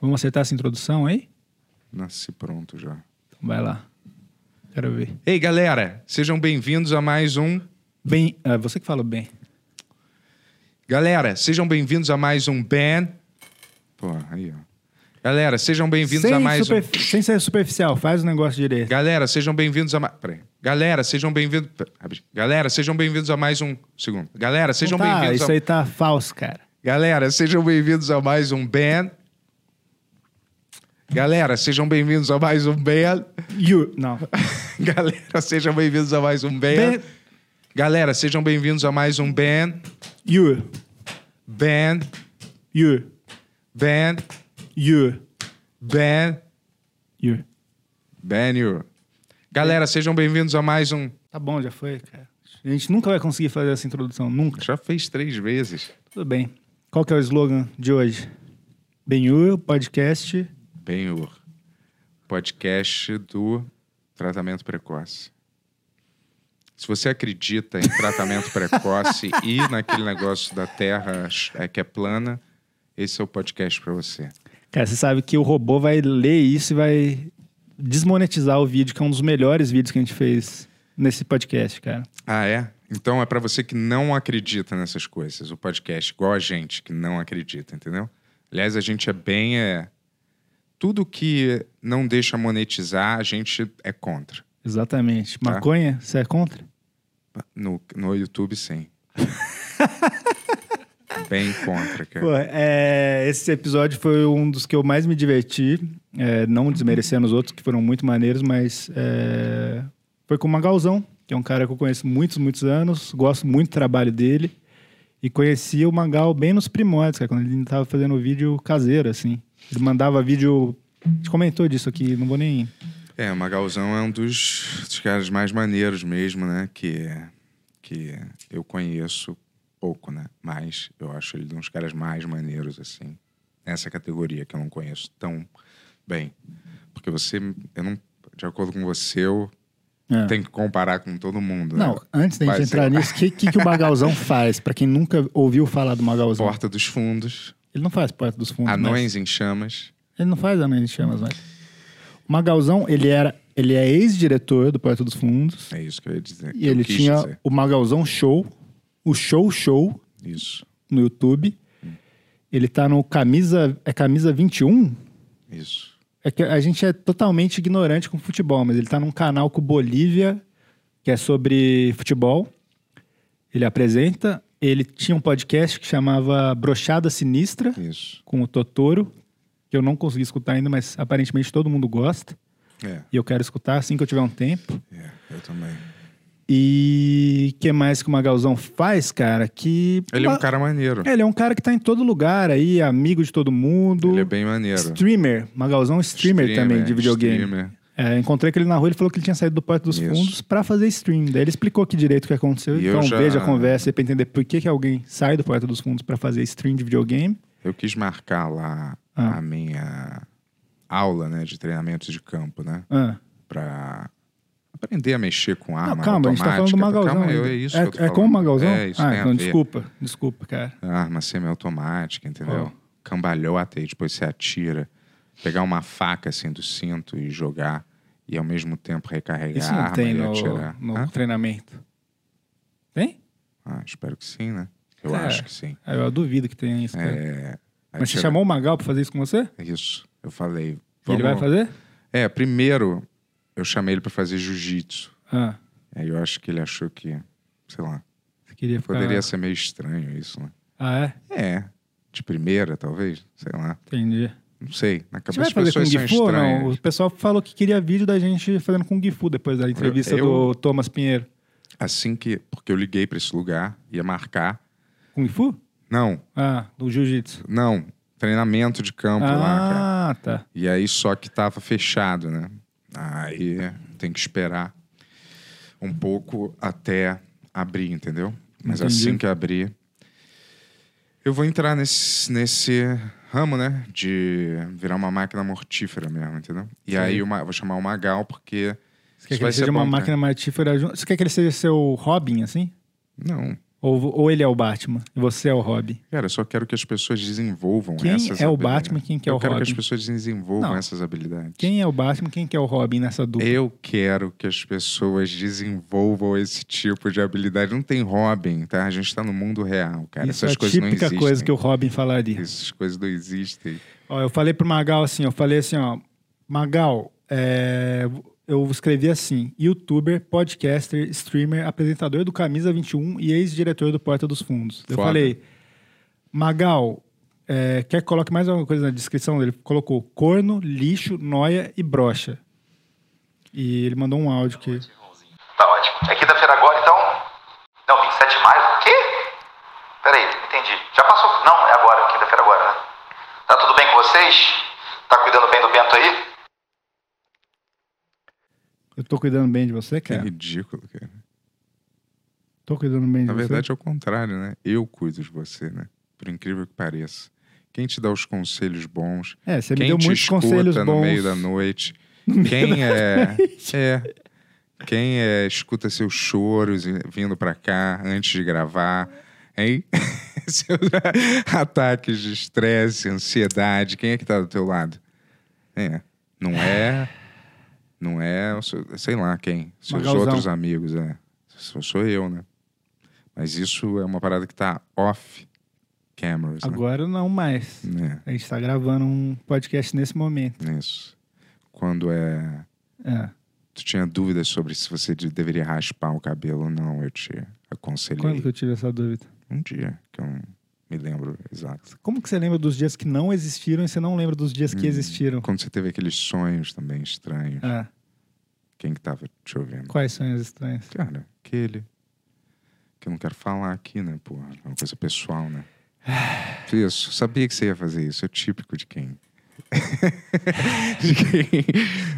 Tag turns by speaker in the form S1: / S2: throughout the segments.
S1: Vamos acertar essa introdução aí?
S2: Nasci pronto já.
S1: Então vai lá. Quero ver.
S2: Ei, galera, sejam bem-vindos a mais um.
S1: Bem, ah, você que fala bem.
S2: Galera, sejam bem-vindos a mais um Ben. Pô, aí, ó. Galera, sejam bem-vindos
S1: Sem
S2: a mais um.
S1: superf- Sem ser superficial, faz o negócio direito.
S2: Galera, sejam bem-vindos a mais. Peraí. Galera, sejam bem-vindos. Pera- abre. Galera, sejam bem-vindos a mais um. Segundo. Galera, sejam
S1: Não tá,
S2: bem-vindos
S1: Isso
S2: a.
S1: aí tá falso, cara.
S2: Galera, sejam bem-vindos a mais um Ben. Galera, sejam bem-vindos a mais um Ben.
S1: You. Não.
S2: Galera, sejam bem-vindos a mais um Ben.
S1: Ben-
S2: Galera, sejam bem-vindos a mais um Ben.
S1: You.
S2: Ben.
S1: You.
S2: Ben.
S1: You.
S2: Ben.
S1: You.
S2: Benio. Galera, sejam bem-vindos a mais um.
S1: Tá bom, já foi, cara. A gente nunca vai conseguir fazer essa introdução, nunca.
S2: Já fez três vezes.
S1: Tudo bem. Qual que é o slogan de hoje? Benhur, podcast.
S2: Benhur. Podcast do tratamento precoce. Se você acredita em tratamento precoce e naquele negócio da terra é, que é plana, esse é o podcast pra você.
S1: Cara, você sabe que o robô vai ler isso e vai desmonetizar o vídeo, que é um dos melhores vídeos que a gente fez nesse podcast, cara.
S2: Ah, é? Então é pra você que não acredita nessas coisas. O podcast, igual a gente que não acredita, entendeu? Aliás, a gente é bem. É... Tudo que não deixa monetizar, a gente é contra.
S1: Exatamente.
S2: Tá.
S1: Maconha, você é contra?
S2: No, no YouTube, sim. bem contra, cara.
S1: Pô, é, esse episódio foi um dos que eu mais me diverti, é, não desmerecendo os outros, que foram muito maneiros, mas é, foi com o Magalzão, que é um cara que eu conheço muitos, muitos anos, gosto muito do trabalho dele, e conheci o Magal bem nos primórdios, cara, quando ele ainda tava fazendo vídeo caseiro, assim. Ele mandava vídeo... A gente comentou disso aqui, não vou nem...
S2: É, o Magalzão é um dos, dos caras mais maneiros mesmo, né? Que, que eu conheço pouco, né? Mas eu acho ele um dos caras mais maneiros, assim. Nessa categoria que eu não conheço tão bem. Porque você, eu não, de acordo com você, eu
S1: É.
S2: tenho que comparar com todo mundo.
S1: Não,
S2: né?
S1: antes da gente
S2: Mas
S1: entrar
S2: eu-
S1: nisso, o que, que, que o Magalzão faz? Pra quem nunca ouviu falar do Magalzão.
S2: Porta Ah, é dos Fundos,
S1: Ele não faz Porta dos Fundos, mas-
S2: Anões em Chamas.
S1: Ele não faz Anões em Chamas, mas... O Magalzão, ele era... Ele é ex-diretor do Porta dos Fundos.
S2: É isso que eu ia dizer.
S1: E
S2: que eu
S1: ele
S2: quis
S1: tinha
S2: dizer.
S1: o Magalzão Show. O Show Show
S2: Isso,
S1: no YouTube. Ele tá no Camisa... É Camisa 21?
S2: isso.
S1: É que a gente é totalmente ignorante com futebol, mas ele tá num canal com o Bolívia, que é sobre futebol. Ele apresenta. Ele tinha um podcast que chamava Brochada Sinistra,
S2: Isso.
S1: com o Totoro, que eu não consegui escutar ainda, mas aparentemente todo mundo gosta.
S2: É,
S1: E eu quero escutar assim que eu tiver um tempo.
S2: é, eu também.
S1: E o que mais que o Magalzão faz, cara? Que.
S2: Ele é um
S1: Ma-
S2: cara maneiro.
S1: Ele é um cara que tá em todo lugar aí, amigo de todo mundo.
S2: Ele é bem maneiro.
S1: Streamer. Magalzão é um streamer, também de videogame.
S2: streamer.
S1: É, encontrei com ele na rua, ele falou que ele tinha saído do Porto dos
S2: Isso.
S1: Fundos pra fazer stream. Daí ele explicou aqui direito o que aconteceu.
S2: E eu
S1: então
S2: já-
S1: veja a conversa aí pra entender por que, que alguém sai do Porto dos Fundos pra fazer stream de videogame.
S2: Eu quis marcar lá
S1: Ah.
S2: a minha aula, né, de treinamento de campo, né,
S1: Ah.
S2: Pra aprender a mexer com
S1: Não,
S2: arma
S1: calma, a gente tá falando do
S2: Ah, automática.
S1: Magalzão.
S2: Calma, eu,
S1: ainda.
S2: é isso
S1: é,
S2: que eu tô
S1: é
S2: falando.
S1: com o Magalzão?
S2: É, isso
S1: ah,
S2: tem
S1: então
S2: a ver.
S1: desculpa, desculpa, cara.
S2: Arma semiautomática, entendeu? Cambalhota e depois você atira. Pegar uma faca, assim, do cinto e jogar. E ao mesmo tempo recarregar
S1: Isso
S2: a
S1: não
S2: arma
S1: tem
S2: e
S1: no,
S2: atirar.
S1: no
S2: Hã?
S1: treinamento. Tem?
S2: Ah, espero que sim, né? Eu
S1: É.
S2: acho que sim.
S1: Ah, eu duvido que tenha isso, cara.
S2: É,
S1: Mas você
S2: atirar-
S1: chamou o Magal pra fazer isso com você?
S2: Isso. Eu falei.
S1: Ele vai
S2: vamos-
S1: fazer?
S2: É, primeiro eu chamei ele pra fazer jiu-jitsu.
S1: Ah,
S2: Aí eu acho que ele achou que, sei lá,
S1: você queria ficar...
S2: poderia ser meio estranho isso, né?
S1: Ah, é?
S2: É, de primeira talvez, sei lá,
S1: Entendi.
S2: não sei.
S1: A
S2: Na
S1: gente
S2: cabeça
S1: vai
S2: das
S1: fazer
S2: pessoas
S1: Kung
S2: são
S1: Fu ou não?
S2: estranhas.
S1: O pessoal falou que queria vídeo da gente fazendo Kung Fu depois da entrevista
S2: eu-
S1: do Thomas Pinheiro.
S2: Assim que, porque eu liguei pra esse lugar, ia marcar.
S1: Kung Fu?
S2: Não,
S1: Ah, do Jiu-Jitsu.
S2: não, treinamento de campo lá, cara.
S1: Ah, tá.
S2: E aí só que tava fechado, né? Aí tem que esperar um pouco até abrir, entendeu? Mas
S1: Entendi.
S2: assim que abrir, eu vou entrar nesse, nesse ramo, né? De virar uma máquina mortífera mesmo, entendeu? E aí eu vou chamar o Magal porque
S1: Você quer
S2: isso
S1: que ele seja uma
S2: bom,
S1: máquina mortífera junto? Você quer que ele seja seu Robin, assim?
S2: Né? Não,
S1: Ou, ou ele é o Batman e você é o Robin?
S2: Cara, eu só quero que as pessoas desenvolvam
S1: Quem
S2: essas
S1: é o
S2: habilidades.
S1: Batman e quem que é
S2: eu
S1: o
S2: quero que
S1: Robin?
S2: as pessoas desenvolvam
S1: Não.
S2: essas habilidades.
S1: Quem é o Batman quem que é o Robin nessa dupla?
S2: Eu quero que as pessoas desenvolvam esse tipo de habilidade. Não tem Robin, tá? A gente tá no mundo real, cara.
S1: Isso
S2: Essas
S1: é a
S2: coisas não
S1: típica
S2: existem.
S1: coisa que o Robin falaria.
S2: Essas coisas não existem.
S1: Ó, eu falei pro Magal assim, eu falei assim, ó, Magal, é, eu escrevi assim, youtuber, podcaster, streamer, apresentador do Camisa 21 e ex-diretor do Porta dos Fundos. Eu
S2: Foda.
S1: falei, Magal, é, quer que coloque mais alguma coisa na descrição dele? Colocou corno, lixo, noia e brocha. E ele mandou um áudio que...
S3: Tá ótimo. É quinta-feira agora, então? Não, 27 de maio? O quê? Peraí, entendi. Já passou? Não, é agora, quinta-feira agora, né? Tá tudo bem com vocês? Tá cuidando bem do Bento aí?
S1: Eu tô cuidando bem de você,
S2: Que
S1: cara?
S2: ridículo, cara.
S1: Tô cuidando bem de
S2: Na
S1: você.
S2: verdade é o contrário, né? Eu cuido de você, né? Por incrível que pareça. Quem te dá os conselhos bons,
S1: É, você me
S2: quem
S1: deu
S2: te
S1: muitos
S2: escuta
S1: conselhos
S2: no
S1: bons.
S2: meio da noite, quem é, é quem é escuta seus choros e- vindo pra cá antes de gravar, hein? Seus ataques de estresse, ansiedade, quem é que tá do teu lado? É, não é, não é, o seu- sei lá quem, seus
S1: Magalzão.
S2: outros amigos, é. Sou, sou eu, né? Mas isso é uma parada que tá off cameras, né?
S1: Agora não mais.
S2: É.
S1: A gente tá gravando um podcast nesse momento.
S2: Isso. Quando é.
S1: É.
S2: Tu tinha dúvidas sobre se você de- deveria raspar o cabelo ou não, eu te aconselhei.
S1: Quando que eu tive essa dúvida?
S2: Um dia, que eu não me lembro exato.
S1: Como que você lembra dos dias que não existiram e você não lembra dos
S2: Hum.
S1: dias que existiram?
S2: Quando você teve aqueles sonhos também estranhos,
S1: Ah,
S2: quem que tava te ouvindo?
S1: quais sonhos estranhos?
S2: Cara, aquele. Que eu não quero falar aqui, né, porra? É uma coisa pessoal, né? Isso, sabia que você ia fazer isso. É típico de quem. de quem.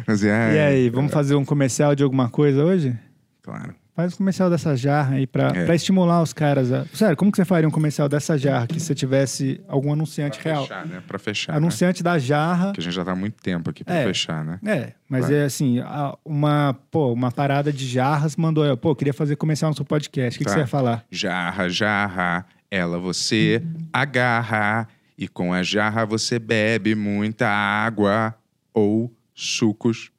S2: Mas é,
S1: E aí, vamos fazer um comercial de alguma coisa hoje?
S2: Claro.
S1: Faz um comercial dessa jarra aí pra,
S2: É.
S1: pra estimular os caras. A... Sério, como que você faria um comercial dessa jarra que você tivesse algum anunciante
S2: Pra
S1: real?
S2: fechar, né? Pra fechar. né?
S1: Anunciante da jarra.
S2: Que a gente já tá há muito tempo aqui pra
S1: É.
S2: fechar, né?
S1: É, mas
S2: Vai.
S1: é assim, a- uma, pô, uma parada de jarras mandou eu, pô, queria fazer comercial no seu podcast. O que, que
S2: Tá.
S1: você ia falar?
S2: Jarra, jarra, ela você agarra. E com a jarra você bebe muita água ou sucos.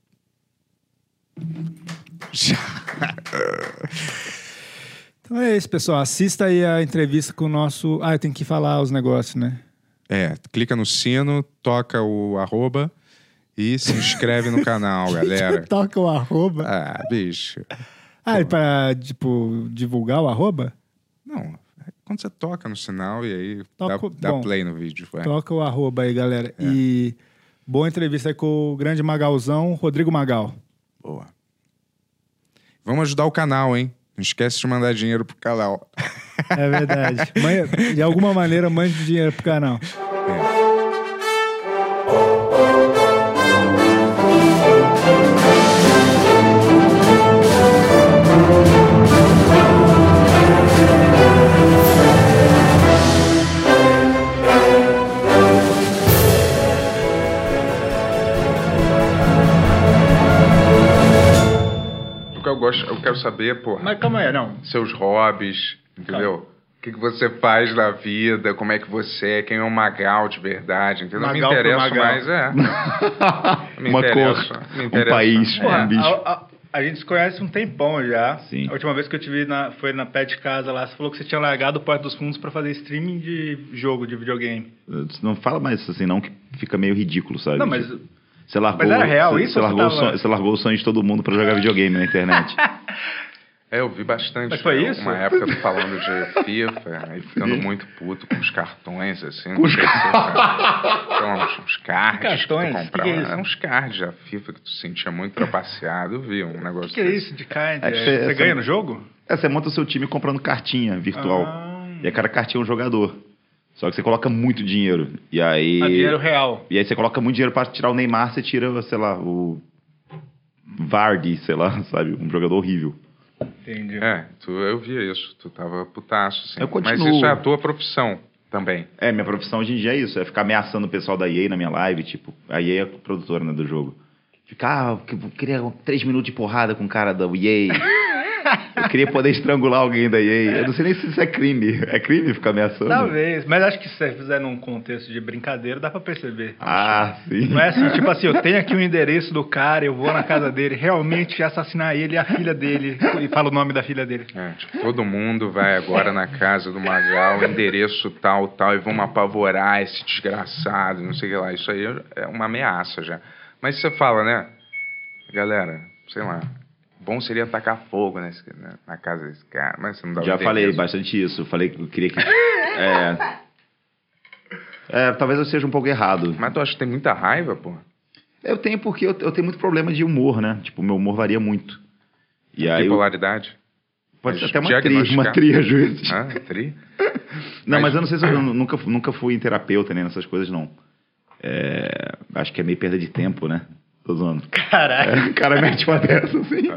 S2: Jarra.
S1: Então é isso, pessoal. Assista aí a entrevista com o nosso. Ah, eu tenho que falar os negócios, né?
S2: É, clica no sino, toca o arroba e se inscreve no canal, galera.
S1: Toca o arroba.
S2: Ah, bicho.
S1: Ah, e pra, tipo, divulgar o arroba?
S2: Não, quando você toca no sinal e aí
S1: Toco-
S2: dá, dá
S1: bom.
S2: play no vídeo. vai.
S1: Toca o arroba aí, galera.
S2: É.
S1: E boa entrevista aí com o grande Magalzão, Rodrigo Magal.
S2: Boa. Vamos ajudar o canal, hein? Não esquece de mandar dinheiro pro canal.
S1: É verdade. Mãe- de alguma maneira, mande dinheiro pro canal.
S2: O que eu gosto, eu quero saber, porra,
S1: Mas calma aí, não.
S2: seus hobbies, entendeu? O que, que você faz na vida, como é que você é, quem é o Magal de verdade, entendeu? não
S1: Magal
S2: me
S1: pro
S2: interessa
S1: Magal.
S2: mais, é. Me
S4: uma
S2: interessa,
S4: cor,
S2: me
S4: um
S2: interessa.
S4: país,
S2: É.
S4: um bicho.
S1: A, a- a gente se conhece um tempão já.
S4: Sim.
S1: A última vez que eu te vi na- foi na pé de casa lá. Você falou que você tinha largado o Porta dos Fundos pra fazer streaming de jogo, de videogame.
S4: Não fala mais isso assim, não, que fica meio ridículo, sabe?
S1: Não, mas-
S4: Você largou,
S1: Mas era real
S4: você,
S1: isso
S4: Você
S1: ou você
S4: largou,
S1: tava- Ah.
S4: o sonho, você largou o sonho de todo mundo pra jogar videogame na internet.
S2: É, eu vi bastante.
S1: Mas foi isso?
S2: Uma época falando de FIFA e ficando muito puto com os cartões, assim.
S4: Com os
S2: cartões? Uns cards.
S1: Cartões?
S2: Que tu
S1: Que
S2: comprava.
S1: que é isso?
S2: Uns cards da FIFA que tu sentia muito trapaceado. Eu vi um negócio
S1: O que, que é
S2: desse.
S1: isso de kind?
S4: É,
S1: É, você
S4: essa-
S1: ganha no jogo?
S4: é, você monta o seu time comprando cartinha virtual.
S1: Ah.
S4: E a cada cartinha é um jogador. Só que você coloca muito dinheiro. E aí.
S1: Ah, dinheiro real.
S4: E aí você coloca muito dinheiro pra tirar o Neymar, você tira, sei lá, o. Vardy, sei lá, sabe? Um jogador horrível.
S1: Entendi.
S2: É, tu, eu via isso. Tu tava putaço, assim.
S4: Eu continuo-
S2: Mas isso é a tua profissão também.
S4: É, minha profissão hoje em dia é isso, é ficar ameaçando o pessoal da EA na minha live, tipo, a EA é a produtora né, do jogo. Ficar, ah, eu que- eu queria três minutos de porrada com o cara da EA. Eu queria poder estrangular alguém da EA. Eu não sei nem se isso é crime. É crime ficar ameaçando?
S1: Talvez, mas acho que se você fizer num contexto de brincadeira, dá pra perceber.
S4: Ah, sim.
S1: Não é assim, tipo assim, eu tenho aqui o endereço do cara, eu vou na casa dele, realmente assassinar ele e a filha dele, e falo o nome da filha dele.
S2: É, tipo, todo mundo vai agora na casa do Magal, endereço tal, tal, e vamos apavorar esse desgraçado, não sei o que lá. Isso aí é uma ameaça já. Mas você fala, né? Galera, sei lá. Bom seria atacar fogo nesse, né, na casa desse cara, mas você não dá o
S4: Já
S2: endereço.
S4: falei bastante isso. Falei que eu queria que. É. É, talvez eu seja um pouco errado.
S2: Mas tu acha que tem muita raiva, pô?
S4: Eu tenho porque eu, eu tenho muito problema de humor, né? Tipo, meu humor varia muito.
S2: É
S4: E aí. eu-
S2: Bipolaridade?
S4: pode ser até uma
S2: tipo diagnosticar.
S4: tria, uma tria, juiz.
S2: Hã? Tri?
S4: Não,
S2: Mas-
S4: mas eu não sei se eu eu nunca, nunca fui em terapeuta nem nessas coisas, não. É, acho que é meio perda de tempo, né? Tô zoando.
S1: Caraca.
S4: É, o cara mete uma dessa, assim.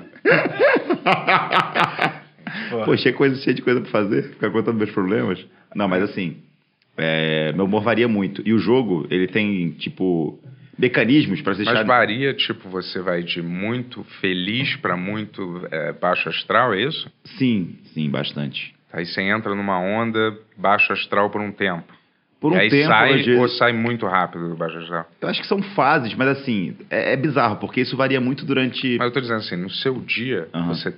S4: Pô, cheio, de coisa, cheio de coisa pra fazer, ficar contando meus problemas. Não, mas assim, é, meu humor varia muito. E o jogo, ele tem, tipo, mecanismos pra deixar...
S2: Mas varia, tipo, você vai de muito feliz pra muito é, baixo astral, é isso?
S4: Sim, sim, bastante.
S2: Aí você entra numa onda baixo astral por um tempo.
S4: Por um
S2: e aí
S4: tempo,
S2: sai
S4: às vezes-
S2: ou sai muito rápido do baixo astral.
S4: Eu acho que são fases, mas assim, é, é bizarro, porque isso varia muito durante...
S2: Mas eu tô dizendo assim, no seu dia,
S4: Aham.
S2: você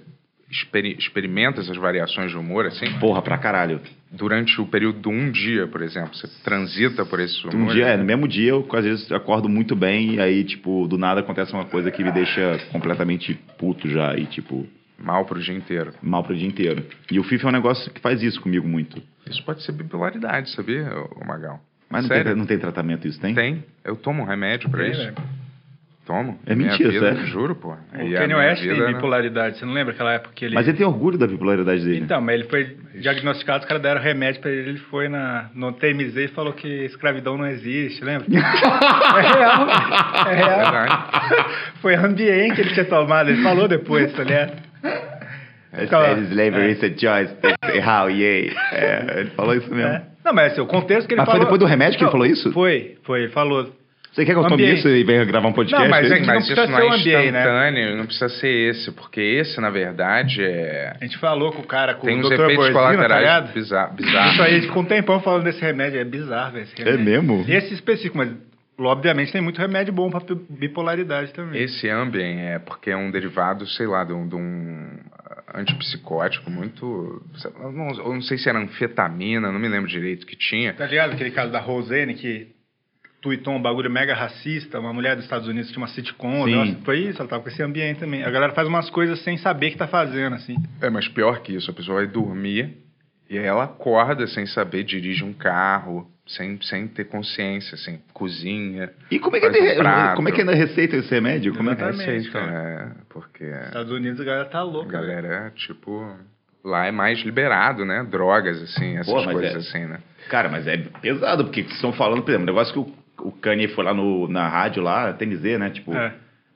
S2: experi- experimenta essas variações de humor, assim?
S4: Porra, pra caralho.
S2: Durante o período de um dia, por exemplo, você transita por esse
S1: Tá
S2: humor? né?
S4: Um dia,
S1: né?
S4: é, no mesmo dia, eu às vezes acordo muito bem e aí, tipo, do nada acontece uma coisa que me deixa completamente puto já e, tipo,
S2: Mal pro dia inteiro.
S4: mal pro dia inteiro. E o FIFA é um negócio que faz isso comigo muito.
S2: Isso pode ser bipolaridade, sabia, ô Magal?
S4: Mas não, tem,
S2: Sério?
S4: tra- não tem tratamento isso, tem?
S2: Tem. Eu tomo um remédio pra
S1: Tem,
S2: isso.
S1: velho.
S2: Tomo.
S4: É
S2: Minha
S4: mentira,
S2: vida,
S4: sério?
S2: Juro, pô.
S1: É, né? O
S2: E a
S1: Kanye
S2: minha
S1: West
S2: vida,
S1: tem
S2: né?
S1: bipolaridade, você não lembra aquela época que ele...
S4: Mas ele tem orgulho da bipolaridade dele.
S1: Então, mas ele foi diagnosticado, os caras deram remédio pra ele, ele foi na, no TMZ e falou que escravidão não existe, lembra? é real, é real.
S2: Verdade.
S1: Foi ambiente que ele tinha tomado, ele falou depois, tá ligado?
S4: É,
S1: então,
S4: é, slavery is a choice, that's how, yeah. É, ele falou isso mesmo.
S1: É. Não, mas assim, o contexto que ele
S4: Mas foi
S1: falou...
S4: depois do remédio que ele
S1: Não,
S4: falou isso?
S1: Foi, foi, ele falou.
S4: Você quer que eu tome
S1: Ambiente.
S4: isso e venha gravar um podcast?
S1: Não, mas é que-
S2: Ah, Mas
S1: precisa
S2: isso não
S1: ser
S2: é
S1: o ambiente, né?
S2: instantâneo, não precisa ser esse, porque esse, na verdade, é...
S1: A gente falou com o cara, com
S2: tem
S1: o
S2: uns
S1: Dr.
S2: efeitos
S1: Borzino, tá
S2: colaterais
S1: ligado?
S2: bizarros.
S1: Isso aí, ficou um tempão falando desse remédio, é bizarro, velho. esse
S4: Tá. É
S1: remédio.
S4: mesmo?
S1: Esse específico, mas obviamente tem muito remédio bom pra bi- bipolaridade
S4: Hum.
S1: também.
S2: Esse Ambien é porque é um derivado, sei lá, de um, de um antipsicótico muito... Eu não, eu não sei se era anfetamina, não me lembro direito que tinha.
S1: Tá ligado aquele caso da Rosane que tuitou um bagulho mega racista, uma mulher dos Estados Unidos tinha uma sitcom,
S4: Sim.
S1: negócio, foi isso, ela tava com esse ambiente também. A galera faz umas coisas sem saber que tá fazendo, assim.
S2: É, mas pior que isso, a pessoa vai dormir e aí ela acorda sem saber, dirige um carro, sem, sem ter consciência, assim, cozinha.
S4: E como é que,
S2: Faz um
S4: ele-
S2: prato.
S4: como é que ainda receita esse remédio? Como é que...
S1: Exatamente.
S2: Receita,
S1: cara.
S2: né? Porque a
S1: Estados Unidos a galera tá louca. velho.
S2: galera, tipo, lá é mais liberado, né? Drogas, assim, essas
S4: Pô, mas
S2: coisas
S4: é.
S2: assim, né?
S4: Cara, mas é pesado, porque vocês estão falando, por exemplo, o negócio que o, o Kanye foi lá no, na rádio lá, TMZ, né? Tipo,
S1: É.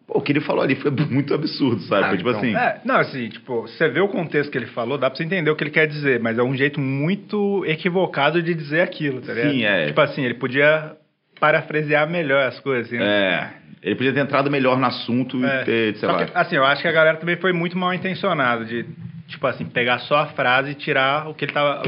S4: pô, o que ele falou ali foi muito absurdo, sabe?
S2: Ah,
S4: foi tipo
S2: então,
S4: assim.
S1: É, não, assim, tipo, você vê o contexto que ele falou, dá pra você entender o que ele quer dizer, mas é um jeito muito equivocado de dizer aquilo, tá ligado?
S4: Sim, é.
S1: Tipo assim, ele podia parafrasear melhor as coisas, assim, né?
S4: É. Ele podia ter entrado melhor no assunto
S1: É.
S4: e ter, sei
S1: Só
S4: lá.
S1: que, assim, eu acho que a galera também foi muito mal intencionada de, tipo assim, pegar só a frase e tirar o que ele tava...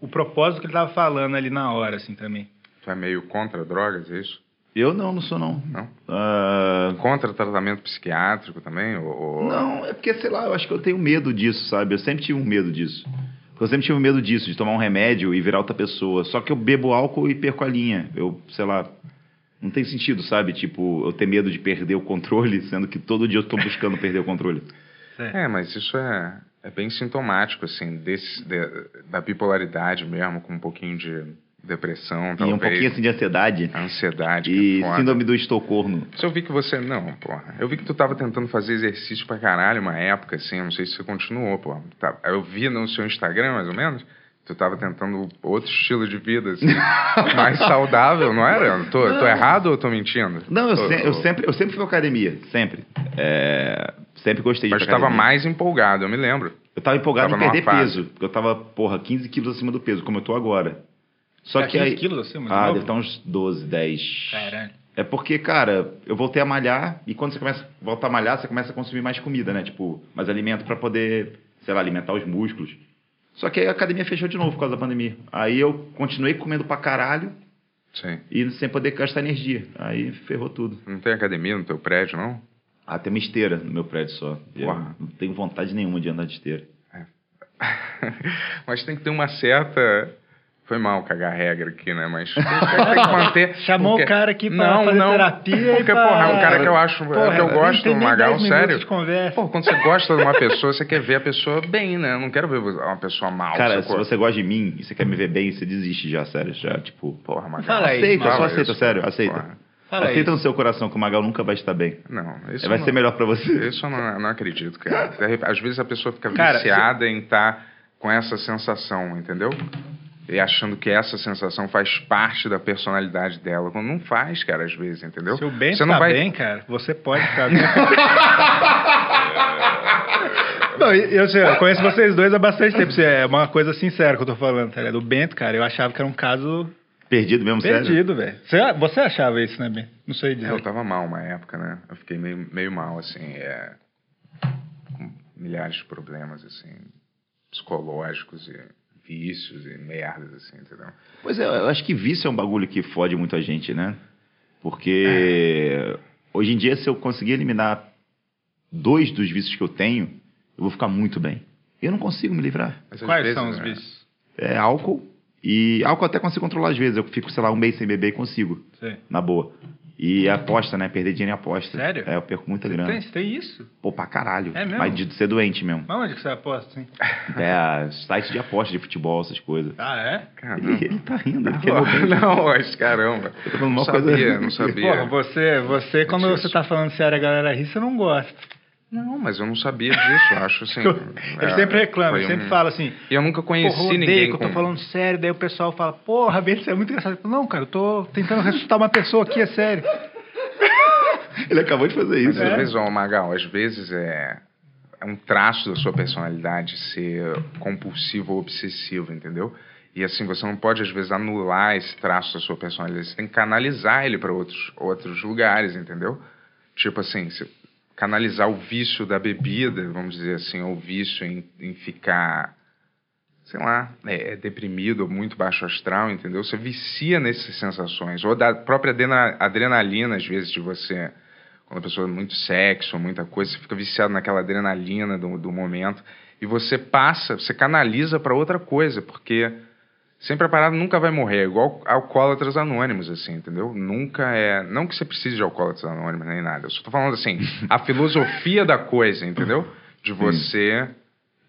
S1: O, o propósito que ele tava falando ali na hora, assim, também.
S2: Tu é meio contra drogas, é isso?
S4: Eu não, não sou não.
S2: Não?
S4: Ah,
S2: Contra tratamento psiquiátrico também? Ou, ou-
S4: não, é porque, sei lá, eu acho que eu tenho medo disso, sabe? Eu sempre tive um medo disso. Eu sempre tive um medo disso, de tomar um remédio e virar outra pessoa. Só que eu bebo álcool e perco a linha. Eu, sei lá. Não tem sentido, sabe? Tipo, eu ter medo de perder o controle, sendo que todo dia eu tô buscando perder o controle.
S2: É, mas isso é, é bem sintomático, assim, desse, de- da bipolaridade mesmo, com um pouquinho de depressão,
S4: E
S2: talvez.
S4: um pouquinho assim de ansiedade.
S2: A É ansiedade. que
S4: E
S2: é foda.
S4: síndrome do Estocolmo.
S2: Se eu vi que você. Não, porra. Eu vi que tu tava tentando fazer exercício pra caralho uma época, assim. Eu não sei se você continuou, porra. Tá- Eu vi no seu Instagram, mais ou menos. que Tu tava tentando outro estilo de vida, assim, mais saudável, não era? Eu Tô, tô errado ou eu tô mentindo?
S4: Não, eu,
S2: Tô-
S4: se-
S2: tô-
S4: eu sempre, eu sempre fui à academia, sempre. É, sempre gostei de ir
S2: Mas tu
S4: pra
S2: tava
S4: academia.
S2: mais empolgado, eu me lembro.
S4: Eu tava empolgado
S2: tava
S4: em perder
S2: numa fase.
S4: peso. Porque eu tava, porra, 15 quilos acima do peso, como eu tô agora. Só
S1: Tá
S4: que
S1: 15
S4: aí...
S1: quilos acima de
S4: Ah,
S1: novo?
S4: deve estar uns 12, 10.
S1: Caralho.
S4: É porque, cara, eu voltei a malhar e quando você começa a voltar a malhar, você começa a consumir mais comida, né? Tipo, mais alimento pra poder sei lá, alimentar os músculos. Só que aí a academia fechou de novo por causa da pandemia. Aí eu continuei comendo pra caralho
S2: Sim.
S4: e sem poder gastar energia. Aí ferrou tudo.
S2: Não tem academia no teu prédio, não?
S4: Ah, tem uma esteira no meu prédio só. Eu
S2: Porra.
S4: não tenho vontade nenhuma de andar de esteira.
S2: Mas tem que ter uma certa. Foi mal cagar a regra aqui, né? Mas tem que manter.
S1: Chamou
S2: porque-
S1: o cara aqui pra
S2: não,
S1: fazer
S2: não,
S1: terapia e
S2: Porque,
S1: pra-
S2: porra, é um cara que eu acho.
S1: Porra,
S2: é que eu
S1: não
S2: gosto,
S1: tem
S2: o
S1: nem
S2: Magal,
S1: 10 minutos
S2: sério.
S1: de conversa.
S2: Pô, quando você gosta de uma pessoa, você quer ver a pessoa bem, né? Eu não quero ver uma pessoa mal.
S4: Cara, se
S2: sacou?
S4: você gosta de mim e você quer me ver bem, você desiste já, sério. Já, tipo, pô,
S2: Porra, Magal.
S1: Fala aí,
S4: aceita,
S1: Magal.
S4: só
S2: Fala
S4: aceita,
S2: isso,
S4: sério,
S2: porra.
S4: aceita.
S2: Porra.
S1: Fala aí.
S4: aceita no seu coração que o Magal nunca vai estar bem.
S2: Não, isso
S4: vai
S2: não-
S4: ser melhor pra você.
S2: Isso eu não, não acredito, cara. De rep- Às vezes a pessoa fica
S1: Cara,
S2: viciada em estar com essa sensação, entendeu? E achando que essa sensação faz parte da personalidade dela. Quando não faz, cara, às vezes, entendeu?
S1: Se o bem
S2: Você
S1: tá
S2: não vai-
S1: bem, cara, você pode ficar bem. Não, e- eu, sei, eu conheço vocês dois há bastante tempo. Assim, É uma coisa sincera que eu tô falando, tá ligado? O Bento, cara, eu achava que era um caso
S4: Perdido mesmo, sério?
S1: perdido, velho. Você, você achava isso, né, Bento? Não sei
S2: É,
S1: dizer.
S2: Eu tava mal uma época, né? Eu fiquei meio, meio mal, assim, é, com milhares de problemas, assim, psicológicos e vícios e merdas, assim, entendeu?
S4: Pois é, eu acho que vício é um bagulho que fode muito a gente, né? Porque
S2: É.
S4: hoje em dia, se eu conseguir eliminar dois dos vícios que eu tenho, eu vou ficar muito bem. Eu não consigo me livrar.
S2: Mas às
S1: Quais
S2: vezes,
S1: são os
S2: né,
S1: vícios?
S4: É álcool. E álcool eu até consigo controlar às vezes. Eu fico, sei lá, um mês sem beber e consigo,
S1: Sei.
S4: na boa. E aposta, né? Perder dinheiro em aposta.
S1: Sério?
S4: É, eu perco muita grana.
S1: Tem, tem isso?
S4: Pô, pra caralho.
S1: É mesmo?
S4: Mas de ser doente mesmo.
S1: Mas onde que você aposta, assim? hein?
S4: É, site de aposta de futebol, essas coisas.
S1: Ah, é?
S2: Caramba.
S4: Ele, ele tá rindo, ele quer meu bem.
S2: Não, mas caramba.
S4: tô falando uma
S2: não
S4: coisa-
S2: sabia, não sabia.
S1: Porra, você, você quando
S2: Isso.
S1: você tá falando sério, a galera ri, você não gosta.
S2: Não, mas eu não sabia disso, eu acho assim.
S1: Ele
S2: é,
S1: sempre reclama,
S2: foi
S1: ele sempre
S2: um-
S1: fala assim,
S2: E eu nunca conheci
S1: Porra, eu odeio
S2: ninguém.
S1: que eu
S2: com...
S1: tô falando sério, daí o pessoal fala, porra, Bento, você é muito engraçado. Eu falo, não, cara, eu tô tentando ressuscitar uma pessoa aqui, é sério.
S4: Ele acabou de
S2: Mas
S4: fazer isso. né?
S2: às
S1: É.
S2: vezes, ó, Magal, às vezes é... é um traço da sua personalidade ser compulsivo ou obsessivo, entendeu? E assim, você não pode, às vezes, anular esse traço da sua personalidade. Você tem que canalizar ele para outros, outros lugares, entendeu? Tipo assim, se- canalizar o vício da bebida, vamos dizer assim, ou o vício em, em ficar sei lá, é, é deprimido, ou muito baixo astral, entendeu? Você vicia nessas sensações, ou da própria adrena- adrenalina, às vezes, de você, quando a pessoa é muito sexo, ou muita coisa, você fica viciado naquela adrenalina do, do momento, e você passa, você canaliza para outra coisa, porque sempre a parada nunca vai morrer, é igual alcoólatras anônimos, assim, entendeu? Nunca é. Não que você precise de alcoólatras anônimos nem nada, eu só tô falando assim, a filosofia da coisa, entendeu? De você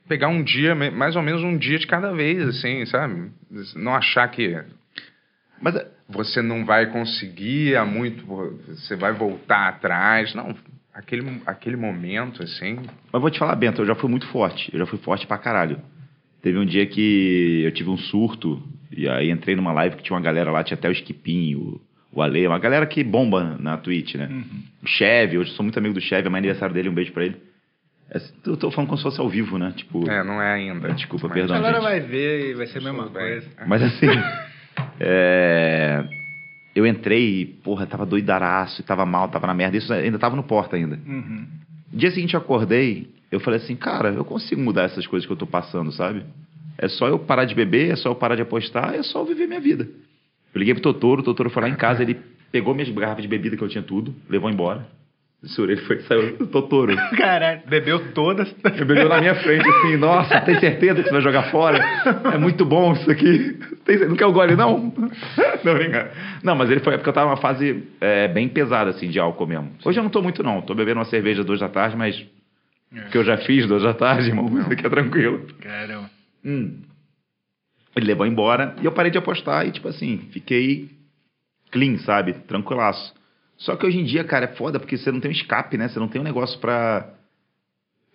S2: pegar um dia, me- mais ou menos um dia de cada vez, assim, sabe? Não achar que
S4: Mas é,
S2: você não vai conseguir há muito, você vai voltar atrás. Não, aquele, aquele momento, assim.
S4: Mas vou te falar, Bento, eu já fui muito forte. Eu já fui forte pra caralho. Teve um dia que eu tive um surto, e aí entrei numa live que tinha uma galera lá, tinha até o Esquipinho, o Ale, uma galera que bomba na Twitch, né?
S2: Uhum.
S4: O Cheve, hoje eu sou muito amigo do Cheve, é mais aniversário dele, um beijo pra ele. É, Eu tô falando como se fosse ao vivo, né? Tipo,
S2: É, não é ainda.
S4: Desculpa,
S2: Mas-
S4: perdão.
S1: a galera
S4: gente.
S1: vai ver e vai ser a mesma coisa.
S4: Mas assim, é, eu entrei e, porra, tava doidaraço, tava mal, tava na merda, isso ainda tava no porta ainda.
S1: Uhum.
S4: Dia seguinte eu acordei, eu falei assim, cara, eu consigo mudar essas coisas que eu tô passando, sabe? É só eu parar de beber, é só eu parar de apostar, é só eu viver minha vida. Eu liguei pro Totoro, o Totoro foi lá em casa, ele pegou minhas garrafas de bebida que eu tinha tudo, levou embora. Segurei, ele foi e saiu. O Totoro.
S1: Caralho, bebeu todas.
S4: Ele bebeu na minha frente assim, nossa, tem certeza que você vai jogar fora? É muito bom isso aqui. Tem cer- não quer o gole, não? Não, brincadeira. Não, mas ele foi, porque eu tava numa fase é, bem pesada, assim, de álcool mesmo. Hoje eu não tô muito, não. Tô bebendo uma cerveja duas da tarde, mas... Que eu já fiz duas da tarde, irmão. Isso aqui é tranquilo.
S1: Caramba.
S4: Hum. Ele levou embora e eu parei de apostar e, tipo assim, fiquei clean, sabe? Tranquilaço. Só que hoje em dia, cara, é foda porque você não tem um escape, né? Você não tem um negócio pra.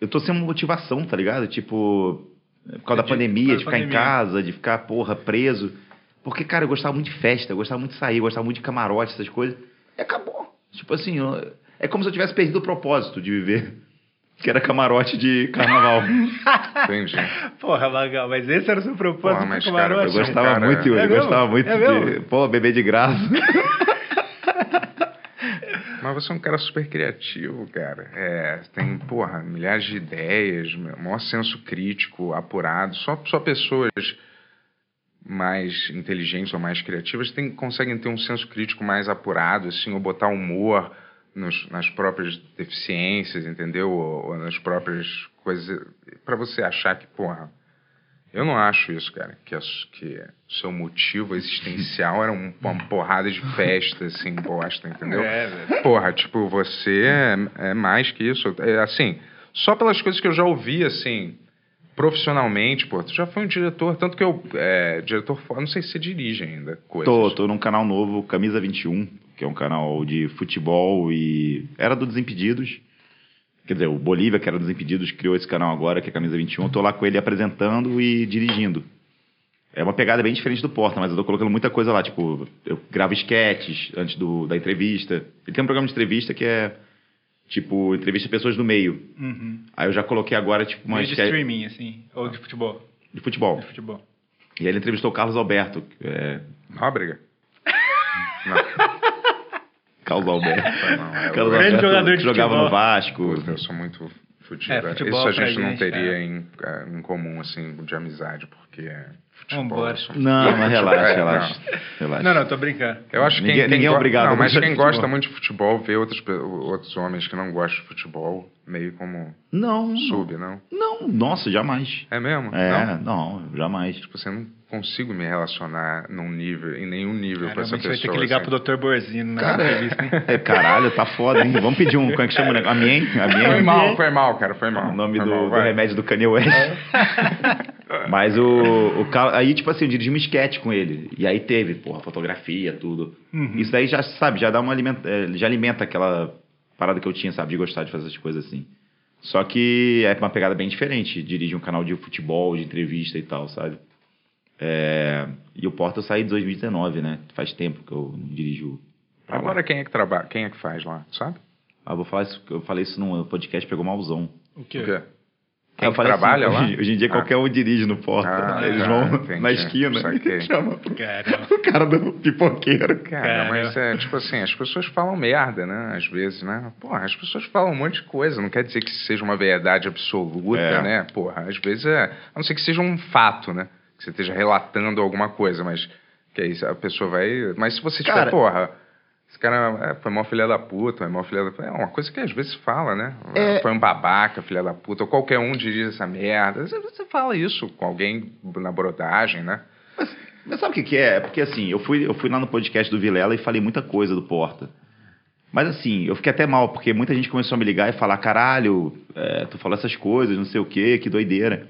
S4: Eu tô sem uma motivação, tá ligado? Tipo, é por causa da
S1: Entendi.
S4: pandemia,
S1: Por causa
S4: de
S1: da
S4: ficar em
S1: pandemia.
S4: casa, de ficar, porra, preso. Porque, cara, eu gostava muito de festa, eu gostava muito de sair, eu gostava muito de camarote, essas coisas. E acabou. Tipo assim, eu- é como se eu tivesse perdido o propósito de viver. Que era camarote de carnaval.
S2: É, Entendi.
S1: Porra, Magal, mas esse era o seu propósito
S2: Porra, mas,
S1: com o
S2: cara,
S4: Eu
S1: camarote?
S2: Você é um
S4: gostava
S2: cara-
S4: muito, eu
S1: É mesmo?
S4: gostava muito
S1: É
S4: de.
S1: mesmo?
S4: Pô, beber de graça.
S2: Mas você é um cara super criativo, cara. É, tem, porra, milhares de ideias, maior senso crítico, apurado. Só, só pessoas mais inteligentes ou mais criativas têm, conseguem ter um senso crítico mais apurado, assim, ou botar humor nos, nas próprias deficiências, entendeu? Ou, ou nas próprias coisas. Pra você achar que, porra. Eu não acho isso, cara. Que, as- que o seu motivo existencial era um- uma porrada de festa, assim, bosta, entendeu?
S1: É, velho.
S2: Porra, tipo, você é, é mais que isso. É, assim, só pelas coisas que eu já ouvi, assim, profissionalmente, pô, tu já foi um diretor, tanto que eu. É, diretor fora, não sei se você dirige ainda coisas.
S4: Tô, tô num canal novo, Camisa 21, que é um canal de futebol e. Era do Desimpedidos. Quer dizer, o Bolívia, que era do Desimpedidos, criou esse canal agora, que é Camisa 21. Eu tô lá com ele apresentando e dirigindo. É uma pegada bem diferente do Porta, mas eu tô colocando muita coisa lá. Tipo, eu gravo esquetes antes do, da entrevista. Ele tem um programa de entrevista que é. Tipo, entrevista pessoas do meio.
S1: Uhum.
S4: Aí eu já coloquei agora, tipo, uma
S1: Meio de
S4: esquete
S1: streaming, assim. Ou de futebol.
S4: de futebol.
S1: De futebol.
S4: E aí ele entrevistou o Carlos Alberto. que É,
S2: Nóbrega?
S4: Carlos Alberto.
S2: Não, é
S4: Carlos
S1: Grande jogador de
S4: jogava
S1: futebol.
S4: no Vasco.
S2: Puta, eu sou muito fudido.
S1: É, futebol
S2: Isso a
S1: pra
S2: gente não
S1: gente,
S2: teria
S1: é.
S2: em, eh, em comum, assim, de amizade, porque é futebol.
S1: Vambora.
S2: eu sou-
S4: Não, mas relaxa,
S2: É,
S4: relaxa. Relaxa.
S1: Não, não, tô brincando.
S2: Eu acho que
S4: Ninguém-
S2: quem, quem
S4: ninguém é
S2: go-
S4: obrigado a
S2: Não, mas
S4: gostar
S2: quem
S4: de futebol.
S2: gosta muito de futebol vê outros, pe- outros homens que não gostam de futebol, meio como
S4: Não.
S2: sub, não?
S4: Não, nossa, jamais.
S2: É mesmo?
S4: É,
S2: Não?
S4: não, jamais.
S2: Tipo, assim, eu não consigo me relacionar num nível, em nenhum nível com
S1: Caramba,
S2: essa
S1: a gente
S2: pessoa.
S1: vai ter que ligar
S2: assim.
S1: pro Dr. Borzino na entrevista, hein?
S4: É, caralho, tá foda, hein? Vamos pedir um. Como é que chama o negócio? Amien?
S2: Foi
S4: Amien?
S2: mal, foi mal, cara, foi mal.
S4: O nome
S2: Foi
S4: do,
S2: mal,
S4: do
S2: Ah, vai.
S4: remédio do Kanye West. Mas o, o Carlos. Aí, tipo assim, eu dirigi um esquete com ele. E aí teve, porra, fotografia, tudo. Isso daí já, sabe, já dá uma alimenta, eh, já alimenta aquela parada que eu tinha, sabe, de gostar de fazer essas coisas assim. Só que é uma pegada bem diferente. Dirige um canal de futebol, de entrevista e tal, sabe? É, e o Porta eu saí de 2019, né? Faz tempo que eu não dirijo. pra lá.
S2: Agora quem é que trabalha, quem é que faz lá, sabe?
S4: Ah, vou falar isso, eu falei isso num podcast, pegou malzão.
S1: O quê?
S2: O quê?
S4: Aí
S2: Quem
S4: eu falei
S2: trabalha
S4: assim,
S2: lá?
S4: Hoje, hoje em dia
S2: Ah.
S4: qualquer um dirige no porta.
S2: Ah,
S4: Eles
S2: tá,
S4: vão
S2: entendi.
S4: na esquina
S2: Saquei.
S4: e chama pro
S1: Caramba.
S4: o cara do pipoqueiro.
S2: Cara,
S1: Cara.
S2: mas é tipo assim, as pessoas falam merda, né? Às vezes, né? Porra, as pessoas falam um monte de coisa. Não quer dizer que seja uma verdade absoluta,
S4: É.
S2: né? Porra, às vezes é. A não ser que seja um fato, né? Que você esteja relatando alguma coisa, mas. Que é isso, a pessoa vai. Mas se você tiver,
S4: Cara-
S2: porra, esse cara é, foi mó filha da puta, é mó filha da puta. É uma coisa que às vezes se fala, né?
S4: É.
S2: Foi um babaca, filha da puta, ou qualquer um dirige essa merda. Você- Você fala isso com alguém na brodagem, né?
S4: Mas sabe o que, que é? É Porque assim, eu fui, eu fui lá no podcast do Vilela e falei muita coisa do Porta. Mas assim, eu fiquei até mal, porque muita gente começou a me ligar e falar: caralho, é, tu falou essas coisas, não sei o quê, que doideira.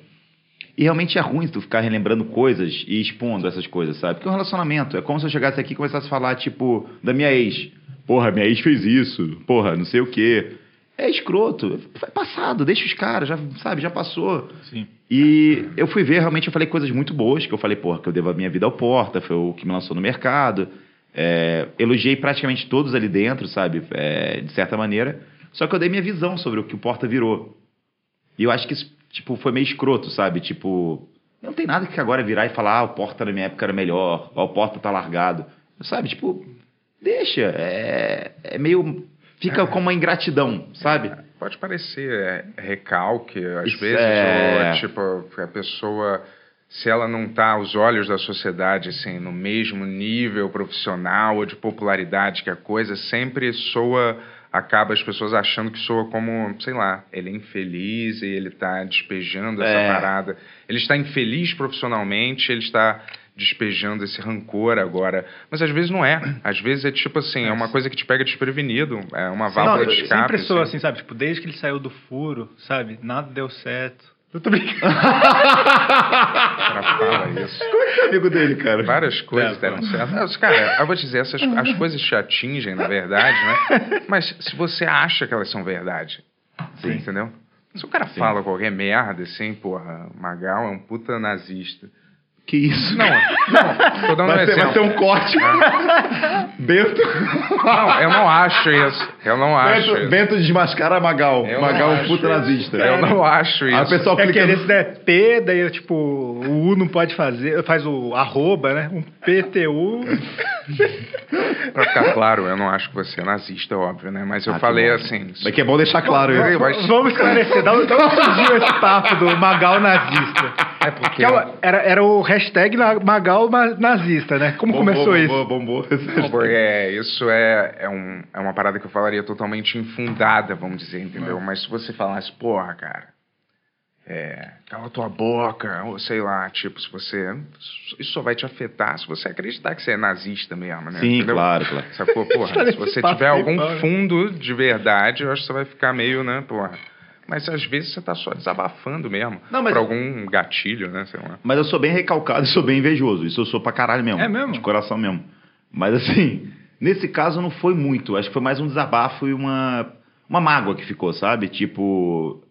S4: E realmente é ruim tu ficar relembrando coisas e expondo essas coisas, sabe? Porque é um relacionamento. É como se eu chegasse aqui e começasse a falar, tipo, da minha ex. Porra, minha ex fez isso. Porra, não sei o quê. É escroto. É passado, deixa os caras, já, sabe? Já passou.
S1: Sim.
S4: E eu fui ver, realmente, eu falei coisas muito boas, que eu falei, porra, que eu devo a minha vida ao Porta, foi o que me lançou no mercado. É, elogiei praticamente todos ali dentro, sabe? É, de certa maneira. Só que eu dei minha visão sobre o que o Porta virou. E eu acho que isso, tipo, foi meio escroto, sabe? Tipo, não tem nada que agora virar e falar, ah, o Porta na minha época era melhor, ó, o Porta tá largado. Sabe? Tipo, deixa. É, é meio. Fica como uma ingratidão, sabe?
S2: Pode parecer é, recalque, às
S4: Isso
S2: vezes,
S4: é-
S2: ou, tipo, a pessoa, se ela não está aos olhos da sociedade, assim, no mesmo nível profissional ou de popularidade que a coisa, sempre soa, acaba as pessoas achando que soa como, sei lá, ele é infeliz e ele está despejando essa
S4: É.
S2: parada. Ele está infeliz profissionalmente, ele está despejando esse rancor agora. Mas às vezes não é. Às vezes é tipo assim, é uma coisa que te pega desprevenido, é uma válvula
S1: Não,
S2: de
S1: eu
S2: escape.
S1: sempre sou
S2: assim.
S1: assim, sabe? Tipo, desde que ele saiu do furo, sabe? Nada deu certo. Eu tô brincando.
S2: cara fala isso.
S4: é Amigo dele, cara.
S2: Várias coisas
S1: É,
S4: Tá
S2: deram certo. Mas, Cara, eu vou dizer, essas, as coisas te atingem, na verdade, né? Mas se você acha que elas são verdade,
S4: Sim.
S2: entendeu? Se o cara fala qualquer merda, assim, porra, Magal é um puta nazista.
S4: Que isso?
S2: Não, não, tô dando um
S4: vai, ser,
S2: exemplo.
S4: vai ser um corte. Bento.
S2: Não, eu não acho isso. Eu não acho
S4: Bento,
S2: isso.
S4: Bento desmascara Magal.
S2: Eu não
S4: Magal é um
S2: acho
S4: puta
S2: isso.
S4: nazista.
S2: Eu não acho
S4: Aí o
S2: isso.
S4: pessoal
S1: É que
S4: clica
S1: esse é P, daí é tipo, o U não pode fazer, faz o arroba, né? Um PTU.
S2: Pra ficar claro, eu não acho que você é nazista, óbvio, né? Mas eu
S4: Ah, que
S2: falei
S4: bom.
S2: assim.
S4: Mas que é bom deixar claro.
S2: Eu
S4: isso.
S2: acho-
S1: Vamos esclarecer, um, da onde da onde surgiu esse papo do Magal nazista?
S2: É porque.
S1: Que é o- era, era o hashtag na- Magal ma- nazista, né? Como começou
S4: bombou,
S1: isso?
S4: Bombou,
S2: Não,
S4: bombou.
S2: porque é, isso é, é, um- é uma parada que eu falaria totalmente infundada, vamos dizer, entendeu? Mas se você falasse, porra, cara, é, cala tua boca, ou sei lá, tipo, se você. Isso só vai te afetar se você acreditar que você é nazista mesmo, né?
S4: Sim,
S2: Entendeu?
S4: claro, claro.
S2: Sacou? Porra, se
S1: Parece
S2: você
S1: papo
S2: tiver
S1: de
S2: algum
S1: pau, né?
S2: fundo de verdade, eu acho que você vai ficar meio, né, porra. Mas às vezes você tá só desabafando mesmo.
S4: Não, mas-
S2: Por algum gatilho, né? Sei lá.
S4: Mas eu sou bem recalcado e sou bem invejoso. Isso eu sou pra caralho mesmo.
S1: É mesmo?
S4: De coração mesmo. Mas assim, nesse caso não foi muito. Acho que foi mais um desabafo e uma, uma mágoa que ficou, sabe? Tipo.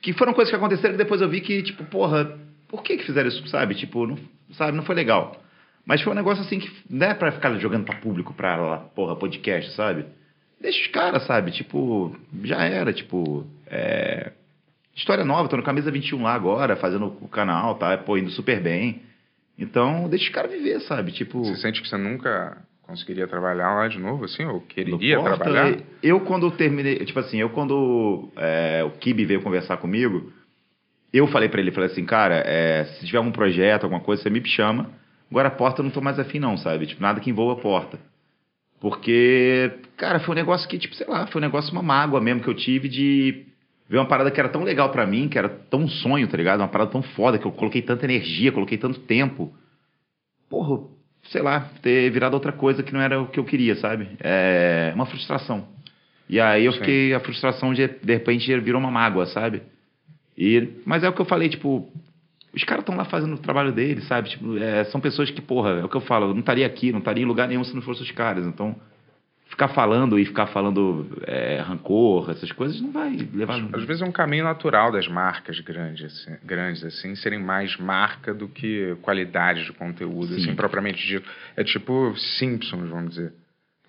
S4: Que foram coisas que aconteceram que depois eu vi que, tipo, porra, por que que fizeram isso, sabe? Tipo, não, sabe, não foi legal. Mas foi um negócio assim que não é pra ficar jogando pra público, pra lá, porra, podcast, sabe? Deixa os caras, sabe? Tipo, já era, tipo. É... História nova, tô no Camisa 21 lá agora, fazendo o canal, tá? Pô, indo super bem. Então, deixa os caras viver, sabe? Tipo.
S2: Você sente que você nunca conseguiria trabalhar lá de novo, assim? Ou
S4: no
S2: quereria
S4: Porta,
S2: trabalhar?
S4: e- Eu, quando terminei. Tipo assim, eu, quando é, o Kibe veio conversar comigo, eu falei pra ele, falei assim, cara, é, se tiver algum projeto, alguma coisa, você me chama. Agora a porta eu não tô mais afim, não, sabe? Tipo, nada que envolva a porta. Porque, cara, foi um negócio que, tipo, sei lá, foi um negócio, uma mágoa mesmo que eu tive de ver uma parada que era tão legal pra mim, que era tão um sonho, tá ligado? Uma parada tão foda, que eu coloquei tanta energia, coloquei tanto tempo. Porra, sei lá, ter virado outra coisa que não era o que eu queria, sabe? É uma frustração. E aí eu
S2: Sim.
S4: fiquei, a frustração de, de repente virou uma mágoa, sabe? E, mas é o que eu falei, tipo, os caras estão lá fazendo o trabalho deles, sabe? Tipo, é, são pessoas que, porra, é o que eu falo, eu não estaria aqui, não estaria em lugar nenhum se não fossem os caras. Então, ficar falando e ficar falando é, rancor, essas coisas, não vai levar.
S2: Às vezes é um caminho natural das marcas grandes, assim, grandes, assim, serem mais marca do que qualidade de conteúdo,
S4: Sim.
S2: assim, propriamente dito. É tipo Simpsons, vamos dizer.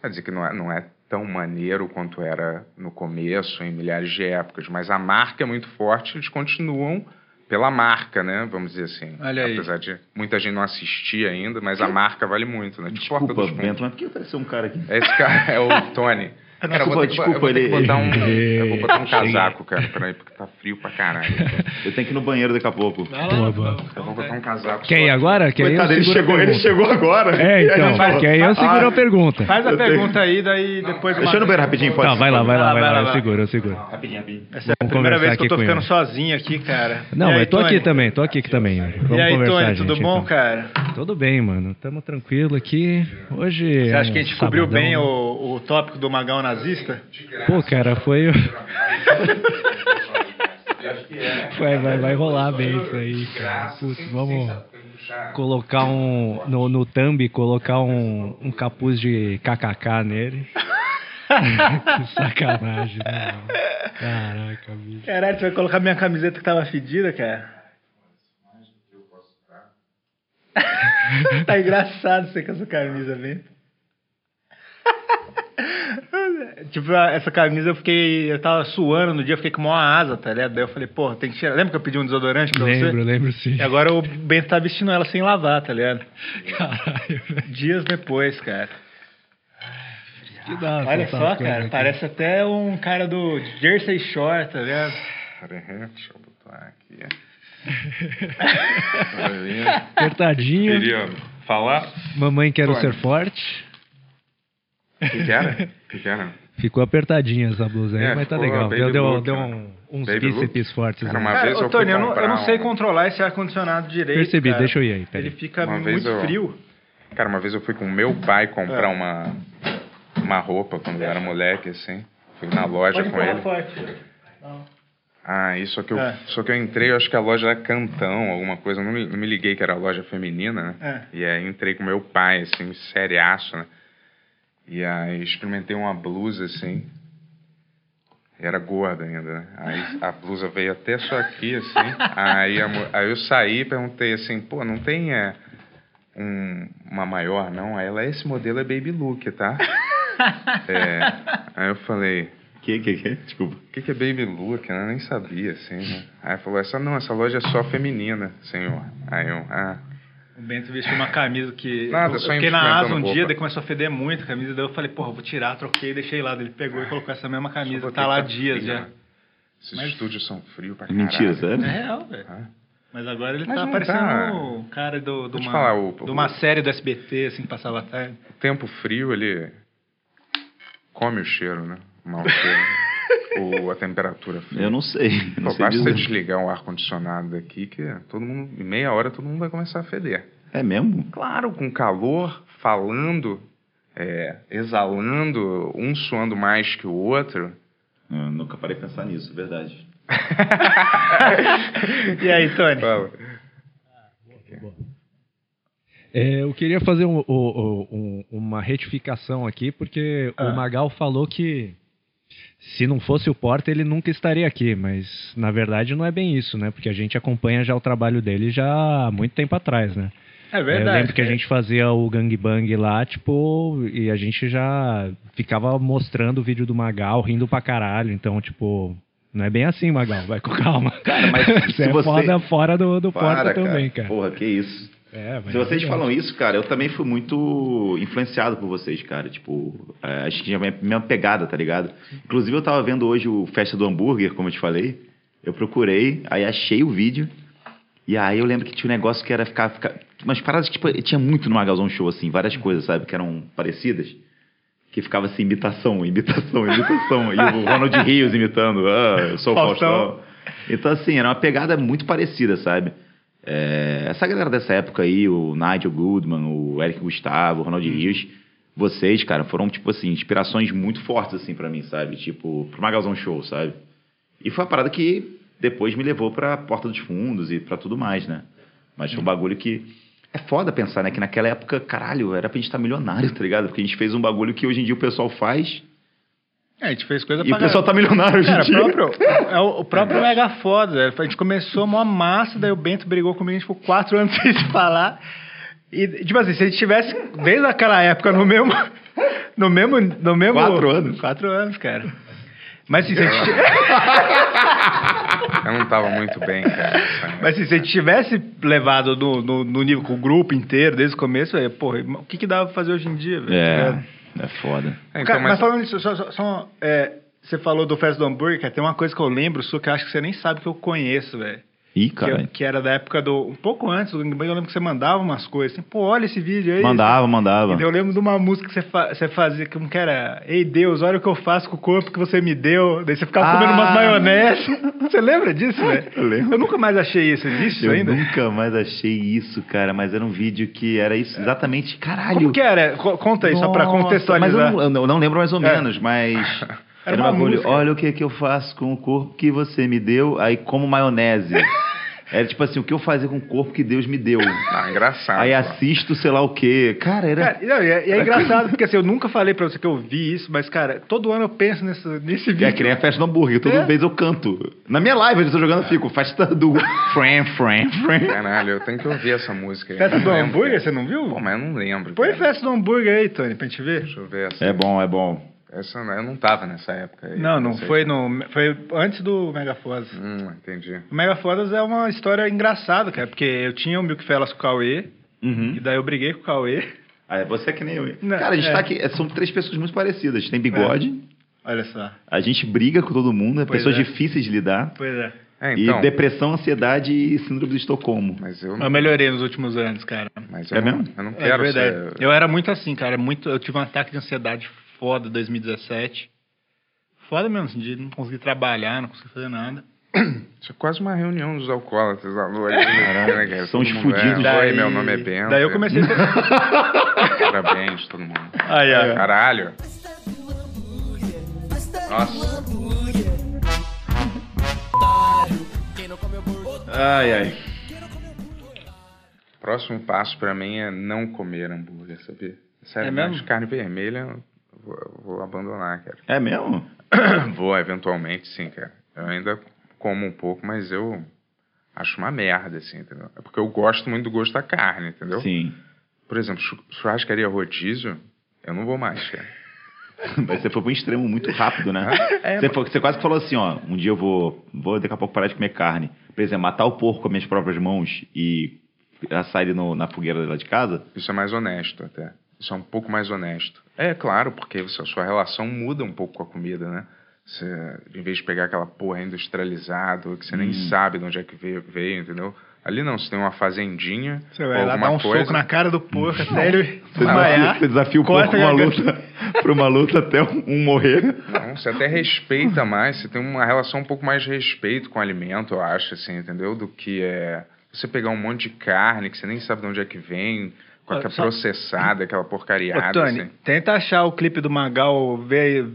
S2: Quer dizer que não é, não é tão maneiro quanto era no começo, em milhares de épocas, mas a marca é muito forte, eles continuam pela marca, né? Vamos dizer assim.
S1: Olha aí.
S2: Apesar de muita gente não assistir ainda, mas a marca vale muito, né? Tipo Porta
S4: Desculpa,
S2: dos Fundos.
S4: Bento, mas por que apareceu um cara aqui?
S2: Esse cara é o Tony. Cara, eu vou ter que-
S4: Ah, Desculpa,
S2: eu vou ter que
S4: ele-
S2: botar um, eu vou botar um casaco, cara, peraí, porque tá frio pra caralho.
S4: Eu tenho que ir no banheiro daqui a pouco.
S1: Não,
S5: Boa,
S2: Eu vou botar um casaco.
S5: Quer ir
S2: só-
S5: agora? Quer ir?
S4: Coitado,
S5: Eu
S4: ele
S5: seguro a
S4: chegou, ele
S5: pergunta.
S4: chegou agora.
S5: É,
S4: E a
S5: então.
S4: gente falou,
S5: Quer ir? Eu seguro a pergunta.
S1: Faz a
S4: Eu tenho-
S1: pergunta aí, daí depois... o
S4: Deixa eu no
S1: Matheus-
S4: banheiro rapidinho, pode
S5: Não, vai lá, vai lá, vai lá. Eu seguro, eu seguro.
S1: Essa é a
S5: Vamos
S1: primeira
S5: conversar
S1: vez que eu
S5: aqui
S1: tô
S5: com
S1: ficando
S5: ele.
S1: sozinho aqui, cara.
S5: Não,
S1: E aí,
S5: mas tô
S1: Tony?
S5: aqui também, tô aqui também. Vamos
S1: E aí,
S5: conversar,
S1: Tony,
S5: gente,
S1: tudo bom,
S5: então.
S1: cara?
S5: Tudo bem, mano. Tamo tranquilo aqui. Hoje.
S1: Você
S5: é
S1: acha que a
S5: um
S1: gente descobriu
S5: sabadão,
S1: bem
S5: né?
S1: o, o tópico do Magal nazista?
S5: Pô, cara, foi.
S2: é
S5: vai, vai, vai rolar bem isso aí, cara. Putz, vamos colocar um. No, no thumb, colocar um, um capuz de KKK nele. que sacanagem, né? mano? Caraca, bicho.
S1: Caralho, você vai colocar minha camiseta que tava fedida, cara? tá engraçado você com essa camisa, bem. tipo, a- essa camisa eu fiquei. Eu tava suando no dia, eu fiquei com maior asa, tá ligado? Daí eu falei, porra, tem que tirar. Lembra que eu pedi um desodorante pra você?
S5: Lembro, lembro sim.
S1: E agora o Bento tá vestindo ela sem lavar, tá ligado?
S5: Caralho, velho.
S1: Dias depois, cara.
S5: Que dá
S1: Ah, Olha
S5: essas
S1: só,
S5: coisas
S1: cara,
S5: aqui.
S1: parece até um cara do Jersey Shore, tá ligado?
S2: Peraí, Deixa eu botar aqui. Peraí.
S5: Apertadinho.
S2: Queria falar.
S5: Mamãe quero
S2: Tony.
S5: ser forte.
S2: O que que era? O que que era?
S5: Ficou apertadinha essa blusa aí,
S2: É,
S5: mas tá
S2: ficou
S5: legal.
S2: baby
S5: Deu, deu,
S2: look,
S5: deu
S2: né?
S5: um- uns
S2: Baby look.
S5: bíceps fortes.
S2: Era
S5: né?
S2: uma vez
S1: ô,
S2: eu fui
S1: Tony, eu não, eu não
S2: comprar
S1: sei
S2: um-
S1: controlar esse ar-condicionado direito.
S5: Percebi,
S1: cara.
S5: deixa eu ir aí, pera
S1: Ele
S5: aí.
S1: fica
S2: Uma vez
S1: muito
S2: eu-
S1: frio.
S2: Cara, uma vez eu fui com meu pai comprar
S1: É.
S2: uma, uma roupa quando eu era moleque, assim. Fui na loja
S1: Pode
S2: com
S1: falar
S2: ele.
S1: forte.
S2: Ah, isso só que eu,
S1: É.
S2: só que eu entrei, eu acho que a loja era Cantão, alguma coisa, eu não me, não me liguei que era loja feminina, né? E aí entrei com meu pai, assim, seriaço, né? E aí experimentei uma blusa, assim. E era gorda ainda, né? Aí a blusa veio até só aqui, assim. Aí, a mu- aí eu saí e perguntei assim, pô, não tem é, um- uma maior, não? Aí ela, esse modelo é baby look, tá? É. Aí eu falei,
S4: É. Que, que, que? Desculpa.
S2: o que, que é baby look? né? Eu nem sabia, assim, né? Aí falou, essa não, essa loja é só feminina, senhor. Aí eu, ah...
S1: O Bento vestiu uma camisa que.
S2: Nada,
S1: eu
S2: só
S1: fiquei na asa um
S2: inventando
S1: dia,
S2: roupa.
S1: daí começou a feder muito a camisa. Daí eu falei, porra, eu vou tirar, troquei, deixei lá. Daí ele pegou e colocou essa mesma
S2: Só
S1: camisa.
S2: botei
S1: Tá lá há
S2: pra
S1: dias
S2: frio,
S1: já.
S2: né? Esses
S1: Mas-
S2: estúdios são frios pra caralho.
S4: Mentira, sério?
S1: É real, velho.
S2: Ah.
S1: Mas agora ele
S2: Mas
S1: tá
S2: não
S1: parecendo
S2: tá.
S1: o cara do, do
S2: Vou te
S1: uma,
S2: falar, o-
S1: de uma
S2: o-
S1: série do SBT, assim, que passava à tarde.
S2: O tempo frio, ele come o cheiro, né? Mal cheiro. Ou a temperatura fria.
S4: Eu não sei. Não
S2: Pô,
S4: sei
S2: basta você
S4: dizer.
S2: desligar o ar-condicionado daqui que todo mundo, em meia hora, todo mundo vai começar a feder.
S4: É mesmo?
S2: Claro, com calor, falando, é, exalando, um suando mais que o outro.
S4: Eu nunca parei de pensar nisso, verdade.
S1: E aí, Tony?
S2: Fala.
S5: É, eu queria fazer um- um- um- uma retificação aqui, porque
S4: Ah.
S5: o Magal falou que se não fosse o Porta, ele nunca estaria aqui. Mas, na verdade, não é bem isso, né? Porque a gente acompanha já o trabalho dele já há muito tempo atrás, né?
S1: É
S5: Eu
S1: verdade.
S5: lembro que a gente fazia o gangbang lá, tipo, e a gente já ficava mostrando o vídeo do Magal, rindo pra caralho. Então, tipo, não é bem assim, Magal, vai com calma. Cara,
S4: mas se
S5: é
S4: você-
S5: foda fora do, do
S4: Para,
S5: porta também, cara.
S4: Porra, que isso.
S5: É, mas
S4: Se vocês
S5: é
S4: falam isso, cara, eu também fui muito influenciado por vocês, cara. Tipo, é, acho que já vem a mesma pegada, tá ligado? Inclusive, eu tava vendo hoje o Festa do Hambúrguer, como eu te falei. Eu procurei, aí achei o vídeo. E aí eu lembro que tinha um negócio que era ficar. ficar umas paradas que tipo, tinha muito no Magalzão Show, assim, várias coisas, sabe? Que eram parecidas. Que ficava assim, imitação, imitação, imitação. e o Ronald Rios imitando. Ah, eu sou o
S1: Faustão.
S4: Faustão. Então, assim, era uma pegada muito parecida, sabe? É, essa galera dessa época aí, o Nigel Goodman, o Eric Gustavo, o Ronald Rios, vocês, cara, foram, tipo assim, inspirações muito fortes, assim, pra mim, sabe? Tipo, pro Magalzão Show, sabe? E foi a parada que depois me levou pra Porta dos Fundos e pra tudo mais, né? Mas foi um bagulho que. É foda pensar, né? Que naquela época, caralho, era pra gente estar milionário, tá ligado? Porque a gente fez um bagulho que hoje em dia o pessoal faz
S1: É, a gente fez coisa
S4: e o
S1: pra
S4: pessoal tá milionário hoje em
S1: Cara,
S4: dia.
S1: próprio, é o, o próprio Mega Foda. velho. A gente começou mó massa, daí o Bento brigou comigo, a gente ficou quatro anos sem se falar. E, tipo assim, se a gente tivesse, desde aquela época, no mesmo. No mesmo. No mesmo
S4: Quatro anos?
S1: Quatro anos, cara. Mas assim, se a gente,
S2: Eu não tava muito bem, cara.
S1: mas, assim, se a gente tivesse levado no, no, no nível com o grupo inteiro, desde o começo, velho, porra, o que, que dava pra fazer hoje em dia, velho? Tá ligado?
S4: É, é foda.
S2: É, então,
S1: Cara, mas...
S2: mas-
S1: falando nisso, só, só- só, é, você falou do Festa do Hambúrguer, cara, tem uma coisa que eu lembro sua que eu acho que você nem sabe que eu conheço, velho.
S4: Ih,
S1: Que, eu-
S4: cara.
S1: que era da época do. Um pouco antes do Gangbang, eu lembro que você mandava umas coisas assim, pô, olha esse vídeo aí.
S4: Mandava, mandava.
S1: E daí Eu lembro de uma música que você, fa- você fazia, como que era? Ei Deus, olha o que eu faço com o corpo que você me deu. Daí você ficava
S4: Ah.
S1: comendo umas maionese. Você lembra disso, velho?
S4: Eu lembro.
S1: Eu nunca mais achei isso. Existe isso
S4: Eu
S1: ainda?
S4: nunca mais achei isso, cara, mas era um vídeo que era isso
S1: É.
S4: exatamente. Caralho!
S1: Como que era? Co- Conta aí, só pra
S4: Nossa,
S1: contextualizar.
S4: Mas eu não, eu não- eu não lembro mais ou
S1: É.
S4: menos, mas. Era, um
S1: uma
S4: bagulho.
S1: música.
S4: Olha o que, que eu faço com o corpo que você me deu, aí como maionese. era tipo assim, o que eu fazer com o corpo que Deus me deu.
S2: Ah, engraçado.
S4: aí
S2: pô.
S4: assisto sei lá o quê. Cara, era.
S1: Cara, e não, e é, e é engraçado, porque assim, eu nunca falei pra você que eu vi isso, mas, cara, todo ano eu penso nesse, nesse
S4: É
S1: vídeo.
S4: que nem a festa do hambúrguer, toda
S1: É.
S4: vez eu canto. Na minha live, eu tô jogando, eu fico, festa do Fran, Fran, Fran.
S2: Caralho, eu tenho que ouvir essa música aí.
S1: Festa
S2: Eu não
S1: do
S2: lembro,
S1: hambúrguer, é.
S2: cara.
S1: você não viu?
S2: né? Pô, mas eu não lembro.
S1: Põe
S2: cara.
S1: festa do hambúrguer aí, Tony, pra gente ver.
S2: Deixa eu ver essa.
S4: É bom, é bom.
S2: Essa não, eu não tava nessa época aí.
S1: Não, não
S2: sei.
S1: foi no. Foi antes do Megafodas.
S2: Hum, entendi.
S1: O Megafodas é uma história engraçada, cara, porque eu tinha o Milk Fellas com o Cauê,
S2: Hum?
S4: Uhum.
S1: e daí eu briguei com o Cauê.
S4: Ah, você é que nem eu.
S1: Não,
S4: Cara, a gente
S1: é.
S4: tá aqui. São três pessoas muito parecidas. A gente tem bigode,
S1: Olha só.
S4: a gente briga com todo mundo, é
S1: Pois
S4: pessoas
S1: é.
S4: difíceis de lidar.
S1: Pois é.
S2: É, então.
S4: E depressão, ansiedade e síndrome de Estocolmo.
S2: Mas eu
S1: Eu
S2: não.
S1: melhorei nos últimos anos, cara.
S2: Mas eu,
S4: É
S2: não,
S4: mesmo?
S2: eu não
S1: Ah, É
S2: quero
S1: verdade.
S2: ser.
S1: Eu era muito assim, cara. Muito, eu tive um ataque de ansiedade foda em 2017. Foda mesmo, assim, de não conseguir trabalhar, não conseguir fazer nada.
S2: Isso é quase uma reunião dos alcoólatras lá no Caralho,
S4: são os fudidos.
S2: Oi, meu nome é Bento.
S1: Daí eu comecei Ah, a...
S2: Parabéns, todo mundo.
S1: Aí, ó.
S2: Caralho.
S6: Nossa.
S4: Ai, ai.
S2: Próximo passo pra mim é não comer hambúrguer, sabia? Sério,
S1: É
S2: mas
S1: mesmo?
S2: carne vermelha eu vou, eu vou abandonar, cara.
S4: É mesmo?
S2: Vou, eventualmente, sim, cara. Eu ainda como um pouco, mas eu acho uma merda, assim, entendeu? É porque eu gosto muito do gosto da carne, entendeu?
S4: Sim.
S2: Por exemplo, chu- churrascaria rodízio, eu não vou mais, cara.
S4: Mas você foi pro extremo muito rápido, né?
S1: É,
S4: você, foi- você quase falou assim, ó, um dia eu vou, vou daqui a pouco parar de comer carne. Por exemplo, matar o porco com as minhas próprias mãos e assar ele no- na fogueira lá de casa.
S2: Isso é mais honesto, até. Isso é um pouco mais honesto. É claro, porque você- a sua relação muda um pouco com a comida, né? Você, em vez de pegar aquela porra industrializada, que você nem
S1: Hum.
S2: sabe de onde é que veio, veio, entendeu? Ali não, você tem uma fazendinha.
S1: Você vai
S2: ou
S1: lá dar
S2: alguma
S1: um
S2: coisa.
S1: soco na cara do porco, até ele
S4: Você desafia,
S1: desmaiar.
S4: você desafia o porco
S1: corta
S4: pra uma
S1: a garganta.
S4: luta, pra uma luta até um um morrer.
S2: Não, você até respeita mais, você tem uma relação um pouco mais de respeito com o alimento, eu acho, assim, entendeu? Do que é você pegar um monte de carne que você nem sabe de onde é que vem, com
S1: Ó,
S2: aquela
S1: Ah, só-
S2: processada, aquela
S1: Ô,
S2: porcariada,
S1: Tony,
S2: assim.
S1: tenta achar o clipe do Magal, ver,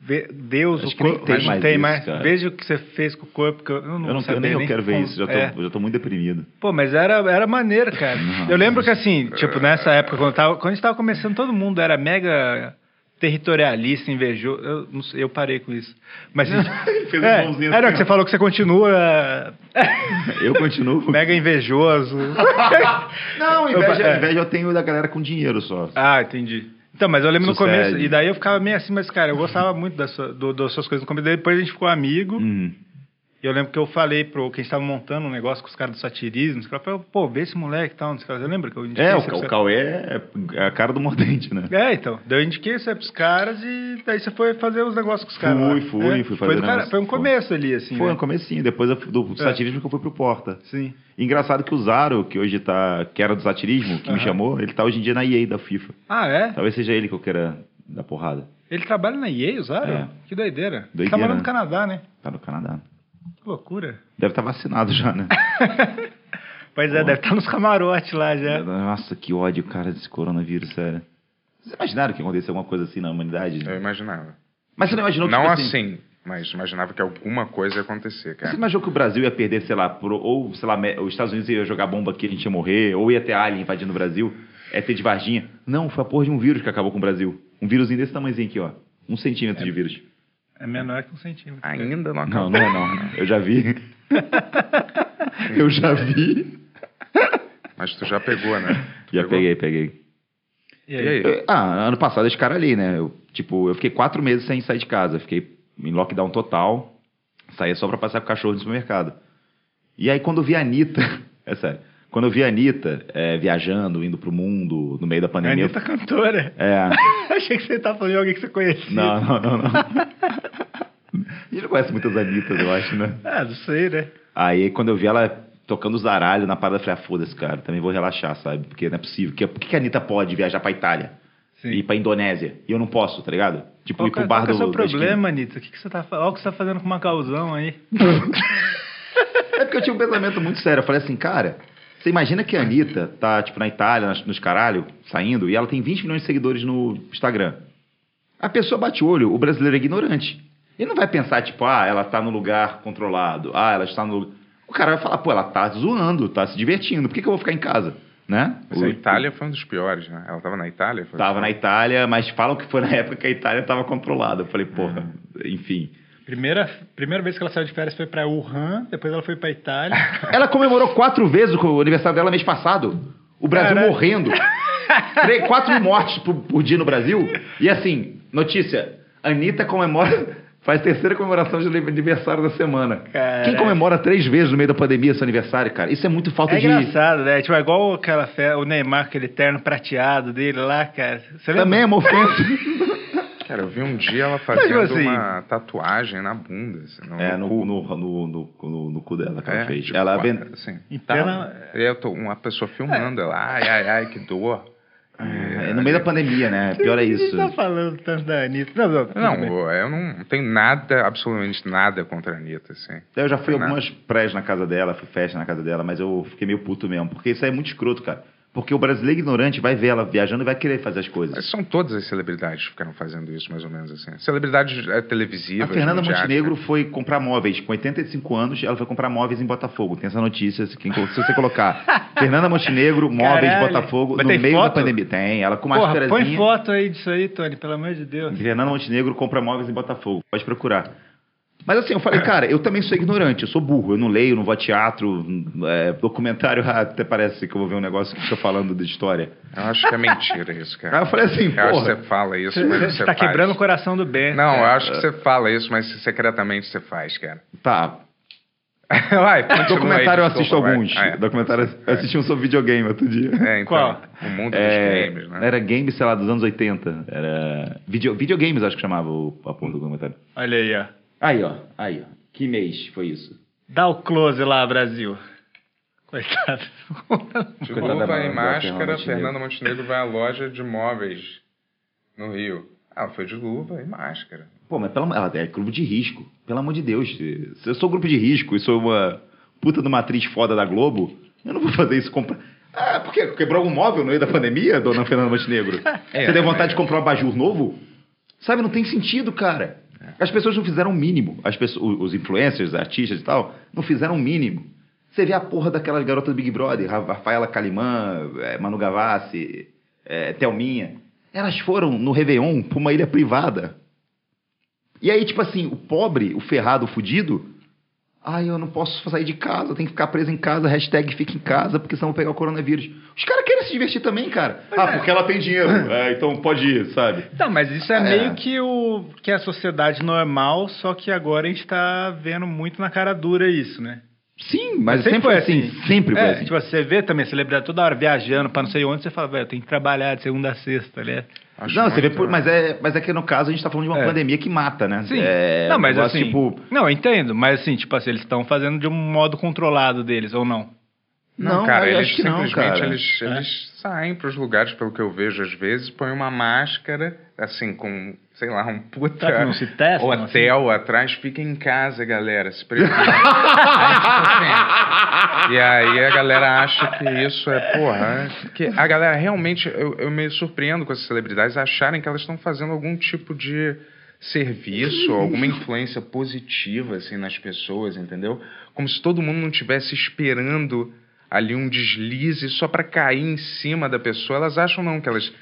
S1: ver Deus,
S4: Acho
S1: o
S4: que nem
S1: corpo.
S4: tem
S1: não
S4: mais
S1: tem
S4: isso,
S1: mais.
S4: cara.
S1: Veja o que você fez com o corpo, que eu não,
S4: Eu não
S1: sabia
S4: quero nem eu quero ver
S1: como-
S4: isso, já tô,
S1: É.
S4: já tô muito deprimido.
S1: Pô, mas era, era maneiro, cara. Eu lembro que assim,
S4: é.
S1: tipo, nessa época, quando, eu tava, quando a gente tava começando, todo mundo era mega territorialista, invejoso. Eu, não sei, eu parei com isso. Mas.
S4: Fez as
S1: é,
S4: mãozinhas
S1: era
S4: assim,
S1: que você
S4: ó.
S1: falou que você continua
S4: Eu continuo.
S1: mega invejoso.
S4: Não,
S1: inveja-
S4: inveja, inveja eu tenho da galera com dinheiro só.
S1: ah, entendi. Então, mas eu lembro
S4: Sucede.
S1: no começo, e daí eu ficava meio assim, mas cara, eu gostava muito das, sua- do- das suas coisas no começo. Daí Depois a gente ficou amigo.
S4: Hum.
S1: E eu lembro que eu falei pro que a gente tava montando um negócio com os caras do satirismo. Os caras falaram, pô, vê esse moleque e tal. não sei o que lá. Eu lembro que eu indiquei
S4: É, o,
S1: você pra
S4: o
S1: você.
S4: Cauê é a cara do mordente, né?
S1: É, então. Daí eu indiquei isso aí pros caras e daí você foi fazer os negócios com os caras.
S4: Fui,
S1: lá.
S4: fui,
S1: É, foi
S4: fui fazer
S1: do cara-
S4: negócio.
S1: Foi um
S4: Foi.
S1: começo ali, assim.
S4: Foi um
S1: né?
S4: no comecinho, depois eu-
S2: É.
S4: do satirismo que eu fui pro Porta.
S1: Sim.
S4: Engraçado que o Zaro, que hoje tá. que era do satirismo, que me chamou, ele tá hoje em dia na EA da FIFA.
S1: Ah, é?
S4: Talvez seja ele que eu queira dar porrada.
S1: Ele trabalha na EA, o Zaro?
S4: É.
S1: Que doideira. Ele
S4: Doideira,
S1: Tá morando
S4: né?
S1: no Canadá, né?
S4: Tá no Canadá.
S1: Que loucura.
S4: Deve estar vacinado já, né?
S1: Pois é,
S4: Pô.
S1: deve estar nos camarotes lá
S2: É.
S1: já.
S4: Nossa, que ódio, cara, desse coronavírus, sério. Vocês imaginaram que ia acontecer alguma coisa assim na humanidade?
S2: Eu imaginava.
S4: Mas você não imaginou que
S2: É. Não
S4: tipo
S2: assim, mas imaginava que alguma coisa ia acontecer,
S4: Você
S2: cara.
S4: imaginou que o Brasil ia perder, sei lá, pro- ou sei lá, me- os Estados Unidos ia jogar bomba aqui, a gente ia morrer, ou ia ter alien invadindo o Brasil, ia ter de Varginha. Não, foi a porra de um vírus que acabou com o Brasil. Um vírusinho desse tamanhozinho aqui, ó. Um centímetro de vírus.
S1: É menor que um centímetro.
S2: Ainda não
S4: Não,
S2: acabou.
S4: não é não. Eu já vi. Eu já vi.
S2: Mas tu já pegou, né? Tu
S4: Já
S2: pegou?
S4: peguei, peguei.
S1: E
S2: E
S1: aí?
S2: aí?
S4: Eu- Ah, ano passado eu escaralhei, né? Eu, tipo, eu fiquei quatro meses sem sair de casa. Fiquei em lockdown total. Saía só pra passear com o cachorro no supermercado. E aí quando eu vi a Anitta... É sério. Quando eu vi a Anitta eh, viajando, indo pro mundo, no meio da
S1: A
S4: pandemia...
S1: Anitta cantora.
S4: É...
S1: Achei que você tava falando de alguém que você conhecia.
S4: Não, não, não, não. A gente não conhece muitas Anitas, eu acho, né?
S1: Ah, não sei, né?
S4: Aí quando eu vi ela tocando os zaralhos na parada, eu falei, ah, foda-se, cara, também vou relaxar, sabe? Porque não é possível. Que- Por que, que a Anitta pode viajar pra Itália?
S1: Sim.
S4: E ir pra Indonésia? E eu não posso, tá ligado? Tipo,
S1: Qual
S4: ir pro
S1: que-
S4: bar
S1: qual que é
S4: do.
S1: o seu
S4: da esquina.
S1: problema, Anitta? O que, que você tá falando? Olha o que você tá fazendo com o Macauzão aí.
S4: É porque eu tinha um pensamento muito sério. Eu falei assim, cara, você imagina que a Anitta tá, tipo, na Itália, nas- nos caralho, saindo, e ela tem 20 milhões de seguidores no Instagram. A pessoa bate o olho, o brasileiro é ignorante. Ele não vai pensar, tipo, ah, ela tá no lugar controlado, ah, ela está no. O cara vai falar, pô, ela tá zoando, tá se divertindo, por que, que eu vou ficar em casa? Né?
S2: Mas a
S1: é
S4: O-
S2: Itália foi um dos piores, né? Ela tava na Itália? Foi
S4: Tava na
S1: né?
S4: Itália, mas falam que foi na época que a Itália tava controlada. Eu falei, porra,
S1: É.
S4: enfim.
S1: Primeira, primeira vez que ela saiu de férias foi pra Wuhan, depois ela foi pra Itália.
S4: Ela comemorou quatro vezes o aniversário dela mês passado. O Brasil
S1: Caraca.
S4: morrendo. Três, quatro mil mortes por, por dia no Brasil. E assim, notícia: Anitta comemora. Faz terceira comemoração de aniversário da semana.
S1: Caraca.
S4: Quem comemora três vezes no meio da pandemia seu aniversário, cara? Isso é muito falta
S1: É
S4: de.
S1: engraçado, né? Tipo, é igual aquela fé, o Neymar, aquele terno prateado dele lá, cara. Você lembra?
S4: Também é uma ofensa.
S2: Cara, eu vi um dia ela fazendo
S1: Mas, assim,
S2: uma tatuagem na bunda. Assim, no
S4: é, no,
S2: cu.
S4: no, no, no, no- no cu dela que ela
S2: É,
S4: fez.
S2: tipo,
S4: ela
S2: ah,
S4: vende.
S2: assim,
S1: Em
S2: tá.
S1: plena-
S2: E eu tô uma pessoa filmando ela. Ai, ai, ai, que dor.
S4: É, no meio da pandemia, né? Pior é
S1: A gente
S4: isso.
S1: tá falando tanto da Anitta. Não, não. tudo
S2: Não,
S1: bem.
S2: eu- eu não tenho nada, absolutamente nada contra a Anitta, assim.
S4: Eu já fui
S2: Não.
S4: algumas prés na casa dela, fui festa na casa dela, mas eu fiquei meio puto mesmo, porque isso aí é muito escroto, cara. Porque o brasileiro ignorante vai ver ela viajando e vai querer fazer as coisas.
S2: Mas são todas as celebridades que ficaram fazendo isso, mais ou menos assim. Celebridades eh, televisivas.
S4: A Fernanda
S2: midiáticas.
S4: Montenegro foi comprar móveis. Com 85 anos, ela foi comprar móveis em Botafogo. Tem essa notícia, se, quem- se você colocar Fernanda Montenegro, móveis,
S1: Caralho.
S4: Botafogo,
S1: Mas
S4: no
S1: tem
S4: meio da
S1: foto?
S4: pandemia. Tem, ela com
S1: Porra,
S4: máscarazinha.
S1: põe foto aí disso aí, Tony, pelo amor de Deus.
S4: Fernanda Montenegro compra móveis em Botafogo. Pode procurar. Mas assim, eu falei, cara, eu também sou ignorante, eu sou burro, eu não leio, não vou a teatro, é, documentário, ah, até parece que eu vou ver um negócio que fica falando de história.
S2: Eu acho que é mentira isso, cara.
S4: Aí eu falei assim,
S2: Eu acho que
S4: porra.
S2: você fala isso, mas não
S1: Você
S2: você
S1: tá
S2: faz.
S1: quebrando o coração do Ben.
S2: Não,
S4: É.
S2: eu acho que você fala isso, mas secretamente você faz, cara.
S4: Tá,
S2: Vai, continua aí,
S4: documentário eu
S2: desculpa,
S4: assisto
S2: vai.
S4: alguns.
S2: Ah, é.
S4: Documentário eu assisti um sobre videogame outro dia.
S2: É, então,
S1: Qual?
S2: O mundo
S4: É,
S2: dos games, né?
S4: Era game, sei lá, dos anos 80. Era. Video, videogames, acho que chamava o, a porra do documentário.
S1: Olha aí, ó.
S4: Aí, ó. Aí, ó. Que mês foi isso?
S1: Dá o close lá, Brasil. Coitado.
S2: De
S4: Coitada
S2: luva
S4: da-
S2: e
S4: da
S2: máscara,
S4: Fernanda
S2: Fernanda Montenegro vai à loja de móveis no Rio. Ah, foi de luva e máscara.
S4: Pô, mas pelo, ela é grupo de risco. Pelo amor de Deus. Se eu sou grupo de risco e sou uma puta de uma atriz foda da Globo, eu não vou fazer isso comprar. Ah, por quê? Quebrou algum móvel no meio da pandemia, dona Fernanda Montenegro?
S2: É,
S4: Você deu
S2: é.
S4: vontade de comprar um abajur novo? Sabe, não tem sentido, cara. As pessoas não fizeram o mínimo. As pessoas, os influencers, artistas e tal, não fizeram o mínimo. Você vê a porra daquelas garotas do Big Brother, Ra- Rafaela Calimã, eh, Manu Gavassi, eh, Thelminha. Elas foram no Réveillon pra uma ilha privada. E aí, tipo assim, o pobre, o ferrado, o fudido, ai, eu não posso sair de casa, eu tenho que ficar preso em casa, hashtag fica em casa, porque senão eu vou pegar o coronavírus. Os caras querem se divertir também, cara. ah, porque ela tem dinheiro, é, então pode ir, sabe?
S1: Não, mas isso é,
S4: É.
S1: meio que, o, que é a sociedade normal, só que agora a gente tá vendo muito na cara dura isso, né?
S4: Sim, mas sempre, foi assim, sempre foi
S1: É,
S4: assim.
S1: Tipo, você vê também celebridade toda hora viajando pra não sei onde, você fala, velho, tem que trabalhar de segunda a sexta, né?
S2: Acho
S4: não, você vê,
S2: muito-
S4: por- mas é, mas é que no caso a gente tá falando de uma
S1: É.
S4: pandemia que mata, né?
S1: Sim.
S4: É,
S1: não, mas
S4: um negócio,
S1: assim.
S4: Tipo,
S1: Não, eu entendo, mas assim, tipo assim, eles estão fazendo de um modo controlado deles, ou não?
S2: Não,
S4: não,
S2: cara,
S4: eu
S2: eles
S4: acho que não,
S2: simplesmente
S4: cara.
S2: Eles, eles saem pros lugares, pelo que eu vejo às vezes, põem uma máscara, assim, com, sei lá, um puta
S1: Será que não se testam,
S2: hotel atrás, fica em casa, galera, se prepara. Aí, tipo assim, e aí a galera acha que isso é, porra, é- que a galera realmente, eu, eu me surpreendo com essas celebridades acharem que elas estão fazendo algum tipo de serviço, alguma influência positiva, assim, nas pessoas, entendeu? Como se todo mundo não estivesse esperando ali um deslize só pra cair em cima da pessoa. Elas acham não que elas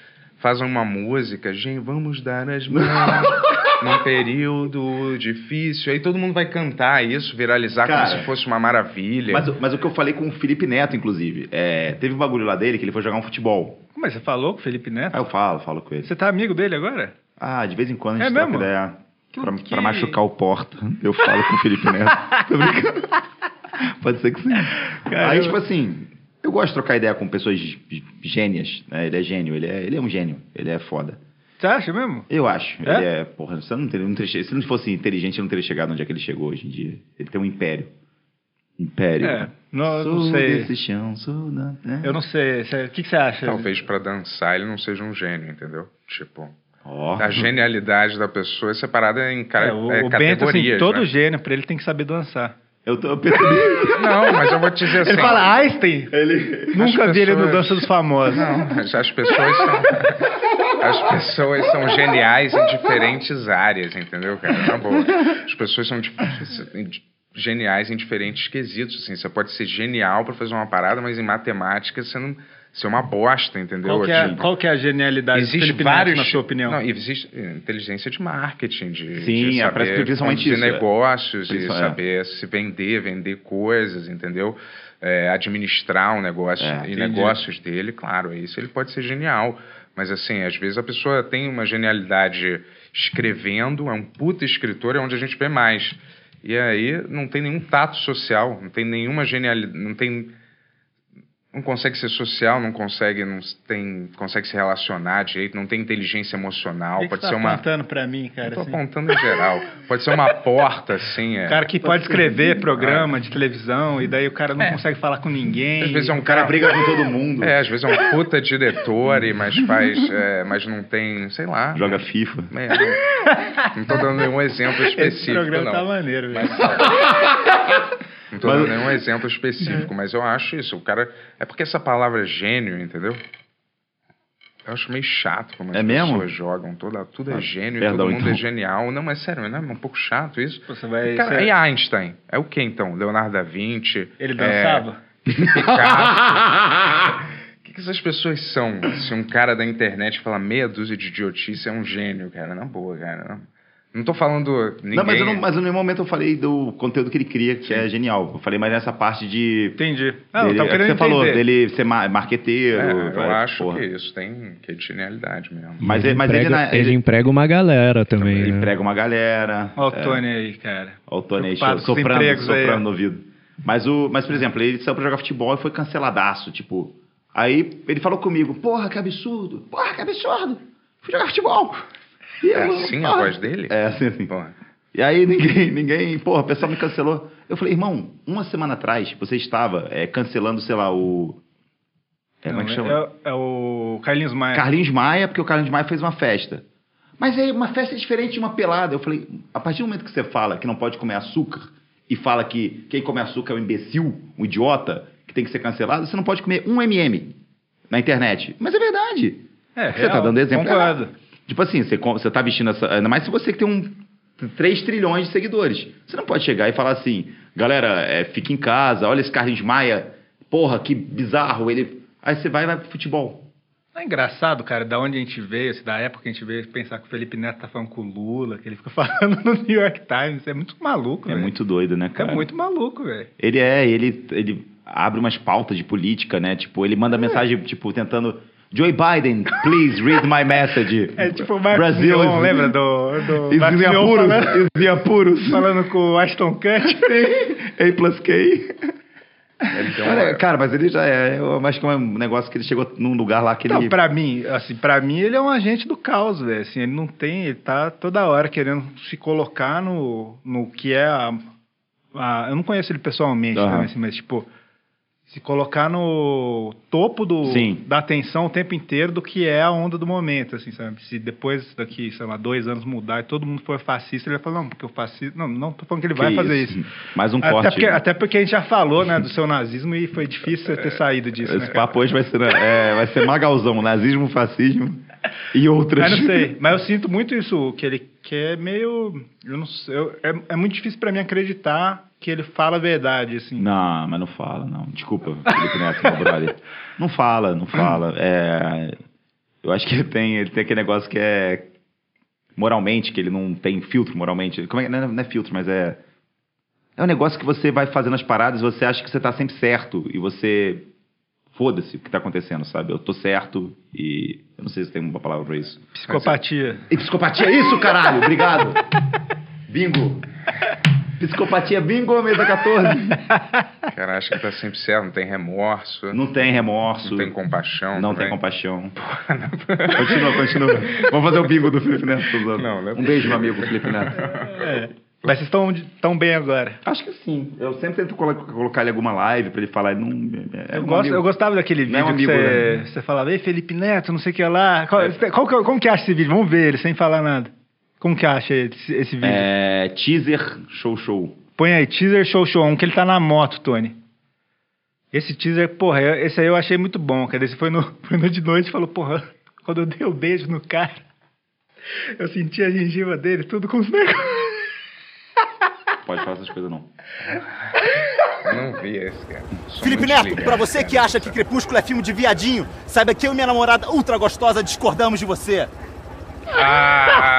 S2: fazem uma música, gente, vamos dar as mãos num período difícil. Aí todo mundo vai cantar isso, viralizar
S4: Cara,
S2: como se fosse uma
S1: é.
S2: maravilha.
S4: Mas, o- mas o que eu falei com o Felipe Neto, inclusive, é, teve um bagulho lá dele que ele foi jogar um futebol.
S1: Como é? Você falou com o Felipe Neto?
S4: Aí eu falo, falo com ele.
S1: Você tá amigo dele agora?
S4: Ah, de vez em quando a gente
S1: É
S4: troca
S1: mesmo?
S4: ideia.
S1: Que-
S4: pra,
S1: que-
S4: pra machucar o porta, eu falo com o Felipe Neto. Tô brincando. Pode ser que sim. Aí, tipo assim, eu gosto de trocar ideia com pessoas g- gênias, né? Ele é gênio, ele é, ele é um gênio, ele é foda.
S1: Você acha mesmo?
S4: Eu acho.
S1: É?
S4: Ele é, porra, se eu não, teria, não teria che- se ele não fosse inteligente, ele não teria chegado onde é que ele chegou hoje em dia. Ele tem um império. Império.
S1: É, não,
S4: sou
S1: não sei.
S4: desse chão, sou da né? terra.
S1: Eu não sei. Cê- O que, que você acha?
S2: Talvez pra dançar ele não seja um gênio, entendeu? Tipo,
S4: Ó.
S1: Tá
S2: a genialidade da pessoa é separada em cara,
S1: É, o,
S2: é,
S1: o Bento, assim,
S2: categorias.
S1: todo
S2: né?
S1: gênio, pra ele tem que saber dançar.
S4: Eu, tô, eu percebi.
S2: Não, mas eu vou te dizer assim.
S1: Ele fala, Einstein,
S4: um- ele...
S1: nunca vi ele no
S2: pessoas-
S1: Dança dos Famosos.
S2: Não, mas as pessoas são. As pessoas são geniais em diferentes áreas, entendeu, cara? Na boa. As pessoas são dif- geniais em diferentes quesitos, assim. Você pode ser genial pra fazer uma parada, mas em matemática você não. Você é uma bosta, entendeu?
S1: Qual que, é,
S2: Tipo,
S1: qual que é a genialidade do
S2: existe
S1: Felipe
S2: vários
S1: Neto, na sua opinião?
S2: Não, existe eh, inteligência de marketing de,
S4: Sim,
S2: de
S4: é, parece que
S2: saber
S4: principalmente
S2: conduzir
S4: isso, é.
S2: negócios e
S4: Principal- é.
S2: saber se vender vender coisas entendeu É, administrar um negócio
S4: É,
S2: e
S4: entendi.
S2: negócios dele claro é isso ele pode ser genial mas assim às vezes a pessoa tem uma genialidade escrevendo é um puta escritor é onde a gente vê mais e aí não tem nenhum tato social não tem nenhuma genialidade não tem não consegue ser social, não consegue, não tem, consegue se relacionar direito, não tem inteligência
S1: O
S2: emocional,
S1: que que
S2: pode
S1: você
S2: ser
S1: tá
S2: uma
S1: apontando pra mim,
S2: Eu
S1: cara?
S4: Então,
S2: tô
S1: assim?
S2: apontando em geral. Pode ser uma porta, assim. É.
S1: O cara que pode escrever
S4: um
S1: programa
S4: É.
S1: de televisão e daí o cara não consegue falar com ninguém.
S2: às vezes é um
S4: O cara
S2: cara.
S4: briga com todo mundo.
S2: É, às vezes é um puta diretor, e- mas faz. é, mas não tem, sei lá.
S4: Joga FIFA.
S2: É, não, não tô dando nenhum exemplo
S1: Esse tá
S2: específico,
S1: programa
S2: não.
S1: tá maneiro, velho.
S2: Então, Não tô dando nenhum exemplo
S4: É.
S2: específico, mas eu acho isso. O cara. É porque essa palavra é gênio, entendeu? Eu acho meio chato como as
S4: É mesmo? Ah,
S2: pessoas jogam. Toda, tudo é gênio,
S4: perdão,
S2: todo mundo
S4: então.
S2: é genial. Não, mas sério, não é um pouco chato isso?
S1: Você vai-
S2: Cara,
S1: você-
S2: E Einstein? É o que então? Leonardo da Vinci?
S1: Ele
S2: É,
S1: dançava?
S2: O que, que essas pessoas são? Se um cara da internet fala meia dúzia de idiotice, é um gênio, cara. Na boa, cara. Não, não tô falando ninguém.
S4: Não, mas, eu não, mas em nenhum momento eu falei do conteúdo que ele cria, que é genial. Eu falei mais nessa parte de.
S1: Entendi. Ah, eu
S4: dele,
S1: tava
S4: é que
S1: querendo
S4: você
S1: entender.
S4: falou, dele ser ma- marqueteiro.
S2: É, eu
S4: várias
S2: acho
S4: porra.
S2: que isso tem que é de genialidade mesmo.
S4: Mas, ele- mas
S5: emprega,
S4: ele, na-
S5: ele
S4: ele-
S5: emprega uma galera também,
S4: ele
S5: né?
S4: emprega uma galera.
S1: Olha o
S4: é.
S1: Tony aí, cara.
S4: Olha o Tony aí,
S1: Preocupado com os
S4: soprando,
S1: empregos aí,
S4: soprando
S1: ó.
S4: no ouvido. Mas, o, mas, por exemplo, ele saiu pra jogar futebol e foi canceladaço, tipo. Aí ele falou comigo, porra, que absurdo, porra, que absurdo, fui jogar futebol. E
S2: É
S4: eu,
S2: assim a
S4: porra.
S2: voz dele?
S4: É, assim, assim.
S2: Porra.
S4: E aí ninguém, ninguém, porra, o pessoal me cancelou. Eu falei, irmão, uma semana atrás você estava é, cancelando, sei lá, o... É, como é que
S1: Não,
S4: chama?
S1: é- é o Carlinhos Maia.
S4: Carlinhos Maia, porque o Carlinhos Maia fez uma festa. Mas é uma festa é diferente de uma pelada. Eu falei, a partir do momento que você fala que não pode comer açúcar e fala que quem come açúcar é um imbecil, um idiota, que tem que ser cancelado, você não pode comer um MM na internet. Mas é verdade.
S1: É,
S4: Você
S1: real,
S4: tá dando exemplo
S1: Concordo.
S4: errado. Tipo assim, você, com- você tá vestindo essa. Ainda mais se você que tem um 3 trilhões de seguidores. Você não pode chegar e falar assim, galera, é, fica em casa, olha esse Carlinhos Maia, porra, que bizarro. Ele. Aí você vai e vai pro futebol.
S1: Não é engraçado, cara, da onde a gente veio, assim, da época que a gente veio, pensar que o Felipe Neto tá falando com o Lula, que ele fica falando no New York Times. É muito maluco,
S4: É
S1: velho.
S4: muito doido, né,
S1: É
S4: cara?
S1: muito maluco, velho.
S4: Ele é, ele, ele abre umas pautas de política, né? Tipo, ele manda mensagem, tipo, tentando. Joe Biden, please read my message.
S1: É tipo o Marcos
S4: Brasil
S1: Mion,
S4: is-
S1: lembra do, do
S4: is
S1: Marcos
S4: in
S1: Mion
S4: apuros,
S1: falando,
S4: is in apuros.
S1: falando com o Ashton Kutcher?
S4: A plus K. É,
S2: Ele tem uma-
S4: Cara, cara, mas ele já é. Eu acho que é um negócio que ele chegou num lugar lá que ele.
S1: Não, Então, pra mim, assim, pra mim ele é um agente do caos, velho. Assim, ele não tem, ele tá toda hora querendo se colocar no, no que é a, a- Eu não conheço ele pessoalmente,
S4: Aham.
S1: também, assim, mas tipo, se colocar no topo do,
S4: Sim.
S1: da atenção o tempo inteiro do que é a onda do momento, assim, sabe? Se depois daqui, sei lá, dois anos mudar e todo mundo for fascista, ele vai falar, não, porque o fascista. Não, não tô falando que ele vai
S4: Que
S1: fazer isso.
S4: Mais um corte.
S1: Até porque, até porque a gente já falou, né, do seu nazismo e foi difícil você ter saído disso, né?
S4: É, Esse papo hoje vai ser, é, vai ser magalzão, nazismo, fascismo e outras.
S1: Mas não sei. Mas eu sinto muito isso, que ele quer meio. Eu não sei. eu- é, é muito difícil pra mim acreditar que ele fala a verdade, assim.
S4: Não, mas não fala, não. Desculpa, Felipe Neto, meu brother. Não fala, não fala. É, eu acho que ele tem, ele tem aquele negócio que é moralmente, que ele não tem filtro moralmente. Como é, que- não, é, não é filtro, mas é. É um negócio que você vai fazendo as paradas e você acha que você tá sempre certo. E você. Foda-se o que tá acontecendo, sabe? Eu tô certo e. Eu não sei se tem uma palavra pra isso.
S1: Psicopatia.
S4: E psicopatia é isso, caralho? Obrigado. Bingo. Psicopatia bingo, mesa 14.
S2: O cara acha que tá sempre certo, não tem remorso, não,
S4: Não tem remorso.
S2: tem compaixão.
S4: Não tem
S2: também.
S4: compaixão. continua, continua. Vamos fazer o bingo do Felipe Neto. Suzano.
S2: Não, não é
S4: um beijo, meu amigo Felipe Neto.
S1: É, Mas vocês estão tão bem agora.
S4: Acho que sim. Eu sempre tento colo- colocar ele em alguma live pra ele falar. ele Não, é
S1: eu,
S4: um
S1: gosto,
S4: amigo.
S1: eu gostava daquele
S4: Não é
S1: vídeo
S4: um
S1: que
S4: amigo, É.
S1: você, você falava, ei, Felipe Neto, não sei o que lá. Qual, qual que, é, como que acha esse vídeo? Vamos ver ele sem falar nada. Como que acha esse, esse vídeo?
S4: É, teaser show show.
S1: Põe aí, teaser show show 1, que ele tá na moto, Tony. Esse teaser, porra, eu- esse aí eu achei muito bom, cara. Esse foi no, foi no de noite e falou, porra, quando eu dei o beijo no cara, eu senti a gengiva dele, tudo com os negócios.
S4: Pode falar essas coisas, não.
S2: Eu não vi esse, cara. Sou
S6: Felipe
S2: muito
S6: Neto,
S2: ligado,
S6: pra você
S2: cara,
S6: que acha que
S2: nessa-
S6: Crepúsculo é filme de viadinho, saiba que eu e minha namorada ultra gostosa discordamos de você.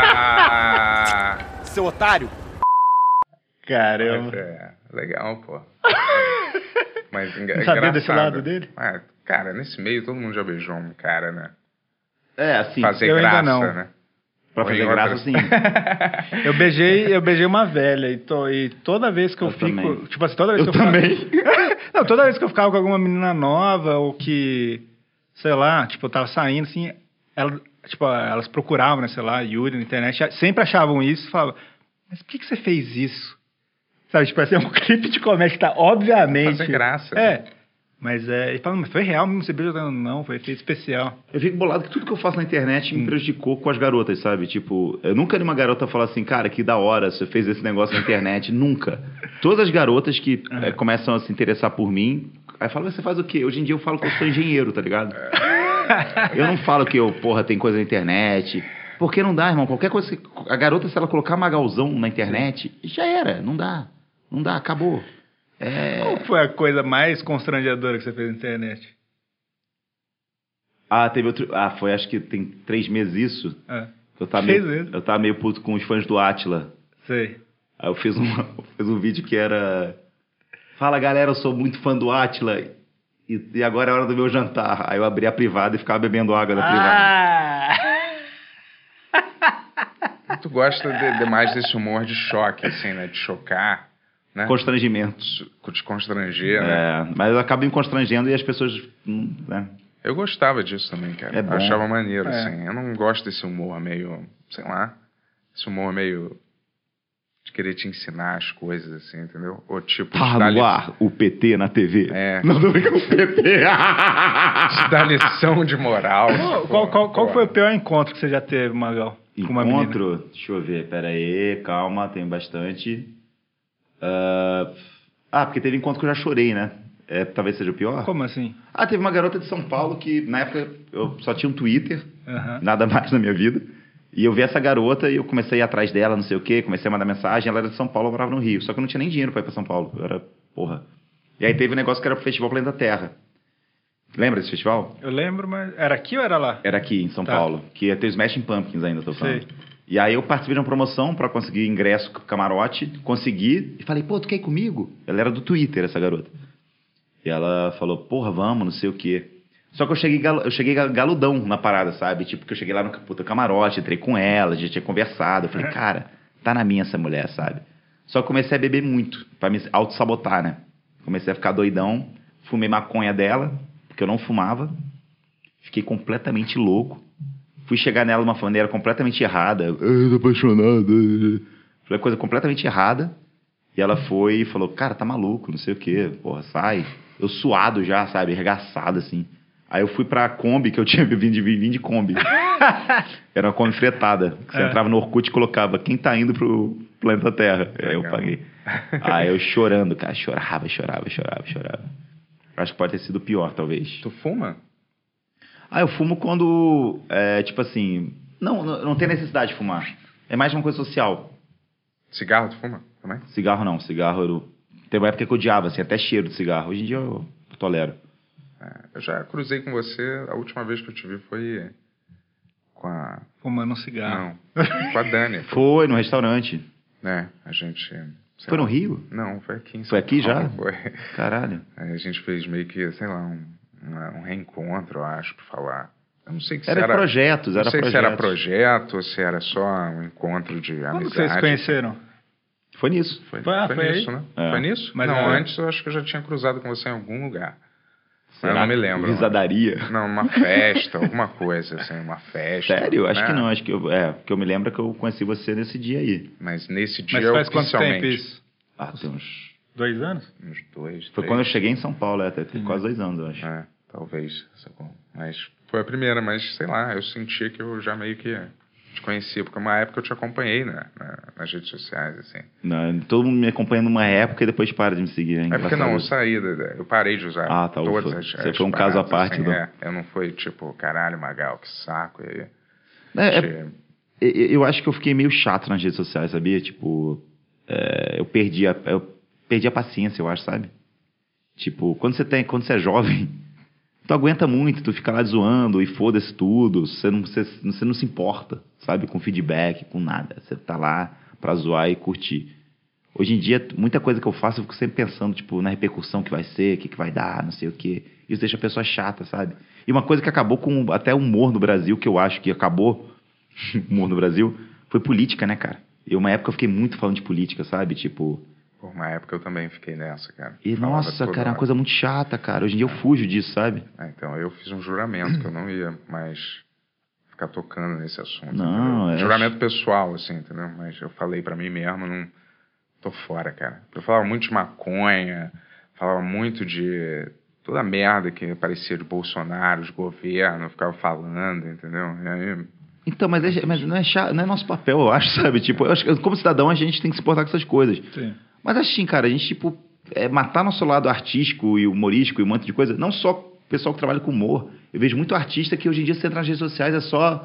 S2: Ah!
S6: Seu otário,
S1: Caramba.
S2: É, legal, pô. Mas enga-
S1: Não
S2: é
S1: sabia
S2: engraçado.
S1: desse lado dele?
S2: Ah, cara, nesse meio todo mundo já beijou um cara, né?
S4: É, assim.
S2: Fazer
S1: eu ainda
S2: graça,
S1: não.
S2: né?
S4: Pra
S2: Ou
S4: fazer
S2: em outra-
S4: graça, sim.
S1: Eu beijei, eu beijei uma velha e, to- e toda vez que eu,
S4: Eu
S1: fico,
S4: também.
S1: tipo assim, toda vez
S4: Eu
S1: que eu ficava-
S4: também.
S1: Não, toda vez que eu ficava com alguma menina nova ou que, sei lá, tipo, eu tava saindo, assim, ela, tipo, elas procuravam, né, sei lá, Yuri na internet, sempre achavam isso e falavam, mas por que, que você fez isso? Sabe, tipo, assim, é um clipe de comédia que tá, obviamente...
S2: Fazer graça,
S1: É, Mas é, ele fala, mas foi real mesmo, você beijou? Eu falo, Não, foi efeito especial.
S4: Eu fico bolado que tudo que eu faço na internet me prejudicou com as garotas, sabe? Tipo, eu nunca vi uma garota falar assim, cara, que da hora você fez esse negócio na internet. nunca. Todas as garotas que eh, começam a se interessar por mim, aí falam, você faz o quê? Hoje em dia eu falo que eu sou engenheiro, tá ligado? eu não falo que eu, porra, tem coisa na internet. Porque não dá, irmão. Qualquer coisa que. A garota, se ela colocar magalzão na internet, já era. Não dá. Não dá, acabou. É.
S1: Qual foi a coisa mais constrangedora que você fez na internet?
S4: Ah, teve outro. Ah, foi acho que tem três meses isso.
S1: Ah,
S4: Eu tava,
S1: Três
S4: meio,
S1: meses?
S4: eu tava meio puto com os fãs do Atila.
S1: sei.
S4: Aí eu fiz, uma, eu fiz um vídeo que era. Fala galera, eu sou muito fã do Atila. E, e agora é a hora do meu jantar. Aí eu abri a privada e ficava bebendo água da privada.
S2: Tu gosta de- demais desse humor de choque, assim, né? De chocar, né?
S4: Constrangimento.
S2: De constranger, né?
S4: Ah. É, mas acaba me constrangendo e as pessoas. hum, Né?
S2: Eu gostava disso também, cara.
S4: É
S2: Eu
S4: bom.
S2: achava maneiro, assim. Eu não gosto desse humor meio, sei lá, esse humor meio de querer te ensinar as coisas, assim, entendeu? Ou tipo, te
S4: Tá
S2: dar, li-
S4: no ar, o PT na TV.
S2: É.
S4: Não tô brincando com o PT.
S2: te dar lição de moral.
S1: Qual,
S2: sacou?
S1: qual, qual, qual
S2: Pô,
S1: foi o pior encontro que você já teve, Magal? Com uma menina?
S4: Encontro? Deixa eu ver, pera aí, calma, tem bastante. Ah, ah, porque teve encontro que eu já chorei, né? É, talvez seja o pior.
S1: Como assim?
S4: Ah, teve uma garota de São Paulo que na época eu só tinha um Twitter,
S1: Aham.
S4: nada mais na minha vida. E eu vi essa garota e eu comecei a ir atrás dela, não sei o quê, comecei a mandar mensagem. Ela era de São Paulo, eu morava no Rio. Só que eu não tinha nem dinheiro pra ir pra São Paulo. Eu era, porra. E aí teve um negócio que era pro Festival Planeta Terra. Lembra desse festival?
S1: Eu lembro, mas. Era aqui ou era lá?
S4: Era aqui, em São
S1: Tá.
S4: Paulo. Que ia ter o Smashing Pumpkins ainda, tô falando.
S1: Sei.
S4: E aí eu participei de uma promoção pra conseguir ingresso com camarote, consegui, e falei, pô, tu quer ir comigo? Ela era do Twitter, essa garota. E ela falou, porra, vamos, não sei o quê. Só que eu cheguei, galo- eu cheguei ga- galudão na parada, sabe? Tipo, que eu cheguei lá no puta camarote, entrei com ela, a gente tinha conversado. Eu falei, cara, tá na minha essa mulher, sabe? Só que comecei a beber muito, pra me auto-sabotar, né? Comecei a ficar doidão, fumei maconha dela, porque eu não fumava. Fiquei completamente louco. Fui chegar nela de uma maneira completamente errada. Eu tô apaixonado. Falei coisa completamente errada. E ela foi e falou, cara, tá maluco, não sei o quê. Porra, sai. Eu suado já, sabe? Arregaçado, assim. Aí eu fui pra Kombi, que eu tinha vindo de, vim de Kombi. Era uma Kombi fretada. que Você entrava no Orkut e colocava, quem tá indo pro planeta Terra? Aí eu
S2: Legal.
S4: paguei. Aí eu chorando, cara. Chorava, chorava, chorava, chorava. Acho que pode ter sido o pior, talvez.
S2: Tu fuma?
S4: Ah, eu fumo quando, é, tipo assim, não, não, não tem necessidade de fumar. É mais uma coisa social.
S2: Cigarro, tu fuma também?
S4: Cigarro não, cigarro eu... Teve uma época que eu odiava, assim, até cheiro de cigarro. Hoje em dia eu tolero.
S2: É, eu já cruzei com você, a última vez que eu te vi foi com a...
S1: Fumando um cigarro.
S2: Não, com a Dani,
S4: Foi no restaurante.
S2: né? A gente... sei
S4: Foi no
S2: lá.
S4: Rio?
S2: Não, foi aqui em São
S4: Foi aqui já?
S2: Paulo, Foi.
S4: Caralho.
S2: Aí a gente fez meio que, sei lá, um, uma- um reencontro, eu acho, pra falar. Eu não sei que se
S4: Era,
S2: era,
S4: projetos,
S2: não
S4: era
S2: sei
S4: projetos.
S2: se era projeto ou se era só um encontro de
S1: Quando
S2: amizade.
S1: que vocês se conheceram?
S4: Foi nisso.
S2: Foi,
S1: Foi- ah,
S2: foi
S1: foi
S2: nisso, né?
S4: É.
S2: Foi nisso?
S1: Mas
S2: não,
S1: era-
S2: antes eu acho que eu já tinha cruzado com você em algum lugar.
S4: Será?
S2: Eu não me lembro.
S4: Risadaria.
S2: Não, uma festa, alguma coisa, assim, uma festa.
S4: Sério? Acho
S2: né?
S4: que não, acho que eu... É, porque eu me lembro que eu conheci você nesse dia aí.
S2: Mas nesse dia
S1: Mas faz quanto tempo
S2: oficialmente.
S1: isso?
S4: Ah, tem uns...
S1: Dois anos?
S2: Uns dois,
S4: Foi
S2: três.
S4: quando eu cheguei em São Paulo, é, até tem quase dois anos, eu acho.
S2: É, talvez, sacou? Mas foi a primeira, mas sei lá, eu sentia que eu já meio que te conhecia, porque uma época eu te acompanhei né, na- nas redes sociais, assim.
S4: Não, todo mundo me acompanha numa época e depois para de me seguir. É
S2: É porque não, eu
S4: engraçado.
S2: saí, da- da- eu parei de usar
S4: Ah, tá,
S2: todas
S4: ufa.
S2: as
S4: Você
S2: as
S4: foi um caso à
S2: paradas,
S4: parte,
S2: assim,
S4: não.
S2: é. eu não fui tipo, caralho, Magal, que saco. E, tipo,
S4: É, é-
S2: te-
S4: E- Eu acho que eu fiquei meio chato nas redes sociais, sabia? Tipo, é, eu perdi a, eu perdi a paciência, eu acho, sabe? Tipo, quando você tem, quando você é jovem, tu aguenta muito, tu fica lá zoando e foda-se tudo, você não, você, você não se importa, sabe? Com feedback, com nada. Você tá lá pra zoar e curtir. Hoje em dia, muita coisa que eu faço, eu fico sempre pensando, tipo, na repercussão que vai ser, o que, que vai dar, não sei o quê. Isso deixa a pessoa chata, sabe? E uma coisa que acabou com até o humor no Brasil, que eu acho que acabou humor no Brasil, foi política, né, cara? Eu, uma época, eu fiquei muito falando de política, sabe? Tipo,
S2: por uma época eu também fiquei nessa, cara.
S4: e
S2: Falava
S4: nossa,
S2: toda
S4: cara, é uma
S2: hora.
S4: coisa muito chata, cara. Hoje em dia eu fujo disso, sabe?
S2: Ah, então, eu fiz um juramento que eu não ia mais ficar tocando nesse assunto.
S4: Não,
S2: entendeu?
S4: é-
S2: Juramento pessoal, assim, entendeu? Mas eu falei pra mim mesmo, não tô fora, cara. Eu falava muito de maconha, falava muito de to- toda a merda que aparecia de Bolsonaro, de governo, ficava falando, entendeu? E aí,
S4: Então, mas, é- mas não, é chá- não é nosso papel, eu acho, sabe? Tipo, eu acho que como cidadão a gente tem que se portar com essas coisas.
S7: Sim.
S4: Mas assim, cara, a gente, tipo, é, matar nosso lado artístico e humorístico e um monte de coisa, não só o pessoal que trabalha com humor. Eu vejo muito artista que hoje em dia você entra nas redes sociais é só.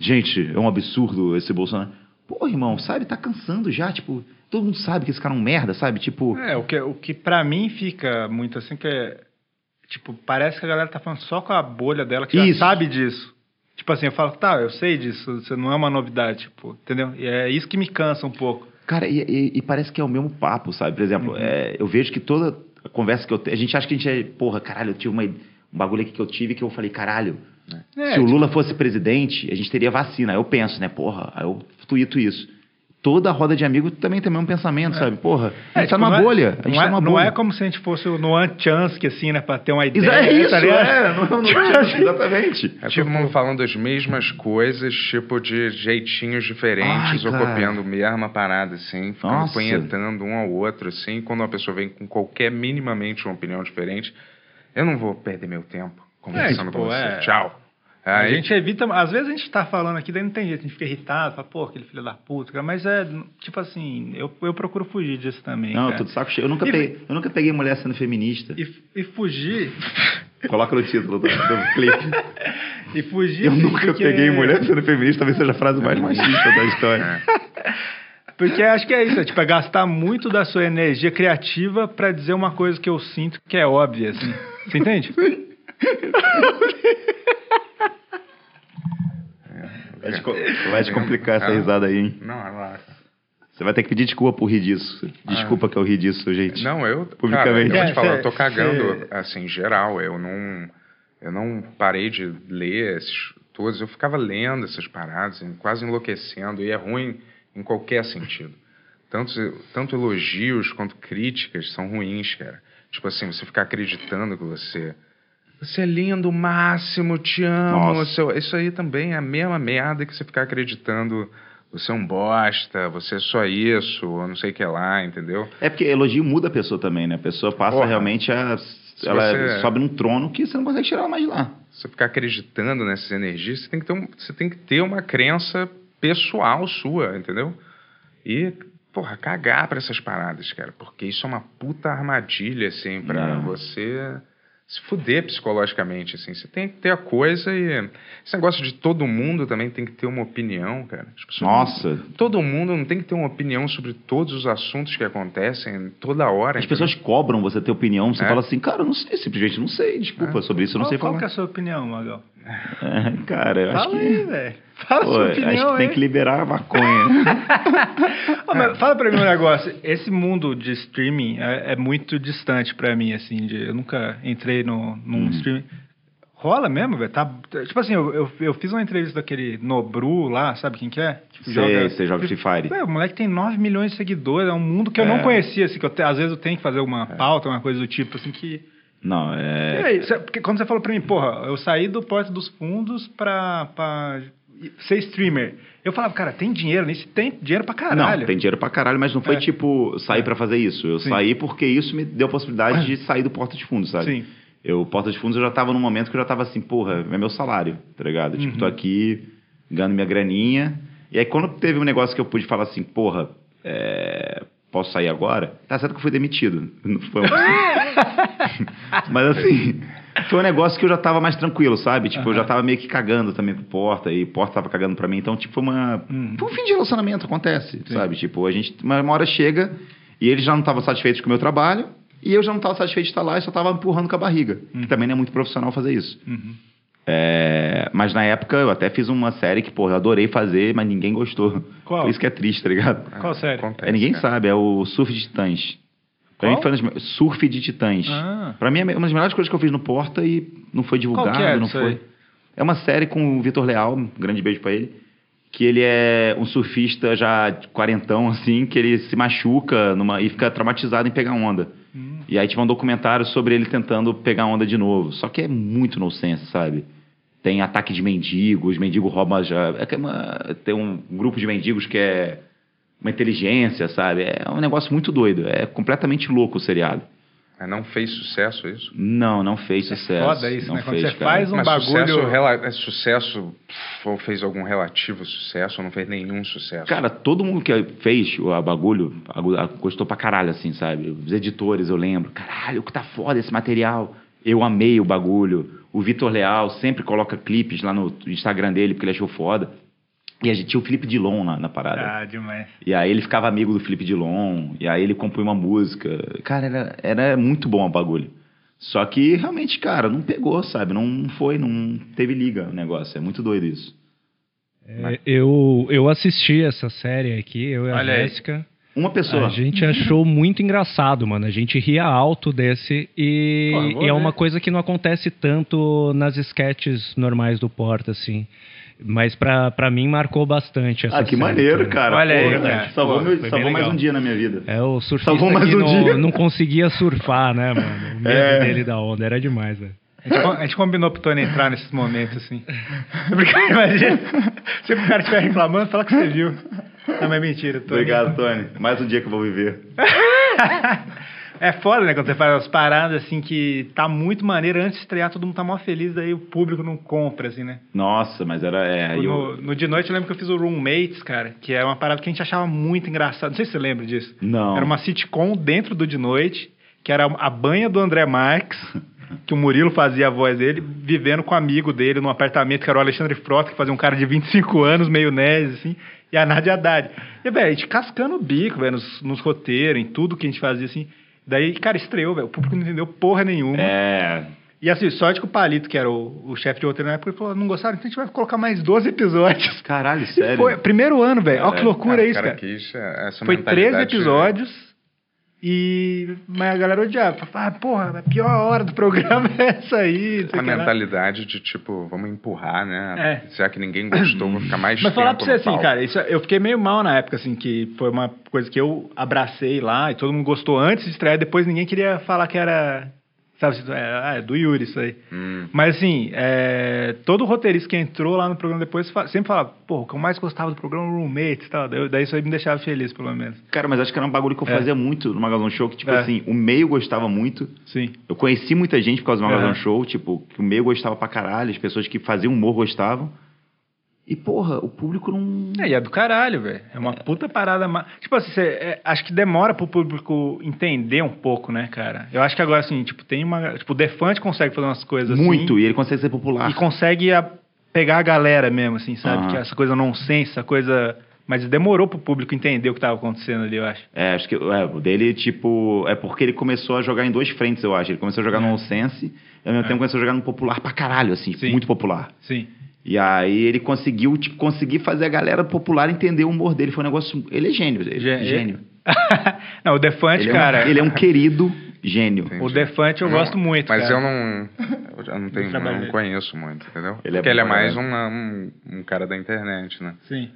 S4: Gente, é um absurdo esse Bolsonaro. Pô, irmão, sabe, tá cansando já, tipo, todo mundo sabe que esse cara é um merda, sabe? Tipo.
S1: É, o que, o que pra mim fica muito assim que é. Tipo, parece que a galera tá falando só com a bolha dela, que
S4: Isso.
S1: já sabe disso. Tipo assim, eu falo, tá, eu sei disso, isso não é uma novidade, tipo, entendeu? E é isso que me cansa um pouco.
S4: Cara, e, e- e parece que é o mesmo papo, sabe? Por exemplo,
S1: Uhum.
S4: é, eu vejo que toda a conversa que eu tenho. A gente acha que a gente é. Porra, caralho, eu tive uma, um bagulho aqui que eu tive que eu falei, caralho.
S1: É,
S4: se o Lula fosse presidente, a gente teria vacina. Aí eu penso, né? Porra, aí eu tuito isso. Toda roda de amigo também tem o mesmo pensamento, sabe? Porra, a gente
S1: tipo,
S4: tá numa
S1: não é-
S4: bolha. A gente
S1: não,
S4: tá
S1: é,
S4: numa
S1: não
S4: bolha.
S1: é como se a gente fosse o Noam Chomsky, assim, né, pra ter uma ideia.
S4: Isso é isso,
S1: tá ligado?
S4: é. Não, não,
S1: Tipo assim,
S4: exatamente.
S2: é todo mundo falando as mesmas coisas, tipo, de jeitinhos diferentes,
S4: Ai,
S2: ou
S4: cara.
S2: copiando a mesma parada, assim, ficando
S4: Nossa.
S2: punhetando um ao outro, assim. Quando uma pessoa vem com qualquer, minimamente, uma opinião diferente, eu não vou perder meu tempo conversando
S1: tipo,
S2: com você.
S1: é.
S2: Tchau.
S1: A
S2: Aí,
S1: gente evita, às vezes a gente tá falando aqui, daí não tem jeito, a gente fica irritado, fala, pô, aquele filho da puta, cara, mas é, tipo assim, eu, eu procuro fugir disso também.
S4: Não, eu
S1: cara.
S4: tô de saco cheio. Eu nunca,
S1: E-
S4: peguei, eu nunca peguei mulher sendo feminista.
S1: E, e fugir.
S4: Coloca no título do, do clipe.
S1: e fugir.
S4: Eu nunca
S1: porque-
S4: peguei mulher sendo feminista, talvez seja a frase
S1: É.
S4: mais machista da história.
S1: Porque acho que é isso, é, tipo, é gastar muito da sua energia criativa pra dizer uma coisa que eu sinto que é óbvia, assim. Você entende?
S4: Vai te, co- vai te complicar
S1: É.
S4: essa risada aí, hein?
S2: Não, relaxa.
S4: Você vai ter que pedir desculpa por rir disso. Desculpa que eu ri disso, gente.
S2: Não, eu.
S4: Publicamente.
S2: Cara, eu vou te
S1: É,
S2: falar, eu
S1: cê-
S2: tô cagando, assim, geral. Eu não. Eu não parei de ler esses todos. Eu ficava lendo essas paradas, em- quase enlouquecendo. E é ruim em qualquer sentido. Tanto, tanto elogios quanto críticas são ruins, cara. Tipo assim, você ficar acreditando que você. Você é lindo, máximo, te amo.
S4: Nossa.
S2: seu- isso aí também é a mesma merda que você ficar acreditando. Você é um bosta, você é só isso, ou não sei o que lá, entendeu?
S4: É porque elogio muda a pessoa também, né? A pessoa passa
S2: Porra.
S4: realmente a. Ela
S2: você-
S4: sobe num trono que você não consegue tirar ela mais de lá.
S2: você ficar acreditando nessas energias, você tem que ter, um- você tem que ter uma crença pessoal sua, entendeu? E, porra, cagar pra essas paradas, cara, porque isso é uma puta armadilha, assim, pra
S4: É.
S2: você se fuder psicologicamente, assim. Você tem que ter a coisa e. Esse negócio de todo mundo também tem que ter uma opinião, cara. As pessoas não-
S4: Nossa.
S2: Todo mundo não tem que ter uma opinião sobre todos os assuntos que acontecem toda
S1: É.
S2: hora.
S4: As
S2: entendeu?
S4: pessoas cobram você ter opinião, você
S2: É.
S4: fala assim, cara, eu não sei, simplesmente não sei, desculpa, sobre isso eu não
S1: qual,
S4: sei
S1: qual
S4: falar.
S1: que é a sua opinião, Magal?
S4: É, cara, eu acho
S1: Fala
S4: que.
S1: aí, velho. Fala a
S4: Pô,
S1: sua
S4: acho
S1: opinião,
S4: que tem
S1: hein?
S4: que liberar a maconha.
S1: Ah, mas fala pra mim um negócio. Esse mundo de streaming é, é muito distante pra mim, assim. de- eu nunca entrei no, num
S4: Hum.
S1: streaming. Rola mesmo, velho? Tá, tá- tipo assim, eu, eu, eu fiz uma entrevista daquele Nobru lá, sabe quem que é? Que
S4: Sei, sei, joga Free Fire.
S1: Ué, o moleque tem 9 milhões de seguidores. É um mundo que eu não
S4: É.
S1: conhecia, assim. Que eu te- às vezes eu tenho que fazer uma pauta, uma coisa do tipo, assim, que...
S4: não,
S1: E
S4: é.
S1: aí, cê- porque quando você falou pra mim, porra, eu saí do Porto dos Fundos pra, pra ser streamer. Eu falava, cara, tem dinheiro nisso? Tem dinheiro pra caralho.
S4: Não, tem dinheiro pra caralho, mas não foi
S1: É.
S4: tipo sair pra fazer isso. Eu
S1: Sim.
S4: saí porque isso me deu a possibilidade de sair do porta de fundo, sabe?
S1: Sim.
S4: Eu, porta de fundos, eu já tava num momento que eu já tava assim, porra, é meu salário, tá ligado? Tipo, tô
S1: Uhum.
S4: aqui, ganhando minha graninha. E aí, quando teve um negócio que eu pude falar assim, porra, é, posso sair agora? Tá certo que eu fui demitido. Não foi um- Mas assim, foi um negócio que eu já tava mais tranquilo, sabe? Tipo, eu já tava meio que cagando também pro porta, e porta tava cagando pra mim. Então, tipo, foi uma.
S1: Uhum.
S4: Foi um fim de relacionamento, acontece, sabe? Tipo, a gente. Uma uma hora chega e eles já não estavam satisfeitos com o meu trabalho. E eu já não estava satisfeito de estar lá e só estava empurrando com a barriga.
S1: Uhum.
S4: Que também não é muito profissional fazer isso. É, mas na época eu até fiz uma série que, porra, eu adorei fazer, mas ninguém gostou.
S1: Qual?
S4: Por isso que é triste, tá ligado?
S1: Qual série?
S2: Ah, Acontece,
S4: É, ninguém
S2: cara.
S4: sabe, é o Surf de Titãs. Pra mim
S1: Qual?
S4: foi uma das- Surf de Titãs.
S1: Ah.
S4: Pra mim é uma das melhores coisas que eu fiz no Porta e não foi divulgado,
S1: Qual que é
S4: não
S1: isso
S4: foi.
S1: aí?
S4: É uma série com o Vitor Leal, um grande beijo pra ele. Que ele é um surfista já de quarentão, assim, que ele se machuca numa, e fica traumatizado em pegar onda.
S1: Hum.
S4: E aí tinha um documentário sobre ele tentando pegar onda de novo. Só que é muito nonsense, sabe? Tem ataque de mendigos, mendigo rouba já. é que é uma- tem um grupo de mendigos que é uma inteligência, sabe? É um negócio muito doido. É completamente louco o seriado.
S2: Mas não fez sucesso isso?
S4: Não, não fez sucesso.
S1: Foda isso,
S4: não
S1: né? Quando
S4: fez,
S1: você
S4: cara.
S1: faz um
S2: Mas sucesso,
S1: bagulho.
S2: rela- é sucesso pff, ou fez algum relativo sucesso ou não fez nenhum sucesso?
S1: um-
S4: Cara, todo mundo que fez o a bagulho a- a- gostou pra caralho, assim, sabe? Os editores, eu lembro. Caralho, que tá foda esse material. Eu amei o bagulho. O Vitor Leal sempre coloca clipes lá no Instagram dele, porque ele achou foda. E a gente tinha o Felipe Dilon lá na parada.
S1: Ah, demais.
S4: E aí ele ficava amigo do Felipe Dilon, e aí ele compunha uma música. Cara, era, era muito bom o bagulho. Só que realmente, cara, não pegou, sabe? Não foi, não teve liga o negócio. É muito doido isso.
S5: É, Eu, eu assisti essa série aqui, eu e a
S2: Olha aí.
S5: Jéssica.
S4: Uma pessoa.
S5: A gente achou muito engraçado, mano. A gente ria alto desse e,
S2: Pô, eu vou
S5: e é
S2: ver.
S5: uma coisa que não acontece tanto nas sketches normais do Porta, assim. Mas pra, pra mim marcou bastante essa
S4: Ah, que
S5: série,
S4: maneiro, cara.
S1: Olha aí,
S4: Porra,
S1: cara.
S4: Salvou,
S1: Pô,
S4: meu-
S1: foi
S4: salvou
S1: bem
S4: mais
S1: legal.
S4: um dia na minha vida.
S5: É, o surfista
S4: Salvou mais
S5: que
S4: um
S5: não,
S4: dia.
S5: não conseguia surfar, né, mano? O medo
S4: É.
S5: dele da onda era demais, velho.
S1: A gente, com- a gente combinou pro Tony entrar nesses momentos, assim. Brincadeira, imagina. Sempre que o cara estiver reclamando, fala que você viu. Não, mas é mentira, Tony.
S4: Obrigado, Tony. Mais um dia que eu vou viver.
S1: É foda, né? Quando você faz as paradas, assim, que tá muito maneiro. Antes de estrear, todo mundo tá mó feliz, daí o público não compra, assim, né?
S4: Nossa, mas era. É,
S1: Tipo, No,
S4: eu-
S1: no de noite eu lembro que eu fiz o Roommates, cara, que é uma parada que a gente achava muito engraçada. Não sei se você lembra disso.
S4: Não.
S1: Era uma sitcom dentro do de noite, que era a banha do André Marques, que o Murilo fazia a voz dele, vivendo com um amigo dele num apartamento, que era o Alexandre Frota, que fazia um cara de 25 anos, meio nerd, assim, e a Nádia Haddad. E, velho, a gente cascando o bico, velho, nos, nos roteiros, em tudo que a gente fazia, assim. Daí, cara, estreou, velho. O público não entendeu porra nenhuma.
S4: É.
S1: E assim, sorte que o Palito, que era o, o chefe de roteiro na época, ele falou: não gostaram? Então a gente vai colocar mais 12 episódios.
S4: Caralho,
S1: E
S4: sério.
S1: foi, primeiro ano, velho. Olha que
S4: Caralho,
S1: loucura
S2: Cara, o
S1: isso,
S2: É, Ah, cara
S1: cara.
S2: quis, é, essa
S1: Foi 13
S2: mentalidade-
S1: episódios. E. Mas a galera odiava. Falava, ah, porra, a pior hora do programa é essa aí. não sei
S2: A
S1: o que lá."
S2: mentalidade de tipo, vamos empurrar, né?
S1: É.
S2: Já que ninguém gostou, vou ficar mais
S1: Mas
S2: tempo
S1: falar pra você
S2: no
S1: assim,
S2: palco.
S1: cara, isso, eu fiquei meio mal na época, assim, que foi uma coisa que eu abracei lá e todo mundo gostou antes de estrear, depois ninguém queria falar que era. Sabe, assim, é, ah, é do Yuri isso aí. Mas assim, é, todo roteirista que entrou lá no programa depois fa- sempre falava, pô, o que eu mais gostava do programa é o roommate e tal. Daí daí isso aí me deixava feliz, pelo menos.
S4: Cara, mas acho que era um bagulho que eu
S1: É.
S4: fazia muito no Magazão Show, que, tipo
S1: É.
S4: assim, o meio gostava muito.
S1: Sim.
S4: Eu conheci muita gente por causa do Magazine
S1: Aham.
S4: Show, tipo, que o meio gostava pra caralho, as pessoas que faziam humor gostavam. E, porra, o público não.
S1: É, e é do caralho, velho. É uma puta parada. ma- Tipo assim, cê, é, acho que demora pro público entender um pouco, né, cara? Eu acho que agora, assim, tipo, tem uma. Tipo, o Defante consegue fazer umas coisas assim.
S4: muito, e ele consegue ser popular.
S1: E consegue a- pegar a galera mesmo, assim, sabe?
S4: Ah. Aham.
S1: Que essa coisa nonsense, essa coisa. Mas demorou pro público entender o que tava acontecendo ali, eu acho.
S4: É, acho que é, o dele, tipo, é porque ele começou a jogar em duas frentes, eu acho. Ele começou a jogar no nonsense e ao mesmo tempo começou a jogar no popular pra caralho, assim, tipo,
S1: É. Sim.
S4: muito popular.
S1: Sim.
S4: E aí ele conseguiu, tipo, conseguir fazer a galera popular entender o humor dele. Foi um negócio. Ele é gênio, ele é
S1: Gê-
S4: gênio.
S1: Não, o Defante,
S4: Ele é um-
S1: cara.
S4: ele é um querido gênio.
S1: O Defante eu
S2: Não,
S1: gosto muito.
S2: É. Mas
S1: cara.
S2: eu não. Eu não, tenho, eu
S1: trabalho
S2: não
S1: dele.
S2: conheço muito, entendeu?
S4: Ele é
S2: Porque ele é
S4: bom,
S2: mais
S4: né?
S2: um, um, um cara da internet, né?
S1: Sim.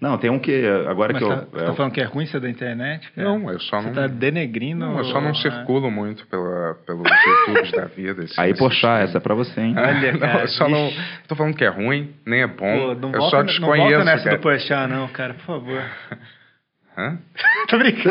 S4: Não, tem um que. Agora
S1: Mas
S4: que
S1: tá,
S4: eu.
S1: você tá falando que é ruim ser da internet? cara?
S2: Não, eu só
S1: Você
S2: não.
S1: tá denegrindo.
S2: não, eu só não
S1: a-
S2: circulo muito pela, pelos YouTubes da vida. assim,
S4: Aí,
S2: esses-
S4: poxa, essa é pra você, hein?
S1: Olha,
S2: não,
S1: cara,
S2: eu só não.
S1: vixe.
S2: Tô falando que é ruim, nem é bom.
S1: Pô, não volta,
S2: eu
S1: não
S2: só
S1: volta
S2: desconheço.
S1: nessa
S2: cara.
S1: do Porchat, não, cara, por favor.
S2: Hã?
S1: Tô brincando.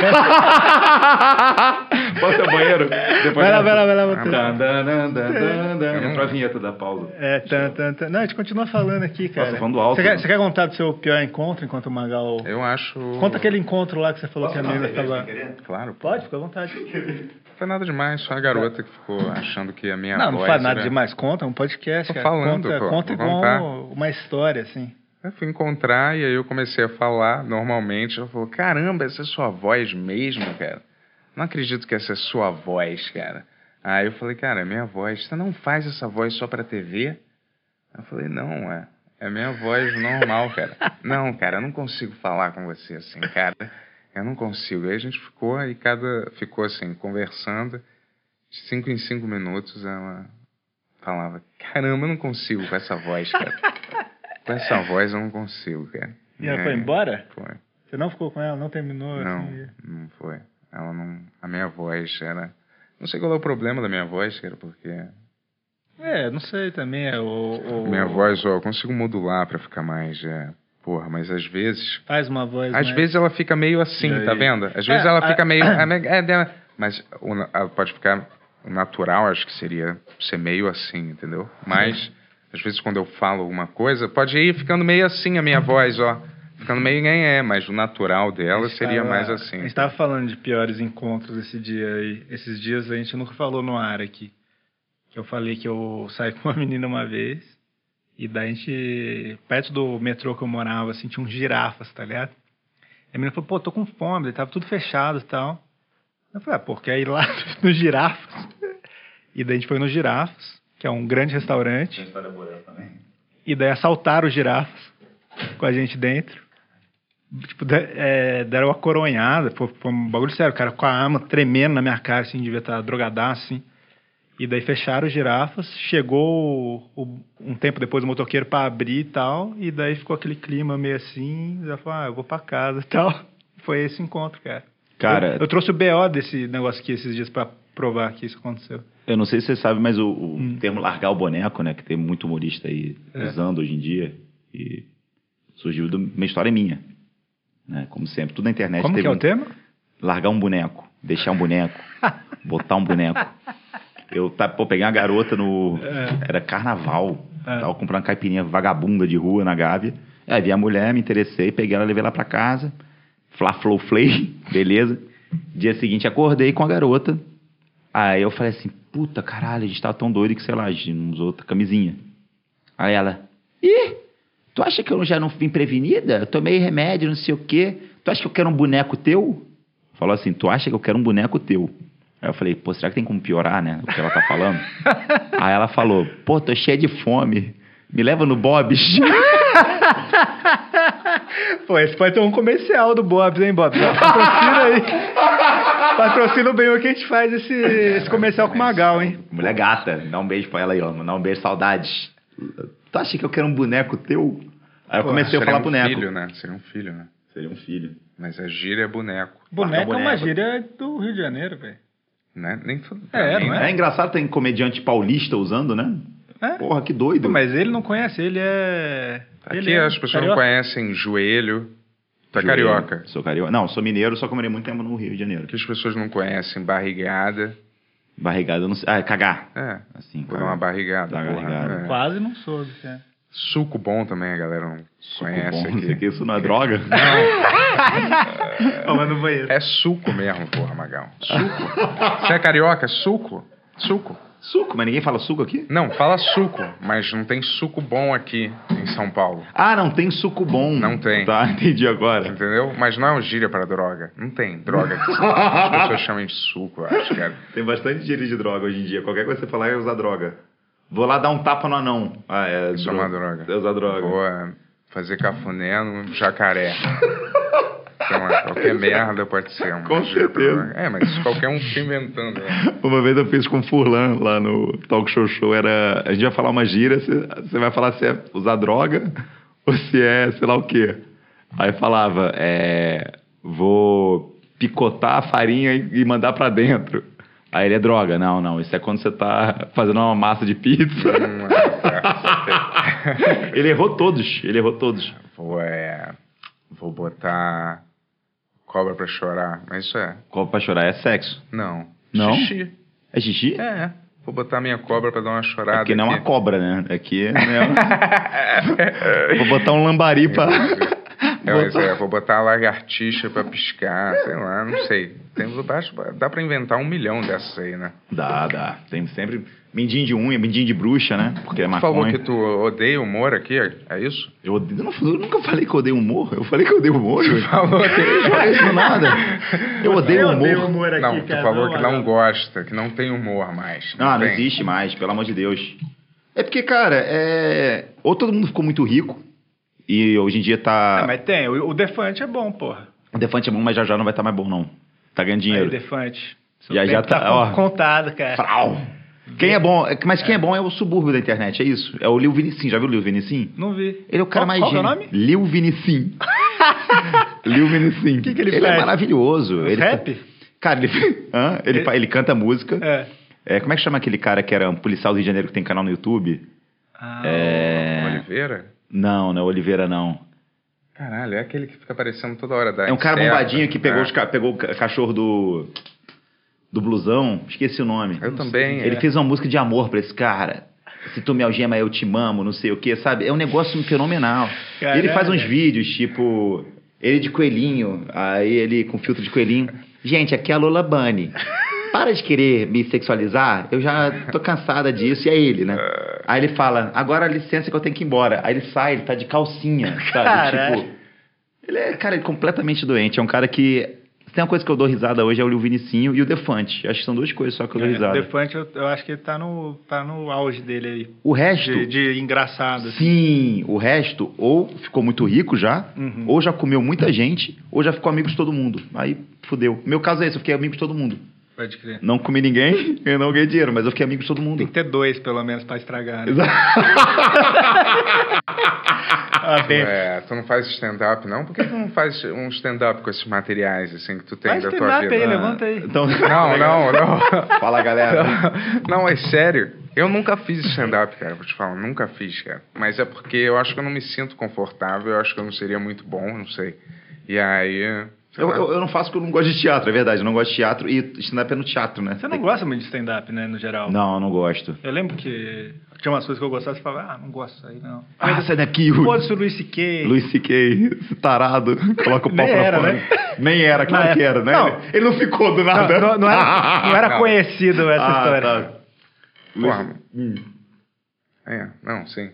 S4: Bota o banheiro.
S1: Vai lá, vai lá, vai lá.
S2: Ah,
S1: Matheus.
S2: mas-
S4: Entrou a vinheta da pausa.
S1: É, tan, tan, tan. Não, a gente continua falando aqui, cara.
S4: Nossa, falando alto,
S1: Você quer,
S4: né?
S1: você quer contar do seu pior encontro enquanto o Magal...
S2: Eu acho.
S1: Conta aquele encontro lá que você falou que a menina tava...
S2: Claro, pô.
S1: Pode, fica à vontade.
S2: Não foi nada demais, só a garota que ficou achando que a minha
S1: Não, não
S2: voz
S1: faz nada
S2: era-
S1: demais. Conta, é um podcast,
S2: Tô
S1: cara.
S2: falando,
S1: conta,
S2: pô,
S1: conta
S2: vou
S1: igual
S2: contar.
S1: uma história, assim.
S2: Eu fui encontrar e aí eu comecei a falar normalmente. Ela falou: Caramba, essa é sua voz mesmo, cara? Não acredito que essa é sua voz, cara. Aí eu falei: Cara, é minha voz. Você não faz essa voz só pra TV? Eu falei: Não, é. É minha voz normal, cara. não, cara, eu não consigo falar com você assim, cara. Eu não consigo. Aí a gente ficou e cada. ficou assim, conversando. De cinco em cinco minutos ela falava: Caramba, eu não consigo com essa voz, cara. Com essa voz eu não consigo, cara.
S1: E ela
S2: É,
S1: foi embora?
S2: Foi.
S1: Você não ficou com ela, não terminou?
S2: Não,
S1: assim?
S2: não foi. Ela não. A minha voz era. Não sei qual é o problema da minha voz, cara, porque.
S1: É, não sei também. É, o, o-
S2: Minha voz, ó, eu consigo modular pra ficar mais. É, porra, mas às vezes.
S1: Faz uma voz
S2: Às
S1: mais-
S2: vezes ela fica meio assim,
S1: é- E
S2: tá
S1: aí?
S2: vendo? Às vezes
S1: É,
S2: ela
S1: a-
S2: fica meio. é, é, é, Mas o na- a- pode ficar o natural, acho que seria ser meio assim, entendeu? Mas,
S1: É.
S2: às vezes, quando eu falo alguma coisa, pode ir ficando meio assim a minha voz, ó. Ficando meio nem é, mas o natural dela seria
S1: Tava-
S2: mais
S1: A
S2: assim.
S1: gente tava falando de piores encontros esse dia aí. Esses dias a gente nunca falou no ar aqui. Que eu falei que eu saí com uma menina uma vez. E daí a gente. Perto do metrô que eu morava, assim, tinha uns girafas, tá ligado? E a menina falou, pô, tô com fome, daí tava tudo fechado e tal. Eu falei, ah, pô, quer ir lá nos girafas? E daí a gente foi nos girafas, que é um grande restaurante. E daí assaltaram os girafas com a gente dentro. Tipo, de- é, deram uma coronhada, foi, foi um bagulho sério, o cara com a arma tremendo na minha cara, assim, devia estar drogadaço, assim. E daí fecharam os girafas, chegou o- o- um tempo depois o motoqueiro pra abrir e tal, e daí ficou aquele clima meio assim, já falou, ah, eu vou pra casa e tal. Foi esse encontro, cara.
S4: Cara,
S1: Eu, eu trouxe o BO desse negócio aqui esses dias pra provar que isso aconteceu.
S4: Eu não sei se você sabe, mas o, o
S1: Hum.
S4: termo largar o boneco, né? Que tem muito humorista aí
S1: É.
S4: usando hoje em dia. E surgiu de uma história minha. Né? Como sempre, tudo na internet
S1: Como
S4: teve
S1: que é
S4: um-
S1: o tema?
S4: largar um boneco, deixar um boneco, botar um boneco. Eu tá, pô, peguei uma garota no. Era carnaval. Tava comprando uma caipirinha vagabunda de rua na Gávea. Aí vi a mulher, me interessei, peguei ela, levei ela pra casa. Fla flow flay, beleza. Dia seguinte acordei com a garota. Aí eu falei assim, puta caralho, a gente tava tão doido que, sei lá, a gente não usou outra camisinha. Aí ela, ih, tu acha que eu já não vim prevenida? Eu tomei remédio, não sei o quê. Tu acha que eu quero um boneco teu? Falou assim, tu acha que eu quero um boneco teu? Aí eu falei, pô, será que tem como piorar, né? O que ela tá falando? Aí ela falou, pô, tô cheia de fome. Me leva no Bob's.
S1: Pô, esse pode ter um comercial do Bob's, hein, Bob? Patrocina aí. Patrocina bem o que a gente faz esse, esse comercial com o Magal, hein?
S4: Mulher gata, dá um beijo pra ela aí, ó. Dá um beijo, saudades. Tu acha que eu quero um boneco teu? Aí eu comecei a
S2: Seria
S4: falar
S2: um
S4: boneco.
S2: filho, né? Seria um filho, né?
S4: Seria um filho.
S2: Mas a gíria é boneco,
S1: Boneca é uma
S4: boneco.
S1: gíria do Rio de Janeiro, velho.
S2: né? Nem fa-
S1: É,
S2: nem-
S1: não
S4: É engraçado, tem comediante paulista usando, né?
S1: É.
S4: Porra, que doido.
S1: Mas ele não conhece, ele é.
S2: Aqui
S1: ele é
S2: as pessoas não
S1: carioca.
S2: conhecem joelho. Tu é
S4: Joelho.
S2: carioca.
S4: Sou carioca. Não, sou mineiro, só que eu morei muito tempo no Rio de Janeiro.
S2: Aqui as pessoas não conhecem barrigada.
S4: Barrigada, eu não sei. Ah, cagar.
S2: É,
S4: Assim,
S2: vou dar uma barrigada.
S4: Dá uma
S2: porra.
S4: barrigada.
S2: É.
S1: Quase não soube, é. cara.
S2: Suco bom também, a galera não conhece
S4: Bom,
S2: aqui.
S4: isso aqui, isso não é droga?
S1: Não, mas no banheiro.
S2: É suco mesmo, porra, Magal. Suco. Você é carioca? Suco? Suco.
S4: Suco, mas ninguém fala suco aqui?
S2: Não, fala suco, mas não tem suco bom aqui em São Paulo,
S4: Ah, não tem suco bom.
S2: Não tem.
S4: Tá, entendi agora.
S2: entendeu? Mas não é um gíria para droga. Não tem droga. que As pessoas chamam de suco, um eu acho, é cara.
S4: Tem bastante gíria de droga hoje em dia. Qualquer coisa que você falar é usar droga. Vou lá dar um tapa no anão. Ah, é.
S2: Isso é uma droga.
S4: É usar droga.
S2: Vou é, fazer cafuné no jacaré. Sei lá, qualquer merda pode ser. Uma
S4: Com
S2: gíria pra
S4: certeza.
S2: droga. É, mas isso qualquer um fica inventando. né?
S4: Uma vez eu fiz com o Furlan lá no Talk Show Show. Era, a gente vai falar uma gíria, você- você vai falar se é usar droga ou se é sei lá o quê. Aí falava, é, vou picotar a farinha e, e mandar pra dentro. Aí ele é droga. Não, não, isso é quando você tá fazendo uma massa de pizza.
S2: Hum,
S4: é,
S2: é, é.
S4: ele errou todos, ele errou todos.
S2: Vou, é, vou botar cobra pra chorar. Mas isso é.
S4: Copa pra chorar é sexo.
S2: Não.
S4: Não?
S2: Xixi.
S4: É xixi? É.
S2: É. Vou botar minha cobra pra dar uma chorada.
S4: Porque não é uma
S2: aqui.
S4: cobra, né? Aqui, né? Vou botar um lambari pra...
S2: É, mas é, vou botar a lagartixa pra piscar, sei lá, não sei. Tem, acho- dá pra inventar um milhão dessas aí, né?
S4: Dá, dá. Tem sempre mindinho de unha, mindinho de bruxa, né? Porque é
S2: Tu falou
S4: maconha.
S2: que tu odeia humor aqui, é isso?
S4: Eu, odeio- eu não- eu nunca falei que eu odeio humor. Eu falei que eu odeio humor. Eu
S2: Falou que...
S4: não falei isso nada. Eu odeio humor.
S1: odeio humor aqui,
S2: Não, tu
S1: cara,
S2: falou que não
S1: Magal.
S2: gosta, que não tem humor mais.
S4: Ah, não
S2: tem.
S4: existe mais, pelo amor de Deus. É porque, cara, é... ou todo mundo ficou muito rico e hoje em dia tá...
S2: É,
S1: Ah, mas tem, o, o Defante é bom, porra.
S4: O Defante é bom, mas já já não vai estar mais bom, não. Tá ganhando
S1: Aí,
S4: dinheiro.
S1: Defante. Seu
S4: Já- já
S1: tempo
S4: tá, ó.
S1: contado, cara.
S4: Frau. Quem é bom, mas quem é bom é o subúrbio da internet, é isso? É o Lil Vinicim, já viu o Lil Vinicim?
S1: Não vi.
S4: Ele é o cara
S1: Qual-
S4: mais
S1: qual que é o
S4: gênio.
S1: nome?
S4: Lil Vinicim. Lil Vinicim. O
S1: que que ele
S4: Ele é
S1: faz?
S4: maravilhoso. Ele tá-
S1: Rap?
S4: Cara, ele... Hã? Ele, fa- ele canta música.
S1: É.
S4: É, como é que chama aquele cara que era um policial do Rio de Janeiro que tem canal no YouTube?
S1: Ah,
S2: É. Oliveira?
S4: Não, não é Oliveira, não.
S2: Caralho, é aquele que fica aparecendo toda hora. Da né?
S4: É um cara
S2: inseto,
S4: bombadinho que pegou,
S2: né?
S4: os ca- pegou o ca- cachorro do... do blusão, esqueci o nome.
S2: Eu também.
S4: Ele
S2: é.
S4: fez uma música de amor pra esse cara. Se tu me algema, eu te mamo, não sei o que, sabe? É um negócio fenomenal.
S1: Caralho.
S4: Ele faz uns vídeos, tipo, ele de coelhinho, aí ele com filtro de coelhinho. Gente, aqui é a Lola Bunny. Para de querer me sexualizar, eu já tô cansada disso, e é ele, né? Aí ele fala, agora licença que eu tenho que ir embora. Aí ele sai, ele tá de calcinha, sabe?
S1: Caralho.
S4: Tipo, ele é, cara, ele é completamente doente. É um cara que. Se tem uma coisa que eu dou risada hoje é o Vinicinho e o Defante. Acho que são duas coisas só que eu dou
S1: O
S4: risada.
S1: Defante, eu, eu acho que ele tá no, tá no auge dele aí.
S4: O resto.
S1: De, de engraçado. assim.
S4: Sim, o resto ou ficou muito rico já,
S1: Uhum.
S4: ou já comeu muita gente, ou já ficou amigo de todo mundo. Aí fudeu. Meu caso é esse, eu fiquei amigo de todo mundo.
S1: Pode crer.
S4: Não comi ninguém, eu não ganhei dinheiro, mas eu fiquei amigo de todo
S1: Tem
S4: mundo.
S1: que ter dois, pelo menos, pra estragar. Né? Ah, bem.
S2: É, tu não faz stand-up, não? Por que tu não faz um stand-up com esses materiais, assim, que tu tem
S1: Faz
S2: da tua
S1: stand-up
S2: vida?
S1: aí, levanta aí.
S4: Então,
S2: Não, não, não.
S4: fala galera.
S2: Não, é sério. Eu nunca fiz stand-up, cara. Vou te falar, nunca fiz, cara. Mas é porque eu acho que eu não me sinto confortável, eu acho que eu não seria muito bom, não sei. E aí. sei
S4: Eu,
S2: lá.
S4: eu, eu não faço porque eu não gosto de teatro, é verdade. Eu não gosto de teatro e stand-up é no teatro, né?
S1: Você não gosta muito de stand-up, né, no geral?
S4: Não, eu não gosto.
S1: Eu lembro que tinha umas coisas que eu gostava, você falava, ah, não gosto disso aí, não.
S4: Ah, sai daqui, Yuri.
S1: Foda-se o Luiz C.K.
S4: Luiz Siquei, esse tarado, coloca o pau
S1: Nem
S4: pra
S1: era,
S4: fora.
S1: né?
S4: Nem era, claro
S1: Não,
S4: que era, né?
S1: não.
S4: Ele não ficou do
S1: Não,
S4: nada.
S1: não, não era, não era
S2: Não.
S1: conhecido essa
S4: Ah,
S1: história.
S4: tá.
S2: Porra. hum. É, não, sim.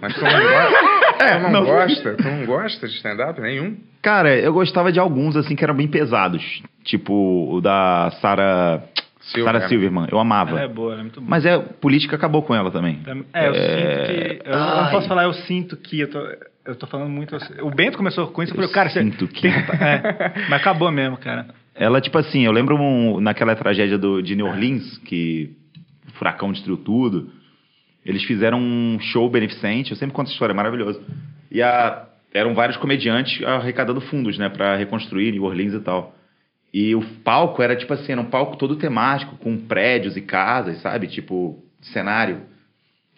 S2: Mas tu não gosta, tu não
S4: não.
S2: gosta, tu não gosta de stand-up nenhum?
S4: Cara, eu gostava de alguns, assim, que eram bem pesados. Tipo o da Sarah...
S2: Silver.
S4: Sarah Silverman. Eu amava.
S1: Ela é boa, ela é muito boa.
S4: tá. Mas é, política acabou com ela também.
S1: É, eu
S4: É,
S1: sinto que. Eu não
S4: ai.
S1: posso falar, eu sinto que. Eu tô, eu tô falando muito. assim. O Bento começou com isso e falou, tipo, cara, você.
S4: sinto que-
S1: É, mas acabou mesmo, cara.
S4: Ela, tipo assim, eu lembro um- naquela tragédia do, de New Orleans, que o furacão destruiu tudo. Eles fizeram um show beneficente, eu sempre conto essa história, é maravilhoso. E a- eram vários comediantes arrecadando fundos, né, para reconstruir New Orleans e tal. E o palco era, tipo assim, era um palco todo temático, com prédios e casas, sabe? Tipo, cenário.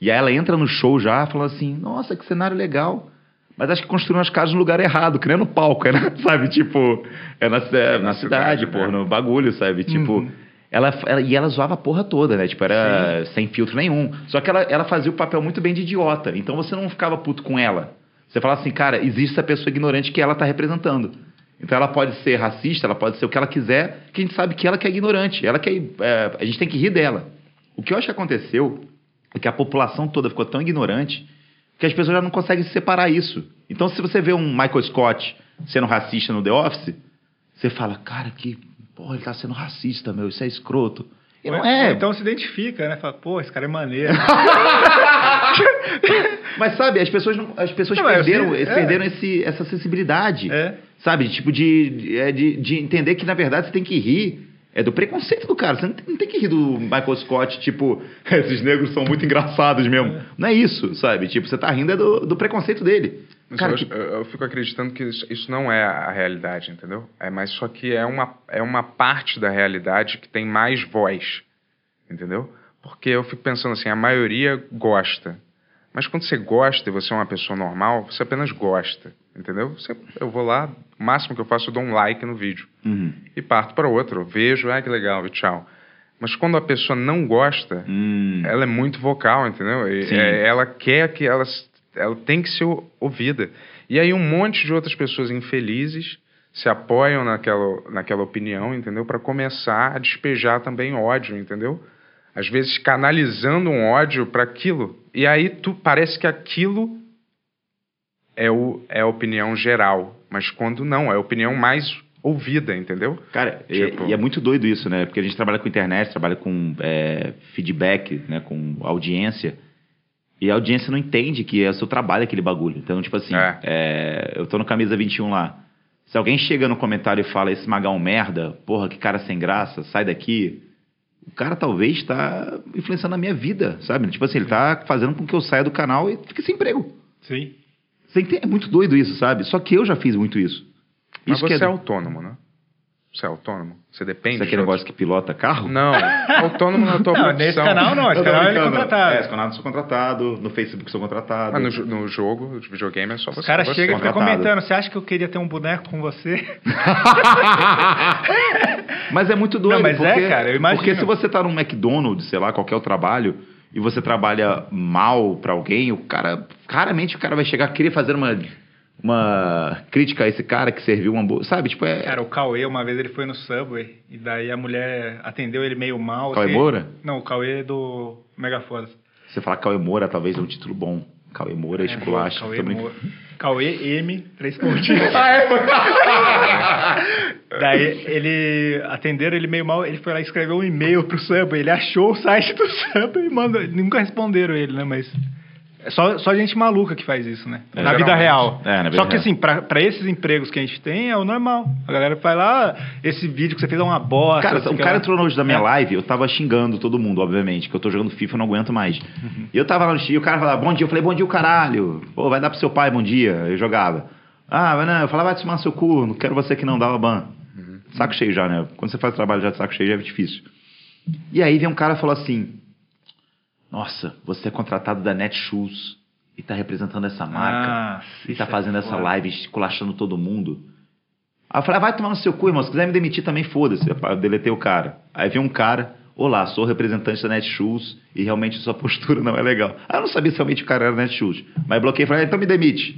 S4: E aí ela entra no show já, falando assim, nossa, que cenário legal. Mas acho que construíram as casas no lugar errado, que nem no palco, é na- sabe? Tipo, é na, é na cidade,
S2: cidade,
S4: pô,
S2: né?
S4: no bagulho, sabe? Tipo, ela, ela- e ela zoava a porra toda, né? Tipo, era sem filtro nenhum. Só que ela, ela fazia o papel muito bem de idiota. Então você não ficava puto com ela. Você falava assim, cara, existe essa pessoa ignorante que ela tá representando. Então ela pode ser racista, ela pode ser o que ela quiser, que a gente sabe que ela que é ignorante. Ela que é- é, a gente tem que rir dela. O que eu acho que aconteceu é que a população toda ficou tão ignorante que as pessoas já não conseguem separar isso. Então, se você vê um Michael Scott sendo racista no The Office, você fala, cara, que. Porra, ele tá sendo racista, meu, isso é escroto. E não
S1: Ou-
S4: é.
S1: ou Então se identifica, né? Fala, pô, esse cara é maneiro.
S4: então, Mas sabe, as pessoas, não, as pessoas
S1: Não, é,
S4: perderam,
S1: assim, é.
S4: perderam esse, essa sensibilidade.
S1: É.
S4: Sabe? Tipo, de, de, é, de, de entender que, na verdade, você tem que rir. É do preconceito do cara. Você não tem, não tem que rir do Michael Scott, tipo, esses negros são muito engraçados mesmo. Não é isso, sabe? Tipo, você tá rindo é do, do preconceito dele.
S2: Mas
S4: Cara,
S2: eu,
S4: que-
S2: eu- eu fico acreditando que isso, isso não é a realidade, entendeu? É, mas só que é uma, é uma parte da realidade que tem mais voz, entendeu? Porque eu fico pensando assim, a maioria gosta. Mas quando você gosta e você é uma pessoa normal, você apenas gosta, entendeu? Você- eu vou lá, o máximo que eu faço, eu dou um like no vídeo. E parto para outro, eu vejo, ah, que legal, e tchau. Mas quando a pessoa não gosta,
S4: Hum.
S2: ela é muito vocal, entendeu? E-
S4: Sim.
S2: é- ela quer que ela, s- ela tem que ser o- ouvida. E aí um monte de outras pessoas infelizes se apoiam naquela, naquela opinião, entendeu? Para começar a despejar também ódio, entendeu? Às vezes canalizando um ódio para aquilo. E aí tu parece que aquilo é, o, é a opinião geral, mas quando não, é a opinião mais ouvida, entendeu?
S4: Cara, e-
S2: Tipo-
S4: e é muito doido isso, né? Porque a gente trabalha com internet, trabalha com é, feedback, né? Com audiência. E a audiência não entende que é o seu trabalho aquele bagulho. Então, tipo assim,
S2: É.
S4: é, eu tô no Camisa 21 lá. Se alguém chega no comentário e fala esse magão é um merda, porra, que cara sem graça, sai daqui. O cara talvez tá influenciando a minha vida, sabe? Tipo assim, ele tá fazendo com que eu saia do canal e fique sem emprego.
S1: Sim.
S4: Você entende? É muito doido isso, sabe? Só que eu já fiz muito isso.
S2: Mas
S4: que
S2: você é né? autônomo, né? Você é autônomo? Você depende
S4: Isso é
S2: de
S4: aquele
S2: outras
S4: negócio que pilota carro?
S2: Não, autônomo na tua
S1: Não,
S2: profissão.
S1: nesse canal não, esse
S4: Eu tô
S1: canal ele é
S4: brincando.
S1: contratado. Ah,
S4: É, esse canal eu sou contratado, no Facebook sou contratado.
S2: Mas Ah, no, jo- no jogo, de videogame, é só você.
S1: Os caras
S2: você.
S1: chegam e ficam
S4: contratado.
S1: comentando, você acha que eu queria ter um boneco com você?
S4: Mas é muito doido.
S1: Não, mas
S4: porque,
S1: é, cara, eu imagino.
S4: Porque se você tá num McDonald's, sei lá, qualquer trabalho, e você trabalha mal pra alguém, o cara. Claramente o cara vai chegar, querer fazer uma. Uma crítica a esse cara que serviu uma boa. Sabe, tipo, é.
S1: Cara, o Cauê, uma vez ele foi no Subway e daí a mulher atendeu ele meio mal. assim.
S4: Cauê Moura?
S1: Não, o Cauê é do Megafoda.
S4: Você falar Cauê Moura talvez é um título bom. Cauê Moura, é, esculacho.
S1: Cauê,
S4: também.
S1: Moura. Cauê M, três pontinhos.
S4: Ah, é?
S1: Daí ele atenderam ele meio mal, ele foi lá e escreveu um e-mail pro Subway, ele achou o site do Subway e mandou. Nunca responderam ele, né? Mas. É só, só gente maluca que faz isso, né?
S4: É,
S1: na
S4: geralmente.
S1: vida real.
S4: É, na vida
S1: só que
S4: real.
S1: assim, pra, pra esses empregos que a gente tem, é o normal. A galera vai lá, "Ah, esse vídeo que você fez é uma bosta.
S4: Cara,
S1: sei
S4: um
S1: que
S4: cara
S1: lá."
S4: entrou hoje da minha
S1: É.
S4: live, eu tava xingando todo mundo, obviamente, que eu tô jogando FIFA e não aguento mais.
S1: Uhum.
S4: E eu tava lá no X, o cara falava, bom dia, eu falei, bom dia, o caralho. Pô, vai dar pro seu pai, bom dia. Eu jogava. Ah, mas não, eu falava, vai te tomar no seu cu, não quero você que não, dava ban.
S1: Uhum.
S4: Saco cheio já, né? Quando você faz trabalho já de saco cheio, já é difícil. E aí vem um cara e falou assim, nossa, você é contratado da Netshoes e tá representando essa marca
S1: Ah,
S4: e tá
S1: isso é
S4: fazendo essa
S1: foda.
S4: live esculachando todo mundo. Aí eu falei, ah, vai tomar no seu cu, irmão. Se quiser me demitir também, foda-se. Eu deletei o cara. Aí veio um cara, olá, sou representante da Netshoes e realmente sua postura não é legal. Ah, eu não sabia se realmente o cara era Netshoes. Mas bloqueei e falei, ah, então me demite.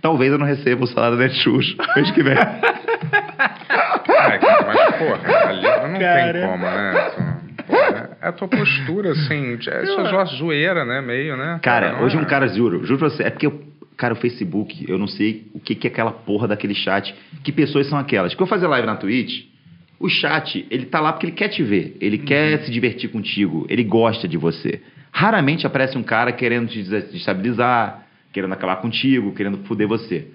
S4: Talvez eu não receba o salário da Netshoes mês que vem.
S2: Ai, cara, mas porra, ali não
S1: Cara.
S2: tem como, né? Tu- Porra, é a tua postura, assim, de- é só zoeira, né? Meio, né?
S4: Cara,
S2: Não
S4: hoje
S2: é-
S4: um cara, juro, juro pra você, é porque, eu, cara, o Facebook, eu não sei o que, que é aquela porra daquele chat, que pessoas são aquelas. Quando eu fazer live na Twitch, o chat, ele tá lá porque ele quer te ver, ele quer se divertir contigo, ele gosta de você. Raramente aparece um cara querendo te desestabilizar, querendo acabar contigo, querendo foder você.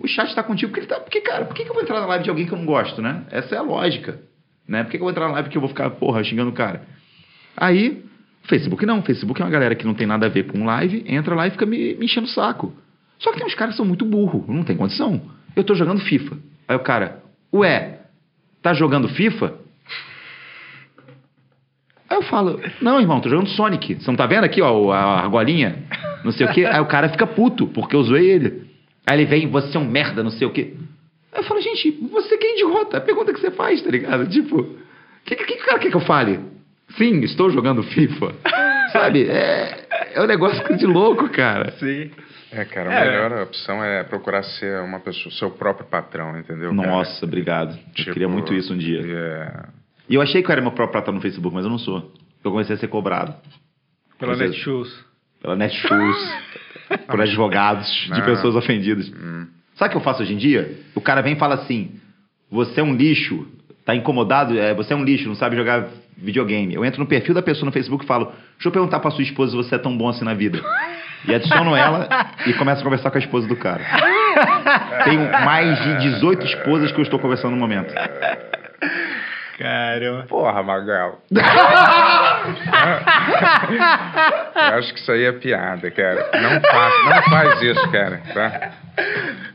S4: O chat tá contigo porque ele tá. Porque, cara, por que, que eu vou entrar na live de alguém que eu não gosto, né? Essa é a lógica. Né? Por que, que eu vou entrar na live que eu vou ficar, porra, xingando o cara? Aí, Facebook não. Facebook é uma galera que não tem nada a ver com live, entra lá e fica me, me enchendo o saco. Só que tem uns caras que são muito burro, não tem condição. Eu tô jogando FIFA. Aí o cara, ué, tá jogando FIFA? Aí eu falo, não, irmão, tô jogando Sonic. Você não tá vendo aqui, ó, o- a argolinha? Não sei o quê. Aí o cara fica puto, porque eu zoei ele. Aí ele vem, você é um merda, não sei o quê. Aí eu falo, gente, você que é idiota. É a pergunta que você faz, tá ligado? Tipo, o que, que, que o cara quer que eu fale? Sim, estou jogando FIFA. Sabe? É, é um negócio de louco, cara.
S1: Sim.
S2: É, cara, a
S1: É.
S2: melhor opção é procurar ser uma pessoa, seu próprio patrão, entendeu? cara?
S4: Nossa, obrigado.
S2: Tipo,
S4: eu queria muito isso um dia.
S2: e é-
S4: E eu achei que eu era meu próprio patrão no Facebook, mas eu não sou. Eu comecei a ser cobrado
S1: Pela
S4: Pois é.
S1: Netshoes.
S4: pela Netshoes, por advogados de
S2: Ah.
S4: pessoas ofendidas. Sabe o que eu faço hoje em dia? O cara vem e fala assim: você é um lixo, tá incomodado, é, você é um lixo, não sabe jogar videogame. Eu entro no perfil da pessoa no Facebook e falo: deixa eu perguntar pra sua esposa se você é tão bom assim na vida. E adiciono ela e começo a conversar com a esposa do cara. Tenho mais de 18 esposas que eu estou conversando no momento.
S1: Caramba.
S2: Porra, Magal. Eu acho que isso aí é piada, cara. Não faz, não faz isso, cara, tá?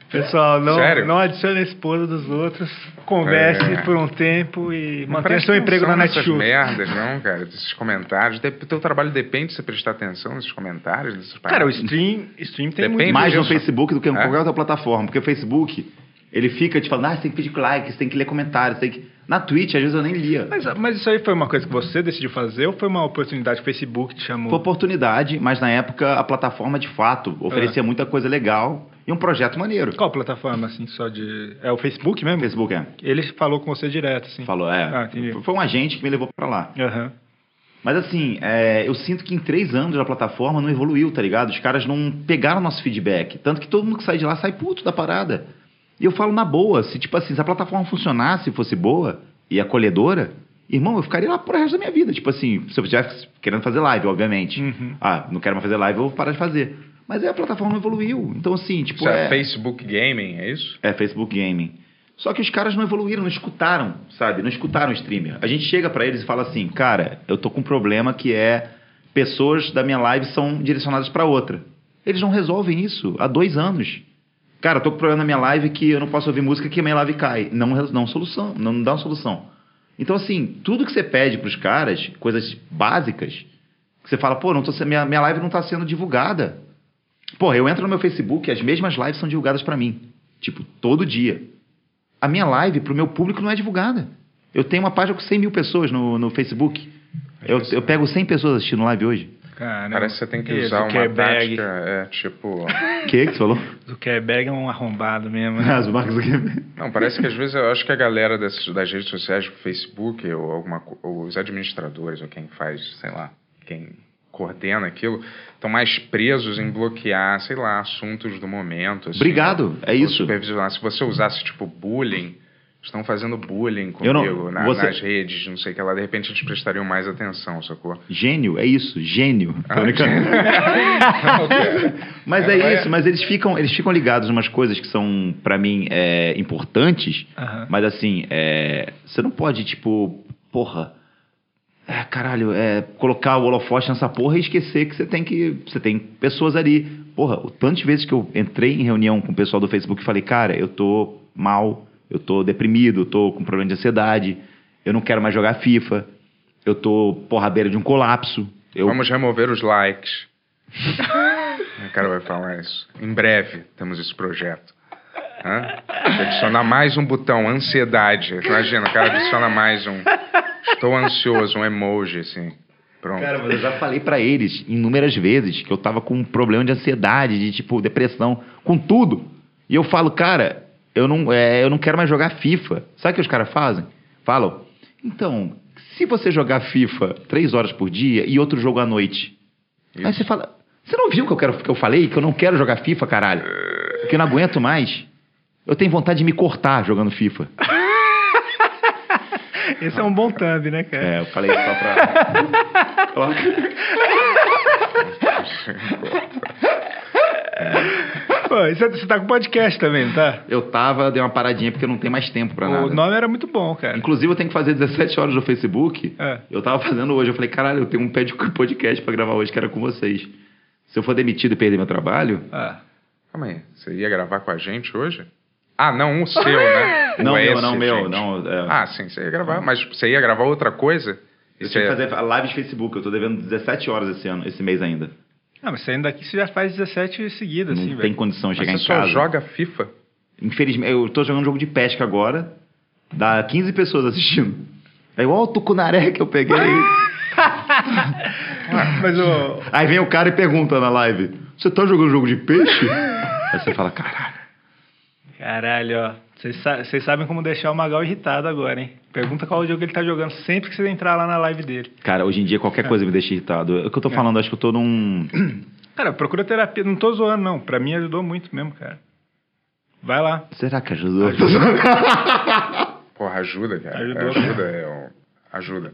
S1: Pessoal, não,
S2: Sério?
S1: não adicione a esposa dos outros, converse
S2: É.
S1: por um tempo e
S2: Não
S1: mantenha
S2: presta
S1: seu emprego na
S2: atenção nessas
S1: Netshoes.
S2: merdas, não, cara. Desses comentários. De, teu trabalho depende de você prestar atenção nesses comentários, nessas
S1: Cara, o
S2: paradas.
S1: stream, stream tem
S2: Depende.
S1: muito.
S4: mais no
S2: disso.
S4: Facebook do que em
S2: É.
S4: qualquer outra plataforma. Porque o Facebook, ele fica te falando, ah, você tem que pedir like, você tem que ler comentários, você tem que... Na Twitch, às vezes eu nem lia.
S1: Mas, mas isso aí foi uma coisa que você decidiu fazer ou foi uma oportunidade que o Facebook te chamou?
S4: Foi oportunidade, mas na época a plataforma, de fato, oferecia muita coisa legal e um projeto maneiro.
S1: É. Qual plataforma, assim, só de... É o Facebook mesmo?
S4: Facebook, é.
S1: Ele falou com você direto, assim.
S4: Falou, é.
S1: Ah, entendi.
S4: foi um agente que me levou pra lá.
S1: Aham.
S4: Mas assim, é, eu sinto que em três anos a plataforma não evoluiu, tá ligado? Os caras não pegaram nosso feedback. Tanto que todo mundo que sai de lá sai puto da parada. E eu falo na boa, se tipo assim, se a plataforma funcionasse, fosse boa e acolhedora, irmão, eu ficaria lá pro resto da minha vida. Tipo assim, se eu estivesse querendo fazer live, obviamente.
S1: Hum. Uhum.
S4: Ah, não quero mais fazer live, eu vou parar de fazer. Mas aí a plataforma não evoluiu. Então assim, tipo.
S2: Isso é
S4: é-
S2: Facebook Gaming, é isso?
S4: é, Facebook Gaming. Só que os caras não evoluíram, não escutaram, sabe? Não escutaram o streamer. A gente chega pra eles e fala assim, cara, eu tô com um problema que é pessoas da minha live são direcionadas pra outra. Eles não resolvem isso há dois anos. Cara, eu tô com um problema na minha live que eu não posso ouvir música que a minha live cai. Não, re- não solução, não dá uma solução. Então, assim, tudo que você pede pros caras, coisas básicas, que você fala, pô, não tô, se- minha, minha live não tá sendo divulgada. Porra, eu entro no meu Facebook e as mesmas lives são divulgadas pra mim. Tipo, todo dia. A minha live pro meu público não é divulgada. Eu tenho uma página com 100 mil pessoas no, no Facebook. Eu, eu pego 100 pessoas assistindo live hoje.
S1: Caramba.
S2: Parece que você tem que
S1: Ih,
S2: usar uma
S1: Zuckerberg.
S2: tática, é, tipo...
S4: O que, que você falou?
S1: Zuckerberg é um arrombado mesmo. né?
S4: Ah, os Marcos Zuckerberg.
S2: Não, parece que às vezes eu acho que a galera dessas, das redes sociais, tipo Facebook, ou alguma co- ou os administradores, ou quem faz, sei lá, quem coordena aquilo, estão mais presos em bloquear, sei lá, assuntos do momento. assim,
S4: Obrigado, é
S2: ou
S4: isso.
S2: supervisionar. Se você usasse, tipo, bullying, estão fazendo bullying
S4: Eu
S2: comigo
S4: não-
S2: na-
S4: você-
S2: nas redes, não sei o que lá, de repente eles prestariam mais atenção, sacou?
S4: Gênio, é isso, gênio. Tô brincando. Mas é,
S2: Ela é-
S4: isso, mas eles ficam, eles ficam ligados em umas coisas que são, pra mim, é, importantes.
S1: Aham.
S4: Mas assim, é, você não pode, tipo, porra. é, caralho, é, colocar o holofote nessa porra e esquecer que você tem que. Você tem pessoas ali. Porra, o tanto de vezes que eu entrei em reunião com o pessoal do Facebook e falei, cara, eu tô mal, eu tô deprimido, eu tô com problema de ansiedade, eu não quero mais jogar FIFA, eu tô, porra, à beira de um colapso. Eu,
S2: Vamos remover os likes. o cara vai falar isso. Em breve temos esse projeto. Hã? Adiciona mais um botão, ansiedade. Imagina, o cara adiciona mais um. Estou ansioso, um emoji, assim. Pronto.
S4: Cara, mas eu já falei pra eles inúmeras vezes que eu tava com um problema de ansiedade, de tipo depressão, com tudo. E eu falo, cara, eu não, é, eu não quero mais jogar FIFA. Sabe o que os caras fazem? Falam, então, se você jogar FIFA três horas por dia e outro jogo à noite, aí você fala, você não viu que eu, quero, que eu falei que eu não quero jogar FIFA, caralho? Que eu não aguento mais. Eu tenho vontade de me cortar jogando FIFA.
S1: Esse é um bom thumb, né, cara?
S4: É, eu falei só pra.
S1: Pô, e você, você tá com podcast também, não tá?
S4: Eu tava, dei uma paradinha porque eu não tenho mais tempo pra nada.
S1: O nome era muito bom, cara.
S4: Inclusive, eu tenho que fazer 17 horas no Facebook.
S1: É.
S4: Eu tava fazendo hoje. Eu falei, caralho, eu tenho um pé de podcast pra gravar hoje que era com vocês. Se eu for demitido e perder meu trabalho.
S1: Ah.
S2: Calma aí. Você ia gravar com a gente hoje? Ah, não, o seu, né? O
S4: Não, meu,
S2: esse,
S4: não, meu,
S2: gente.
S4: não. É,
S2: Ah, sim, você ia gravar. Mas você ia gravar outra coisa?
S4: eu
S2: Isso
S4: tinha
S2: é-
S4: que fazer a live de Facebook. Eu tô devendo 17 horas esse ano, esse mês ainda.
S1: Não, Ah, mas saindo daqui você já faz 17 seguidas,
S4: não
S1: assim,
S4: tem
S1: velho.
S4: condição de
S2: Mas
S4: chegar
S2: você
S4: em
S2: só
S4: casa.
S2: joga FIFA?
S4: Infelizmente, eu tô jogando um jogo de pesca agora. Dá 15 pessoas assistindo. É igual o tucunaré que eu peguei.
S2: Ah!
S1: Ah, Mas o.
S4: Aí vem o cara e pergunta na live: Você tá jogando jogo de peixe? Aí você fala: Caralho.
S1: Caralho, ó. Vocês sa- vocês sabem como deixar o Magal irritado agora, hein? Pergunta qual jogo ele tá jogando sempre que você entrar lá na live dele.
S4: Cara, hoje em dia qualquer coisa me deixa irritado. É o que eu tô falando, acho que eu tô num.
S1: Cara, procura terapia. Não tô zoando, não. Pra mim ajudou muito mesmo, cara. Vai lá.
S4: Será que ajudou?
S2: Porra, ajuda, cara.
S1: Ajudou.
S2: Ajuda, é, ó, ajuda.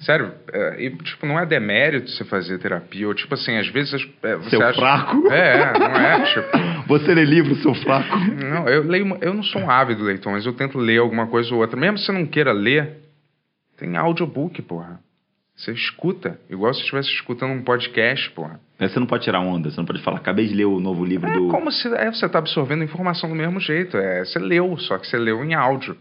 S2: Sério, é, e tipo, não é demérito você fazer terapia, ou tipo assim, às vezes as- é, você
S4: Seu
S2: acha...
S4: fraco.
S2: É, é, não é, tipo...
S4: Você lê livro, seu fraco.
S2: Não, eu leio, mu- eu não sou um ávido leitor, mas eu tento ler alguma coisa ou outra. Mesmo se você não queira ler, tem audiobook, porra. Você escuta, igual se você estivesse escutando um podcast, porra.
S4: É, Você não pode tirar onda, você não pode falar. Acabei de ler o novo livro
S2: É
S4: do.
S2: como se é, você tá absorvendo informação do mesmo jeito. É, você leu, só que você leu em áudio.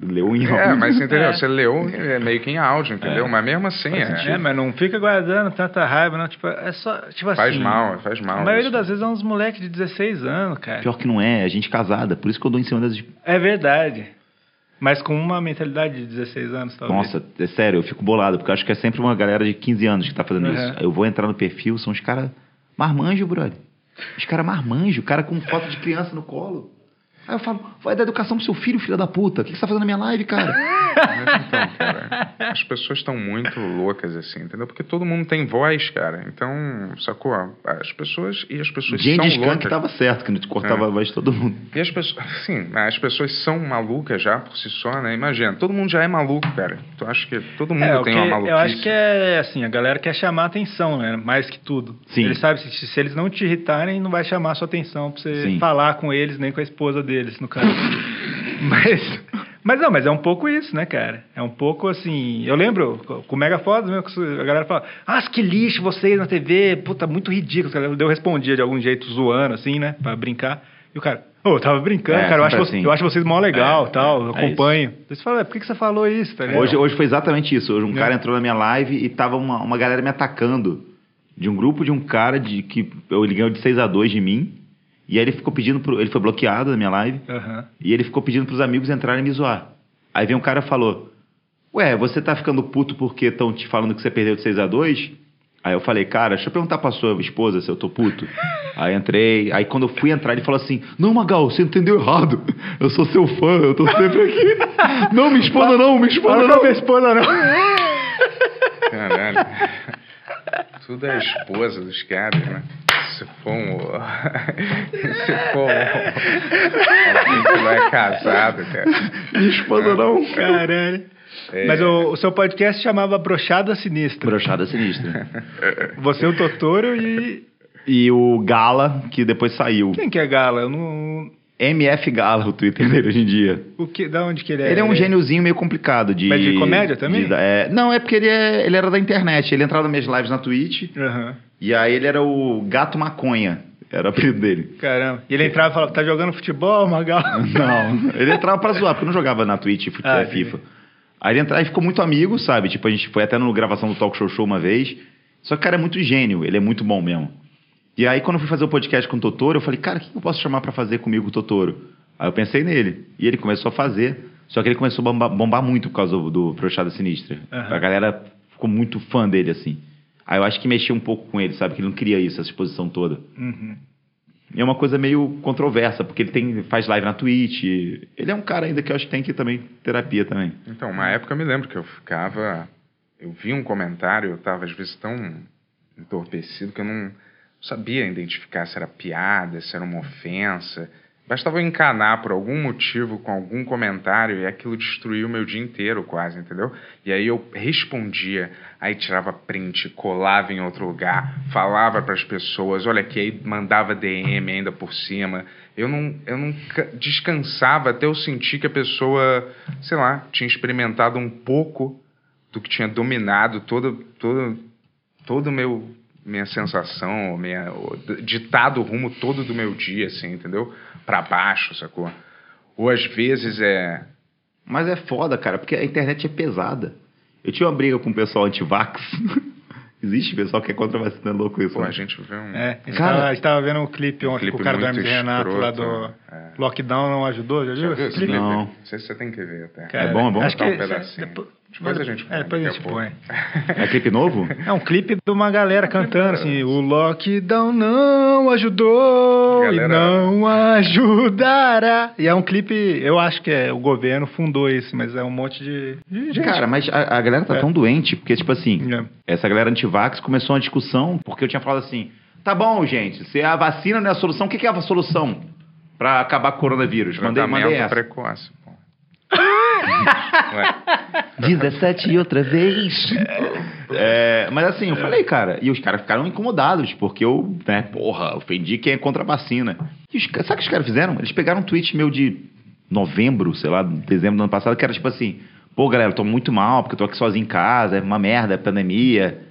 S4: Leu um em
S2: É, mas entendeu? Você leu é, meio que em áudio, entendeu? Mas mesmo assim, é,
S1: É, mas não fica guardando tanta raiva, não. Tipo, é só. Tipo
S2: Faz
S1: assim.
S2: mal, faz mal.
S1: A maioria
S2: isso.
S1: das vezes é uns moleques de 16 anos, cara.
S4: Pior que não é, é gente casada. Por isso que eu dou em cima das.
S1: É verdade. Mas com uma mentalidade de 16 anos, talvez.
S4: Nossa, é sério, eu fico bolado, porque eu acho que é sempre uma galera de 15 anos que tá fazendo
S1: Uhum.
S4: isso. Eu vou entrar no perfil, são os caras marmanjo, brother. Os caras marmanjo, o cara com foto de criança no colo. Aí eu falo, vai dar educação pro seu filho, filho da puta. O que que você tá fazendo na minha live, cara?
S2: Mas então, cara, as pessoas estão muito loucas, assim, entendeu? Porque todo mundo tem voz, cara. Então, sacou? As pessoas. E as pessoas
S4: Gente, tá-
S2: são
S4: Skank
S2: loucas.
S4: tava certo, que não te cortava
S2: É.
S4: a voz de todo mundo.
S2: E as pessoas. Sim, as pessoas são malucas já por si só, né? Imagina, todo mundo já é maluco, cara. Tu acha que todo mundo
S1: É, o
S2: tem
S1: que-
S2: uma maluquice.
S1: eu acho que é assim, a galera quer chamar atenção, né? Mais que tudo.
S4: Sim.
S1: Eles sabem que se, se eles não te irritarem, não vai chamar a sua atenção pra você
S4: Sim.
S1: falar com eles, nem com a esposa deles, no caso. mas, mas não, mas é um pouco isso, né, cara? É um pouco assim. Eu lembro co- com o Mega Foda, mesmo, que isso- a galera fala, ah, que lixo vocês na TV, puta, muito ridículo. cara." Eu respondia de algum jeito zoando, assim, né? Pra brincar. E o cara, ô, eu tava brincando,
S4: É,
S1: cara, eu acho,
S4: sempre
S1: vo-
S4: assim.
S1: eu acho vocês mó legal,
S4: É,
S1: tal, eu
S4: é isso.
S1: acompanho. Aí Você fala, "É, por que, que você falou isso, tá ligado?
S4: Hoje, hoje foi exatamente isso. Hoje um
S1: É.
S4: cara entrou na minha live e tava uma, uma galera me atacando. De um grupo de um cara de que eu- ele ganhou de 6 a 2 de mim. E aí ele ficou pedindo pro. Ele foi bloqueado na minha live.
S1: Aham.
S4: E ele ficou pedindo pros amigos entrarem e me zoar. Aí vem um cara e falou: Ué, você tá ficando puto porque estão te falando que você perdeu de 6 a 2 Aí eu falei, cara, deixa eu perguntar pra sua esposa se eu tô puto. Aí entrei, aí quando eu fui entrar, ele falou assim: Não, Magal, você entendeu errado. Eu sou seu fã, eu tô sempre aqui. Não, me esposa não, me esposa não.
S1: é-
S2: Caralho. Tudo é a esposa dos caras, né? Se for um. Se for um. Alguém que não é casado, cara.
S4: Me esposa não.
S1: Caralho.
S2: É.
S1: Mas o, o seu podcast chamava Brochada Sinistra.
S4: Brochada sinistra.
S1: Você, é o Totoro e.
S4: E o Gala, que depois saiu.
S1: Quem que é Gala? Eu não.
S4: MF Gala, o Twitter dele hoje em dia.
S1: O que, da onde que ele é?
S4: Ele é um gêniozinho meio complicado de.
S1: Mas de comédia também?
S4: de- é, não, é porque ele, é- ele era da internet. Ele entrava nas minhas lives na Twitch.
S1: Aham.
S4: E aí ele era o Gato Maconha. Era o apelido dele.
S1: Caramba. E ele entrava e falava: tá jogando futebol, Magal?
S4: Não, ele entrava pra zoar, porque eu não jogava na Twitch fut-
S1: Ah,
S4: é, FIFA. Aí ele entrava e ficou muito amigo, sabe? Tipo, a gente foi até na gravação do Talk Show Show uma vez. Só que o cara é muito gênio, ele é muito bom mesmo. E aí, quando eu fui fazer o podcast com o Totoro, eu falei, cara, quem eu posso chamar pra fazer comigo o Totoro? Aí eu pensei nele. E ele começou a fazer. Só que ele começou a bombar, bombar muito por causa do, do Prochada Sinistra.
S1: Aham.
S4: A galera ficou muito fã dele, assim. Aí eu acho que mexia um pouco com ele, sabe? Que ele não queria isso, essa exposição toda. E é uma coisa meio controversa, porque ele tem, faz live na Twitch. Ele é um cara ainda que eu acho que tem que também terapia também.
S2: Então, uma época eu me lembro que eu ficava. Eu vi um comentário, eu tava às vezes tão entorpecido que eu não sabia identificar se era piada, se era uma ofensa. Bastava eu encanar por algum motivo com algum comentário e aquilo destruía o meu dia inteiro quase, entendeu? E aí eu respondia, aí tirava print, colava em outro lugar, falava para as pessoas, olha aqui, aí mandava DM ainda por cima. Eu não, eu não ca- descansava até eu sentir que a pessoa, sei lá, tinha experimentado um pouco do que tinha dominado todo todo todo o meu minha sensação, minha o- ditado o rumo todo do meu dia assim, entendeu? Pra baixo, sacou? Ou às vezes é
S4: Mas é foda, cara, porque a internet é pesada. Eu tinha uma briga com o pessoal anti-vax. Existe pessoal que é contra vacina, é louco isso.
S2: Pô,
S4: né?
S2: a gente vê um.
S1: É, a gente,
S4: Cara-
S1: tava, a gente tava vendo um clipe ontem
S2: clipe
S1: com o cara do
S2: muito
S1: MD Renato lá do
S2: escroto, é.
S1: Lockdown não ajudou, já viu?
S2: Já viu
S1: esse
S2: esse
S1: clipe?
S2: clipe?
S4: Não.
S2: Não sei se você tem que ver até.
S1: Cara,
S4: É bom, é bom?
S1: Acho que
S2: Botar um pedacinho.
S1: depois,
S2: Depois a gente põe,
S1: É, depois a
S2: daqui
S1: gente
S2: a pouco.
S1: põe.
S4: É clipe novo?
S1: É um clipe de uma galera cantando assim: O lockdown não ajudou
S2: Galera-
S1: e não ajudará. E é um clipe, eu acho que é o governo fundou isso, mas é um monte de, de gente.
S4: Cara, mas a, a galera
S2: É.
S4: tá tão doente, porque, tipo assim,
S1: É.
S4: essa galera anti-vax começou uma discussão, porque eu tinha falado assim: tá bom, gente, se a vacina não é a solução, o que, que é a solução pra acabar com o coronavírus? Mandei, mandei
S2: Tratamento
S4: essa.
S2: precoce, pô.
S4: 17 outra vez. É, mas assim, eu falei, cara, e os caras ficaram incomodados, porque eu, né, porra, ofendi quem é contra a vacina. E os, ca- sabe o que os caras fizeram? Eles pegaram um tweet meu de novembro, sei lá, dezembro do ano passado, que era tipo assim, pô, galera, eu tô muito mal, porque eu tô aqui sozinho em casa, é uma merda, é pandemia.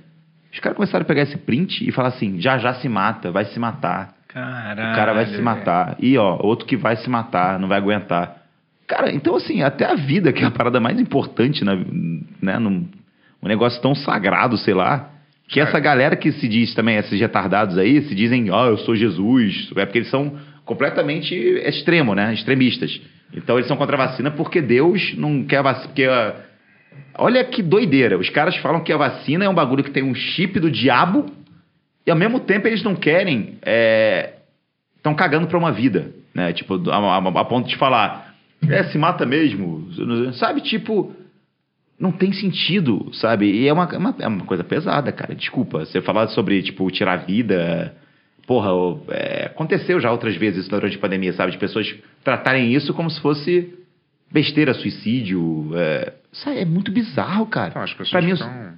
S4: Os caras começaram a pegar esse print e falar assim, já já se mata, vai se matar.
S1: Caralho,
S4: O cara vai se matar. E ó, outro que vai se matar, não vai aguentar. Cara, então assim, até a vida, que é a parada mais importante, na, né? Num, um negócio tão sagrado, sei lá. Que essa galera que se diz também, esses retardados aí, se dizem, ó, eu sou Jesus. É porque eles são completamente extremo, né? Extremistas. Então eles são contra a vacina porque Deus não quer a vacina. Porque ah, Olha que doideira. Os caras falam que a vacina é um bagulho que tem um chip do diabo e ao mesmo tempo eles não querem. é, Estão cagando pra uma vida, né? Tipo, a, a- a ponto de falar, é, se mata mesmo. Sabe, tipo. Não tem sentido, sabe? E é uma, é uma, é uma coisa pesada, cara. Desculpa. Você falar sobre, tipo, tirar a vida. Porra, o- é, aconteceu já outras vezes isso durante a pandemia, sabe? De pessoas tratarem isso como se fosse besteira, suicídio. É, sabe? é muito bizarro, cara.
S2: Então, as
S4: Pra
S2: pessoas
S4: mim, eu-
S2: ficam,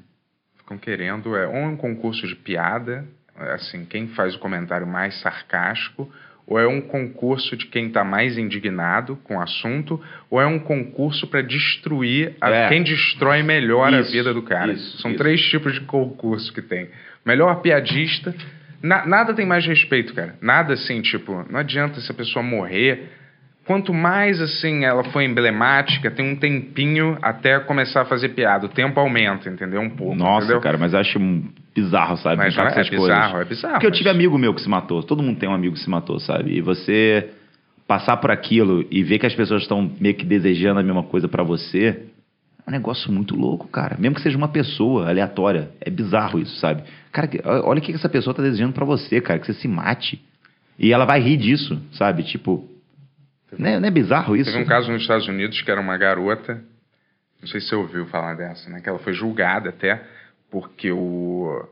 S2: ficam querendo é, ou um concurso de piada, é, assim, quem faz o comentário mais sarcástico, ou é um concurso de quem está mais indignado com o assunto, ou é um concurso para destruir a-
S4: É.
S2: quem destrói melhor
S4: Isso,
S2: a vida do cara.
S4: isso,
S2: São
S4: isso.
S2: três tipos de concurso que tem. Melhor piadista. na- nada tem mais respeito, cara. Nada assim, tipo, não adianta essa pessoa morrer Quanto mais assim ela foi emblemática, tem um tempinho até começar a fazer piada. O tempo aumenta, entendeu? Um pouco.
S4: Nossa,
S2: entendeu?
S4: cara, mas eu acho um- bizarro, sabe?
S2: Mas
S4: brincar
S2: não é,
S4: com
S2: é
S4: essas coisas.
S2: bizarro, é bizarro.
S4: Porque eu tive
S2: mas-
S4: amigo meu que se matou. Todo mundo tem um amigo que se matou, sabe? E você. passar por aquilo e ver que as pessoas estão meio que desejando a mesma coisa pra você, é um negócio muito louco, cara. Mesmo que seja uma pessoa aleatória, é bizarro isso, sabe? Cara, que- ó- olha o que que essa pessoa tá desejando pra você, cara, que você se mate. E ela vai rir disso, sabe? Tipo, não é, não é bizarro isso?
S2: Teve um caso nos Estados Unidos que era uma garota, não sei se você ouviu falar dessa, né? Que ela foi julgada até porque o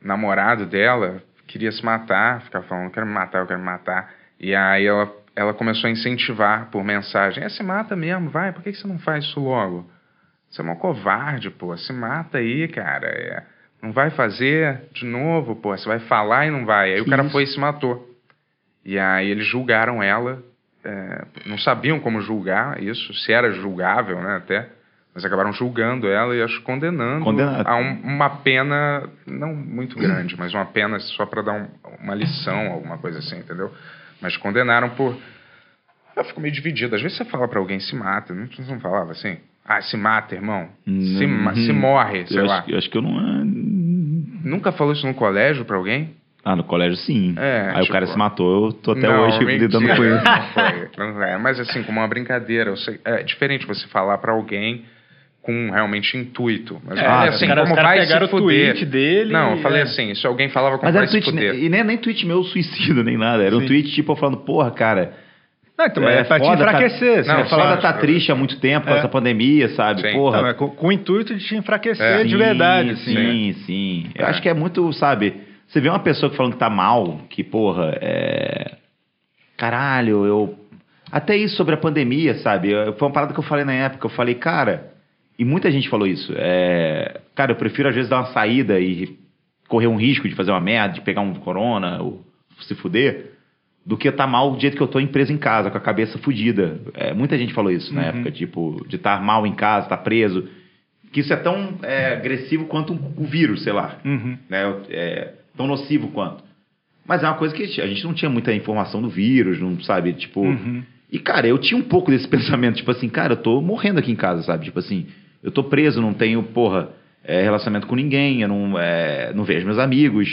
S2: namorado dela queria se matar, ficava falando, eu quero me matar, eu quero me matar. E aí ela, ela começou a incentivar por mensagem, é, se mata mesmo, vai, por que que você não faz isso logo? Você é um covarde, pô, se mata aí, cara. é. Não vai fazer de novo, pô, você vai falar e não vai. Aí o cara foi e se matou. E aí eles julgaram ela, é, não sabiam como julgar isso, se era julgável, né, até. Mas acabaram julgando ela e acho condenando
S4: Condenado.
S2: a um- uma pena, não muito grande, mas uma pena só para dar um- uma lição, alguma coisa assim, entendeu? Mas condenaram por. Eu fico meio dividido. Às vezes você fala para alguém se mata, não, você não falava assim? Ah, se mata, irmão. Se, ma- se morre, sei
S4: Uhum. eu
S2: lá.
S4: Acho, eu acho que eu não.
S2: Nunca falou isso no colégio para alguém?
S4: Ah, no colégio sim.
S2: É,
S4: Aí o
S2: tipo-
S4: cara se matou, eu tô até
S2: Não,
S4: hoje lidando com
S2: mentira,
S4: isso.
S2: Não foi. Não é, mas assim, como uma brincadeira. eu sei- é diferente você falar pra alguém com realmente intuito. Mas
S1: É,
S2: eu falei
S4: os
S2: assim,
S1: caras-
S2: como
S1: os caras
S2: vai
S1: pegaram
S2: se
S1: o
S2: fuder.
S1: tweet dele
S2: Não, eu
S1: e-
S2: falei
S1: é.
S2: assim, se alguém falava como
S4: Mas
S2: vai
S4: era
S2: se
S4: tweet, né?
S2: fuder.
S4: e nem, nem tweet meu suicida, nem nada. Era um tweet tipo eu falando, porra, cara.
S1: Não, então, mas é, pra te
S4: foda, tá-
S1: enfraquecer. assim,
S2: Não,
S1: né?
S4: a
S2: sim.
S1: Falar
S4: foda tá triste há muito tempo com essa pandemia, sabe?
S2: É. Sim. tá
S4: Porra.
S1: Não, é com, com o intuito de te enfraquecer
S2: É.
S1: de verdade, assim. né?
S4: Sim, sim. Eu
S2: É.
S4: acho que é muito, sabe? Você vê uma pessoa que falando que tá mal, que, porra, é. Caralho, eu. Até isso sobre a pandemia, sabe? Eu- Foi uma parada que eu falei na época. Eu falei, cara. E muita gente falou isso. É... Cara, eu prefiro às vezes dar uma saída e correr um risco de fazer uma merda, de pegar um corona, ou se fuder, do que estar mal do jeito que eu tô preso em casa, com a cabeça fudida. É, muita gente falou isso na
S2: Uhum.
S4: época, tipo, de estar mal em casa, estar preso. Que isso é tão é, agressivo quanto um- o vírus, sei lá.
S1: Uhum,
S4: Né? É, tão nocivo quanto. Mas é uma coisa que a gente não tinha muita informação do vírus, não sabe, tipo...
S1: Uhum.
S4: E, cara, eu tinha um pouco desse pensamento, tipo assim, cara, eu tô morrendo aqui em casa, sabe? Tipo assim, eu tô preso, não tenho, porra, é, relacionamento com ninguém, eu não, é, não vejo meus amigos,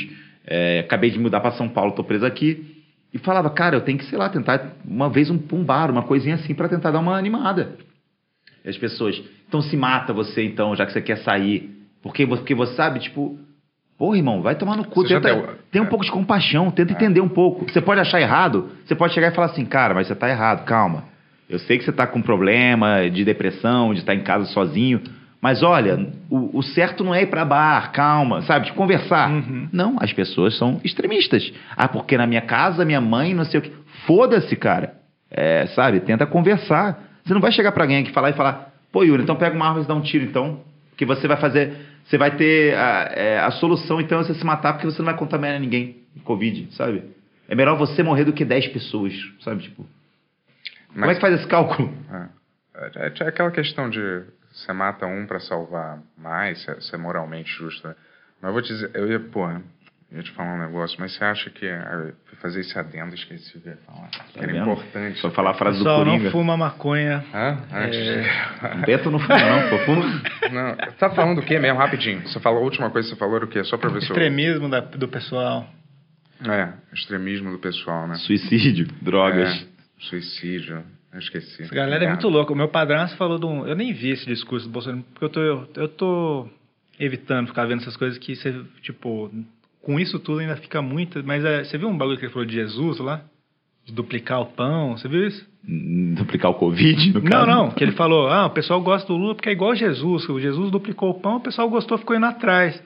S4: é, acabei de mudar pra São Paulo, tô preso aqui. E falava, cara, eu tenho que, sei lá, tentar uma vez um, um bar, uma coisinha assim pra tentar dar uma animada. E as pessoas, então se mata você então, já que você quer sair. Porque, vo- porque você sabe, tipo, porra, irmão, vai tomar no cu.
S2: Você já
S4: Tenta,
S2: deu-
S4: Tem um
S2: é.
S4: pouco de compaixão, tenta entender um pouco. Você pode achar errado, você pode chegar e falar assim, cara, mas você tá errado, calma. Eu sei que você tá com problema de depressão, de estar em casa sozinho, mas olha, o, o certo não é ir pra bar, calma, sabe? De conversar.
S2: Uhum.
S4: Não, as pessoas são extremistas. Ah, porque na minha casa, minha mãe, não sei o quê. Foda-se, cara. É, sabe? Tenta conversar. Você não vai chegar pra alguém aqui falar e falar, pô, Yuri, então pega uma arma e dá um tiro, então. Que você vai fazer. Você vai ter a, é, a solução, então, é você se matar, porque você não vai contaminar ninguém. Covid, sabe? É melhor você morrer do que 10 pessoas, sabe? Tipo. Como é
S2: Mas-
S4: que faz esse cálculo?
S2: É, é aquela questão de você mata um pra salvar mais, isso é- isso é moralmente justo. né? Mas eu vou te dizer, eu ia, pô, eu ia te falar um negócio, mas você acha que. ah, eu fui fazer esse adendo, esqueci o que eu ia falar.
S1: Tá
S2: que era
S4: vendo?
S2: importante.
S4: Só falar a frase do
S1: Pessoal, não
S4: Coringa.
S1: fuma maconha.
S2: Hã? Antes de-
S4: O Beto não fuma, não, pô. Fuma.
S1: É.
S2: Não, tá falando o quê mesmo? Rapidinho. Você falou a última coisa que você falou era o quê? Só pra ver se eu...
S1: Extremismo da- do pessoal.
S2: É, extremismo do pessoal, né?
S4: Suicídio, drogas.
S2: É, suicídio. Eu esqueci.
S1: Essa galera é muito louca. O meu padrasto falou de um. Eu nem vi esse discurso do Bolsonaro, porque eu tô, eu, tô evitando ficar vendo essas coisas que você, tipo, com isso tudo ainda fica muito. Mas é, você viu um bagulho que ele falou de Jesus lá? De duplicar o pão? Você viu isso?
S4: Hum, Duplicar o Covid, no
S1: Não,
S4: caso.
S1: não. Que ele falou: ah, o pessoal gosta do Lula porque é igual Jesus. O Jesus duplicou o pão, o pessoal gostou, ficou indo atrás.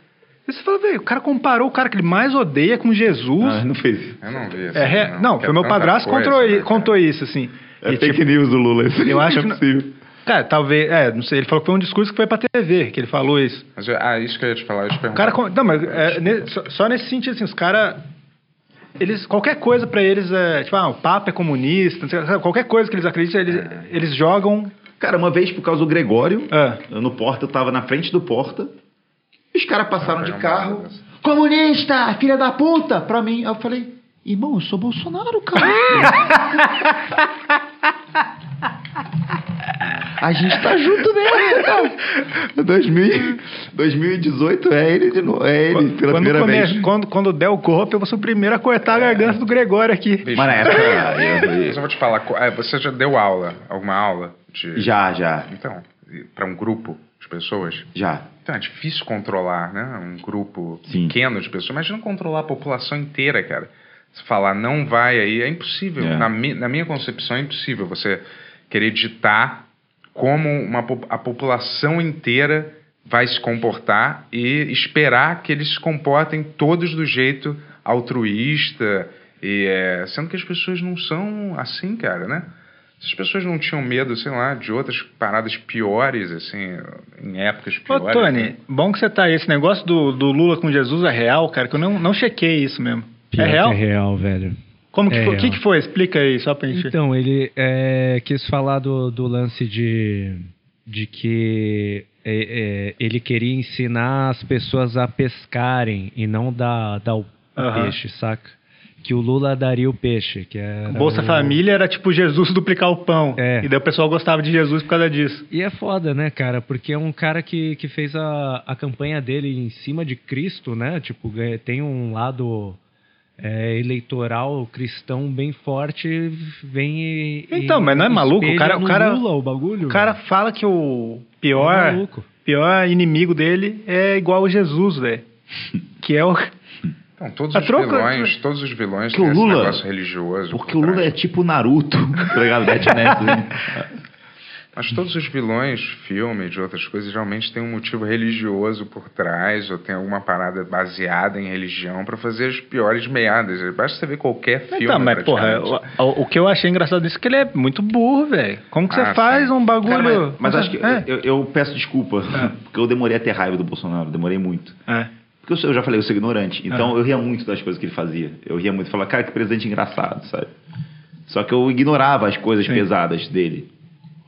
S1: E você fala, velho, o cara comparou o cara que ele mais odeia com Jesus.
S4: Ah, não fez isso.
S2: Eu não vi
S1: É, re- não,
S2: Que
S1: foi
S2: é
S1: meu
S2: tanta
S1: padrasto que
S2: coisa,
S1: contou,
S2: né,
S1: i-
S2: cara?
S1: contou isso, assim.
S4: É
S1: E,
S4: fake
S1: tipo,
S4: news do Lula. Isso
S1: eu acho que
S4: não
S1: não-
S4: é possível.
S1: Cara, talvez. É, não sei. Ele falou que foi um discurso que foi pra TV, que ele falou isso.
S2: Mas eu- ah, isso que eu ia te falar. Eu ia te
S1: O cara.
S2: perguntar.
S1: com- Não, mas é, ne- só, só nesse sentido, assim, os caras. Eles, qualquer coisa pra eles é. Tipo, ah, o Papa é comunista, não sei, sabe? qualquer coisa que eles acreditam, eles,
S4: É.
S1: eles jogam.
S4: Cara, uma vez por causa do Gregório,
S1: Ah.
S4: eu no Porta, eu tava na frente do Porta, e os caras passaram
S2: Ah,
S4: de
S2: foi uma
S4: carro.
S2: merda essa.
S4: Comunista, filha da puta, pra mim. Aí eu falei, irmão, eu sou Bolsonaro, cara. A gente tá junto então. nessa, cara. 2000, 2018 é ele de novo. É ele pela
S1: quando,
S4: primeira
S1: come-
S4: vez. É.
S1: quando, quando der o corpo, eu vou ser o primeiro a cortar a garganta do Gregório aqui.
S2: Bicho,
S4: Mas na época. eu-
S2: eu só vou te falar, co- ah, você já deu aula, alguma aula? De...
S4: Já, já,
S2: Então, para um grupo de pessoas?
S4: já.
S2: Então, é difícil controlar, né? Um grupo
S4: Sim.
S2: pequeno de pessoas. Imagina controlar a população inteira, cara. Se falar não vai aí, é impossível.
S4: É.
S2: Na, mi- na minha concepção, é impossível você querer ditar como uma, po- a população inteira vai se comportar e esperar que eles se comportem todos do jeito altruísta, e, é, sendo que as pessoas não são assim, cara, né? Se as pessoas não tinham medo, sei lá, de outras paradas piores, assim, em épocas
S1: Ô,
S2: piores. né?
S1: Tony, bom que você tá aí. Esse negócio do, do Lula com Jesus é real, cara, que eu não, não chequei isso mesmo.
S5: Pior
S1: é
S5: que
S1: real?
S5: É real, velho.
S1: Como que
S5: É
S1: foi? O que,
S5: real.
S1: que foi? Explica aí, só pra gente.
S5: Então, ele é, quis falar do, do lance de, de que é, é, ele queria ensinar as pessoas a pescarem e não dar, dar o
S1: Aham.
S5: peixe, saca? Que o Lula daria o peixe, que era
S1: Bolsa
S5: o-
S1: Família era tipo Jesus duplicar o pão.
S5: É.
S1: E daí o pessoal gostava de Jesus por causa disso.
S5: E é foda, né, cara? Porque é um cara que, que fez a, a campanha dele em cima de Cristo, né? Tipo, ganha- tem um lado é, eleitoral cristão bem forte, vem e.
S1: Então,
S5: e
S1: mas não é maluco? O
S5: espelha
S1: cara- o
S5: no
S1: cara-
S5: Lula o bagulho.
S1: O cara fala que o
S5: É
S1: pior,
S5: maluco.
S1: pior inimigo dele é igual o Jesus, velho. Que é o.
S2: Então, todos
S1: A
S2: os
S1: troca-
S2: vilões, todos os vilões
S4: Porque
S2: têm
S4: o
S2: esse
S4: Lula-
S2: negócio religioso.
S4: Porque
S2: por
S4: o Lula é
S2: trás.
S4: tipo Naruto, tá ligado? Death Note, assim.
S2: Mas todos os vilões, filmes de outras coisas, geralmente tem um motivo religioso por trás, ou tem alguma parada baseada em religião pra fazer as piores meadas. Basta você ver qualquer filme.
S1: Então, mas porra,
S2: praticamente.
S1: o, o- o que eu achei engraçado disso é que ele é muito burro, velho. Como que
S2: Ah,
S1: você faz
S2: sim.
S1: um bagulho.
S4: Cara, mas, mas acho que
S1: É.
S4: eu, eu peço desculpa, porque eu demorei a ter raiva do Bolsonaro, demorei muito.
S1: É.
S4: Porque eu, sou- eu já falei, eu sou ignorante. Então eu ria muito das coisas que ele fazia. Eu ria muito, falava, cara, que presidente engraçado, sabe? Só que eu ignorava as coisas pesadas dele.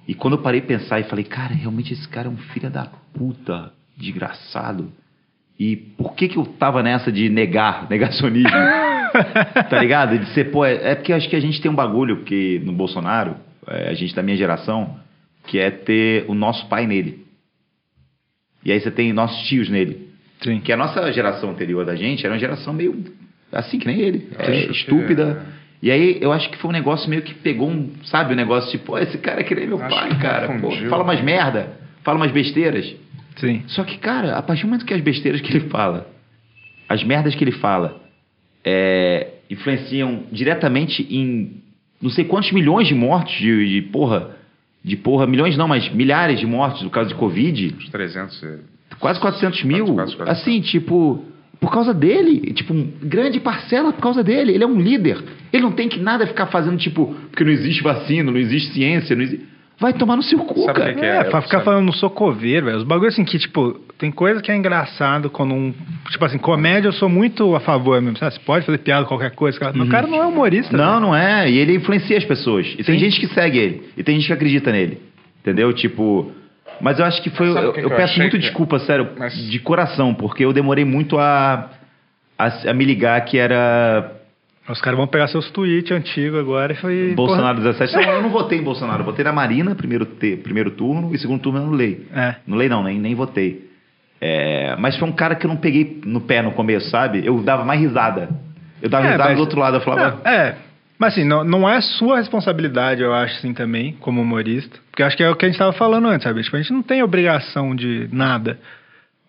S4: E quando eu parei de pensar e falei, cara, realmente esse cara é um filho da puta, desgraçado. E por que que eu tava nessa de negar, negacionismo? tá ligado? De ser, pô, é, é porque eu acho que a gente tem um bagulho, porque no Bolsonaro, é, a gente da minha geração, que é ter o nosso pai nele. E aí você tem nossos tios nele.
S1: Sim.
S4: Que a nossa geração anterior da gente era uma geração meio assim que nem ele,
S2: acho
S4: é,
S2: que-
S4: estúpida. E aí eu acho que foi um negócio meio que pegou um, sabe, um negócio tipo, "Pô, esse cara é que nem meu
S2: Acho
S4: pai,
S2: que
S4: cara. Pô,
S2: confundiu.
S4: fala umas merda, fala umas besteiras.
S1: Sim.
S4: Só que, cara, a partir do momento que as besteiras que ele fala, as merdas que ele fala, é, influenciam diretamente em não sei quantos milhões de mortes de, de porra, de porra, milhões não, mas milhares de mortes no caso de Covid.
S2: Os 300. e-
S4: Quase 400 mil.
S2: Quase 400.
S4: Assim, tipo, por causa dele. Tipo, um grande parcela por causa dele. Ele é um líder. Ele não tem que nada ficar fazendo, tipo, porque não existe vacina, não existe ciência, não existe. Vai tomar no seu cu,
S2: Sabe o
S4: cara.
S2: que que
S1: É, pra
S2: eu-
S1: ficar
S2: sabe?
S1: falando no socoveiro, velho. Os bagulhos assim que, tipo, tem coisa que é engraçado quando um. Tipo assim, comédia eu sou muito a favor mesmo. Sabe? Você pode fazer piada, qualquer coisa. cara. Mas O cara não é humorista.
S4: Não,
S1: velho.
S4: não é. E ele influencia as pessoas. E tem
S1: Sim.
S4: gente que segue ele. E tem gente que acredita nele. Entendeu? Tipo. Mas eu acho que foi.
S2: Mas sabe
S4: Eu,
S2: o que
S4: eu
S2: que eu
S4: peço
S2: achei
S4: muito
S2: que- é?
S4: desculpa, sério,
S2: Mas-
S4: de coração, porque eu demorei muito a, a, a me ligar que era
S1: Os caras vão pegar seus tweets antigos agora e foi.
S4: Bolsonaro 17. Não, eu não votei em Bolsonaro. Eu votei na Marina, primeiro, te- primeiro turno, e segundo turno eu não lei.
S1: Porra, é.
S4: Não lei não, nem, nem votei. É, mas foi um cara que eu não peguei no pé no começo, sabe? Eu dava mais risada. Eu dava
S1: É,
S4: risada
S1: mas-
S4: tá do outro lado, eu "Ah." falava...
S1: Não, é. Mas assim, não, não é sua responsabilidade, eu acho, assim, também, como humorista. Porque eu acho que é o que a gente tava falando antes, sabe? Tipo, a gente não tem obrigação de nada.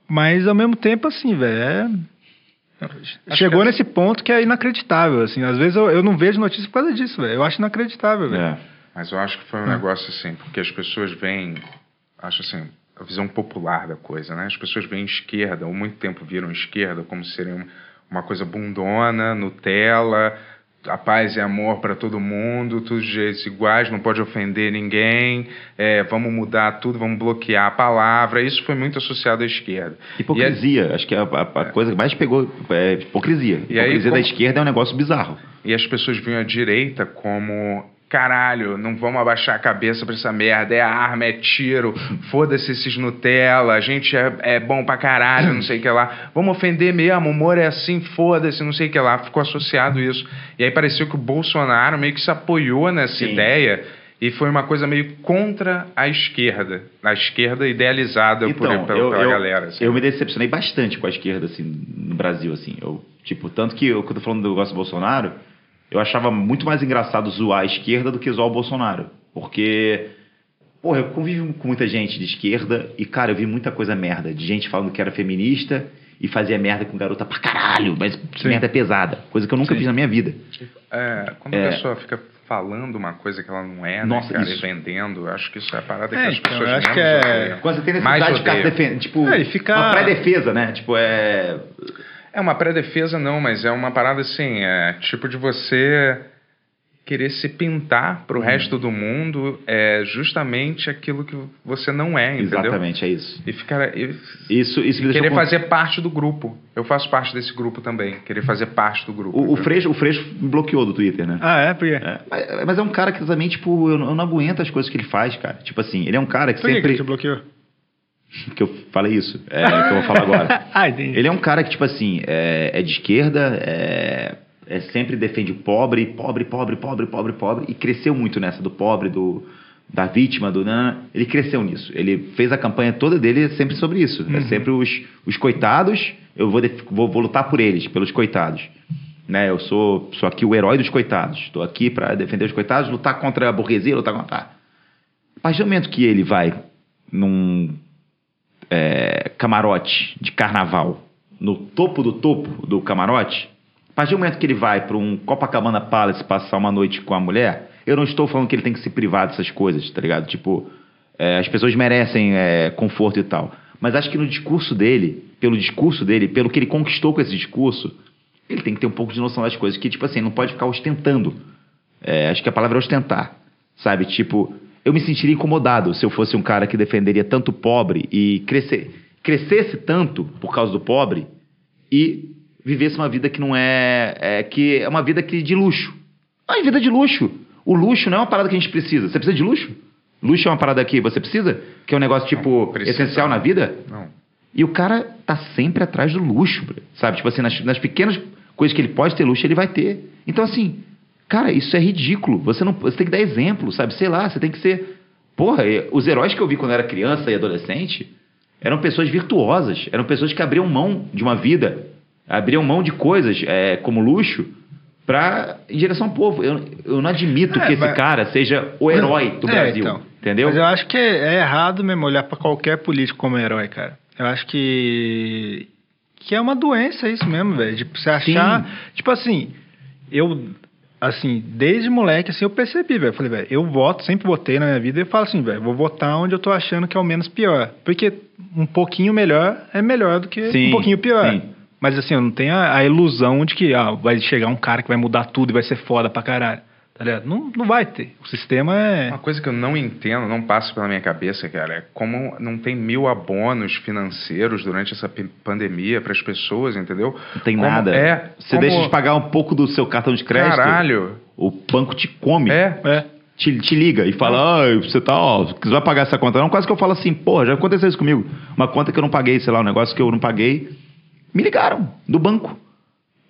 S1: Mas ao mesmo tempo, assim, velho, é... Chegou nesse ponto que é inacreditável, assim. Às vezes eu, eu não vejo notícia por causa disso, velho. Eu acho inacreditável, velho.
S4: É.
S2: Mas eu acho que foi um negócio assim, porque as pessoas veem, acho assim, a visão popular da coisa, né? As pessoas veem esquerda, ou muito tempo viram esquerda como serem um- uma coisa bundona, Nutella, a paz e amor para todo mundo, todos os direitos iguais, não pode ofender ninguém, é, vamos mudar tudo, vamos bloquear a palavra. Isso foi muito associado à esquerda. E é a-
S4: Hipocrisia. Acho que a, a- a coisa que mais pegou é hipocrisia.
S2: E aí,
S4: hipocrisia da
S2: como-
S4: esquerda é um negócio bizarro.
S2: E as pessoas vinham à direita como. Caralho, não vamos abaixar a cabeça pra essa merda. É arma, é tiro. Foda-se esses Nutella. A gente é, é bom pra caralho, não sei o que lá. Vamos ofender mesmo. O humor é assim, foda-se, não sei o que lá. Ficou associado isso. E aí pareceu que o Bolsonaro meio que se apoiou nessa
S4: Sim.
S2: ideia. E foi uma coisa meio contra a esquerda. A esquerda idealizada por,
S4: Então,
S2: pela,
S4: eu,
S2: pela
S4: eu-
S2: galera. assim.
S4: eu me decepcionei bastante com a esquerda, assim, no Brasil, assim. Eu, tipo, tanto que eu, quando eu tô falando do negócio do Bolsonaro, eu achava muito mais engraçado zoar a esquerda do que zoar o Bolsonaro. Porque, porra, eu convivo com muita gente de esquerda e, cara, eu vi muita coisa merda. De gente falando que era feminista e fazia merda com garota pra caralho, mas merda pesada. Coisa que eu nunca fiz na minha vida.
S2: É, quando
S4: É.
S2: a pessoa fica falando uma coisa que ela não é,
S4: Nossa,
S2: né, cara,
S4: isso.
S2: e vendendo, eu acho que isso é a parada
S1: É,
S2: que as
S1: então,
S2: pessoas
S1: eu acho
S2: menos
S1: que é-
S2: odeiam.
S4: Quando você tem
S2: Mais
S4: necessidade de ficar
S2: odeio.
S4: defendendo, tipo,
S1: É, e fica-
S4: uma pré-defesa, né? Tipo, é...
S2: É uma pré-defesa, não, mas é uma parada assim, é tipo de você querer se pintar
S4: Uhum.
S2: pro resto do mundo é justamente aquilo que você não é, entendeu?
S4: Exatamente, é isso.
S2: E ficar. E
S4: Isso, isso me deixou
S2: querer
S4: com-
S2: fazer parte do grupo. Eu faço parte desse grupo também. Querer fazer parte do grupo.
S4: O, o,
S2: entendeu?
S4: Freixo, o Freixo me bloqueou do Twitter, né?
S1: Ah, é? Por quê?
S4: É, mas- Mas é um cara que também, tipo, eu não, eu não aguento as coisas que ele faz, cara. Tipo assim, ele é um cara que
S1: Por que que
S4: sempre.
S1: ele te bloqueou?
S4: Que eu falei isso, é o que eu vou falar agora.
S1: Ah, entendi.
S4: Ele é um cara que, tipo assim, é, é de esquerda, é, é sempre defende o pobre, pobre, pobre, pobre, pobre, pobre, e cresceu muito nessa do pobre, do da vítima, do nanana. Ele cresceu nisso. Ele fez a campanha toda dele sempre sobre isso. É sempre os, os coitados, eu vou, def- vou, vou lutar por eles, pelos coitados. Né, eu sou, sou aqui o herói dos coitados. Estou aqui para defender os coitados, lutar contra a burguesia, lutar contra. A partir do momento que ele vai num é, camarote de carnaval no topo do topo do camarote, a partir do momento que ele vai para um Copacabana Palace passar uma noite com a mulher, eu não estou falando que ele tem que se privar dessas coisas, tá ligado? Tipo, é, as pessoas merecem é, conforto e tal. Mas acho que no discurso dele, pelo discurso dele, pelo que ele conquistou com esse discurso, ele tem que ter um pouco de noção das coisas, que tipo assim, não pode ficar ostentando. É, acho que a palavra é ostentar, sabe? Tipo, eu me sentiria incomodado se eu fosse um cara que defenderia tanto o pobre e crescer, crescesse tanto por causa do pobre e vivesse uma vida que não é, é que é uma vida que de luxo. Ah, é vida de luxo. O luxo não é uma parada que a gente precisa. Você precisa de luxo? Luxo é uma parada que você precisa? Que é um negócio tipo
S2: precisa.
S4: essencial na vida?
S2: Não.
S4: E o cara tá sempre atrás do luxo, bro. sabe? Tipo assim, nas, nas pequenas coisas que ele pode ter luxo, ele vai ter. Então, assim, cara, isso é ridículo. Você, não, você tem que dar exemplo, sabe? Sei lá, você tem que ser. Porra, eh, os heróis que eu vi quando eu era criança e adolescente eram pessoas virtuosas, eram pessoas que abriam mão de uma vida, abriam mão de coisas eh, como luxo pra, em direção ao povo. Eu, eu não admito
S1: É,
S4: que esse
S1: mas-
S4: cara seja o herói do
S1: É,
S4: Brasil.
S1: então.
S4: Entendeu?
S1: Mas eu acho que é errado mesmo olhar pra qualquer político como herói, cara. Eu acho que que é uma doença isso mesmo, velho. Tipo, você achar,
S4: Sim.
S1: tipo assim, eu assim, desde moleque assim eu percebi, velho. Eu Falei, velho, eu voto, sempre votei na minha vida e eu falo assim, velho, vou votar onde eu tô achando que é o menos pior, porque um pouquinho melhor é melhor do que
S4: Sim,
S1: um pouquinho pior.
S4: sim.
S1: Mas assim, eu não tenho a, a ilusão de que ah, vai chegar um cara que vai mudar tudo e vai ser foda pra caralho. Tá ligado? Não, não vai ter. O sistema é.
S2: Uma coisa que eu não entendo, não passa pela minha cabeça, cara, é como não tem mil abonos financeiros durante essa p- pandemia para as pessoas, entendeu?
S4: Não tem
S2: Como-
S4: nada.
S2: É.
S4: Você
S2: como-
S4: deixa de pagar um pouco do seu cartão de crédito.
S2: Caralho.
S4: O banco te come.
S2: É. Ah.
S1: É.
S4: Te, te liga e fala, "Ai, você tá, ó, você vai pagar essa conta. Não, quase que eu falo assim, porra, já aconteceu isso comigo. Uma conta que eu não paguei, sei lá, um negócio que eu não paguei. Me ligaram, do banco.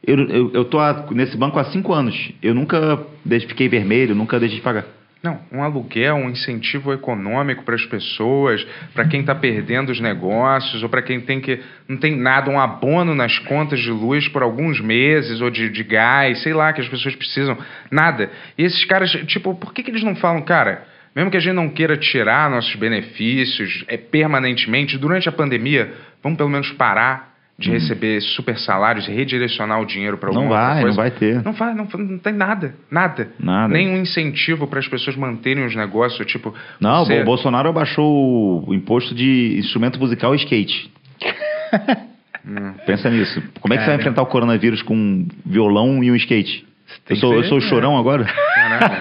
S4: Eu, eu, eu tô há- nesse banco há cinco anos. Eu nunca deixe- fiquei vermelho, nunca deixei de pagar.
S2: Não, um aluguel, um incentivo econômico para as pessoas, para quem está perdendo os negócios, ou para quem tem que. não tem nada, um abono nas contas de luz por alguns meses, ou de, de gás, sei lá, que as pessoas precisam. Nada. E esses caras, tipo, por que, que eles não falam, cara? Mesmo que a gente não queira tirar nossos benefícios é, permanentemente, durante a pandemia, vamos pelo menos parar de receber super salários e redirecionar o dinheiro para alguma
S4: Uhum. Não
S2: outra
S4: vai,
S2: coisa.
S4: não vai ter.
S2: Não faz, não, fa- não tem nada, nada.
S4: Nada.
S2: Nenhum incentivo para as pessoas manterem os negócios, tipo...
S4: Não,
S2: você-
S4: o Bolsonaro abaixou o imposto de instrumento musical e skate.
S2: Hum.
S4: Pensa nisso. Como é que você vai enfrentar o coronavírus com um violão e um skate? Eu
S1: tem
S4: sou,
S1: que
S4: eu
S1: ser,
S4: sou o
S2: né?
S4: chorão agora?
S2: Caralho.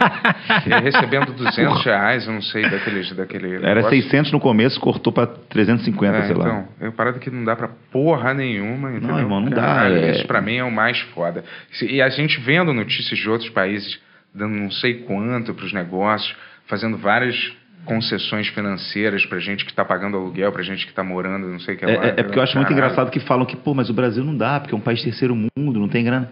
S2: E né, recebendo 200 reais, eu não sei, daqueles, daquele
S4: Era
S2: negócio.
S4: 600 no começo, cortou pra 350,
S2: É,
S4: sei lá.
S2: então, é uma parada que não dá pra porra nenhuma, entendeu?
S4: irmão, não dá,
S2: Caralho,
S4: é-
S2: Isso pra mim é o mais foda. Se- E a gente vendo notícias de outros países dando não sei quanto pros negócios, fazendo várias concessões financeiras pra gente que tá pagando aluguel, pra gente que tá morando, não sei o que
S4: É,
S2: lá.
S4: é- é porque eu acho muito
S2: Caralho.
S4: engraçado que falam que, pô, mas o Brasil não dá, porque é um país terceiro mundo, não tem grana.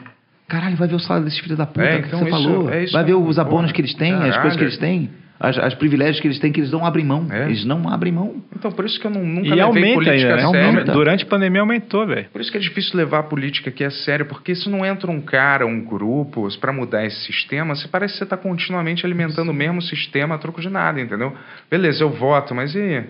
S4: Caralho, vai ver o salário desses filhos da puta
S2: É,
S4: que
S2: então
S4: você
S2: isso-
S4: falou.
S2: é isso
S4: vai ver os
S2: mesmo,
S4: abonos
S2: porra.
S4: que eles têm, as
S2: Caralho.
S4: coisas que eles têm. as, as privilégios que eles têm que eles não abrem mão.
S2: É.
S4: Eles não abrem mão.
S2: Então, por isso que eu não, nunca
S1: E
S2: levei
S1: aumenta
S2: política
S1: ainda, né?
S2: a sério.
S1: Aumenta. Durante a pandemia aumentou, velho.
S2: Por isso que é difícil levar a política aqui a sério, porque se não entra um cara, um grupo, para mudar esse sistema, você parece que você está continuamente alimentando o mesmo sistema a troco de nada, entendeu? Beleza, eu voto, mas e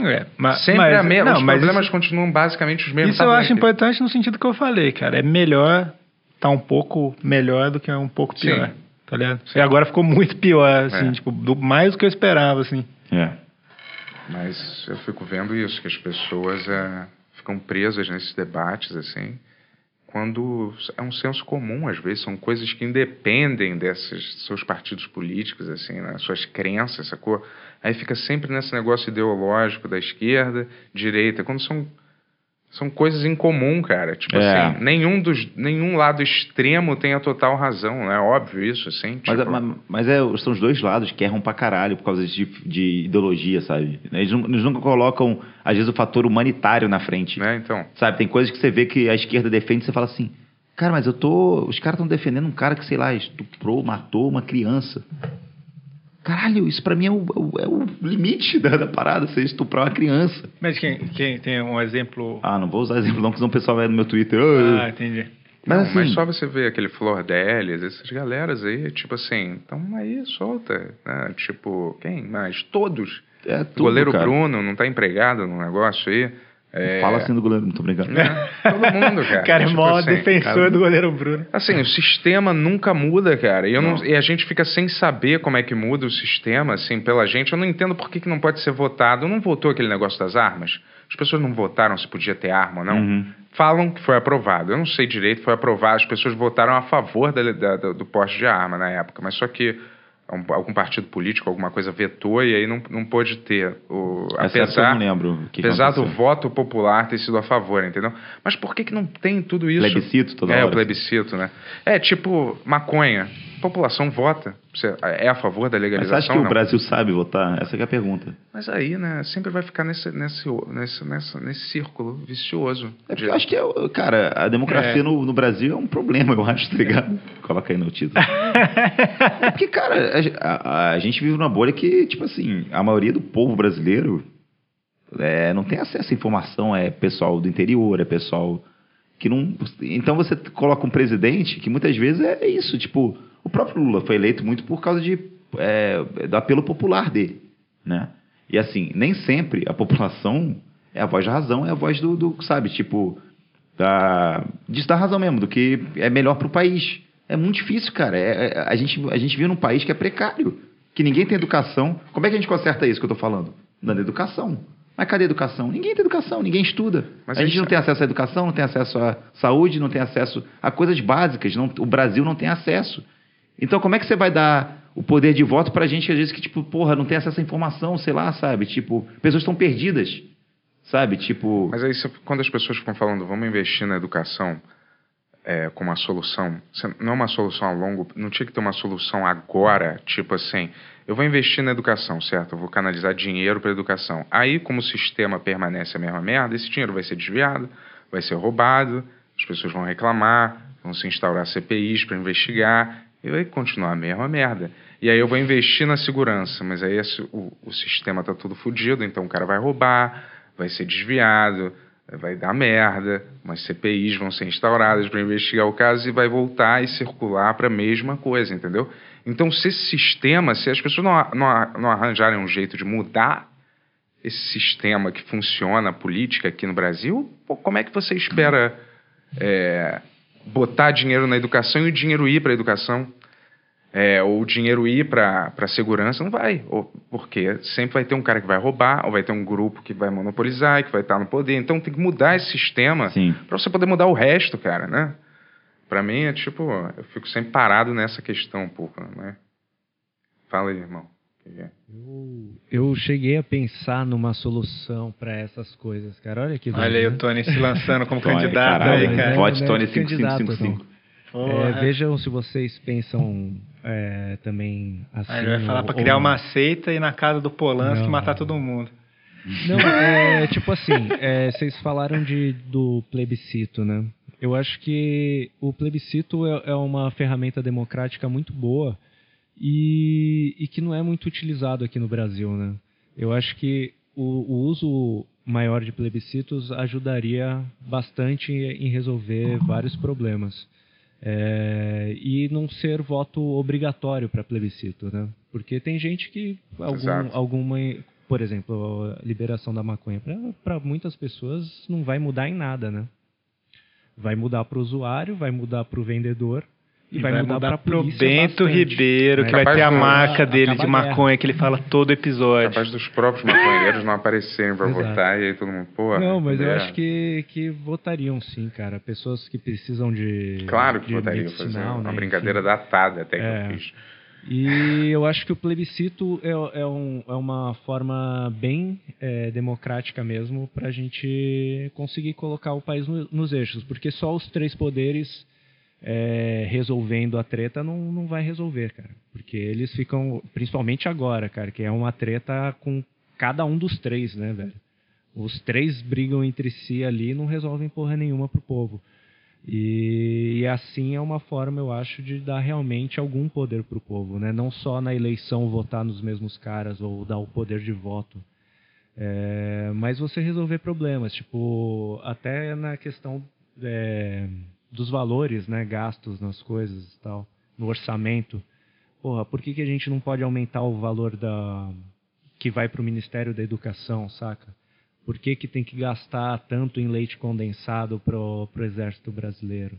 S1: É, mas,
S2: sempre
S1: mas-
S2: a mesma.
S1: não,
S2: Os
S1: mas
S2: problemas continuam basicamente os mesmos.
S1: Isso
S2: tá
S1: eu
S2: bom,
S1: acho
S2: aqui.
S1: importante no sentido que eu falei, cara. É melhor tá um pouco melhor do que um pouco
S2: Sim.
S1: pior. Tá ligado? E agora ficou muito pior, assim,
S2: É.
S1: tipo, do- mais do que eu esperava, assim.
S4: É.
S2: Mas eu fico vendo isso, que as pessoas é, ficam presas nesses debates, assim, quando é um senso comum, às vezes, são coisas que independem desses seus partidos políticos, assim, né, suas crenças, sacou? Aí fica sempre nesse negócio ideológico da esquerda, direita, quando são, são coisas em comum, cara. Tipo
S4: É.
S2: assim, nenhum, dos, nenhum lado extremo tem a total razão, né? Óbvio isso, assim.
S4: Mas,
S2: tipo-
S4: mas, mas é, são os dois lados que erram pra caralho por causa de, de ideologia, sabe? Eles, nu- eles nunca colocam, às vezes, o fator humanitário na frente.
S2: né? Então,
S4: Sabe, tem coisas que você vê que a esquerda defende e você fala assim, cara, mas eu tô. Os caras estão defendendo um cara que, sei lá, estuprou, matou uma criança. Caralho, isso pra mim é o, é o limite da, da parada, você estuprar uma criança.
S1: Mas quem, quem tem um exemplo.
S4: Ah, não vou usar exemplo não, porque senão o pessoal vai no meu Twitter. "Ah,
S2: Uh.
S1: Ah, entendi.
S4: mas
S2: Não,
S4: assim,
S2: mas só você ver aquele Flor Delis, essas galeras aí, tipo assim, então aí solta, né? Tipo, quem mais? Todos.
S4: é
S2: O
S4: tudo,
S2: goleiro
S4: cara.
S2: Bruno não tá empregado no negócio aí. É,
S4: Fala assim do goleiro, muito obrigado.
S2: né? Todo mundo, cara.
S1: O cara é
S2: Tipo
S1: mó
S2: assim,
S1: defensor
S2: cara,
S1: do goleiro Bruno.
S2: Assim, o sistema nunca muda, cara. E, eu não- e a gente fica sem saber como é que muda o sistema, assim, pela gente. Eu não entendo por que, que não pode ser votado. Não votou aquele negócio das armas? As pessoas não votaram se podia ter arma ou não.
S4: Uhum.
S2: Falam que foi aprovado. Eu não sei direito, foi aprovado. As pessoas votaram a favor da- da- do, do porte de arma na época. Mas só que um- algum partido político, alguma coisa vetou e aí não, não pôde ter. O,
S4: Essa época eu
S2: apesar
S4: não lembro o que que
S2: apesar do
S4: aconteceu.
S2: voto popular ter sido a favor, entendeu? Mas por que, que não tem tudo isso?
S4: Plebiscito toda
S2: é,
S4: hora.
S2: o plebiscito, né? É tipo maconha. A população vota. Você é a favor da
S4: Mas você
S2: legalização?
S4: acha que
S2: não?
S4: o Brasil sabe votar? Essa que é a pergunta.
S2: Mas aí, né, sempre vai ficar nesse, nesse, nesse, nesse, nesse círculo vicioso.
S4: É porque eu acho que, é, cara, a democracia no, no Brasil é um problema, eu acho, tá ligado? Coloca aí no título. é porque, cara, a- a, a gente vive numa bolha que, tipo assim, a maioria do povo brasileiro é, não tem acesso à informação, é pessoal do interior, é pessoal que não... Então você coloca um presidente que muitas vezes é isso, tipo, o próprio Lula foi eleito muito por causa de, é, do apelo popular dele, né? E assim, nem sempre a população é a voz da razão, é a voz do, do sabe, tipo, da, disso da razão mesmo, do que é melhor pro país. É muito difícil, cara. É- é- a, gente, a gente vive num país que é precário, que ninguém tem educação. Como é que a gente conserta isso que eu tô falando? Dando educação. Mas cadê a educação? Ninguém tem educação, ninguém estuda.
S2: Mas
S4: a
S2: a
S4: gente
S2: gente-
S4: não tem acesso à educação, não tem acesso à saúde, não tem acesso a coisas básicas. não- o Brasil não tem acesso. Então, como é que você vai dar o poder de voto pra gente que às vezes que, tipo, porra, não tem acesso à informação, sei lá, sabe? Tipo, pessoas estão perdidas, sabe? Tipo.
S2: Mas aí, você- quando as pessoas ficam falando, vamos investir na educação é, como uma solução, você- não é uma solução a longo, não tinha que ter uma solução agora, tipo assim, eu vou investir na educação, certo? Eu vou canalizar dinheiro para educação. Aí, como o sistema permanece a mesma merda, esse dinheiro vai ser desviado, vai ser roubado, as pessoas vão reclamar, vão se instaurar CPIs para investigar, e vai continuar a mesma merda. E aí eu vou investir na segurança, mas aí esse- o, o sistema tá todo fodido, então o cara vai roubar, vai ser desviado, É, vai dar merda, umas CPIs vão ser instauradas para investigar o caso e vai voltar e circular para a mesma coisa, entendeu? Então, se esse sistema, se as pessoas não, a- não, a- não arranjarem um jeito de mudar esse sistema que funciona a política aqui no Brasil, pô, como é que você espera é, botar dinheiro na educação e o dinheiro ir para a educação? É, ou o dinheiro ir para a segurança, não vai. Ou- porque sempre vai ter um cara que vai roubar, ou vai ter um grupo que vai monopolizar, que vai estar no poder. Então tem que mudar esse sistema
S4: Sim.
S2: para você poder mudar o resto, cara, né? Para mim é tipo, eu fico sempre parado nessa questão um pouco, né? Fala aí, irmão. O que que é?
S5: Eu cheguei a pensar numa solução pra essas coisas, cara. Olha que
S1: Olha aí o
S5: doido,
S1: Tony se lançando como
S4: Tony,
S1: candidato
S4: caralho,
S1: aí,
S5: mas
S1: cara.
S5: é-
S4: Vote
S5: né,
S4: Tony
S5: de candidato,
S4: 5555.
S5: né? É,
S1: Porra.
S5: vejam se vocês pensam é, também assim.
S1: Aí Ah, ele vai falar
S5: ou-
S1: pra criar
S5: ou
S1: uma seita e na casa do Polanski
S5: Não.
S1: matar todo mundo.
S5: Não, é tipo assim, é, vocês falaram de, do plebiscito, né? Eu acho que o plebiscito é, é uma ferramenta democrática muito boa e, e que não é muito utilizado aqui no Brasil, né? Eu acho que o, o uso maior de plebiscitos ajudaria bastante em resolver vários problemas. É, e não ser voto obrigatório para plebiscito, né? Porque tem gente que algum,
S2: Exato.
S5: alguma, por exemplo, a liberação da maconha para muitas pessoas não vai mudar em nada, né? Vai mudar para o usuário, vai mudar para o vendedor e, vai, mudar, para
S1: pro
S5: polícia
S1: Bento
S5: bastante.
S1: Ribeiro, que
S2: Capaz
S1: vai ter a
S2: de-
S1: marca dele
S5: acaba
S1: de
S5: a guerra.
S1: maconha, que ele fala todo episódio.
S2: Capaz dos próprios maconheiros não aparecerem pra
S5: Exato.
S2: votar e aí todo mundo, pô.
S5: Não, mas eu
S2: é.
S5: acho que, que votariam sim, cara. Pessoas que precisam de.
S2: Claro que
S5: de
S2: votaria, eu fazia
S5: medicinal,
S2: uma
S5: né,
S2: brincadeira
S5: enfim.
S2: datada até que
S5: É.
S2: eu fiz.
S5: E eu acho que o plebiscito é, é, um- é uma forma bem é, democrática mesmo para a gente conseguir colocar o país no- nos eixos, porque só os três poderes é, resolvendo a treta não, não vai resolver, cara. Porque eles ficam, principalmente agora, cara, que é uma treta com cada um dos três, né, velho? Os três brigam entre si ali e não resolvem porra nenhuma pro povo. E, e assim é uma forma, eu acho, de dar realmente algum poder pro povo, né? Não só na eleição votar nos mesmos caras ou dar o poder de voto. É, mas você resolver problemas, tipo, até na questão é, dos valores, né? Gastos nas coisas e tal, no orçamento. Porra, por que, que a gente não pode aumentar o valor da que vai pro Ministério da Educação, saca? Por que, que tem que gastar tanto em leite condensado pro, pro exército brasileiro?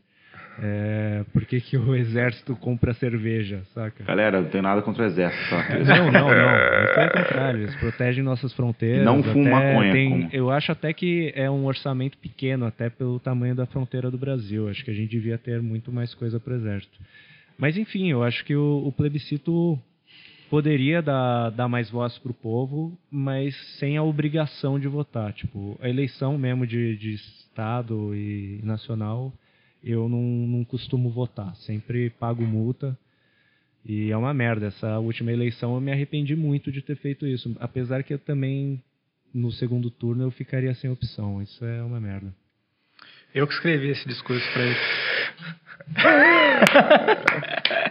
S5: É, por que, que o exército compra cerveja, saca?
S4: Galera, não tenho nada contra o exército, tá?
S5: Não, não, não. Pelo contrário, eles protegem nossas fronteiras.
S4: Não fuma
S5: até
S4: maconha,
S5: tem-
S4: como?
S5: eu acho até que é um orçamento pequeno, até pelo tamanho da fronteira do Brasil. Acho que a gente devia ter muito mais coisa para o exército. Mas enfim, eu acho que o, o plebiscito poderia dar, dar mais voz para o povo, mas sem a obrigação de votar. Tipo, a eleição mesmo de, de estado e nacional, eu não, não costumo votar. Sempre pago multa. E é uma merda. Essa última eleição eu me arrependi muito de ter feito isso. Apesar que eu também, no segundo turno, eu ficaria sem opção. Isso é uma merda.
S1: Eu que escrevi esse discurso pra ele.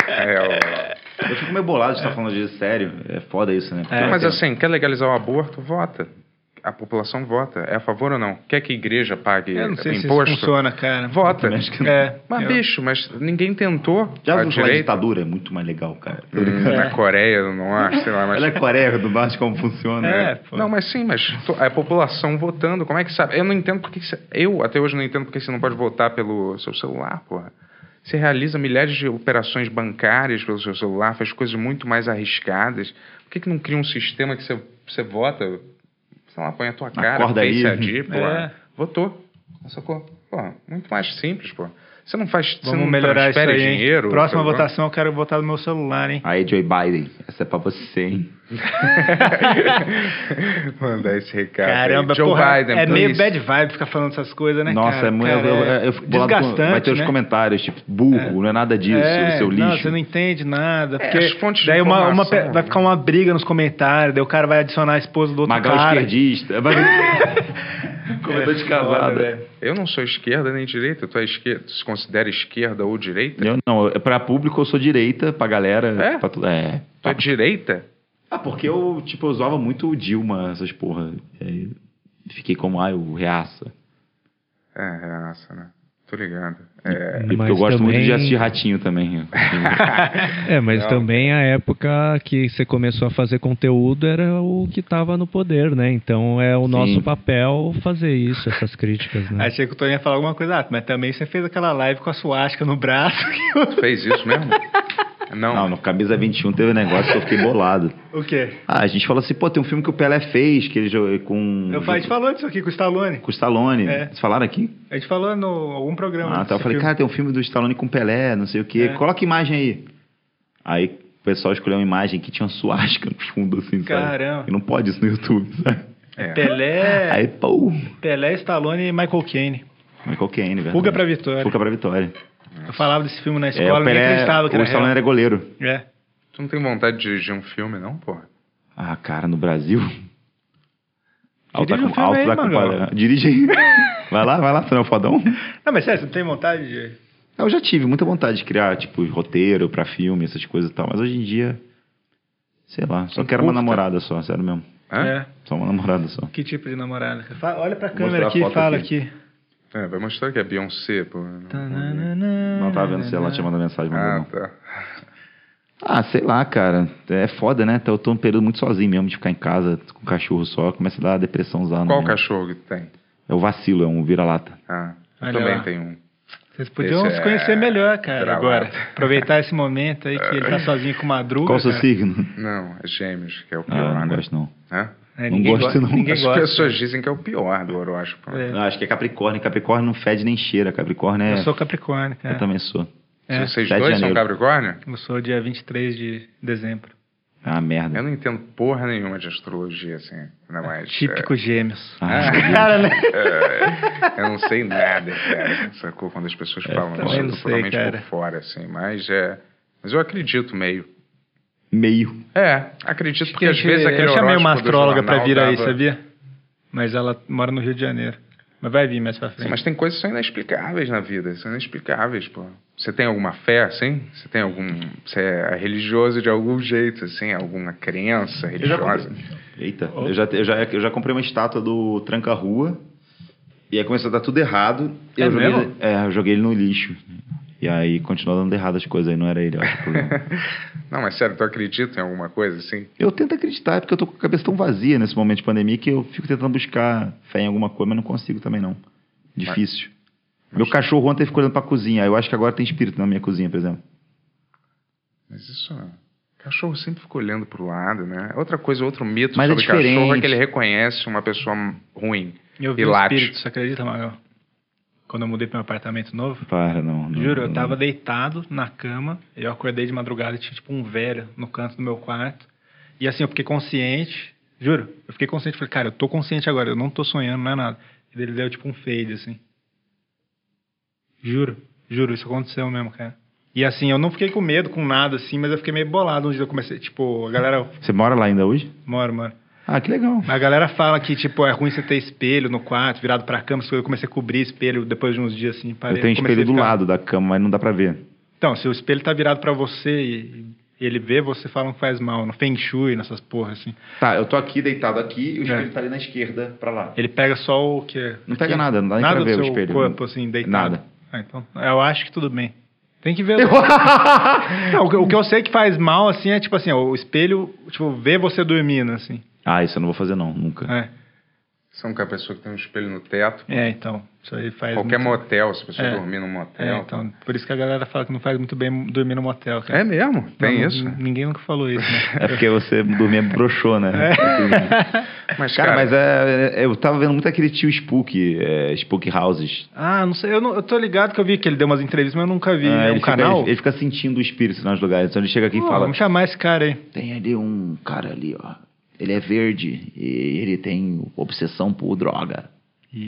S2: É, o-
S4: Eu fico meio bolado de estar falando disso sério. É foda isso, né?
S2: Não,
S5: então.
S1: é
S2: mas assim, quer legalizar o aborto? Vota. A população vota. É a favor ou não? Quer que a igreja pague
S1: Eu não sei se isso
S2: imposto?
S1: funciona,
S5: né?
S1: cara.
S2: Vota.
S4: Eu acho que não.
S1: É,
S2: Mas, bicho, mas ninguém tentou. a
S4: Já ouviu falar de
S2: direita,
S4: ditadura? É muito mais legal, cara.
S1: É.
S2: hum,
S5: É.
S2: na Coreia do Norte, sei lá, mas.
S4: Olha a Coreia do Norte como funciona.
S1: É,
S4: né?
S1: pô.
S2: Não, mas sim, mas to- a população votando, como é que sabe? Eu não entendo porque. que você- eu até hoje não entendo porque você não pode votar pelo seu celular, porra. Você realiza milhares de operações bancárias pelo seu celular, faz coisas muito mais arriscadas. Por que, que não cria um sistema que você, você vota? Sei lá, põe a tua cara,
S4: Acorda aí.
S2: Face ID, porra.
S1: É.
S2: Votou. Sacou? Porra, muito mais simples, porra. Você não faz. você
S1: Vamos
S2: não
S1: melhorar isso
S2: transfere
S1: aí. hein?
S2: dinheiro.
S1: Próxima
S2: sacou?
S1: votação eu quero votar no meu celular, hein?
S4: Aí, Joe Biden, essa é pra você, hein?
S2: Mandar esse recado. aí.
S1: Caramba,
S2: Ah, Joe
S1: porra,
S2: Biden, então
S1: é meio
S2: please.
S1: bad vibe ficar falando essas coisas, né,
S4: Nossa,
S1: cara?
S4: é muito.
S1: Cara,
S4: eu, eu, eu fico bolado com-
S1: desgastante,
S4: Vai ter os
S1: né?
S4: comentários, tipo, burro, não é nada disso,
S1: É,
S4: seu lixo.
S1: Não, você não entende nada. Porque
S2: É, as fontes de
S1: daí uma, uma
S2: informação,
S1: pe- vai
S2: né?
S1: ficar uma briga nos comentários, daí o cara vai adicionar a esposa do outro
S4: Magal
S1: cara.
S4: esquerdista. Comedor de né? cavada.
S2: Eu não sou esquerda nem direita. Tu é esquerda, se considera esquerda ou direita?
S4: Eu não, eu- pra público eu sou direita, pra galera.
S2: É?
S4: pra tu- é.
S2: Tu é direita?
S4: Ah, porque eu, tipo, eu zoava muito o Dilma, essas porra. É, fiquei como, ah, o reaça.
S2: É, reaça, né? Tô ligado. É,
S4: E porque eu gosto muito de assistir ratinho também.
S5: É, mas também a época que você começou a fazer conteúdo era o que estava no poder, né? Então é o nosso papel fazer isso, essas críticas, né?
S1: Achei que o Tony ia falar alguma coisa, ah, mas também você fez aquela live com a suástica no braço.
S2: tu fez isso mesmo? Não.
S4: Não, no Camisa 21 teve um negócio que eu fiquei bolado.
S1: o quê?
S4: Ah, a gente falou assim, pô, tem um filme que o Pelé fez, que ele jogou com.
S1: Meu pai te falou disso aqui com o Stallone.
S4: Com o Stallone.
S1: É.
S4: Vocês falaram aqui?
S1: A gente falou no algum programa.
S4: Ah, tá. Eu
S1: desse
S4: falei,
S1: filme.
S4: cara, tem um filme do Stallone com Pelé, não sei o quê.
S1: É.
S4: Coloca a imagem aí. Aí o pessoal escolheu uma imagem que tinha uma suástica no fundo, assim, sabe?
S1: Caramba.
S4: E não pode isso no YouTube, sabe?
S2: É.
S1: Pelé,
S4: Aí, pô,
S1: Pelé, Stallone e Michael Caine.
S4: Michael Caine, verdade.
S1: Fuga pra vitória.
S4: é, Fuga pra vitória.
S1: Eu falava desse filme na
S4: É,
S1: escola,
S4: o
S1: ninguém
S4: Pelé,
S1: acreditava que
S4: o
S1: era
S4: Stallone
S1: real.
S4: era goleiro.
S1: É.
S2: Tu não tem vontade de dirigir um filme, não, porra?
S4: Ah, cara, no Brasil... Alta,
S1: Dirige o filme aí,
S4: da
S1: Magal.
S4: compadra- Dirige aí. Vai lá, vai lá, tu não é o fodão?
S1: Não, mas sério, você não tem vontade de...
S4: Eu já tive muita vontade de criar, tipo, roteiro pra filme, essas coisas e tal. Mas hoje em dia, sei lá, só quero uma
S1: curta.
S4: namorada só, sério mesmo.
S2: Hã?
S4: Só uma namorada só.
S1: É. Que tipo de namorada? Fa- olha pra
S4: mostrar
S1: câmera
S4: a
S1: aqui e
S4: foto
S1: fala
S4: aqui.
S1: aqui.
S2: É, vai mostrar que é Beyoncé, pô.
S4: Não
S1: Não
S4: tava vendo se ela tinha mandado mensagem, mas
S2: Ah,
S4: Tá. não.
S2: tá.
S4: Ah, sei lá, cara. É foda, né? Eu tô um período muito sozinho mesmo de ficar em casa com o cachorro só. Começa a dar depressãozada.
S2: Qual
S4: né?
S2: cachorro que tu tem?
S4: É o vacilo, é um vira-lata.
S2: Ah, eu
S1: Olha
S2: também
S1: lá.
S2: tenho um.
S1: Vocês podiam
S2: Esse
S1: se
S2: é
S1: conhecer melhor, cara,
S2: gravado. É.
S1: agora. Aproveitar esse momento aí que ele tá sozinho com madruga.
S4: Qual o seu
S1: cara.
S4: signo?
S2: Não, é Gêmeos, que é o pior,
S4: Ah, não
S2: né?
S4: gosto não.
S2: Hã?
S1: É,
S4: Não
S1: ninguém
S4: gosto,
S1: gosta,
S4: não.
S1: Ninguém
S2: As
S1: gosta.
S2: pessoas dizem que é o pior do horóscopo.
S1: É.
S4: Ah, acho que é Capricórnio. Capricórnio não fede nem cheira. Capricórnio é.
S1: Eu sou Capricórnio,
S4: Eu
S1: cara.
S4: também sou.
S1: É,
S2: Vocês
S4: Sete de
S2: dois são
S4: janeiro.
S2: Capricórnio?
S1: eu sou dia 23 de dezembro.
S4: Ah, merda.
S2: Eu não entendo porra nenhuma de astrologia, assim. Ainda mais.
S1: Típico gêmeos.
S4: Ah,
S2: Eu não sei nada, cara. Sacou? Quando as pessoas falam
S1: É, também
S2: isso, eu
S1: não
S2: tô
S1: sei,
S2: totalmente
S1: cara.
S2: por fora, assim. Mas é. Mas eu acredito meio.
S4: meio.
S2: É, acredito, porque
S1: Eu
S2: às vezes
S1: che-
S2: aquele
S1: eu chamei uma
S2: horóscopo do
S1: astróloga pra
S2: jornal
S1: vir aí,
S2: dava-
S1: sabia? Mas ela mora no Rio de Janeiro. Mas vai vir mais pra
S2: Sim,
S1: frente.
S2: mas tem coisas que são inexplicáveis na vida, são inexplicáveis, pô. Você tem alguma fé, assim? Você tem algum. Você é religioso de algum jeito, assim? Alguma crença religiosa?
S4: Eita, eu já, eu, já, eu já comprei uma estátua do Tranca Rua. E aí começou a dar tudo errado. e
S1: É
S4: eu joguei,
S1: mesmo?
S4: é, eu joguei ele no lixo. E aí continuou dando errado as coisas. Aí não era ele, eu acho o problema.
S2: Não, mas sério, tu acredita em alguma coisa, assim?
S4: Eu tento acreditar, é porque eu tô com a cabeça tão vazia nesse momento de pandemia que eu fico tentando buscar fé em alguma coisa, mas não consigo também, não. Difícil. Meu cachorro ontem ficou olhando pra cozinha, aí eu acho que agora tem espírito na minha cozinha, por exemplo.
S2: Mas isso. é, Cachorro sempre fica olhando pro lado, né? Outra coisa, outro mito
S4: Mas é
S2: sobre cachorro é
S4: diferente.
S2: que ele reconhece uma pessoa ruim.
S1: Eu vi
S2: e
S1: um
S2: late.
S1: espírito, você acredita, Magal? Quando eu mudei pra meu apartamento novo.
S4: Para, não. não
S1: Juro, eu
S4: não-
S1: tava deitado na cama, eu acordei de madrugada e tinha tipo um velho no canto do meu quarto. E assim, eu fiquei consciente, juro, eu fiquei consciente, falei, cara, eu tô consciente agora, eu não tô sonhando, não é nada. E ele deu tipo um fade, assim. Juro, juro, isso aconteceu mesmo, cara. E assim, eu não fiquei com medo, com nada, assim, mas eu fiquei meio bolado onde eu comecei, tipo, a galera,
S4: Você mora lá ainda hoje?
S1: moro, mano.
S4: Ah, que legal.
S1: A galera fala que, tipo, é ruim você ter espelho no quarto, virado pra cama, eu comecei a cobrir espelho depois de uns dias, assim. parei-
S4: eu tenho um
S1: comecei
S4: espelho
S1: a
S4: do
S1: ficar-
S4: lado da cama, mas não dá pra ver.
S1: então, se o espelho tá virado pra você e e ele vê, você fala que faz mal, no Feng Shui, nessas porras assim.
S4: Tá, eu tô aqui deitado aqui e o
S1: espelho
S4: tá ali na esquerda, pra lá.
S1: Ele pega só o que é
S4: Não pega nada, não dá nem
S1: nada
S4: pra ver
S1: do
S4: o
S1: seu
S4: espelho.
S1: corpo assim deitado.
S4: Nada.
S1: Ah, então, eu acho que tudo bem. Tem que ver. Não, o, que, o que eu sei que faz mal assim é tipo assim, o espelho, tipo, vê você dormindo assim.
S4: Ah, isso eu não vou fazer não, nunca.
S1: É,
S2: Você é uma pessoa que tem um espelho no teto.
S1: É, então, isso aí faz
S2: Qualquer
S1: muito...
S2: motel, se a pessoa
S1: É.
S2: dormir num
S1: É,
S2: motel.
S1: então, por isso que a galera fala que não faz muito bem dormir no motel, cara.
S2: É mesmo? Tem
S1: Não,
S2: isso?
S1: n- Ninguém nunca falou isso, né?
S4: É porque você dormia broxou,
S1: É.
S4: né?
S2: Mas,
S4: Cara, mas é, é- eu tava vendo muito aquele tio Spook, é, Spook Houses.
S1: Ah, não sei. Eu, não- eu tô ligado que eu vi que ele deu umas entrevistas, mas eu nunca vi.
S4: Ah,
S1: É
S4: ele,
S1: um
S4: fica,
S1: canal?
S4: ele- ele fica sentindo o espírito nos lugares. Então ele chega aqui e
S1: Pô,
S4: fala:
S1: Vamos chamar esse cara aí.
S4: Tem ali um cara ali, ó. Ele é verde e ele tem obsessão por droga.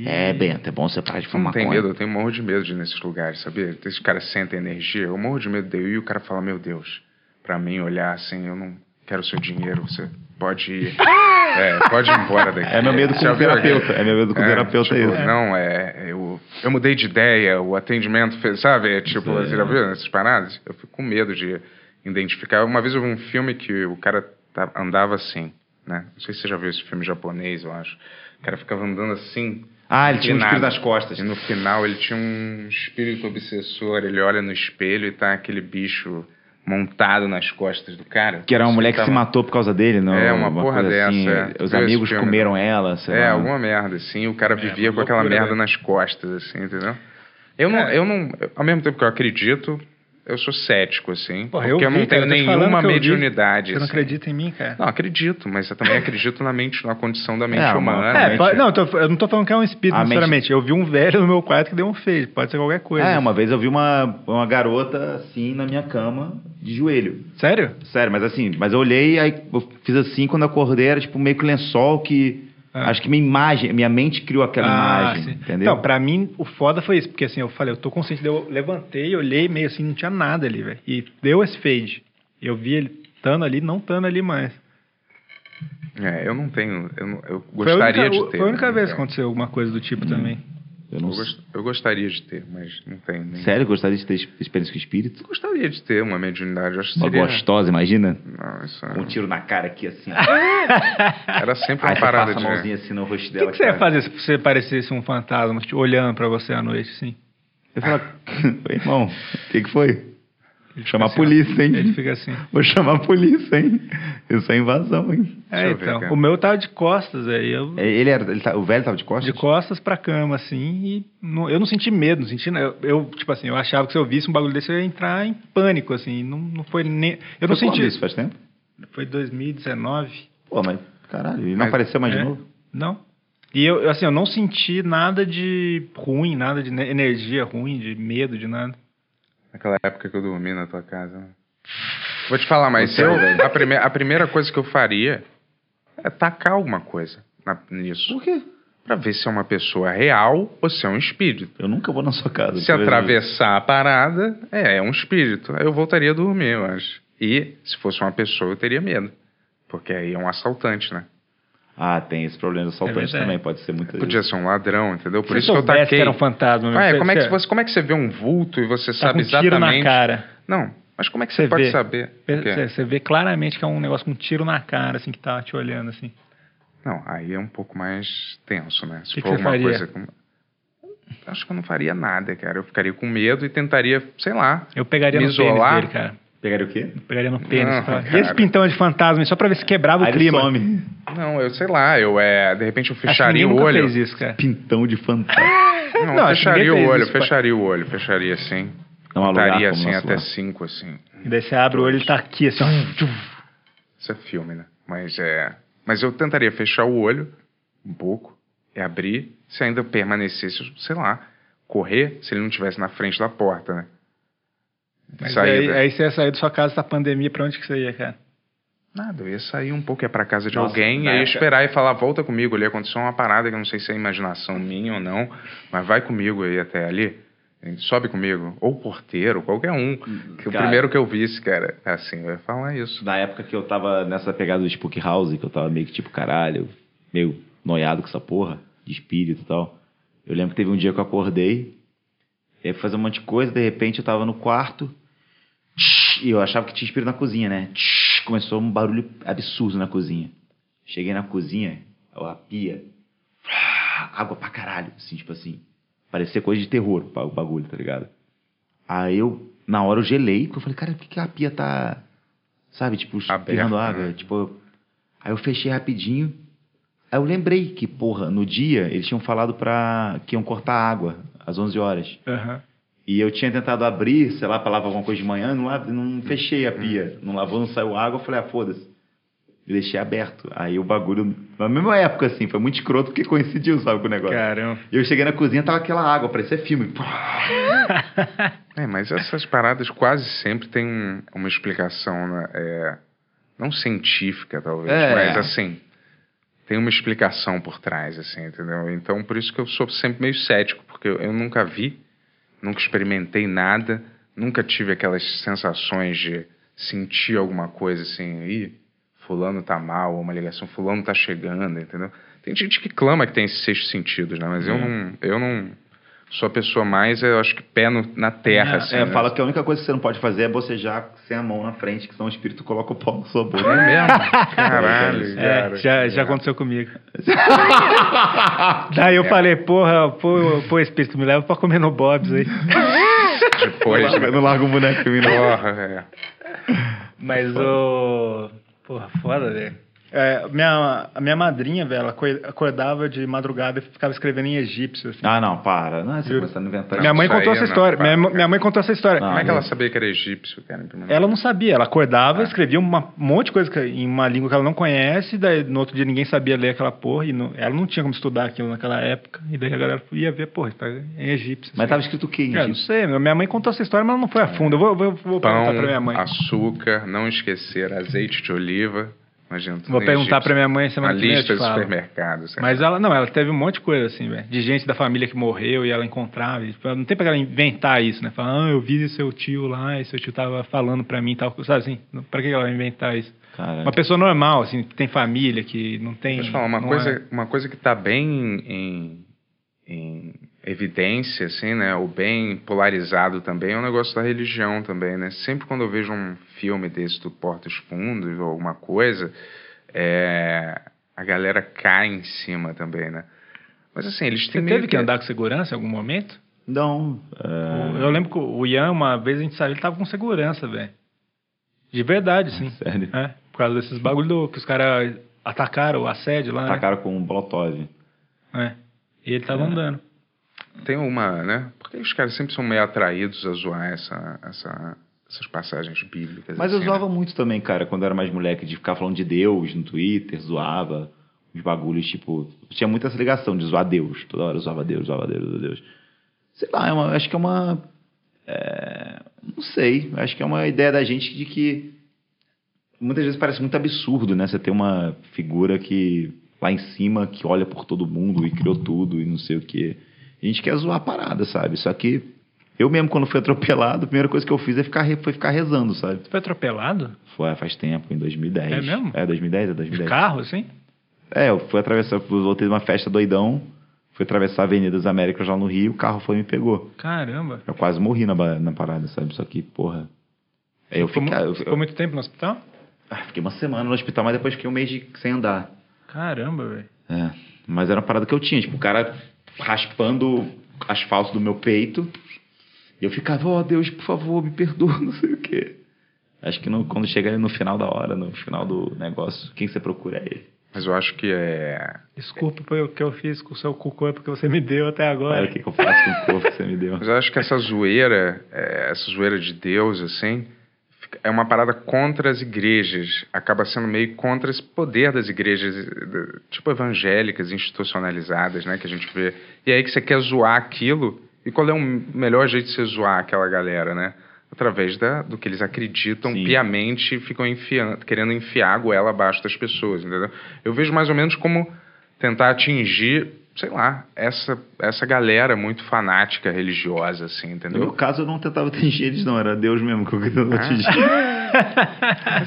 S4: É, Bento, é bom você parar de
S2: Eu não
S4: fumar
S2: tenho
S4: maconha.
S2: medo, eu tenho morro de medo de ir nesses lugares, sabia? Esses caras sentem energia, eu morro de medo dele. E o cara fala, meu Deus, pra mim olhar assim, eu não quero seu dinheiro, você pode ir. É, pode ir embora daqui.
S4: É meu medo
S2: Já
S4: como
S2: viu aquele-
S4: terapeuta. É meu medo como terapeuta
S2: tipo,
S4: isso.
S2: Não, é. Eu, eu mudei de ideia, o atendimento fez, sabe? É tipo, você já viu essas paradas? Eu fico com medo de identificar. Uma vez eu vi um filme que o cara tá- andava assim, né? Não sei se você já viu esse filme japonês, eu acho. O cara ficava andando assim.
S4: Ah, ele tinha um
S2: inclinado.
S4: espírito nas costas.
S2: E no final ele tinha um espírito obsessor, ele olha no espelho e tá aquele bicho montado nas costas do cara. tá
S4: Que era uma mulher que se
S2: Tava-
S4: matou por causa dele, não?
S2: É, uma porra dessa,
S4: Assim.
S2: é.
S4: Os
S2: Viu esse
S4: amigos
S2: filme,
S4: comeram ela, sei
S2: É,
S4: lá.
S2: alguma merda, assim, o
S1: É,
S2: cara vivia com aquela merda
S1: né?
S2: nas costas, assim, entendeu? Eu não,
S1: É.
S2: eu não, ao mesmo tempo que eu acredito, eu sou cético, assim,
S1: Porra,
S2: porque eu,
S1: vi,
S2: não
S1: cara,
S2: tenho
S1: eu tô te falando
S2: nenhuma
S1: que eu vi.
S2: mediunidade,
S1: Você não
S2: assim.
S1: acredita em mim, cara?
S2: Não, acredito, mas eu também acredito na mente, na condição da mente
S4: É, uma-
S2: humana. né,
S1: É,
S4: realmente.
S1: pode- não, eu, tô- eu não tô falando que é um espírito,
S4: A mente-
S1: sinceramente. Eu vi um velho no meu quarto que deu um feio. Pode ser qualquer coisa.
S4: É, uma vez eu vi uma, uma garota assim na minha cama, de joelho.
S1: Sério?
S4: Sério, mas assim, mas eu olhei, aí eu fiz assim, quando eu acordei, era tipo meio que lençol que.
S1: Ah.
S4: Acho que minha imagem, minha mente criou aquela imagem,
S1: sim. Então,
S4: entendeu?
S1: Não, pra mim, o foda foi isso. Porque assim, eu falei, eu tô consciente. Eu levantei, olhei meio assim, não tinha nada ali, velho. E deu esse fade. Eu vi ele estando ali, não estando ali mais.
S2: É, eu não tenho, eu, não- eu
S1: Foi a única-
S2: gostaria de ter.
S1: Foi a única
S2: né,
S1: vez que
S2: então.
S1: aconteceu alguma coisa do tipo também.
S4: Eu
S2: Eu,
S4: não
S2: gost- eu gostaria de ter, mas não tem. Nem...
S4: Sério, gostaria de ter ex- experiência com espírito?
S2: Eu gostaria de ter uma mediunidade. eu Acho que
S4: Uma
S2: seria...
S4: gostosa, imagina?
S2: Não, isso
S4: Um
S2: é...
S4: tiro na cara aqui, assim.
S1: é
S4: ó.
S2: Era sempre
S4: Aí
S2: uma
S4: você
S2: parada
S4: passa a
S2: de...
S4: mãozinha assim no rosto
S1: O que,
S4: dela.
S1: que você ia
S4: cara.
S1: fazer se você parecesse um fantasma te olhando pra você à noite, assim?
S4: Eu falo, "Ô, irmão, o que, que foi?
S1: Ele
S4: Chamar a
S1: fica assim, ó.
S4: polícia, hein?
S1: Ele fica assim.
S4: Vou chamar a polícia, hein? Isso é invasão, hein?
S1: É,
S2: eu ver,
S1: então.
S2: cara.
S1: o meu tava de costas, aí eu.
S4: É, Ele era, ele tá- o velho tava de costas?
S1: De costas pra cama, assim, e não- eu não senti medo, não senti. Eu, eu, tipo assim, eu achava que se eu visse um bagulho desse, eu ia entrar em pânico, assim. Não, não foi nem. Eu não
S4: Foi quando
S1: senti.
S4: isso faz tempo?
S1: Foi 2019.
S4: Pô, mas caralho, ele não
S2: Mas-
S4: apareceu mais
S1: É.
S4: de novo?
S1: Não. E eu, eu, assim, eu não senti nada de ruim, nada de ne- energia ruim, de medo, de nada.
S2: Naquela época que eu dormi na tua casa. né? Vou te falar, mas
S4: Você é
S2: eu,
S4: velho.
S2: a, prime a primeira coisa que eu faria é tacar alguma coisa na- nisso.
S4: Por quê?
S2: Pra ver se é uma pessoa real ou se é um espírito.
S4: Eu nunca vou na sua casa.
S2: Se
S4: por exemplo.
S2: atravessar a parada, é, é um espírito. Aí eu voltaria a dormir, eu acho. E se fosse uma pessoa, eu teria medo. Porque aí é um assaltante, né?
S4: Ah, tem esse problema do assaltante
S1: verdade.
S4: também, pode ser muita
S2: Podia ser um ladrão, entendeu? Por
S1: Se
S2: isso que eu
S1: soubesse
S2: taquei.
S1: que era um fantasma.
S2: Ah, é,
S1: você-
S2: como, é que
S1: você-
S2: você, como é que você vê um vulto e você
S1: tá com
S2: sabe
S1: um tiro na
S2: exatamente.
S1: cara.
S2: Não, mas como é que
S1: Você
S2: você, pode
S1: vê.
S2: saber? O quê?
S1: Você, você vê claramente que é um negócio com um tiro na cara, assim, que tá te olhando, assim.
S2: Não, aí é um pouco mais tenso, né? Se
S1: Que que
S2: for
S1: você
S2: alguma
S1: faria?
S2: coisa. Como... Acho que eu não faria nada, cara. Eu ficaria com medo e tentaria, sei lá.
S1: Eu pegaria
S2: Me
S1: no pênis
S2: isolar?
S1: dele, cara.
S4: Pegaria o quê?
S1: Eu pegaria no pênis.
S2: Não,
S1: cara. e
S2: cara.
S1: esse pintão de fantasma, aí, só pra ver se quebrava o
S4: Aí ele
S1: clima.
S4: some.
S2: Não, eu sei lá. Eu, é, de repente eu
S1: Acho que
S2: fecharia
S1: ninguém
S2: o
S1: nunca
S2: olho.
S1: fez isso, cara.
S4: Pintão de fantasma.
S2: Não,
S1: Não, acho que
S2: fecharia
S1: ninguém
S2: o
S1: fez
S2: olho,
S1: isso,
S2: fecharia o olho, fecharia assim.
S4: Não, alugar
S2: Estaria
S4: como
S2: assim
S4: nosso
S2: até
S4: lar.
S2: cinco, assim.
S1: E daí você abre o olho e ele tá aqui, assim, ó. Tchum.
S2: Isso é filme, né? Mas é. Mas eu tentaria fechar o olho um pouco e abrir. Se ainda permanecesse, sei lá, correr se ele não estivesse na frente da porta, né?
S1: Mas aí, é
S2: Saída.
S1: aí você ia sair da sua casa da pandemia, pra onde que você ia, cara?
S2: Nada, eu ia sair um pouco, ia pra casa de
S4: Nossa,
S2: alguém,
S4: na
S2: ia
S4: época-
S2: esperar e falar, volta comigo ali. Aconteceu uma parada que eu não sei se é imaginação minha ou não, mas vai comigo aí até ali. Sobe comigo. Ou porteiro, qualquer um. Que o
S4: Hum, Cara.
S2: primeiro que eu visse, cara, assim, eu ia falar isso.
S4: Na época que eu tava nessa pegada do Spook House, que eu tava meio que tipo, caralho, meio noiado com essa porra, de espírito e tal. Eu lembro que teve um dia que eu acordei, ia fazer um monte de coisa, de repente eu tava no quarto, tch, e eu achava que tinha espírito na cozinha, né? Tch, Começou um barulho absurdo na cozinha. Cheguei na cozinha, a pia, água pra caralho, assim, tipo assim. Parecia coisa de terror o bagulho, tá ligado? Aí eu, na hora eu gelei, porque eu falei, cara, por que, que a pia tá, sabe, tipo,
S2: Aberta,
S4: espirrando água?
S2: né?
S4: Tipo, aí eu fechei rapidinho. Aí eu lembrei que, porra, no dia eles tinham falado pra que iam cortar a água às 11 horas.
S1: Aham.
S4: E eu tinha tentado abrir, sei lá, pra lavar alguma coisa de manhã, não, ab- não fechei a pia.
S2: Hum.
S4: Não lavou, não saiu água, eu falei, ah, foda-se. E deixei aberto. Aí o bagulho, na mesma época, assim, foi muito escroto porque coincidiu, sabe, com o negócio.
S1: Caramba.
S4: E eu cheguei na cozinha, tava aquela água, parecia filme. Pô,
S2: É, mas essas paradas quase sempre tem um- uma explicação, né? É, não científica, talvez,
S4: É.
S2: mas assim, tem uma explicação por trás, assim, entendeu? Então, por isso que eu sou sempre meio cético, porque eu, eu nunca vi, nunca experimentei nada, nunca tive aquelas sensações de sentir alguma coisa assim, ih, fulano tá mal, ou uma ligação, fulano tá chegando, entendeu? Tem gente que clama que tem esses seis sentidos, né? Mas eu
S1: Hum.
S2: não. Eu não Sou a pessoa mais, eu acho que pé no- na terra, assim.
S4: é,
S2: né?
S4: fala que a única coisa que você não pode fazer é bocejar sem a mão na frente, que senão o espírito coloca o pau na sua boca.
S2: É mesmo? Caralho,
S1: É,
S2: cara.
S1: já, já aconteceu comigo. Daí
S2: É.
S1: eu falei, porra, pô, pô, espírito, me leva pra comer no Bob's aí.
S2: Depois,
S4: Eu não largo o boneco de mim, não.
S2: porra, é.
S1: Mas o. Porra, foda, velho. É, minha, a minha madrinha, velho, ela acoi- acordava de madrugada e ficava escrevendo em egípcio. assim.
S4: Ah, não, para. Não, você
S1: Juro.
S4: começando a inventar.
S1: minha mãe
S2: isso
S1: contou
S2: aí
S1: essa
S2: não,
S1: história.
S2: para,
S1: minha, mo-
S2: cara.
S1: minha mãe contou essa história.
S4: Não,
S2: Como é que ela
S4: meu.
S2: sabia que era egípcio, cara? em primeiro
S1: Ela
S2: lugar?
S1: não sabia, ela
S2: Ah.
S1: acordava, escrevia uma- um monte de coisa que- em uma língua que ela não conhece, daí no outro dia ninguém sabia ler aquela porra, e não- ela não tinha como estudar aquilo naquela época, e daí a galera ia ver, porra, tá em egípcio.
S4: Mas
S1: assim.
S4: tava escrito o quê,
S1: É, não
S4: gente?
S1: sei, meu- minha mãe contou essa história, mas ela não foi a fundo. Eu vou, vou, vou
S2: Então,
S1: perguntar pra minha
S2: Pão,
S1: mãe.
S2: açúcar, não esquecer azeite de oliva. Imagina, tudo
S1: Vou
S2: em
S1: perguntar
S2: egípcio.
S1: pra minha mãe
S2: Na
S1: semana que vem. eu te
S2: lista do
S1: falo.
S2: supermercado. sei lá.
S1: Mas ela, não, ela teve um monte de coisa assim, velho. De gente da família que morreu e ela encontrava. e, tipo, ela não tem pra ela inventar isso, né? Falar, ah, eu vi seu tio lá e seu tio tava falando pra mim e tal. coisa", Sabe assim? não- Pra que ela vai inventar isso?
S4: Cara,
S1: Uma pessoa normal, assim, que tem família, que não é. tem.
S2: Deixa eu te falar, uma
S1: não
S2: coisa,
S1: é-
S2: uma coisa que tá bem em, em evidência, assim, né? O bem polarizado também é um negócio da religião também, né? Sempre quando eu vejo um filme desse do Porta dos Fundos ou alguma coisa, é, a galera cai em cima também, né? Mas assim, eles
S1: Você
S2: têm meio
S1: teve que andar com segurança em algum momento?
S4: Não. é,
S1: Eu lembro que o Ian, uma vez a gente saiu, ele tava com segurança, velho. De verdade, sim.
S4: Sério?
S1: É, por causa desses bagulho do- que os caras atacaram o assédio lá,
S4: Atacaram com um Molotov.
S1: né? É. E ele tava andando.
S2: Tem uma, né? Porque os caras sempre são meio atraídos a zoar essa, essa, essas passagens bíblicas.
S4: Mas eu
S2: assim, né?
S4: zoava muito também, cara, quando eu era mais moleque, de ficar falando de Deus no Twitter, zoava os bagulhos, tipo. Tinha muita essa ligação de zoar Deus. Toda hora eu zoava Deus, zoava Deus, zoava Deus. Sei lá, é uma- acho que é uma. é, não sei. Acho que é uma ideia da gente de que. Muitas vezes parece muito absurdo, né? Você ter uma figura que. lá em cima, que olha por todo mundo e criou tudo e não sei o quê. A gente quer zoar a parada, sabe? Só que. Eu mesmo, quando fui atropelado, a primeira coisa que eu fiz é ficar, re- foi ficar rezando, sabe?
S1: Você foi atropelado?
S4: Foi faz tempo, em 2010.
S1: É mesmo?
S4: É, 2010, é
S1: De
S4: 2010.
S1: carro, assim?
S4: É, eu fui atravessar, eu voltei de uma festa doidão, fui atravessar a Avenida das Américas lá no Rio, o carro foi e me pegou.
S1: Caramba.
S4: Eu quase morri na, ba- na parada, sabe? Só que, porra. Aí eu,
S1: Ficou, mu-
S4: fica, eu,
S1: ficou muito tempo no hospital?
S4: ah, fiquei uma semana no hospital, mas depois fiquei um mês de- sem andar.
S1: Caramba, velho.
S4: É, mas era uma parada que eu tinha, tipo, o cara raspando o asfalto do meu peito. E eu ficava, ó Deus, por favor, me perdoa, não sei o quê. Acho que no- quando chega ali no final da hora, no final do negócio, quem você procura é ele.
S2: Mas eu acho que é.
S1: Desculpa pelo que eu fiz com o seu cucu, é porque você me deu até agora.
S4: Olha o que, que eu faço com o corpo que você me deu.
S2: Mas eu acho que essa zoeira, é, essa zoeira de Deus, assim, fica- é uma parada contra as igrejas. Acaba sendo meio contra esse poder das igrejas, eh, da- tipo evangélicas, institucionalizadas, né? Que a gente vê. E aí que você quer zoar aquilo. E qual é o melhor jeito de você zoar aquela galera, né? Através da, do que eles acreditam
S4: Sim.
S2: piamente e ficam enfiando, querendo enfiar a goela abaixo das pessoas, entendeu? Eu vejo mais ou menos como tentar atingir, sei lá, essa, essa galera muito fanática religiosa, assim,
S4: No meu
S2: entendeu?
S4: caso, eu não tentava atingir eles, não. Era Deus mesmo que eu tentava atingir.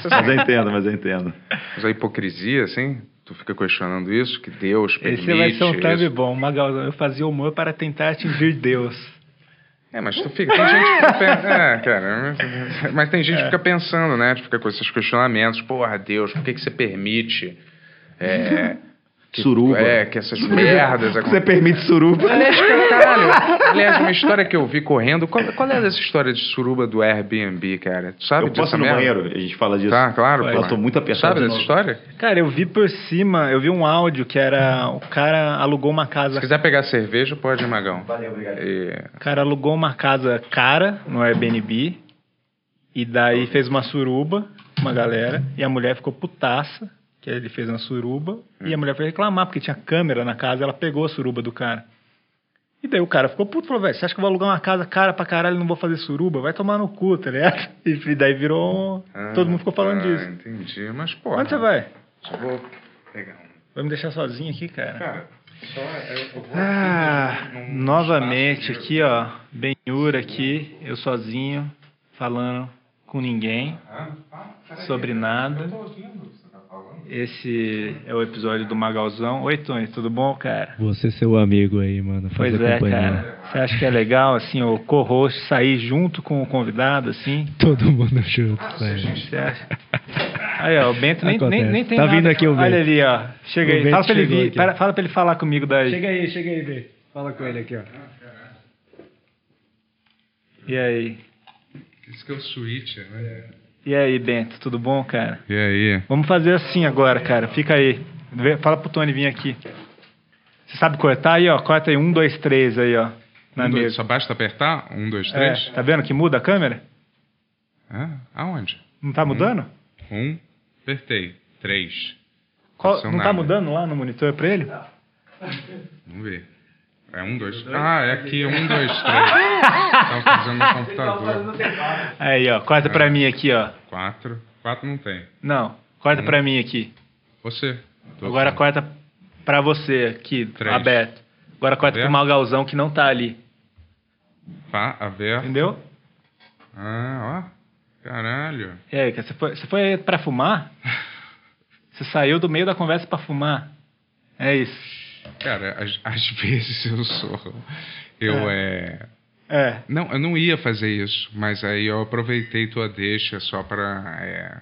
S4: Mas eu entendo, mas eu entendo.
S2: Mas a hipocrisia, assim, tu fica questionando isso, que Deus permite...
S1: Esse vai ser um thumb
S2: isso.
S1: bom, Magalzão. Eu fazia humor para tentar atingir Deus.
S2: É, mas tu fica. Tem gente que fica pensando. É, cara. mas- Mas tem
S4: É.
S2: gente que fica pensando, né? Fica com esses questionamentos. Porra, Deus, por que, que você permite. É, que,
S4: Suruba.
S2: É, que essas merdas
S4: Você
S2: aconteçam.
S4: permite suruba?
S2: Aliás, cara, caralho. Aliás, uma história que eu vi correndo. Qual, qual é essa história de suruba do Airbnb, cara? Tu sabe
S4: Eu
S2: disso
S4: posso ir no
S2: merda?
S4: banheiro? A gente fala disso.
S2: Tá, claro.
S4: Eu
S2: porra.
S4: tô muito apertado
S2: Sabe
S4: de
S2: dessa
S4: novo.
S2: história?
S1: Cara, eu vi por cima, eu vi um áudio que era. O cara alugou uma
S2: Se
S1: casa.
S2: quiser pegar cerveja, pode, ir, Magão. Valeu, obrigado.
S1: O cara alugou uma casa cara no Airbnb. E daí fez uma suruba, uma galera. E a mulher ficou putaça, que ele fez uma suruba. E a mulher foi reclamar, porque tinha câmera na casa. Ela pegou a suruba do cara. E daí o cara ficou puto, falou, velho, você acha que eu vou alugar uma casa cara pra caralho e não vou fazer suruba? Vai tomar no cu, tá ligado? E daí virou... um,
S2: Ah,
S1: todo mundo ficou falando disso.
S2: Entendi, mas porra.
S1: Onde você vai?
S2: Só vou pegar um.
S1: Vai me deixar sozinho aqui, cara?
S2: Cara, só é, eu eu vou.
S1: Ah,
S2: Num- num
S1: novamente
S2: espaço
S1: aqui,
S2: de-
S1: ó. Benhura aqui, eu sozinho, falando com ninguém,
S2: Ah, ah, peraí,
S1: sobre
S2: eu
S1: nada.
S2: tô ouvindo o que você tá falando.
S1: Esse é o episódio do Magalzão. Oi, Tony, tudo bom, cara?
S5: Você seu amigo aí, mano.
S1: Pois
S5: Fazer
S1: é,
S5: companhia.
S1: cara. Você acha que é legal, assim, o co-host sair junto com o convidado, assim?
S5: Todo mundo junto, velho.
S1: Você acha? Aí, ó, o Bento nem, nem,
S5: Acontece.
S1: nem tem
S5: Tá
S1: nada.
S5: vindo aqui o
S1: Olha
S5: Bento.
S1: ali, ó. Chega
S5: O
S1: aí.
S5: Bento
S1: Fala pra, ele
S5: chegou
S1: vir,
S5: aqui.
S1: para- fala pra ele falar comigo daí.
S5: Chega aí, chega aí, B. Fala com ele aqui, ó.
S1: E aí?
S2: Isso que é o switch, né?
S1: E aí, Bento, tudo bom, cara?
S2: E aí?
S1: Vamos fazer assim agora, cara. Fica aí. Vê- Fala pro Tony vir aqui. Você sabe cortar aí, ó? Corta aí. Um, dois, três aí, ó. Na
S2: Um, dois,
S1: mesa.
S2: só basta apertar? Um, dois,
S1: É,
S2: três?
S1: tá vendo que muda a câmera?
S2: Ah, aonde?
S1: Não tá mudando?
S2: Um, apertei. Três.
S1: Qual-
S2: Funcionava.
S1: não tá mudando lá no monitor pra ele?
S2: Vamos ver. É um, dois. Ah, é aqui, um, dois, três. Tava fazendo no computador.
S1: Aí, ó. Corta
S2: É.
S1: pra mim aqui, ó.
S2: Quatro. Quatro não tem.
S1: Não. Corta
S2: Hum.
S1: pra mim aqui.
S2: Você. Tô
S1: Agora
S2: com-
S1: corta pra você aqui,
S2: Três.
S1: aberto. Agora corta pro
S2: Aberto?
S1: Magalzão que não tá ali.
S2: Pá, aberto.
S1: Entendeu?
S2: Ah, ó. Caralho.
S1: E aí, cara, você foi, você foi pra fumar? Você saiu do meio da conversa pra fumar. É isso.
S2: Cara, às, às vezes eu sou. Eu é.
S1: É.
S2: Não, eu não ia fazer isso, mas aí eu aproveitei tua deixa só pra é,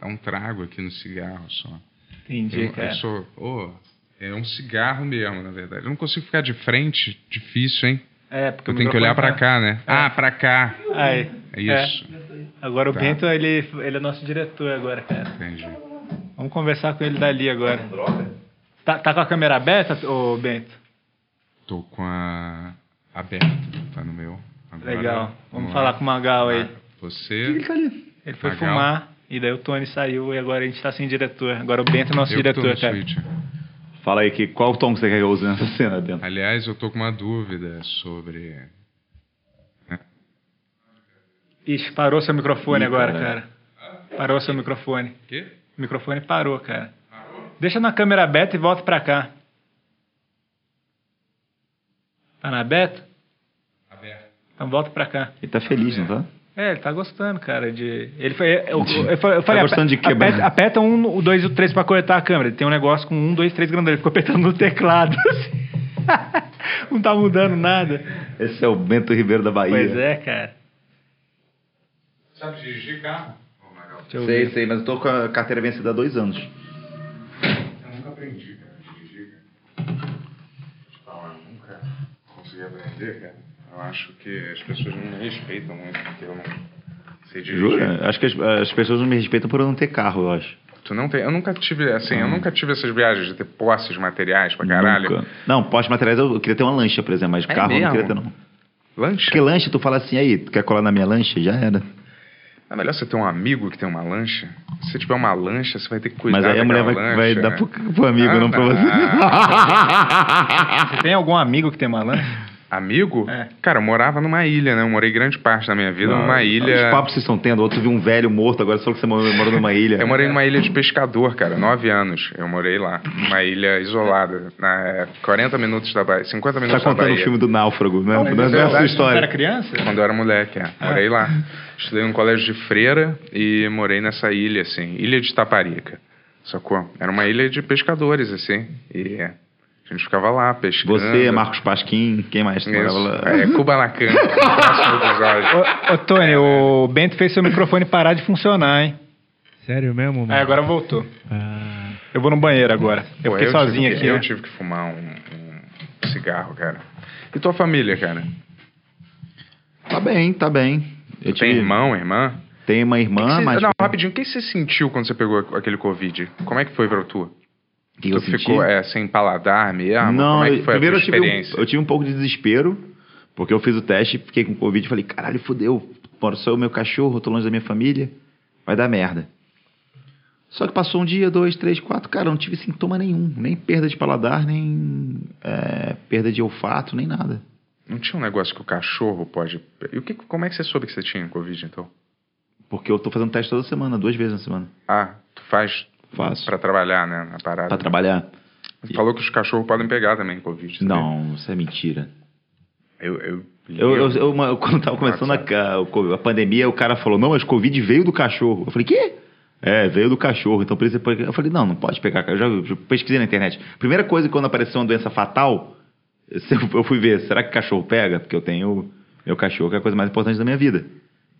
S2: dar um trago aqui no cigarro só.
S1: Entendi,
S2: Eu,
S1: cara.
S2: eu sou. ô, é um cigarro mesmo, na verdade. Eu não consigo ficar de frente, difícil, hein?
S1: É, porque
S2: Eu
S1: o
S2: tenho que olhar pra
S1: microfone É.
S2: cá, né? Ah, pra cá.
S1: tá- Aí.
S2: É isso.
S1: Agora
S2: Tá.
S1: o Bento, ele, ele é nosso diretor agora, cara.
S2: Entendi.
S1: Vamos conversar com ele dali agora. Tá, tá com a câmera aberta, ô Bento?
S2: Tô com a aberta, tá no meu. Agora,
S1: Legal. Vamos
S2: lá. Ah,
S1: falar com o Magal aí.
S2: Você.
S1: Ele foi
S2: Magal.
S1: fumar, e daí o Tony saiu, e agora a gente tá sem diretor. Agora o Bento é nosso
S2: eu que tô
S1: diretor,
S2: no
S1: cara.
S2: switch.
S4: Fala aí, que, qual tom que você quer que eu use nessa cena, Bento?
S2: Aliás, eu tô com uma dúvida sobre.
S1: Ixi, parou seu microfone
S4: Ih,
S1: agora,
S4: caralho.
S1: cara. Parou seu microfone.
S2: O quê?
S1: O microfone parou, cara. Deixa na câmera aberta e volta pra cá. Tá na aberta?
S2: Aberta.
S1: Então volta pra cá.
S4: Ele tá feliz, não tá?
S1: É, ele tá gostando, cara, de... Ele foi... Eu, eu, eu falei,
S4: Tá gostando de
S1: ape-
S4: quebrar.
S1: Aperta, aperta um, o dois e o três pra cortar a câmera. Ele tem um negócio com um, dois, três grandão. Ele ficou apertando no teclado, assim. Não tá mudando nada.
S4: Esse é o Bento Ribeiro da Bahia.
S1: Pois é, cara.
S2: Sabe dirigir carro?
S1: Deixa eu
S4: Sei,
S1: ver.
S4: sei, mas eu tô com a carteira vencida há dois anos.
S2: Eu nunca aprendi, cara, dirigir, cara. Te falar, eu nunca consegui aprender, cara. Eu acho que as pessoas não me respeitam muito porque eu não sei dirigir.
S4: Jura? Acho que as, as pessoas não me respeitam por eu não ter carro, eu acho.
S2: Tu não tem. Eu nunca tive, assim, eu nunca tive essas viagens de ter posses materiais pra caralho.
S4: Ah. Nunca. Não, poste materiais eu eu queria ter uma lancha, por exemplo, mas
S2: É
S4: carro eu não
S2: mesmo?
S4: queria ter, não.
S2: Lancha?
S4: Porque lancha, tu fala assim, aí, tu quer colar na minha lancha? Já era.
S2: É melhor você ter um amigo que tem uma lancha. Se você tiver uma lancha, você vai ter que cuidar
S4: Mas aí a mulher vai,
S2: daquela
S4: vai
S2: lancha.
S4: dar pro, pro amigo,
S2: Ah,
S4: não pra você.
S1: Tem algum amigo que tem malandro?
S2: Amigo?
S1: É.
S2: Cara, eu morava numa ilha, né? Eu morei grande parte da minha vida numa ilha.
S4: Os papos que vocês estão tendo, outro viu um velho morto, agora você falou que você morou morou numa ilha.
S2: Eu morei numa ilha de pescador, cara, nove anos. Eu morei lá, uma ilha isolada, na 40 minutos da Bahia, 50
S4: Você tá
S2: minutos da
S4: contando o
S2: Bahia.
S4: filme do Náufrago, né? Não,
S2: mas
S4: não
S2: isso
S4: é a
S2: verdade.
S4: sua
S1: Você era
S4: história.
S1: criança?
S2: Quando eu era moleque, é. morei lá. Estudei num colégio de freira e morei nessa ilha, assim, ilha de Taparica, sacou? Era uma ilha de pescadores, assim, e a gente ficava lá pescando.
S4: Você, Marcos Pasquim, quem mais? Tu morava
S2: Isso.
S4: lá?
S2: É, Kubanacan, no próximo episódio.
S1: Ô, ô, Tony, o Bento fez seu microfone parar de funcionar, hein?
S5: Sério mesmo, mano?
S1: Aí É, agora voltou.
S5: Ah,
S1: Eu vou no banheiro agora. Eu
S2: Pô,
S1: fiquei sozinho
S2: tive,
S1: aqui.
S2: Eu
S1: né?
S2: tive que fumar um, um cigarro, cara. E tua família, cara?
S4: Tá bem, tá bem. Eu
S2: Tem
S4: tive- Ah,
S2: irmão, irmã?
S4: Tem uma
S2: Que que
S4: irmã,
S2: cê-
S4: mas...
S2: Não, rapidinho. O que você sentiu quando você pegou aquele Covid? Como é que foi pra tu?
S4: que eu
S2: tu
S4: senti?
S2: ficou é, sem paladar mesmo?
S4: Não,
S2: Como é que foi
S4: primeiro
S2: a
S4: eu
S2: tua
S4: tive, um,
S2: experiência?
S4: eu tive um pouco de desespero, porque eu fiz o teste, fiquei com Covid e falei, caralho, fudeu, moro só o meu cachorro, eu tô longe da minha família, vai dar merda. Só que passou um dia, dois, três, quatro, cara, eu não tive sintoma nenhum, nem perda de paladar, nem é, perda de olfato, nem nada.
S2: Não tinha um negócio que o cachorro pode... E o que, como é que você soube que você tinha Covid, então?
S4: Porque eu tô fazendo teste toda semana, duas vezes na semana.
S2: Ah, tu faz
S4: Faço. Pra,
S2: pra trabalhar, né? Na parada.
S4: trabalhar?
S2: Tu Falou que os cachorros podem pegar também Covid. sabia?
S4: Não, isso é mentira.
S2: Eu... eu... li
S4: Eu, eu, eu- uma- quando tava começando
S2: WhatsApp.
S4: a, a- o co- a pandemia, o cara falou, não, mas Covid veio do cachorro. Eu falei, quê? É, veio do cachorro, então por isso você pode... Eu falei, não, não pode pegar cachorro. Eu já pesquisei na internet. Primeira coisa, quando apareceu uma doença fatal, eu eu fui ver, será que cachorro pega? Porque eu tenho meu cachorro, que é a coisa mais importante da minha vida.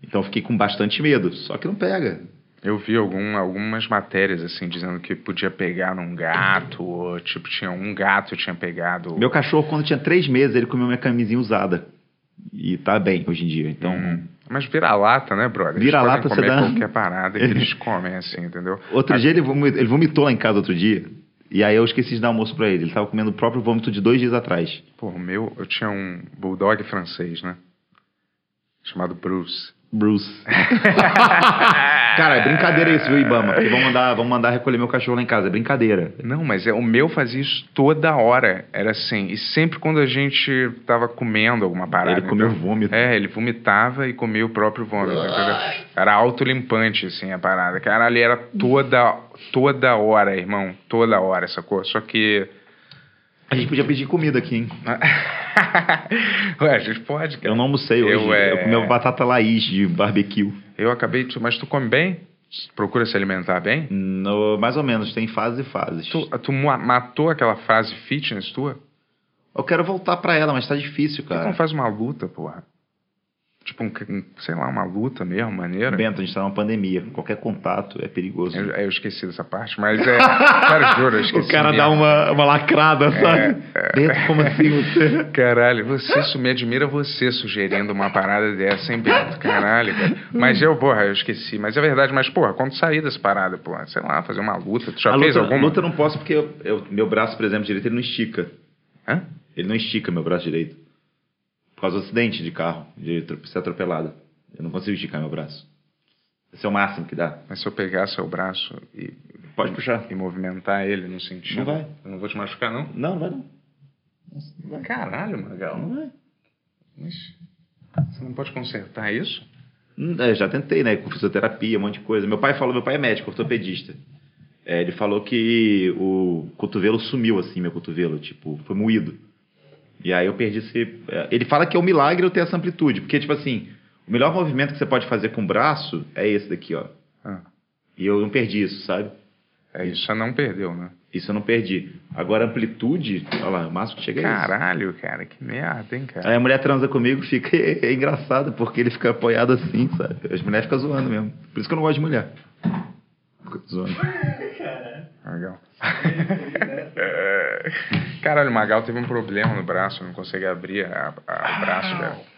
S4: Então eu fiquei com bastante medo, só que não pega.
S2: Eu vi algum, algumas matérias, assim, dizendo que podia pegar num gato, ou, tipo, tinha um gato que tinha pegado.
S4: Meu cachorro, quando tinha três meses, ele comeu minha camisinha usada. E tá bem hoje em dia, então...
S2: Hum. Mas vira-lata, né, brother? Eles
S4: Vira-lata,
S2: podem
S4: você
S2: comer
S4: dá-
S2: qualquer parada que eles comem, assim, entendeu?
S4: Outro
S2: Ah,
S4: dia ele vomitou, ele vomitou lá em casa outro dia. E aí eu esqueci de dar almoço pra ele. Ele tava comendo o próprio vômito de dois dias atrás.
S2: Pô, o meu, eu tinha um bulldog francês, né? Chamado Bruce.
S4: Bruce. Cara, é brincadeira isso, viu, Ibama? Porque vão mandar, vão mandar recolher meu cachorro lá em casa. É brincadeira.
S2: Não, mas é, o meu fazia isso toda hora. Era assim. E sempre quando a gente tava comendo alguma parada.
S4: Ele comeu
S2: entendeu?
S4: vômito.
S2: É, ele vomitava e comia o próprio vômito, entendeu? Era autolimpante, assim, a parada. Caralho, era toda, toda hora, irmão. Toda hora, sacou? Só que.
S4: A gente podia pedir comida aqui, hein?
S2: Ué, a gente pode, cara.
S4: Eu não almocei hoje.
S2: Eu,
S4: Eu,
S2: é-
S4: comi uma batata laís de barbecue.
S2: Eu acabei. de- Mas tu come bem? Procura se alimentar bem?
S4: No- mais ou menos, tem fases e fases.
S2: Tu, tu ma- matou aquela fase fitness tua?
S4: Eu quero voltar pra ela, mas tá difícil,
S2: Então
S4: cara.
S2: faz uma luta, porra. Tipo, um, um- sei lá, uma luta mesmo, maneira.
S4: Bento, a gente tá numa pandemia. Qualquer contato é perigoso.
S2: Eu, eu esqueci dessa parte, mas é. Cara, juro, eu esqueci. É,
S4: o cara
S2: mesmo.
S4: dá uma, uma lacrada, sabe? Bento, como assim você?
S2: Caralho, você isso me admira você sugerindo uma parada dessa, hein, Bento? Caralho, cara. Mas eu, porra, eu esqueci. Mas é verdade, mas, porra, quando sair dessa parada, porra, sei lá, fazer uma luta. Tu já
S4: a
S2: fez
S4: luta,
S2: alguma?
S4: luta eu não posso porque eu- eu- meu braço, por exemplo, direito, ele não estica.
S2: Hã?
S4: Ele não estica meu braço direito. Por causa do acidente de carro, de atro- ser atropelado. Eu não consigo esticar meu braço. Esse é o máximo que dá.
S2: Mas se eu pegar seu braço e,
S4: Pode puxar.
S2: e movimentar ele no sentido.
S4: Não vai.
S2: Eu não vou te machucar, não?
S4: Não, não vai não.
S2: Caralho, Magal.
S4: Não vai.
S2: Mas você não pode consertar isso?
S4: Hum, é, já tentei, né? Com fisioterapia, um monte de coisa. Meu pai falou, meu pai é médico, ortopedista. É, ele falou que o cotovelo sumiu, assim, meu cotovelo, tipo, foi moído. E aí eu perdi esse. é, Ele fala que é um milagre eu ter essa amplitude, porque, tipo assim, o melhor movimento que você pode fazer com o braço é esse daqui, ó.
S2: Ah.
S4: E eu não perdi isso, sabe?
S2: É, isso não perdeu, né?
S4: Isso eu não perdi. Agora, amplitude, olha lá, o máximo que chega é isso.
S2: Caralho, cara, que merda, hein, cara.
S4: Aí a mulher transa comigo, fica é, engraçado, porque ele fica apoiado assim, sabe? As mulheres ficam zoando mesmo. Por isso que eu não gosto de mulher. Fica zoando. É.
S2: Magal. Caralho, o Magal teve um problema no braço, não consegue abrir a-
S4: Ah.
S2: a- o braço, velho.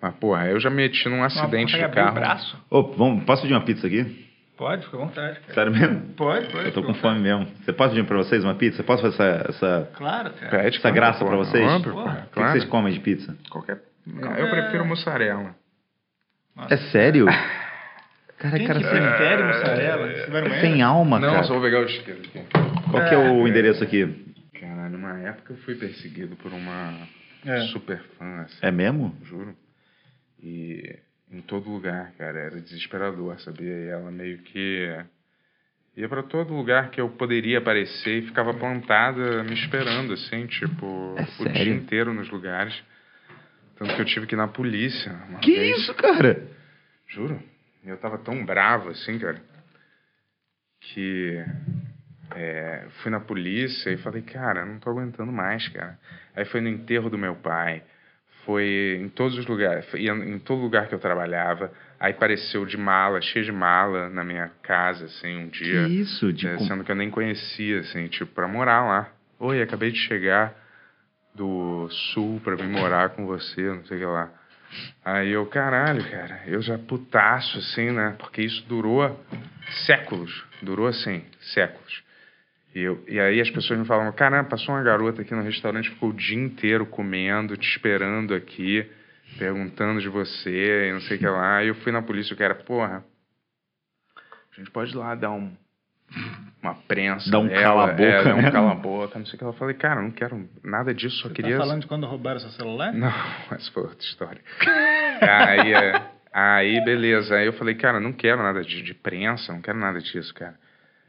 S2: Mas, porra, eu já meti num um acidente
S1: Consegue
S2: de
S1: abrir o
S2: carro.
S1: braço?
S4: Ô, vamos, posso pedir uma pizza aqui?
S1: Pode, fica à vontade. cara.
S4: Sério mesmo?
S1: Pode, pode.
S4: Eu tô
S1: fica à
S4: com
S1: vontade.
S4: fome mesmo. Você pode pedir pra vocês uma pizza? Posso fazer essa... essa...
S1: Claro, cara.
S2: Pede,
S4: Essa graça
S2: porra,
S4: pra vocês?
S2: Óbvio, porra,
S4: O que que
S2: claro.
S4: vocês comem de pizza?
S2: Qualquer... Eu prefiro mussarela.
S4: É sério? Cara,
S1: Tem
S4: cara,
S2: é,
S1: que
S4: sem,
S1: prefere mussarela? Você vai no banheiro? Tá
S4: sem alma,
S2: Não,
S4: cara.
S2: só vou pegar o isqueiro aqui.
S4: Qual que é o endereço aqui?
S2: Caralho, numa época eu fui perseguido por uma super fã, assim.
S4: É mesmo?
S2: juro. E em todo lugar, cara, era desesperador, sabia? E ela meio que ia pra todo lugar que eu poderia aparecer e ficava plantada me esperando, assim, tipo,
S4: É
S2: o dia
S4: sério?
S2: inteiro nos lugares. Tanto que eu tive que ir na polícia. uma
S4: Que
S2: vez,
S4: isso, cara?
S2: Juro. Eu tava tão bravo, assim, cara, que é, fui na polícia e falei, cara, não tô aguentando mais, cara. Aí foi no enterro do meu pai, foi em todos os lugares, foi em todo lugar que eu trabalhava. Aí apareceu de mala, cheio de mala na minha casa, assim, um
S4: Que
S2: dia.
S4: isso?
S2: é,
S4: Tipo,
S2: sendo que eu nem conhecia, assim, tipo, pra morar lá. Oi, acabei de chegar do sul pra vir morar com você, não sei o que lá. Aí eu, caralho, cara, eu já putaço, assim, né? Porque isso durou séculos. Durou, assim, séculos. E, eu, e aí as pessoas me falavam, caramba, passou uma garota aqui no restaurante, ficou o dia inteiro comendo, te esperando aqui, perguntando de você, e não sei o que lá. E eu fui na polícia, o cara, porra, a gente pode ir lá dar um, uma prensa.
S4: Dar um
S2: nela,
S4: cala-boca,
S2: É, dar um
S4: né?
S2: cala-boca, não sei o que lá. Eu falei, cara, eu não quero nada disso, só
S1: Tá
S2: queria...
S1: falando de quando roubaram seu celular?
S2: Não, essa foi outra história. aí, é, aí, beleza. Aí eu falei, cara, não quero nada de, de prensa, não quero nada disso, cara.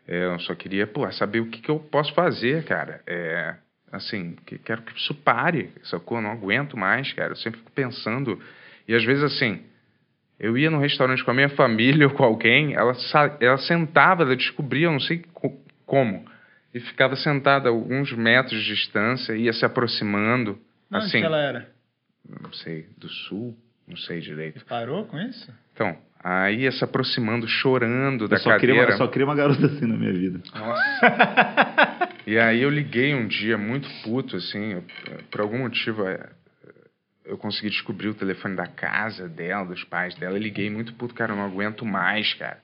S2: É, Eu só queria, pô, saber o que, que eu posso fazer, cara. É, assim, que, quero que isso pare, sacou? Eu não aguento mais, cara. Eu sempre fico pensando. E às vezes, assim, eu ia num restaurante com a minha família ou com alguém, ela, sa- ela sentava, ela descobria, eu não sei co- como, e ficava sentada a alguns metros de distância, ia se aproximando.
S1: Não, é onde
S2: assim,
S1: que ela era?
S2: não sei, do sul, não sei direito.
S1: Parou com isso?
S2: Então, aí ia se aproximando, chorando da
S4: eu só queria,
S2: cadeira.
S4: uma, eu só queria uma garota assim na minha vida.
S2: E aí eu liguei um dia muito puto, assim, eu- por algum motivo é, eu consegui descobrir o telefone da casa dela, dos pais dela, e liguei muito puto, cara, eu não aguento mais, cara.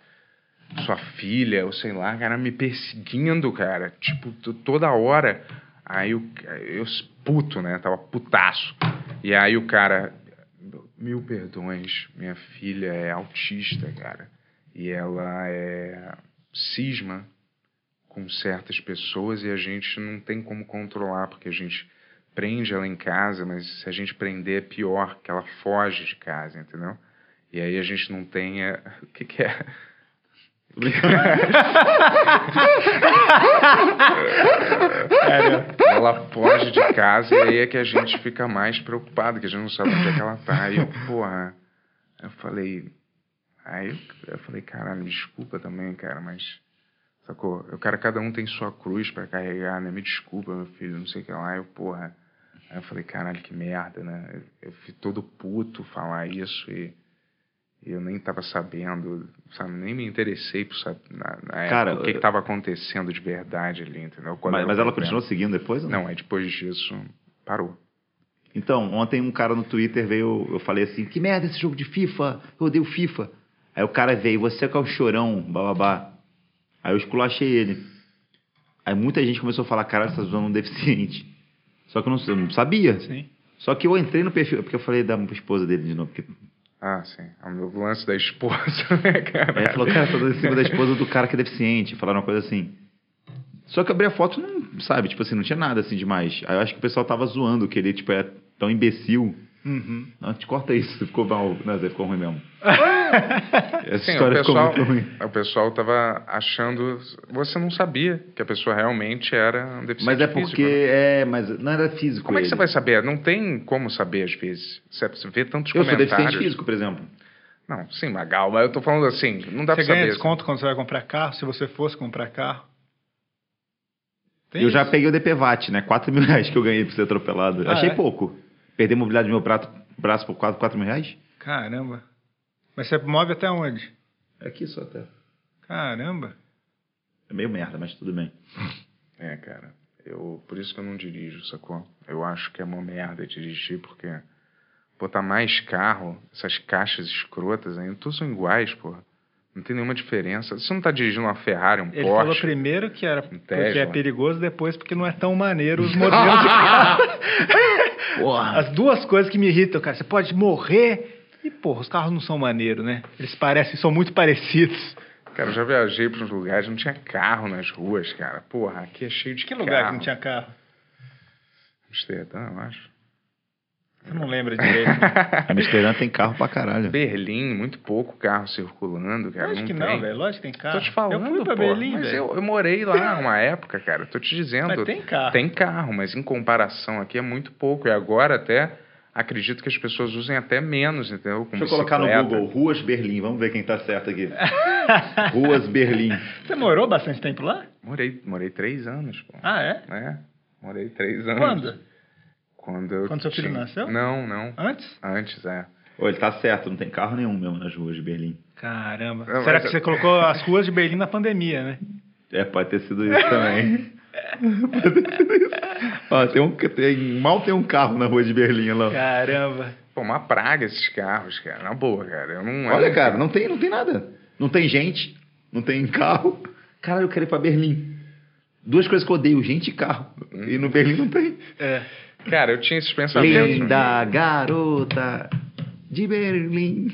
S2: Sua filha, ou sei lá, cara, me perseguindo, cara, tipo, t- toda hora. Aí eu, eu puto, né, tava putaço. E aí o cara, mil perdões, minha filha é autista, cara, e ela é cisma, com certas pessoas e a gente não tem como controlar, porque a gente prende ela em casa, mas se a gente prender é pior, que ela foge de casa, entendeu? E aí a gente não tem. é, O que, que é? ela foge de casa e aí é que a gente fica mais preocupado, que a gente não sabe onde é que ela tá. E eu, porra, eu falei. Aí eu falei, caralho, desculpa também, cara, mas. Sacou? Eu, cara, cada um tem sua cruz pra carregar, né? Me desculpa, meu filho, não sei o que lá. Eu, porra, Aí eu falei, caralho, que merda, né? Eu, eu fui todo puto falar isso e, e eu nem tava sabendo, sabe? Nem me interessei por saber na, na
S4: Cara,
S2: época, o que, que
S4: eu-
S2: tava acontecendo de verdade ali, entendeu? Qual
S4: Mas,
S2: era o
S4: mas
S2: problema.
S4: ela continuou seguindo depois? ou
S2: Não, aí depois disso parou.
S4: Então, ontem um cara no Twitter veio, eu falei assim, que merda esse jogo de FIFA, eu odeio FIFA. Aí o cara veio, você que é o chorão, bababá. Aí eu esculachei ele. Aí muita gente começou a falar, cara, você tá zoando um deficiente. Só que eu não, eu não sabia.
S1: Sim.
S4: Só que eu entrei no perfil, porque eu falei da esposa dele de novo. Porque...
S2: Ah, sim. É o meu lance da esposa, né, cara?
S4: Aí ele falou, cara, você tá dando em cima da esposa do cara que é deficiente. Falaram uma coisa assim. Só que eu abri a foto, não, sabe, tipo assim, não tinha nada assim demais. Aí eu acho que o pessoal tava zoando, que ele, tipo, era tão imbecil.
S1: Uhum.
S4: Não, te corta isso, ficou mal. Não, Zé, ficou ruim mesmo. Essa
S2: Sim, o
S4: história
S2: pessoal,
S4: ficou muito ruim.
S2: o pessoal tava achando. Você não sabia que a pessoa realmente era um deficiente.
S4: Mas é
S2: físico,
S4: porque.
S2: né?
S4: É, mas não era físico.
S2: Como é que
S4: ele.
S2: você vai saber? Não tem como saber às vezes. Você- Você vê tantos
S4: Eu sou
S2: comentários.
S4: deficiente físico, por exemplo.
S2: Não, sim, Magal, mas eu tô falando assim, não dá
S1: Você
S2: pra
S1: ganha
S2: saber.
S1: desconto quando você vai comprar carro, se você fosse comprar carro. Tem
S4: eu já
S1: isso?
S4: peguei o DPVAT, né? 4 mil reais que eu ganhei por ser atropelado.
S1: Ah,
S4: Achei
S1: é?
S4: pouco. Perder a mobilidade do meu prato, braço por 4, 4 mil reais?
S1: Caramba. Mas você move até onde?
S2: É
S4: Aqui só até.
S1: Caramba.
S4: É meio merda, mas tudo bem.
S2: É, cara. Eu, por isso que eu não dirijo, sacou? Eu acho que é uma merda dirigir, porque botar mais carro, essas caixas escrotas ainda, todos são iguais, porra. Não tem nenhuma diferença. Você não tá dirigindo uma Ferrari, um
S1: Ele falou
S2: Porsche.
S1: primeiro que era porque
S2: Tesla.
S1: é perigoso, depois porque não é tão maneiro os modelos de carro. As duas coisas que me irritam, cara. Você pode morrer e, porra, os carros não são maneiros, né? Eles parecem, são muito parecidos.
S2: Cara, eu já viajei pra uns lugares, não tinha carro nas ruas, cara. Porra, aqui é cheio de
S1: Que lugar
S2: carro.
S1: que não tinha carro?
S2: Amsterdã, eu acho.
S1: Você não lembra direito. né?
S4: Amsterdã tem carro pra caralho.
S2: Berlim, muito pouco carro circulando, cara.
S1: Lógico
S2: não
S1: que
S2: tem.
S1: não, velho. Lógico que tem carro.
S2: Tô te falando,
S1: Ah, Eu fui pra
S2: pô.
S1: Berlim,
S2: mas
S1: velho.
S2: eu, eu morei lá uma época, cara. Tô te dizendo.
S1: Mas tem carro.
S2: Tem carro, mas em comparação aqui é muito pouco. E agora até acredito que as pessoas usem até menos, entendeu? Com
S4: Deixa eu colocar no
S2: bicicleta.
S4: Google, Ruas Berlim. Vamos ver quem tá certo aqui. Ruas Berlim.
S1: Você morou bastante tempo lá?
S2: Morei, morei três anos, pô.
S1: Ah, é?
S2: É, morei três anos.
S1: Quando?
S2: Quando, eu
S1: Quando seu filho
S2: tinha-
S1: nasceu?
S2: Não, não.
S1: Antes?
S2: Antes, é.
S4: Ô, ele tá certo, não tem carro nenhum mesmo nas ruas de Berlim.
S1: Caramba.
S2: Não,
S1: Será
S2: mas
S1: que
S2: eu-
S1: você colocou as ruas de Berlim na pandemia, né?
S4: É, pode ter sido isso também. pode ter sido isso. Ó, tem um, tem, mal tem um carro na rua de Berlim lá.
S1: Caramba.
S2: Pô, uma praga esses carros, cara. Na boa, cara. Eu não,
S4: Olha, cara, não tem, não tem nada. Não tem gente, não tem carro. Caralho, eu quero ir pra Berlim. Duas coisas que eu odeio, gente e carro. E no Berlim não tem.
S1: É.
S2: Cara, eu tinha esses pensamentos.
S4: Linda garota de Berlim.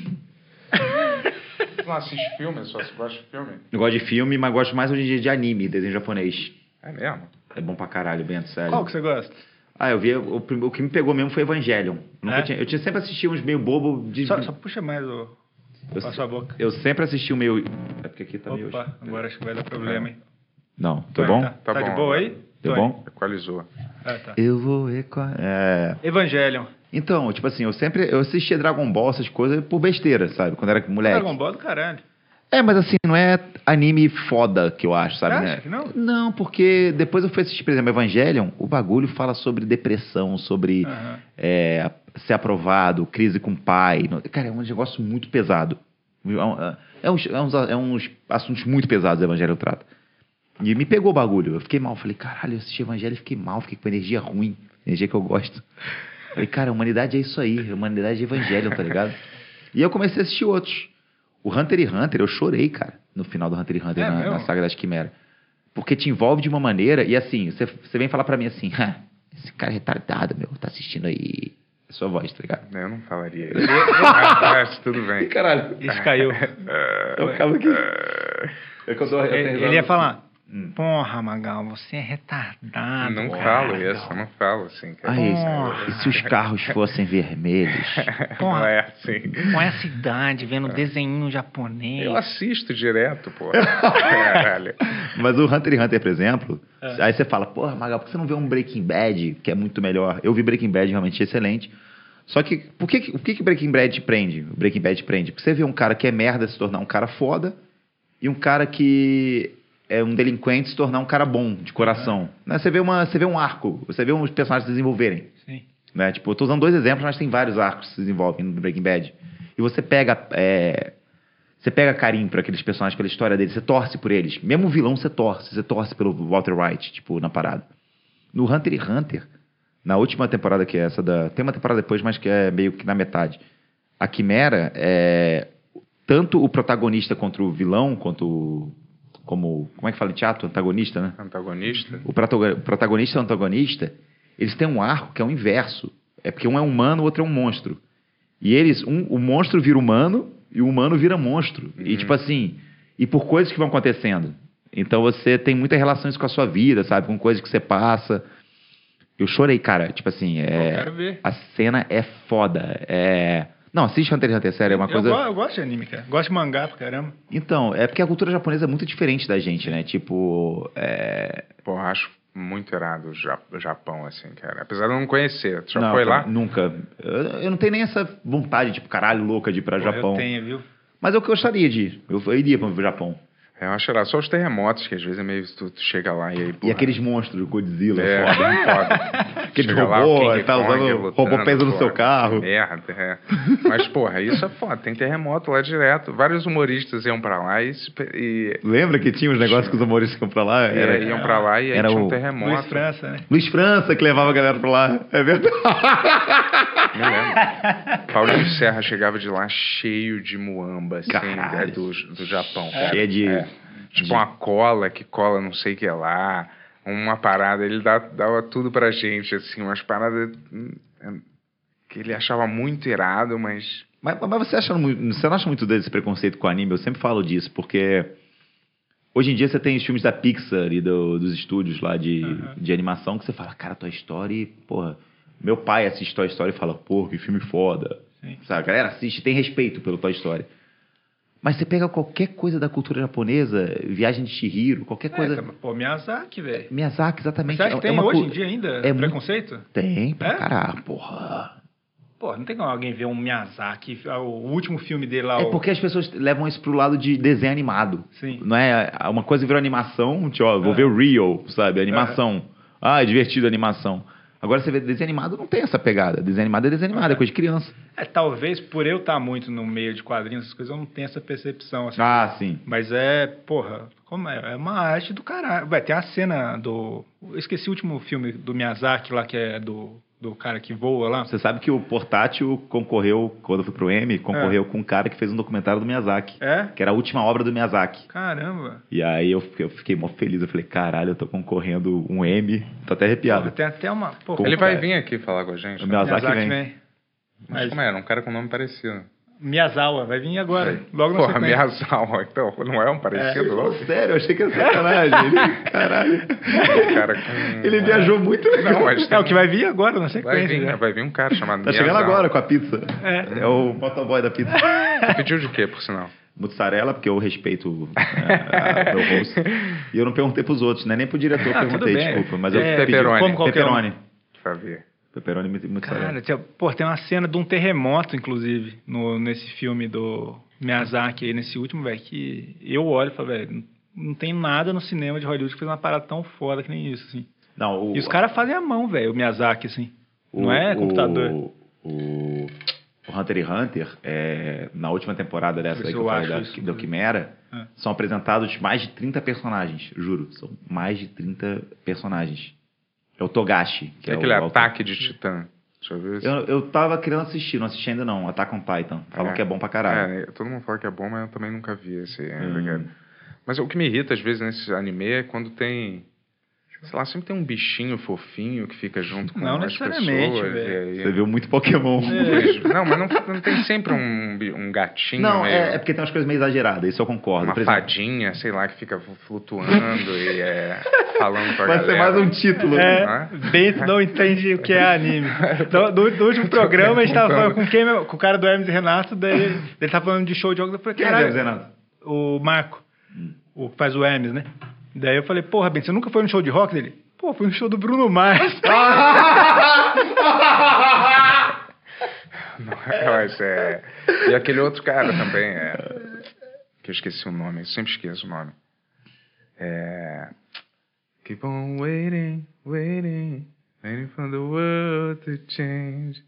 S2: Tu não assiste filme, só se gosta de filme.
S4: Não gosto de filme, mas gosto mais hoje em dia de anime, desenho japonês.
S2: É mesmo?
S4: É bom pra caralho, Bento, sério.
S1: Qual que você gosta?
S4: Ah, eu vi. O, prim- o que me pegou mesmo foi Evangelion. Nunca
S1: É?
S4: tinha- eu tinha sempre assistido uns meio bobo de.
S1: Só, só puxa mais o,
S4: eu,
S1: a sua boca.
S4: eu sempre assisti o meu. É porque aqui tá meio.
S1: Opa, agora acho que vai dar problema, hein?
S4: Não, tá
S1: Tony,
S4: bom?
S1: Tá,
S2: Tá
S1: tá de
S2: bom.
S1: boa aí?
S4: Tá
S1: Tony?
S4: bom?
S2: Equalizou.
S1: Ah, tá.
S4: Eu vou equa- é...
S1: Evangelion.
S4: Então, tipo assim, eu sempre eu assistia Dragon Ball, essas coisas, por besteira, sabe? Quando era moleque.
S1: Dragon Ball do caralho.
S4: É, mas assim, não é anime foda que eu acho, sabe?
S1: Você
S4: né?
S1: acha que não?
S4: Não, porque depois eu fui assistir, por exemplo, Evangelion, o bagulho fala sobre depressão, sobre
S1: Aham.
S4: é, ser aprovado, crise com o pai. Não- Cara, é um negócio muito pesado. É, um- é uns, é uns- é uns assuntos muito pesados o Evangelho trata. E me pegou o bagulho. Eu fiquei mal. Falei, caralho, eu assisti Evangelho e fiquei mal. Fiquei com energia ruim. Energia que eu gosto. Falei, cara, a humanidade é isso aí. A humanidade é Evangelho, tá ligado? e eu comecei a assistir outros. O Hunter x Hunter, eu chorei, cara, no final do Hunter x Hunter,
S1: É
S4: na, na
S1: mesmo?
S4: saga das Quimeras. Porque te envolve de uma maneira, e assim, você, você vem falar pra mim assim, "Ah, esse cara é retardado, meu, tá assistindo aí a sua voz, tá ligado?
S2: Eu não falaria isso. Mas tudo
S4: Ih,
S2: bem.
S4: caralho,
S1: Isso caiu.
S4: eu acabo aqui. É que eu dou, eu tenho
S1: ele,
S4: risada.
S1: ele ia falar, porra, Magal, você é retardado.
S2: Não
S4: é.
S1: cara.
S2: falo isso, não falo assim, cara.
S4: Aí,
S1: Porra.
S4: e se os carros fossem vermelhos?
S2: Não é assim.
S1: Com essa idade, vendo desenho japonês.
S2: Eu assisto direto, pô. Caralho.
S4: Mas o Hunter x Hunter, por exemplo, aí você fala, porra, Magal, por que você não vê um Breaking Bad, que é muito melhor? Eu vi Breaking Bad realmente excelente. Só que, por que, o que, que Breaking Bad te prende? O Breaking Bad te prende? Porque você vê um cara que é merda se tornar um cara foda e um cara que é um delinquente se tornar um cara bom de coração. Né? Você, vê uma, você vê um arco, você vê uns personagens se desenvolverem.
S8: Sim.
S4: Né? Tipo, eu tô usando dois exemplos, mas tem vários arcos que se desenvolvem no Breaking Bad. E você pega. é, você pega carinho por aqueles personagens, pela história deles, você torce por eles. Mesmo o vilão, você torce. Você torce pelo Walter White, tipo, na parada. No Hunter x Hunter, na última temporada que é essa da. Tem uma temporada depois, mas que é meio que na metade. A Quimera é. Tanto o protagonista contra o vilão, quanto. o- Como. Como é que fala em teatro? Antagonista, né?
S2: Antagonista?
S4: O protago- o protagonista e o antagonista, eles têm um arco que é o inverso. É porque um é humano, o outro é um monstro. E eles, um, o monstro vira humano e o humano vira monstro.
S1: Uhum.
S4: E tipo assim, e por coisas que vão acontecendo. Então você tem muita relação isso com a sua vida, sabe? Com coisas que você passa. Eu chorei, cara. Tipo assim,
S2: Eu
S4: é,
S2: quero ver.
S4: a cena é foda. É... Não, assiste Hunter x Hunter, sério, é uma coisa...
S1: Eu, go- eu gosto de anime, cara. Gosto de mangá pra caramba.
S4: Então, é porque a cultura japonesa é muito diferente da gente, né? Tipo, é...
S2: Pô, acho muito irado o Ja- o Japão, assim, cara. Apesar de eu não conhecer. Tu já
S4: Não,
S2: foi
S4: cara,
S2: lá?
S4: Nunca. Eu, eu não tenho nem essa vontade, tipo, caralho, louca de ir pra Japão.
S1: Eu tenho, viu?
S4: Mas é o que eu gostaria de ir. Eu, eu iria pro Japão.
S2: É, Eu acho irado. Só os terremotos, que às vezes é meio... Tu, tu chega lá e aí...
S4: E aqueles monstros, Godzilla,
S2: É,
S4: foda.
S2: foda.
S4: Aqueles
S2: Chega lá, o
S4: robô,
S2: King
S4: tá
S2: Kong
S4: usando-
S2: lutando,
S4: robô pesa no
S2: porra.
S4: seu carro.
S2: Merda, é. Mas, porra, isso é foda. Tem terremoto lá direto. Vários humoristas iam pra lá e... se pe- e-
S4: Lembra que tinha os negócios que os humoristas iam pra lá?
S2: é, iam pra lá e aí
S4: era
S2: tinha um
S4: o-
S2: terremoto.
S1: Luiz França, né?
S4: Luiz França que levava a galera pra lá. É verdade.
S2: Me lembro. Paulinho Serra chegava de lá cheio de muamba, assim,
S4: Caralho.
S2: é, do, do Japão. cara.
S4: Cheia de-
S2: É. Tipo uma cola que cola não sei o que lá, uma parada. Ele dá- dava tudo pra gente, assim, umas paradas hum, é, que ele achava muito irado, mas...
S4: Mas, mas você, acha, mu- você não acha muito desse preconceito com anime? Eu sempre falo disso, porque hoje em dia você tem os filmes da Pixar e do- dos estúdios lá de, de animação que você fala, cara, Toy Story, porra. Meu pai assiste Toy Story e fala, porra, que filme foda. Sabe, a galera assiste, tem respeito pelo Toy Story. Mas você pega qualquer coisa da cultura japonesa, Viagem de Chihiro, qualquer coisa.
S1: É, tá, pô, Miyazaki, velho.
S4: Miyazaki, exatamente.
S1: Você acha
S4: é-
S1: que
S4: é
S1: tem
S4: uma
S1: hoje
S4: cu-
S1: em dia ainda
S4: é muito-
S1: preconceito?
S4: Tem, pra
S1: É?
S4: caralho, porra.
S1: Pô, não tem como alguém ver um Miyazaki, ah, o último filme dele lá.
S4: É
S1: o-
S4: porque as pessoas levam isso pro lado de desenho animado.
S1: Sim.
S4: Não é uma coisa virou animação, tipo, ó, vou
S2: É.
S4: ver o Rio, sabe? Animação. Ah, é divertido a animação. Agora você vê desenho animado, não tem essa pegada. Desenho animado é desenho animado, é coisa de criança.
S1: É, talvez por eu estar muito no meio de quadrinhos, essas coisas, eu não tenho essa percepção. Assim.
S4: Ah, sim.
S1: Mas é, porra, como é? É uma arte do caralho. Vai, tem a cena do. eu esqueci o último filme do Miyazaki lá, que é do, do cara que voa lá.
S4: Você sabe que o portátil concorreu, quando eu fui pro M, concorreu
S2: É.
S4: com um cara que fez um documentário do Miyazaki.
S1: É?
S4: Que era a última obra do Miyazaki.
S1: Caramba.
S4: E aí eu fiquei, eu fiquei mó feliz. Eu falei, caralho, eu tô concorrendo um M. Tô até arrepiado.
S1: Tem até uma. Porra,
S4: Como
S2: ele vai
S4: cara?
S2: vir aqui falar com a gente.
S4: O
S2: né?
S4: Miyazaki vem.
S2: Mas como era? Um cara com nome parecido.
S1: Miyazawa, vai vir agora. Logo na
S2: Porra,
S1: sequência.
S2: Miyazawa, então, não é um parecido?
S4: Pô,
S2: louco?
S4: Sério, eu achei que era sacanagem. Ele- Caralho.
S2: Um cara com...
S4: Ele viajou muito legal.
S2: Não, mas
S1: É o que vai vir agora na
S2: vai
S1: sequência.
S2: vir,
S1: né?
S2: vai vir um cara chamado
S4: Tá chegando
S2: Miyazawa.
S4: agora com a pizza. É. o motoboy da pizza.
S2: Pediu de quê, por sinal?
S4: Mussarela, porque eu respeito é, a- meu host. E eu não perguntei pros outros, né? Nem pro diretor eu
S1: Ah,
S4: perguntei,
S1: tudo bem.
S4: desculpa. Mas
S2: É,
S4: eu pedi.
S2: pepperoni.
S1: Como qualquer um.
S4: Pepperoni.
S2: Pra ver.
S4: Pepperoni e mussarela.
S1: Cara, tinha- pô, tem uma cena de um terremoto, inclusive, no, nesse filme do Miyazaki aí, nesse último, velho, que eu olho e falo, velho, não tem nada no cinema de Hollywood que fez uma parada tão foda que nem isso, assim.
S4: Não, o,
S1: E os caras fazem a mão, velho, o Miyazaki, assim.
S4: o-
S1: não é
S4: o-
S1: computador.
S4: O, o Hunter x Hunter, é, na última temporada dessa
S1: Deixa
S4: aí que
S1: eu
S4: eu falei
S1: acho
S4: da,
S1: isso.
S4: da Quimera,
S1: Ah.
S4: são apresentados mais de 30 personagens, juro. São mais de 30 personagens. É o Togashi. Que
S2: É
S4: é
S2: aquele
S4: o, autor.
S2: ataque de titã. Deixa eu ver isso.
S4: Eu, eu tava querendo assistir, não assisti ainda não. Attack on Titan. Falam
S2: É.
S4: que é bom pra caralho.
S2: É, todo mundo fala que é bom, mas eu também nunca vi esse
S4: Hum.
S2: ainda, cara. Mas o que me irrita às vezes nesse anime é quando tem. Sei lá, sempre tem um bichinho fofinho que fica junto com
S1: Não
S2: as
S1: necessariamente,
S2: pessoas. e É.
S1: velho.
S2: aí-
S4: Você viu muito Pokémon.
S2: Mas- Não, mas não, não tem sempre um, bi- um gatinho
S4: Não,
S2: meio.
S4: é, é porque tem umas coisas meio exageradas, isso eu concordo.
S2: Uma
S4: Por exemplo,
S2: fadinha, sei lá, que fica flutuando e é, falando pra
S4: vai ser
S2: galera.
S4: mais um título.
S1: É,
S2: Não
S1: Bento não entende o que é anime. No, no- no último programa a gente tava falando com quem? meu? Com o cara do Hermes e Renato, daí ele, ele tava falando de show de jogos, eu falei,
S4: Quem é
S1: caralho,
S4: Renato?
S1: o Marco, o que faz o Hermes, né? Daí eu falei, porra, Bento, você nunca foi no show de rock dele? Pô, fui no show do Bruno Mars.
S2: Mas é. E aquele outro cara também é. Que eu esqueci o nome, eu sempre esqueço o nome. É... Keep on waiting, waiting, waiting for the world to change.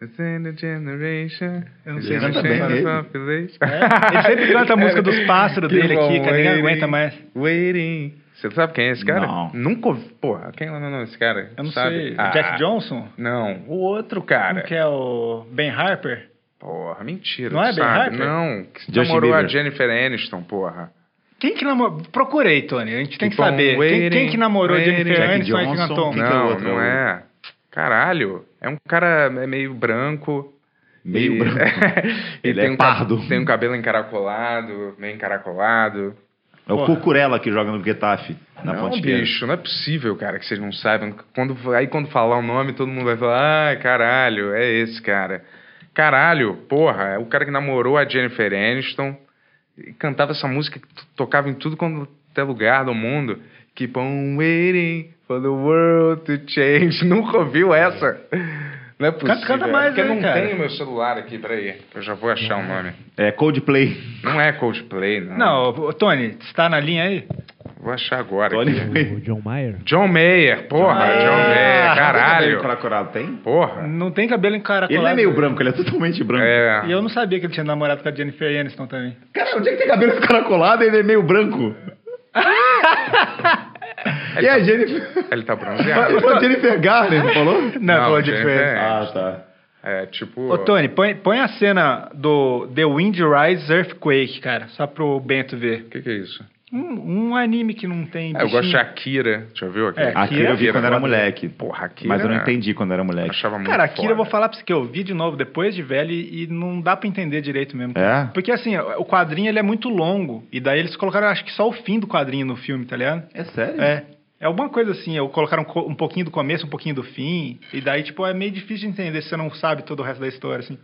S2: The same generation,
S1: Eu não
S2: the
S1: sei
S4: cantar bem
S2: generation
S4: dele.
S2: population.
S1: Ele sempre canta a música dos pássaros
S2: Keep
S1: dele
S2: on
S1: aqui, cara. Ninguém
S2: waiting,
S1: aguenta mais.
S2: Waiting. Você sabe quem é esse cara?
S4: Não.
S2: Nunca ouvi. Porra, quem é o nome desse cara?
S1: Eu não
S2: sabe?
S1: sei.
S2: Ah,
S1: Jack Johnson?
S2: Não, o outro
S1: Como
S2: cara.
S1: que é o Ben Harper?
S2: Porra, mentira.
S1: Não é
S2: tu
S1: Ben
S2: sabe?
S1: Harper?
S2: Não, que
S4: Justin
S2: namorou a
S4: Bieber.
S2: Jennifer Aniston, porra.
S1: Quem que namorou? Procurei, Tony. A gente tem que
S2: Keep on
S1: saber. Quem, quem que namorou
S2: waiting,
S1: Jennifer
S4: Jack
S1: Aniston e que
S4: Johnson.
S1: cantou?
S4: Quem que é o
S2: não,
S4: outro?
S2: não é. Caralho, é um cara é meio branco.
S4: Meio
S2: e-
S4: branco.
S2: e
S4: Ele
S2: tem
S4: é
S2: um ca-
S4: pardo.
S2: Tem um cabelo encaracolado, meio encaracolado.
S4: É o Cucurella que joga no Getafe, na
S2: não,
S4: Ponte Pinheiro.
S2: bicho, não é possível, cara, que vocês não saibam. Quando, aí quando falar o nome, todo mundo vai falar, ah, caralho, é esse cara. Caralho, porra, é o cara que namorou a Jennifer Aniston e cantava essa música que t- tocava em tudo quanto é lugar do mundo. Keep on waiting for the world to change. Nunca ouviu essa? Não é possível.
S1: canta mais
S2: é porque
S1: aí,
S2: eu não
S1: cara.
S2: tenho meu celular aqui, peraí. Eu já vou achar o nome.
S4: É Coldplay.
S2: Não é Coldplay, não.
S1: Não, ô, Tony, você tá na linha aí?
S2: Vou achar agora.
S4: Tony
S1: É.
S2: aqui.
S5: O John Mayer?
S2: John Mayer, porra,
S1: Mayer. Ah,
S2: John Mayer, caralho. Tá
S4: Caracorado é tem?
S2: Porra.
S1: Não tem cabelo encaracolado.
S4: Ele não é meio branco, ele é totalmente branco.
S2: É.
S1: Hum. E eu não sabia que ele tinha namorado com a Jennifer Aniston também.
S4: Cara, onde é que tem cabelo encaracolado e ele é meio branco?
S2: É
S4: e a Jennifer...
S2: Ele tá
S4: Mas
S2: bronzeado.
S4: foi a Jennifer Garner, não falou?
S1: Não,
S2: Não,
S1: falou
S2: gente,
S1: Jennifer.
S2: é.
S4: Ah, tá.
S2: É, tipo.
S1: Ô, Tony, põe, põe a cena do The Wind Rise Earthquake, cara, só pro Bento ver.
S2: O que, que é isso?
S1: Um, um anime que não tem.
S2: Ah, eu gosto de
S1: bichinho.
S2: Akira. Já viu aqui?
S1: É,
S4: A Akira eu vi quando era
S1: foda.
S4: moleque.
S2: Porra, Akira.
S4: Mas eu não entendi quando era moleque.
S2: Achava muito.
S1: Cara, Akira eu vou
S2: foda.
S1: falar pra você que eu vi de novo depois de velho e e não dá pra entender direito mesmo.
S4: É?
S1: Porque assim, o quadrinho ele é muito longo e daí eles colocaram acho que só o fim do quadrinho no filme, tá ligado?
S4: É
S2: Hum.
S4: sério?
S1: É. É alguma coisa assim, eu colocaram um co- um pouquinho do começo, um pouquinho do fim, e daí, tipo, é meio difícil de entender se você não sabe todo o resto da história, assim.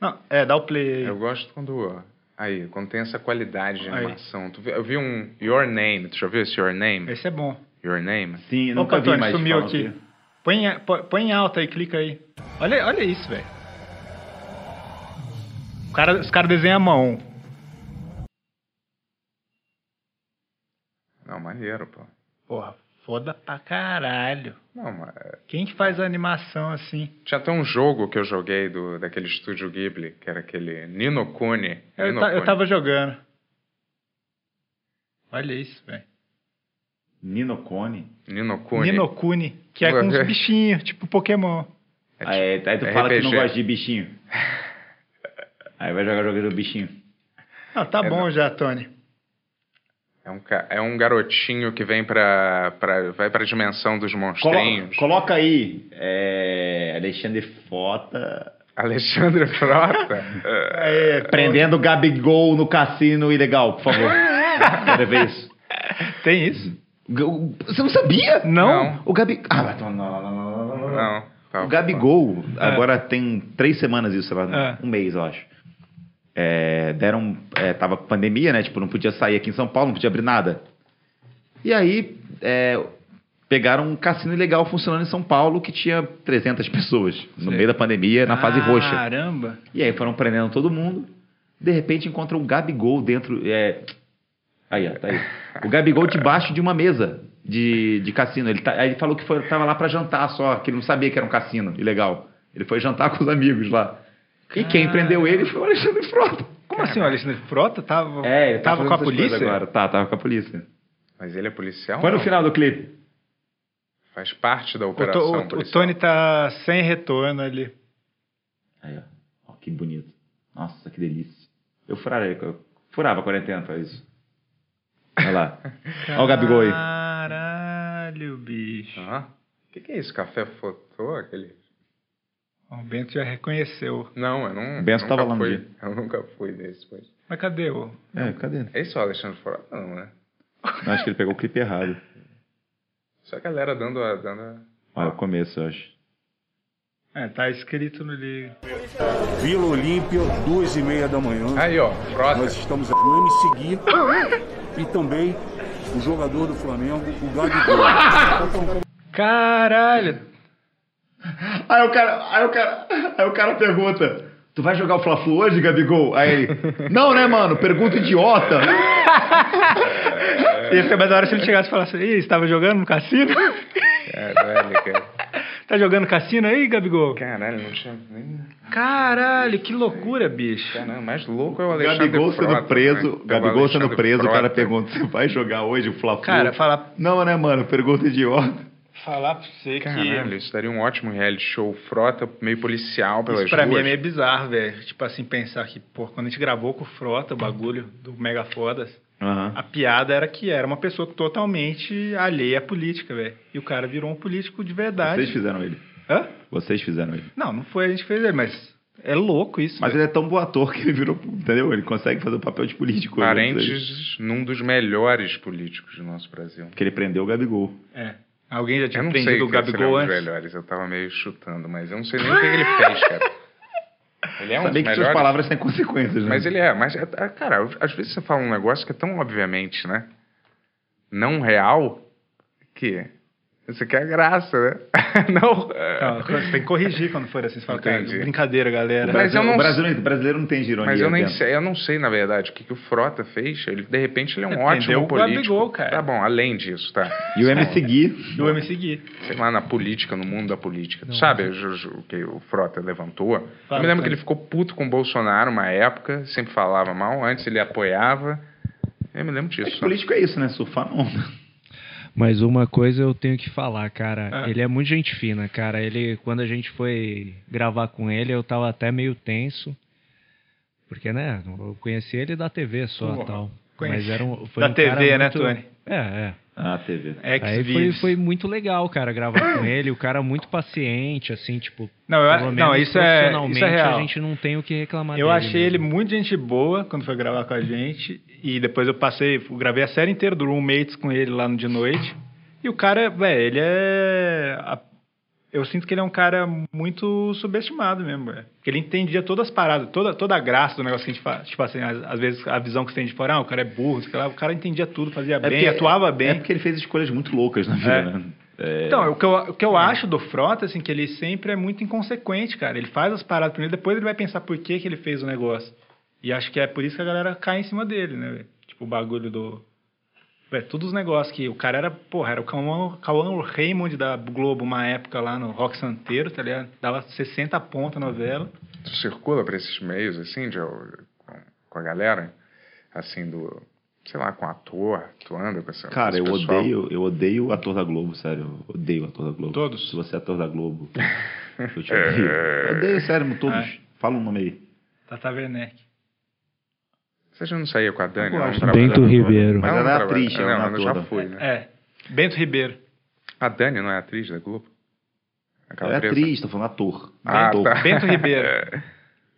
S1: Não, é, dá o play.
S2: Eu
S1: aí.
S2: gosto quando. Aí, quando tem essa qualidade de
S1: Aí.
S2: animação. Tu vi- eu vi um Your Name. Tu já viu esse Your Name?
S1: Esse é bom.
S2: Your Name?
S4: Sim, eu
S1: Opa,
S4: nunca vi,
S1: Tony,
S4: mas...
S1: sumiu
S4: falam
S1: aqui.
S4: que-
S1: Põe, em- põe- põe em alta aí, clica aí. Olha, olha isso, velho. O cara- Os caras desenham a mão.
S2: Não, maneiro, pô.
S1: Porra, foda pra caralho.
S2: Não, mas. é,
S1: Quem que faz a animação assim?
S2: Tinha até um jogo que eu joguei do, daquele estúdio Ghibli, que era aquele Nino Kuni.
S1: Eu,
S2: Nino
S1: ta- eu
S2: Kuni.
S1: tava jogando. Olha isso, velho.
S4: Nino Cone.
S2: Nino Kuni.
S1: Ninokuni, que é com uns bichinhos, tipo Pokémon.
S4: Ah, é, aí tu
S2: é
S4: fala que não
S2: RPG.
S4: gosta de bichinho. Aí vai jogar jogo do bichinho.
S1: Ah, tá
S2: É,
S1: bom
S2: não.
S1: já, Tony.
S2: É um, ca- é um garotinho que vem pra, pra, vai pra dimensão dos
S4: Colo-
S2: monstrinhos.
S4: coloca aí, é, Alexandre Fota.
S2: Alexandre Frota. É.
S1: É,
S4: Prendendo o Gabigol no cassino ilegal, por favor. Quero ver isso.
S1: tem isso?
S4: G- o- Você não sabia?
S1: Não.
S4: O Gabi. Ah, mas não, não, não, não, não, não, não.
S2: Não. tá.
S4: O Gabigol, agora tem três semanas isso, sei lá,
S1: É.
S4: um mês, eu acho. É, deram. é, tava com pandemia, né? Tipo, não podia sair aqui em São Paulo, não podia abrir nada. E aí, é, pegaram um cassino ilegal funcionando em São Paulo que tinha 300 pessoas no meio da pandemia, é na
S1: Ah,
S4: fase roxa.
S1: Caramba.
S4: E aí foram prendendo todo mundo. De repente encontram o Gabigol dentro. É... Aí, ó, tá aí. O Gabigol debaixo de uma mesa de, de cassino. Ele tá- aí ele falou que foi, tava lá pra jantar só, que ele não sabia que era um cassino. Ilegal. Ele foi jantar com os amigos lá. E quem prendeu ele foi o Alexandre Frota.
S1: Como assim, o Alexandre Frota tava,
S4: É, ele tá
S1: tava com a
S4: fazendo essas coisas
S1: polícia?
S4: Agora. Tá, tava com a polícia.
S2: Mas ele é policial?
S4: Foi no
S2: não?
S4: final do clipe.
S2: Faz parte da
S1: O,
S2: operação
S1: to- o- o
S2: policial.
S1: Tony tá sem retorno ali.
S4: Aí, ó. ó. Que bonito. Nossa, que delícia. Eu furaria, eu furava a quarentena pra isso. Olha lá. Olha o Gabigol aí.
S1: Caralho, bicho.
S2: Hã? O que, que é isso? Café fotô? Aquele...
S1: O Bento já reconheceu.
S2: Não, eu não.
S4: O Benço
S2: nunca
S4: tava lá no
S2: fui,
S4: dia.
S2: Eu nunca fui desse. Mas...
S1: Mas cadê o...
S4: É, cadê?
S2: É isso, o Alexandre Frota? Não, né?
S4: Eu Acho que ele pegou o clipe errado.
S2: Só a galera dando a. Dando a...
S4: Olha, o começo, eu acho.
S1: É, tá escrito no livro.
S9: Vila Olímpia, duas e meia da manhã.
S2: Aí, ó, Frota.
S9: Nós estamos aqui. Não me seguir. E também o jogador do Flamengo, o Gabigol.
S1: Caralho.
S4: Aí o cara, aí o cara, aí o cara pergunta:
S10: Tu vai jogar o Fla-Flu hoje, Gabigol? Aí ele, não, né, mano? Pergunta idiota.
S2: É.
S1: Ia ser mais da hora se ele chegasse e falasse, Ih, você tava jogando no cassino?
S2: Caralho, cara.
S1: tá jogando cassino aí, Gabigol?
S2: Caralho, não tinha nem.
S1: Caralho, que loucura, bicho.
S2: Caralho, o mais louco é o Alexandre
S10: Gabigol sendo
S2: Frota,
S10: preso,
S2: né?
S10: Gabigol sendo
S2: Alexandre
S10: preso, o cara
S2: Frota.
S10: pergunta, você vai jogar hoje o Fla-Flu?
S1: Cara, falar,
S10: não, né, mano? Pergunta idiota.
S1: falar pra você
S2: Caralho, isso daria um ótimo reality show. Frota meio policial pelas
S1: Isso pra
S2: ruas.
S1: mim é meio bizarro, velho. Tipo assim, pensar que, pô, quando a gente gravou com o Frota, o bagulho do Mega Fodas,
S10: Aham.
S1: a piada era que era uma pessoa totalmente alheia à política, velho. E o cara virou um político de verdade.
S10: Vocês fizeram ele.
S1: Hã?
S10: Vocês fizeram ele.
S1: Não, não foi a gente que fez ele, mas é louco isso.
S10: Mas
S1: velho.
S10: ele é tão bom ator que ele virou, entendeu? Ele consegue fazer o papel de político. hoje, vocês-
S2: Parentes num dos melhores políticos do nosso Brasil.
S10: Porque ele prendeu o Gabigol.
S1: É. Alguém já
S2: Eu
S1: tinha
S2: não sei
S1: prendido o
S2: quem será um
S1: Gabigol
S2: dos
S1: antes?
S2: melhores, eu tava meio chutando, mas eu não sei nem o que ele fez, cara. Ele é um dos
S10: Sabia que suas
S2: melhores.
S10: palavras têm consequências, né?
S2: Mas ele é, mas, é- é, cara, às vezes você fala um negócio que é tão obviamente, né? Não real, que você quer graça, né? não.
S1: Não, você tem que corrigir quando for assim. Você fala, cara,
S2: Entendi.
S1: brincadeira, galera.
S2: Mas eu não-
S10: O brasileiro, o brasileiro não tem ironia.
S2: Mas eu nem
S10: dentro.
S2: sei, eu não sei, na verdade, o que, que o Frota fez. Ele, de repente, ele é um
S1: Ele prendeu
S2: ótimo
S1: o
S2: político.
S1: Gabigol, cara.
S2: Tá bom, além disso, tá.
S10: E o MC Gui,
S1: Eu vou me seguir.
S2: sei lá, na política, no mundo da política. Sabe ju- ju- o que o Frota levantou? eu me lembro que ele ficou puto com o Bolsonaro uma época, sempre falava mal, antes ele apoiava. Eu me lembro
S10: acho que
S2: disso.
S10: político é isso, né? Surfar não.
S5: Mas uma coisa eu tenho que falar, cara. Ele é muito gente fina, cara. Ele, quando a gente foi gravar com ele, eu tava até meio tenso. Porque, né, eu conheci ele da TV só
S1: Porra,
S5: tal.
S1: conheci.
S5: Mas era um, foi
S1: Da
S5: um cara
S1: TV, né,
S5: muito-
S1: Tony?
S5: É, é.
S10: Ah, TV.
S5: Aí foi,
S1: Xvideos.
S5: foi muito legal, cara, gravar com ele. O cara muito paciente, assim, tipo.
S1: Não, eu-
S5: pelo
S1: não,
S5: menos
S1: isso é-
S5: profissionalmente,
S1: isso é real.
S5: A gente não tem o que reclamar
S1: Eu
S5: dele
S10: né?
S1: achei ele
S5: mesmo.
S1: muito gente boa quando foi gravar com a gente. E depois eu passei, eu gravei a série inteira do Roommates com ele lá no de noite. E o cara, velho, ele é. a- Eu sinto que ele é um cara muito subestimado mesmo, velho. Porque ele entendia todas as paradas, toda, toda a graça do negócio que a gente faz. Tipo assim, às, às vezes a visão que você tem de fora, ah, o cara é burro, sei lá, o cara entendia tudo, fazia bem, atuava bem.
S10: É porque ele fez escolhas muito loucas na vida,
S1: É.
S10: né?
S1: Então, o que eu, o que eu acho do Frota, assim, que ele sempre é muito inconsequente, cara. Ele faz as paradas primeiro, depois ele vai pensar por que, que ele fez o negócio. E acho que é por isso que a galera cai em cima dele, né? velho? Tipo, o bagulho do... É, todos os negócios que o cara era, porra, era o Cauã, Cauã Raymond da Globo, uma época lá no Rock Santeiro, tá ligado? Dava 60 pontos na novela.
S2: né? Tu circula pra esses meios, assim, de, com, com a galera, assim, do. Sei lá, com ator, tu anda com essa.
S10: Cara,
S2: com
S10: eu
S2: esse pessoal?
S10: odeio, eu odeio o ator da Globo, sério. Eu odeio o ator da Globo. Todos? Se você é ator da Globo, eu te odeio. Eu odeio, sério, todos.
S1: Ai.
S10: Fala um nome aí.
S1: Tata Werneck.
S2: Você já não saía com a Dani?
S10: Eu
S2: ela não
S10: gosto.
S2: trabalha-
S5: Bento
S2: ela não
S5: Ribeiro.
S10: um Mas ela é
S2: trabalha-
S10: atriz, ela não é
S2: Não, ela já
S10: atora.
S2: foi, né?
S1: É. Bento Ribeiro.
S2: A Dani não é atriz da Globo? Aquela
S10: Ela é
S2: preta?
S10: atriz, tô falando ator.
S2: Ah,
S10: ator.
S2: tá.
S1: Bento Ribeiro.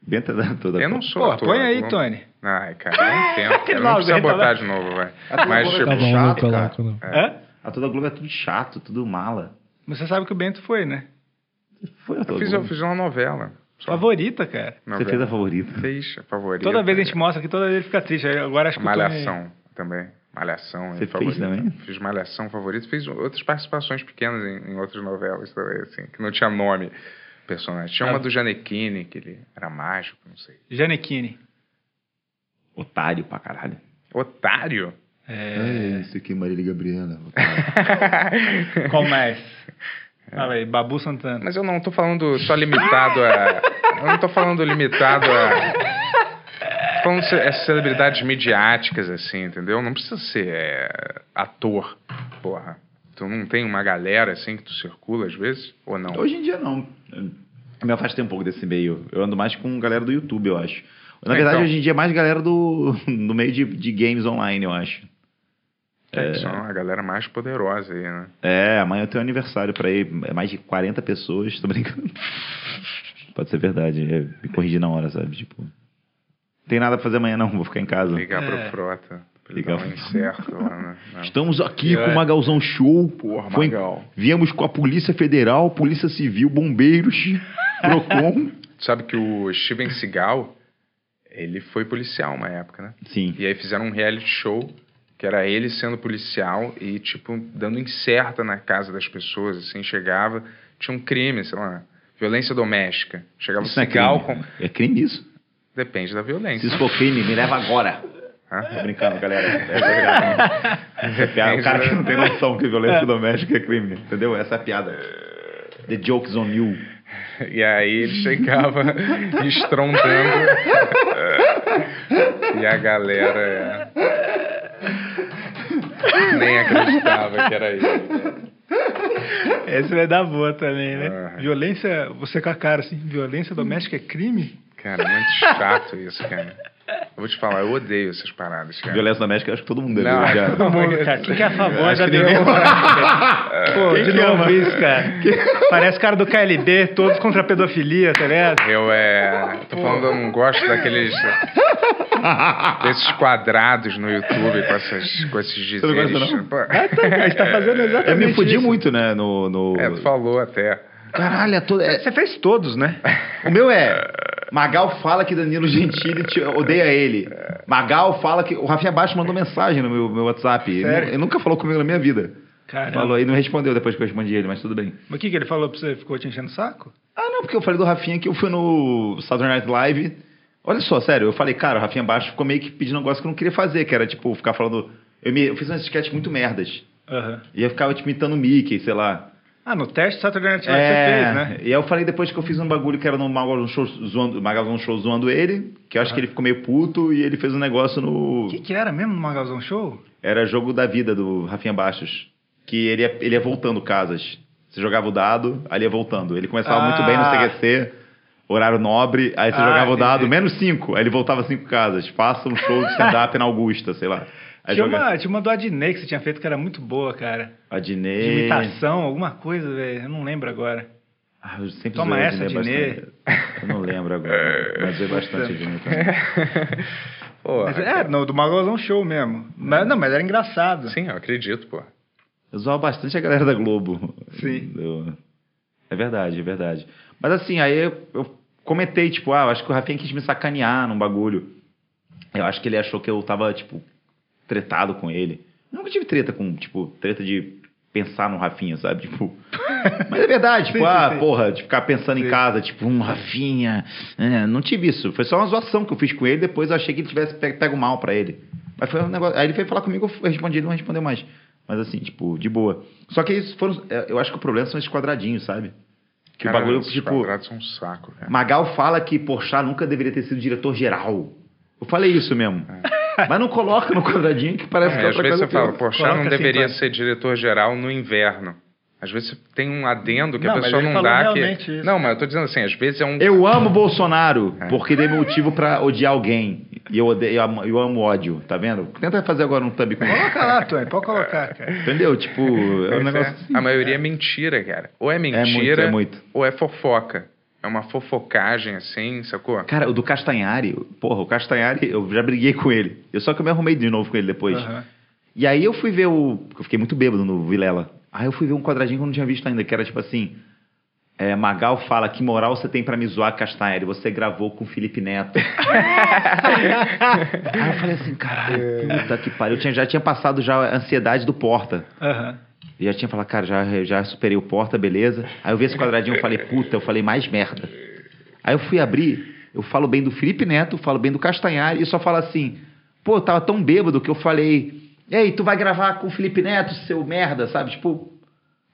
S10: Bento é da- ator da
S2: Eu
S10: Globo.
S2: não sou
S1: Pô,
S2: ator.
S1: põe
S2: da
S1: aí,
S2: Globo.
S1: Tony.
S2: Ai, cara, não tempo.
S1: Que
S2: cara. Não precisa
S1: noventa, né?
S2: botar de novo, vai.
S10: Ah,
S2: Mas,
S10: tá
S2: tipo,
S1: é
S5: Tá bom,
S10: chato,
S5: não coloco,
S10: cara.
S5: não.
S1: Hã?
S10: Ator da Globo é tudo chato, tudo mala.
S1: Mas Você sabe que o Bento foi, né?
S10: Foi ator
S2: eu
S10: da
S2: fiz, eu
S10: Globo.
S2: fiz uma novela. Só
S1: Favorita, cara.
S10: Você
S2: novela.
S10: fez a favorita.
S2: Fez a favorita.
S1: Toda vez a gente mostra que toda vez ele fica triste. Aí Agora acho que é. o Tony-
S2: Malhação também. Malhação.
S10: Você
S2: é favorita.
S10: fez também?
S2: Fiz Malhação favorita. Fiz outras participações pequenas em, em outras novelas também, assim, que não tinha nome personagem. Tinha uma
S1: Ah.
S2: do Janequine, que ele era mágico, não sei.
S1: Janequine.
S10: Otário pra caralho.
S2: Otário?
S10: É, isso aqui, Marília Gabriela.
S1: Qual mais?
S4: É.
S1: Fala aí, Babu Santana.
S2: Mas eu não tô falando só limitado a. Eu não tô falando limitado a. Tô falando ce- é, celebridades midiáticas, assim, entendeu? Não precisa ser é, ator, porra. Tu não tem uma galera assim que tu circula às vezes? Ou não?
S10: Hoje em dia não. Eu me afastei um pouco desse meio. Eu ando mais com galera do YouTube, eu acho. Na
S2: É,
S10: verdade,
S2: então.
S10: hoje em dia é mais galera do, do meio de, de games online, eu acho.
S2: É, São a galera mais poderosa aí, né?
S10: É, amanhã eu tenho aniversário pra ir. É mais de 40 pessoas, tô brincando. Pode ser verdade. é, me corrigi na hora, sabe? Tipo. Tem nada pra fazer amanhã, não. Vou ficar em casa.
S2: Ligar pro Frota. pra ele
S10: Ligar
S2: dar um
S10: pro-
S2: incerto lá, né? Não.
S10: Estamos aqui com o Magalzão Show.
S2: Porra,
S10: Foi-
S2: Magal.
S10: Viemos com a Polícia Federal, Polícia Civil, Bombeiros, Procon.
S2: Sabe que o Steven Seagal, ele foi policial uma época, né?
S10: Sim.
S2: E aí fizeram um reality show que era ele sendo policial e, tipo, dando incerta na casa das pessoas, assim, chegava, tinha um crime, sei lá, Violência doméstica. Chegava
S4: Isso não é
S2: cigarro
S4: crime.
S2: com...
S4: É crime isso.
S2: Depende da
S4: Se
S2: violência.
S4: isso for crime, me leva agora. Tô
S2: Hã?
S4: brincando, galera. Essa é a piada. Essa é a piada. O cara que não tem noção que violência doméstica é crime, entendeu? Essa é a piada. The joke's on you.
S2: E aí ele chegava estrondando. e a galera... é, Nem acreditava que era ele.
S1: Esse vai dar boa também, né?
S2: Ah.
S1: Violência, você com a cara assim, violência doméstica é crime?
S2: Cara, muito chato isso, cara. Eu vou te falar, eu odeio essas paradas, cara.
S4: Violência doméstica, eu acho que todo mundo é, deve
S2: Não,
S4: já.
S2: todo mundo-
S1: Cara, quem que é a favor
S2: Acho
S1: da
S2: que nenhum-
S1: Pô, de novo isso, cara. Parece cara do KLB, todos contra a pedofilia, tá ligado?
S2: Eu é. Tô falando, eu não gosto daqueles. desses quadrados no YouTube com, essas, com esses
S4: Você não gosta,
S2: dizeres.
S4: não? É,
S2: Pô.
S1: A gente tá fazendo
S4: Eu
S1: exatamente
S4: me fudi
S1: isso.
S4: muito, né? No, no...
S2: É, tu falou até.
S4: Caralho, é todo... é-
S1: Você fez todos, né?
S4: o meu é... Magal fala que Danilo Gentili te- odeia ele. Magal fala que... O Rafinha Baixo mandou mensagem no meu, meu WhatsApp. Ele,
S1: Sério?
S4: nu- ele nunca falou comigo na minha vida.
S1: Caramba.
S4: Falou, ele não respondeu depois que eu respondi ele, mas tudo bem.
S1: Mas o que, que ele falou pra você? Ficou te enchendo o saco?
S4: Ah, não, porque eu falei do Rafinha que eu fui no Saturday Night Live. Olha só, sério, eu falei, cara, o Rafinha Baixo ficou meio que pedindo um negócio que eu não queria fazer, que era, tipo, ficar falando... Eu, me- eu fiz umas sketches muito merdas.
S1: Aham.
S4: E eu ficava, tipo, imitando o Mickey, sei lá.
S1: Ah, no teste Saturday Night Live
S4: É,
S1: você fez, né?
S4: E aí eu falei depois que eu fiz um bagulho que era no Magalhães Show zoando, Magalhães Show zoando ele, que eu acho que ele ficou meio puto e ele fez um negócio no.
S1: O Ah. que, que era mesmo no Magalzão Show?
S4: Era jogo da vida do Rafinha Baixos. Que ele ia, ele ia voltando casas. Você jogava o dado, aí ele ia voltando. Ele começava
S1: Ah.
S4: muito bem no CQC, horário nobre, aí você
S1: Ah,
S4: jogava o dado,
S1: entendi.
S4: menos cinco, aí ele voltava cinco casas. Faça um show de stand-up na Augusta, sei lá. Aí
S1: Tinha
S4: joga
S1: uma, tinha uma do Adnei que você tinha feito que era muito boa, cara.
S4: a
S1: De
S4: Dinê.
S1: imitação, alguma coisa, velho. Eu não lembro agora.
S4: Ah, eu sempre
S1: Toma
S4: zoei o
S1: essa, Dinê.
S4: bastante. Eu não lembro agora, mas eu bastante a Dinê também.
S2: Pô,
S1: Mas, é, no, do Magalzão Show mesmo. Mas, não, mas era engraçado.
S2: sim, eu acredito, pô.
S4: Eu zoava bastante a galera da Globo.
S1: Sim.
S4: Eu- É verdade, é verdade. Mas assim, aí eu, eu comentei, tipo, ah, eu acho que o Rafinha quis me sacanear num bagulho. Eu acho que ele achou que eu tava, tipo, tretado com ele. Eu nunca tive treta com, tipo, treta de pensar no Rafinha, sabe? Tipo. Mas é verdade, tipo,
S1: Sim, sim,
S4: ah,
S1: sim.
S4: porra, de ficar pensando
S1: Sim.
S4: em casa, tipo, um Rafinha. é, não tive isso. Foi só uma zoação que eu fiz com ele, depois eu achei que ele tivesse pe- pego mal pra ele. Mas foi um negócio. Aí ele veio falar comigo, eu respondi, ele não respondeu mais. Mas assim, tipo, de boa. Só que isso foram. é, Eu acho que o problema são esses quadradinhos, sabe? Que
S2: Cara,
S4: o bagulho,
S2: esses
S4: tipo.
S2: quadrados são um saco, cara.
S4: Magal fala que Porchat nunca deveria ter sido diretor geral. Eu falei isso mesmo. Mas não coloca no quadradinho que parece que
S2: É,
S4: é
S2: às
S4: outra
S2: vezes
S4: coisa.
S2: você fala,
S4: pior.
S2: poxa,
S1: Coloca
S2: não
S1: assim,
S2: deveria
S1: quando-
S2: ser diretor-geral no inverno. Às vezes tem um adendo que
S1: Não,
S2: a
S1: mas
S2: pessoa
S1: ele
S2: não
S1: falou
S2: dá. Que...
S1: realmente isso.
S2: Não, mas eu tô dizendo assim, às vezes é um.
S4: Eu amo Bolsonaro
S2: É.
S4: porque dei motivo pra odiar alguém. E eu, odeio, eu, amo, eu amo ódio, tá vendo? Tenta fazer agora um thumb com
S1: Coloca lá, Tony, pode colocar, cara.
S4: Entendeu? Tipo, é um
S2: Pois é.
S4: negócio. assim.
S2: A maioria é mentira, cara. Ou é mentira,
S4: é muito.
S2: ou é fofoca. É uma fofocagem assim, sacou?
S4: Cara, o do Castanhari, porra, o Castanhari, eu já briguei com ele. Eu só que eu me arrumei de novo com ele depois.
S1: Aham.
S4: E aí eu fui ver o. porque Eu fiquei muito bêbado no Vilela. Aí eu fui ver um quadradinho que eu não tinha visto ainda, que era tipo assim. é, Magal fala que moral você tem pra me zoar, Castanhari. Você gravou com o Felipe Neto. aí eu falei assim, caralho, puta que pariu. Eu tinha, já tinha passado já a ansiedade do Porta.
S1: Aham.
S4: Eu já tinha falado, cara, já, já superei o porta, beleza. Aí eu vi esse quadradinho, eu falei, puta, eu falei mais merda. Aí eu fui abrir, eu falo bem do Felipe Neto, falo bem do Castanhari e só falo assim, pô, eu tava tão bêbado que eu falei, ei, tu vai gravar com o Felipe Neto, seu merda, sabe? Tipo,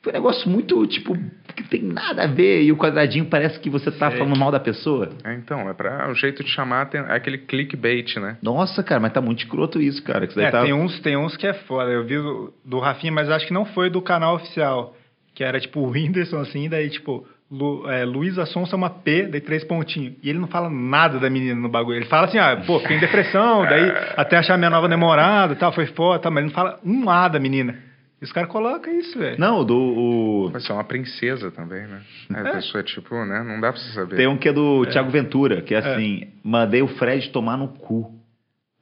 S4: foi um negócio muito, tipo, que tem nada a ver e o quadradinho parece que você tá falando mal da pessoa.
S2: É, então, é pra o jeito de chamar aten- é aquele clickbait, né?
S4: Nossa, cara, mas tá muito escroto isso, cara. Que isso daí
S1: É,
S4: tá...
S1: tem, uns, tem uns que é foda. Eu vi do, do Rafinha, mas acho que não foi do canal oficial. Que era tipo o Whindersson, assim, daí tipo, Lu, é, Luiz Assunção é uma P, daí três pontinhos. E ele não fala nada da menina no bagulho. Ele fala assim, ah, pô, fiquei em depressão, daí até achar minha nova namorada e tal, foi foda, tal, mas ele não fala um A da menina. E os caras colocam isso, velho.
S4: Não, do... o-
S2: Você é uma princesa também, né? Aí A pessoa é tipo, né? Não dá pra você saber.
S4: Tem um que é do Thiago Ventura, que é assim: mandei o Fred tomar no cu.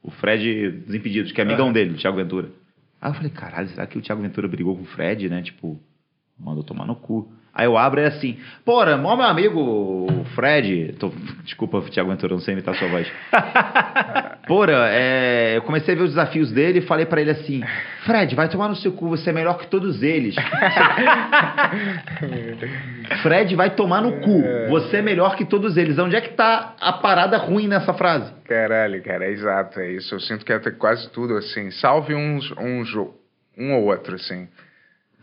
S4: O Fred Desimpedidos, que é amigão dele, o Thiago Ventura. Aí eu falei: caralho, será que o Thiago Ventura brigou com o Fred, né? Tipo, mandou tomar no cu. Aí eu abro e é assim, porra, mó meu amigo o Fred, tô, desculpa, Tiago Ventura, não sei imitar sua voz. Porra, é, eu comecei a ver os desafios dele e falei pra ele assim, Fred, vai tomar no seu cu, você é melhor que todos eles. Fred, vai tomar no cu, você é melhor que todos eles. Onde é que tá a parada ruim nessa frase?
S2: Caralho, cara, é exato, é isso. Eu sinto que até quase tudo, assim, salve uns, uns um ou outro, assim.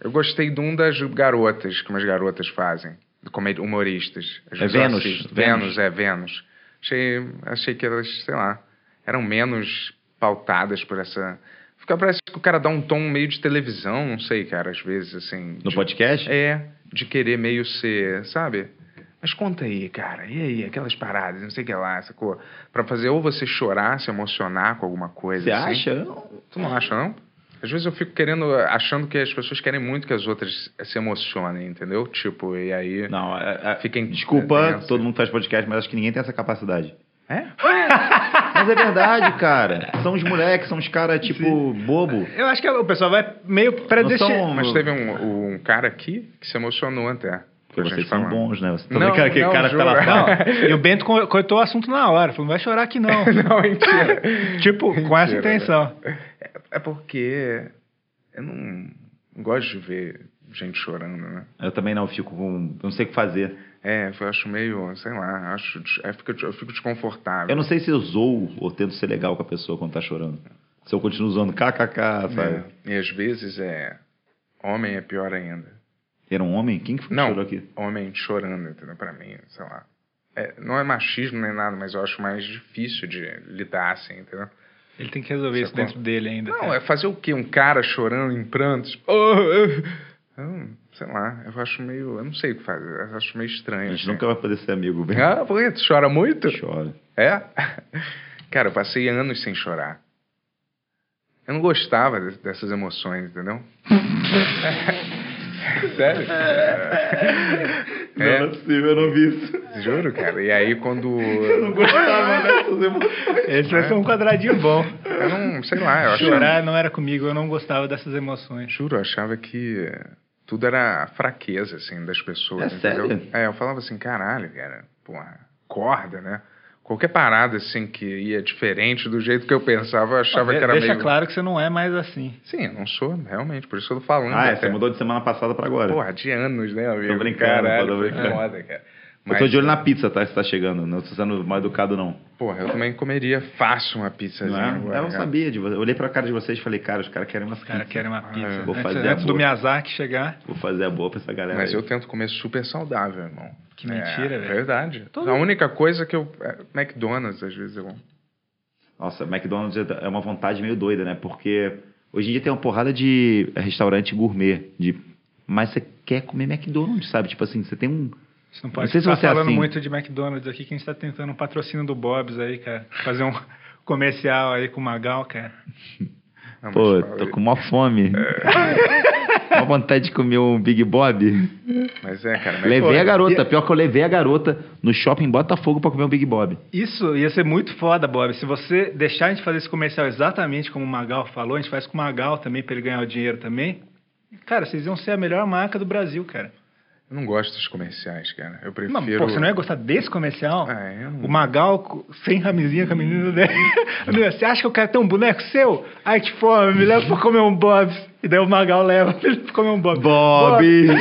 S2: Eu gostei de um das garotas, que umas garotas fazem, de comed- humoristas. As
S4: É Vênus,
S2: exorcistas.
S4: Vênus.
S2: Vênus, é, Vênus. Achei, achei que elas, sei lá, eram menos pautadas por essa... Fica, parece que o cara dá um tom meio de televisão, não sei, cara, às vezes, assim...
S4: No
S2: de-
S4: podcast?
S2: é, de querer meio ser, sabe? Mas conta aí, cara, e aí, aquelas paradas, não sei o que lá, sacou? Pra fazer ou você chorar, se emocionar com alguma coisa.
S4: Você
S2: assim.
S4: acha? Eu não-
S2: Tu não acha, não? Às vezes eu fico querendo, achando que as pessoas querem muito que as outras se emocionem, entendeu? Tipo, e aí.
S4: Não, é, é,
S2: Fiquem.
S4: desculpa,
S2: tenso.
S4: todo mundo faz podcast, mas acho que ninguém tem essa capacidade.
S2: É?
S4: Mas é verdade, cara. São os moleques, são os caras, tipo, bobo.
S1: Eu acho que o pessoal vai meio
S4: Não
S1: predestinado.
S4: são...
S2: Mas teve um, um cara aqui que se emocionou até. com a
S4: Porque
S2: gente
S4: vocês são
S2: falando.
S4: bons, né? Você tá
S2: Não,
S4: vendo que- que
S2: não,
S4: cara
S2: juro.
S4: fica lá fala.
S1: E o Bento co- cortou o assunto na hora. Falou, não vai chorar aqui não.
S2: Não, mentira.
S1: tipo, com essa
S2: Mentira,
S1: intenção.
S2: É porque eu não gosto de ver gente chorando, né?
S4: Eu também não fico com. Eu não sei o que fazer.
S2: É, eu acho meio, sei lá, acho, des- eu fico, eu fico desconfortável.
S4: Eu não sei se eu zoo ou tento ser legal com a pessoa quando tá chorando. Se eu continuo usando kkk, sabe?
S2: É. E às vezes é. Homem é pior ainda.
S4: Era um homem? Quem que foi que
S2: Não.
S4: chorou aqui?
S2: Homem chorando, entendeu? Pra mim, sei lá. É, não é machismo nem nada, mas eu acho mais difícil de lidar, assim, entendeu?
S1: Ele tem que resolver isso
S2: Sacou?
S1: dentro dele ainda.
S2: Não,
S1: cara.
S2: é fazer o quê? Um cara chorando em prantos? Tipo, "Ah, ah." Hum, sei lá, eu acho meio. Eu não sei o que fazer, eu acho meio
S4: A
S2: estranho.
S4: gente
S2: assim.
S4: nunca vai poder ser amigo, bem.
S2: Ah, por quê? Tu chora muito?
S4: Chora.
S2: É? Cara, eu passei anos sem chorar. Eu não gostava de- dessas emoções, entendeu? Sério? É.
S4: Não, não é possível, eu não vi isso.
S2: Juro, cara. E aí quando.
S4: Não gostava dessas emoções.
S1: Esse vai ser um quadradinho bom.
S2: é- Eu não, sei lá, eu achava.
S1: Chorar não era comigo, eu não gostava dessas emoções.
S2: Juro, eu achava que tudo era fraqueza, assim, das pessoas,
S4: É
S2: entendeu?
S4: sério?
S2: É, eu falava assim, caralho, cara, porra, corda, né? Qualquer parada, assim, que ia diferente do jeito que eu pensava, eu achava
S4: Ah,
S1: De-
S2: que era
S1: Deixa
S2: meio.
S1: claro que você não é mais assim.
S2: Sim, eu não sou, realmente, por isso que eu tô falando. né?
S4: Ah, é,
S2: até.
S4: você mudou de semana passada pra agora.
S2: Porra, de anos, né, amigo?
S4: Tô brincando,
S2: Caralho,
S4: tô
S2: foi
S4: brincando.
S2: foda, cara.
S4: eu
S2: Mas, é.
S4: tô de olho na pizza, tá? Você tá chegando. Não tô sendo mal educado, não.
S2: porra, eu também comeria fácil uma pizzazinha
S4: Não é?
S2: agora,
S4: eu não
S2: cara.
S4: sabia de você. Eu olhei pra cara de vocês e falei, cara, os caras querem uma
S1: Os caras querem
S2: Ah,
S1: uma pizza.
S2: é.
S4: Vou
S1: antes,
S4: fazer a
S1: antes do
S4: boa.
S1: Miyazaki chegar.
S4: Vou fazer a boa pra essa galera.
S2: Mas
S4: aí.
S2: eu tento comer super saudável, irmão.
S1: Que mentira,
S2: é,
S1: velho.
S2: verdade. A única coisa que eu... é, McDonald's, às vezes, eu...
S4: Nossa, McDonald's é uma vontade meio doida, né? Porque hoje em dia tem uma porrada de restaurante gourmet. De... Mas você quer comer McDonald's, sabe? Tipo assim, você tem um.
S1: Você não pode
S4: Não sei se
S1: ficar
S4: você é
S1: falando
S4: assim.
S1: muito de McDonald's aqui, que a gente tá tentando um patrocínio do Bob's aí, cara. Fazer um comercial aí com o Magal, cara.
S2: Não, mas
S4: Pô,
S2: fala
S4: tô
S2: aí. É.
S4: com mó fome. Uma vontade de comer um Big Bob.
S2: Mas é, cara...
S4: Levei a
S2: McDonald's-
S4: garota. Pior que eu levei a garota no shopping Botafogo pra comer um Big Bob.
S1: Isso ia ser muito foda, Bob. Se você deixar a gente fazer esse comercial exatamente como o Magal falou, a gente faz com o Magal também, pra ele ganhar o dinheiro também. Cara, vocês iam ser a melhor marca do Brasil, cara.
S2: Eu não gosto dos comerciais, cara. Eu prefiro...
S1: Não, pô, você não é ia gostar desse comercial?
S2: Ah, eu não-
S1: O Magal co- sem camisinha com a menina dele. A menina, Você acha que eu quero ter um boneco seu? Ai, que fome, me leva pra comer um Bob's. E daí o Magal leva pra ele comer um Bob's.
S4: Bob!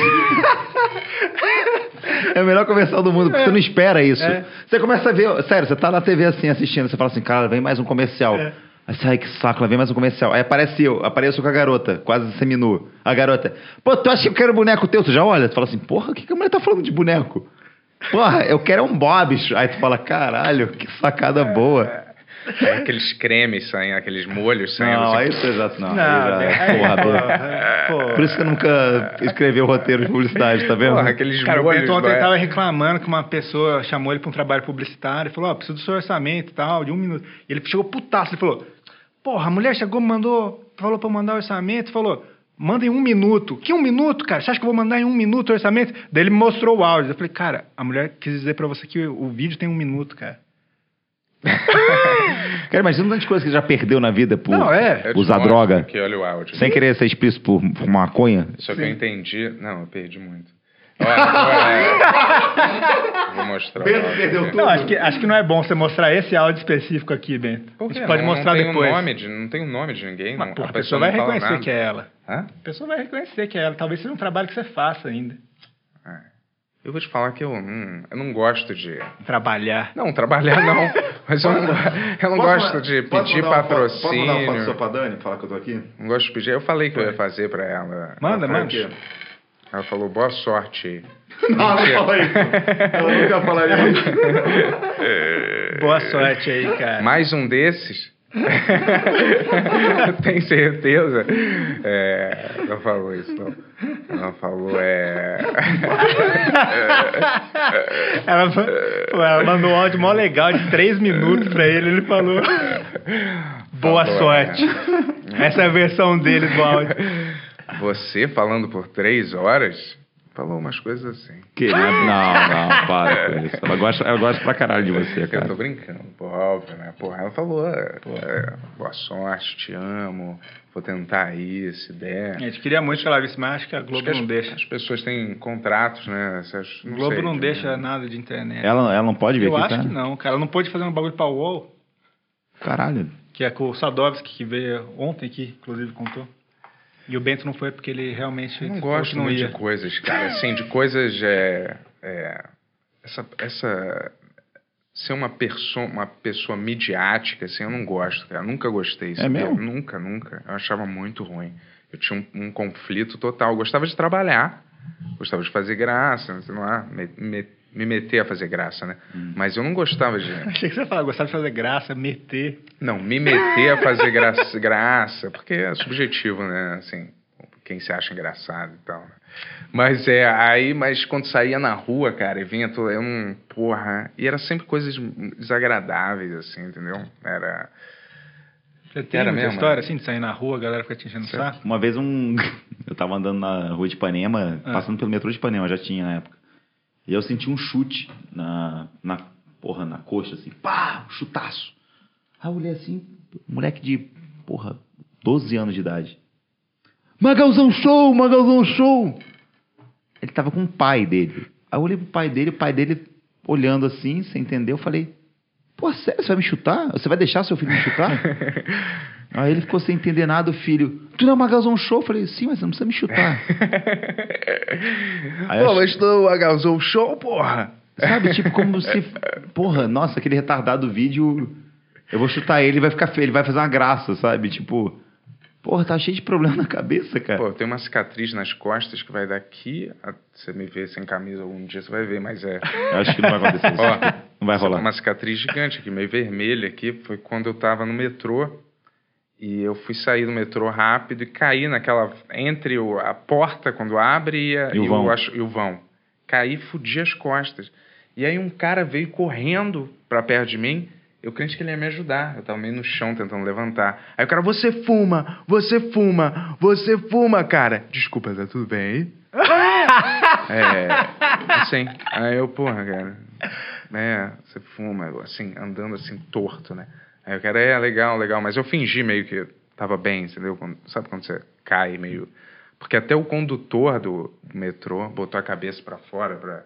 S4: É o melhor comercial do mundo, porque você não espera isso.
S1: É.
S4: Você começa a ver, sério, você tá na TV assim assistindo, você fala assim, cara, vem mais um comercial.
S1: É.
S4: Aí você, ai que saco, lá vem mais um comercial. Aí aparece eu, apareço com a garota, quase seminu. A garota, pô, tu acha que eu quero um boneco teu? Tu já olha, tu fala assim, porra, o que, que a mulher tá falando de boneco? Porra, eu quero é um Bob. Aí tu fala, caralho, que sacada boa.
S2: É aqueles cremes saindo, aqueles molhos saindo.
S4: Não,
S2: assim,
S4: aí tu é exato, não.
S1: Não, é,
S4: aí, já-
S1: aí-
S4: porra, Bento.
S1: é, Pô.
S4: Por isso que eu nunca escreveu roteiro de publicidade, tá vendo?
S2: Porra, aqueles
S1: Cara, o
S2: molhos...
S1: Bento ontem
S2: vai-
S1: tava reclamando que uma pessoa chamou ele pra um trabalho publicitário e falou, ó, preciso do seu orçamento e tal, de um minuto. E ele chegou putaço, ele falou, porra, a mulher chegou, mandou, falou pra eu mandar o orçamento, falou, manda em um minuto. Que um minuto, cara? Você acha que eu vou mandar em um minuto o orçamento? Daí ele me mostrou o áudio. Eu falei, cara, a mulher quis dizer pra você que o vídeo tem um minuto, cara.
S4: Cara, imagina tantas coisas que ele já perdeu na vida por
S1: Não, é.
S2: Eu te
S4: usar
S2: mostro
S4: droga.
S2: Aqui, olha o áudio.
S4: Sem querer ser explícito por, por maconha.
S2: Só que eu entendi. Não, eu perdi muito. Olha, olha. Vou mostrar.
S11: Pedro perdeu tudo.
S1: Não, acho que, acho que não é bom você mostrar esse áudio específico aqui, Bento.
S2: Por quê?
S1: a gente pode
S2: é? não,
S1: mostrar
S2: não tem
S1: depois.
S2: O nome de, não tem o nome de ninguém.
S1: Mas,
S2: não,
S1: porra, a pessoa vai
S2: não fala
S1: reconhecer
S2: nada.
S1: que é ela.
S2: Hã?
S1: A pessoa vai reconhecer que é ela. Talvez seja um trabalho que você faça ainda.
S2: Eu vou te falar que eu, hum, eu não gosto de...
S1: Trabalhar.
S2: Não, trabalhar não. Mas eu não, eu não gosto de pedir
S1: um
S11: Pode mandar uma foto
S2: patrocínio.
S11: só pra Dani, falar que eu tô aqui?
S2: Não gosto de pedir. Eu falei que eu ia fazer pra ela.
S1: Manda,
S2: Ela
S1: manda.
S2: fez. Ela falou, boa sorte.
S11: Não, não fala isso. Ela nunca falaria isso.
S1: Boa sorte aí, cara.
S2: Mais um desses? Tem certeza? É, não falou isso, não. Ela falou, é...
S1: Ela, ma- pô, ela mandou um áudio mó legal de três minutos pra ele. Ele falou: Boa
S2: Falou,
S1: sorte. Essa é a versão dele do áudio.
S2: Você falando por três horas? Falou umas coisas assim.
S4: Querido, não, não, para com isso. Ela gosta, ela gosta pra caralho de você,
S2: Eu tô
S4: cara.
S2: brincando, pô, óbvio, né? Porra, ela falou, é, pô, é, boa sorte, te amo, vou tentar aí, se der.
S1: A gente queria muito que ela visse, mas acho que a
S2: Acho
S1: É, Globo
S2: que as,
S1: não deixa.
S2: As pessoas têm contratos, né? Essas,
S1: A Globo
S2: sei, um
S1: não
S2: de-
S1: deixa nada de internet.
S4: Ela, ela não pode ver
S1: Eu
S4: aqui,
S1: acho
S4: tá?
S1: que não, cara. Ela não pôde fazer um bagulho pra UOL.
S4: Caralho.
S1: Que é com o Sadovski, que veio ontem aqui, inclusive contou. E o Bento não foi porque ele realmente
S2: Eu não
S1: falou
S2: gosto
S1: que não
S2: muito
S1: ia.
S2: de coisas, cara. Assim, de coisas. É, é, essa, essa. Ser uma, perso uma pessoa midiática, assim, eu não gosto, cara. Eu nunca gostei. sabe?
S4: mesmo?
S2: Nunca, nunca. Eu achava muito ruim. Eu tinha um, um conflito total. Eu gostava de trabalhar, gostava de fazer graça, sei lá, me, me, me meter a fazer graça, né? Mas eu não gostava de.
S1: Achei que você ia falar, gostava de fazer graça, meter.
S2: Não, me meter a fazer graça, graça, porque é subjetivo, né? Assim, quem se acha engraçado e tal. né? Mas é, aí, mas quando saía na rua, cara, e vinha toda, eu não, porra, e era sempre coisas desagradáveis, assim, entendeu? Era,
S1: Você tem
S2: Era
S1: muita
S2: mesmo,
S1: história
S2: né?
S1: assim de sair na rua, a galera fica te enchendo o saco?
S4: Uma vez um. Eu tava andando na rua de Ipanema,
S1: Ah.
S4: passando pelo metrô de Ipanema, já tinha na época. E eu senti um chute na. na porra, na coxa, assim, pá, um chutaço. Aí eu olhei assim, um moleque de, porra, 12 anos de idade. Magalzão show, Magalzão show! Ele tava com o pai dele. Aí eu olhei pro pai dele, o pai dele olhando assim, sem entender, eu falei. Pô, sério, você vai me chutar? Você vai deixar seu filho me chutar? Aí ele ficou sem entender nada, o filho. Tu não é Magalzão Show? Eu falei, sim, mas você não precisa me chutar. Aí eu
S2: Pô,
S4: acho-
S2: mas tu agasou o show, porra!
S4: Sabe, tipo, como se. Porra, nossa, aquele retardado vídeo. Eu vou chutar ele, vai ficar feio, ele vai fazer uma graça, sabe? Tipo. Porra, tá cheio de problema na cabeça, cara.
S2: Pô, eu tenho uma cicatriz nas costas que vai daqui, a- você me vê sem camisa algum dia, você vai ver, mas é...
S4: Eu acho que não vai acontecer isso.
S2: Ó,
S4: não vai
S2: Essa-
S4: rolar.
S2: Uma cicatriz gigante aqui, meio vermelha aqui. Foi quando eu tava no metrô e eu fui sair do metrô rápido e caí naquela. entre o- a porta quando abre e, a-
S4: E o vão.
S2: ach- e o vão. Caí, fudi as costas. E aí um cara veio correndo pra perto de mim. Eu crente que ele ia me ajudar. Eu tava meio no chão tentando levantar. Aí o cara, você fuma, você fuma, você fuma, cara. Desculpa, tá tudo bem aí? É, assim. Aí eu, porra, cara. É, você fuma, assim, andando assim, torto, né? Aí o cara, é, legal, legal. Mas eu fingi meio que tava bem, entendeu? Quando- sabe quando você cai meio. Porque até o condutor do metrô botou a cabeça pra fora pra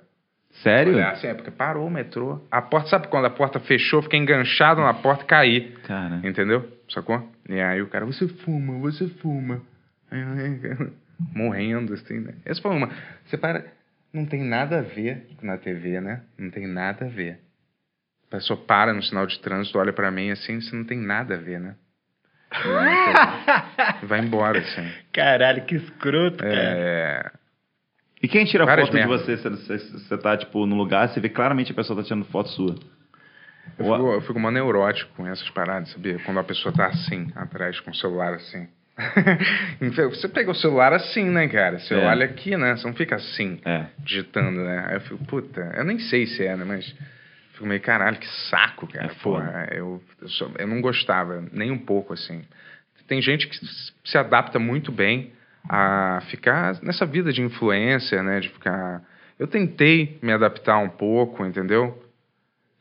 S4: Sério?
S2: olhar assim, é porque parou o metrô. A porta, sabe quando a porta fechou, eu fiquei enganchado na porta e caí.
S4: Cara.
S2: Entendeu? Sacou? E aí o cara, você fuma, você fuma. Aí, aí, cara, Morrendo, assim, né? Essa foi uma. Você para. Não tem nada a ver na TV, né? Não tem nada a ver. A pessoa para no sinal de trânsito, olha pra mim assim, isso não tem nada a ver, né? Vai embora, assim.
S1: Caralho, que escroto, cara.
S2: É.
S4: E quem tira
S2: Várias
S4: foto de
S2: merdas.
S4: você, você- você você tá, tipo, no lugar, você vê claramente a pessoa tá tirando foto sua.
S2: Eu fico, eu fico mó neurótico com essas paradas, sabia? Quando a pessoa tá assim, atrás, com o celular assim. Você pega o celular assim, né, cara? Você
S4: É.
S2: olha aqui, né? Você não fica assim,
S4: É.
S2: digitando, né? Aí eu fico, puta, eu nem sei se é, né? Mas fico meio, caralho, que saco, cara.
S4: É foda.
S2: Porra, eu, eu, sou- eu não gostava, nem um pouco, assim. Tem gente que s- se adapta muito bem a ficar nessa vida de influência, né? De ficar... Eu tentei me adaptar um pouco, entendeu?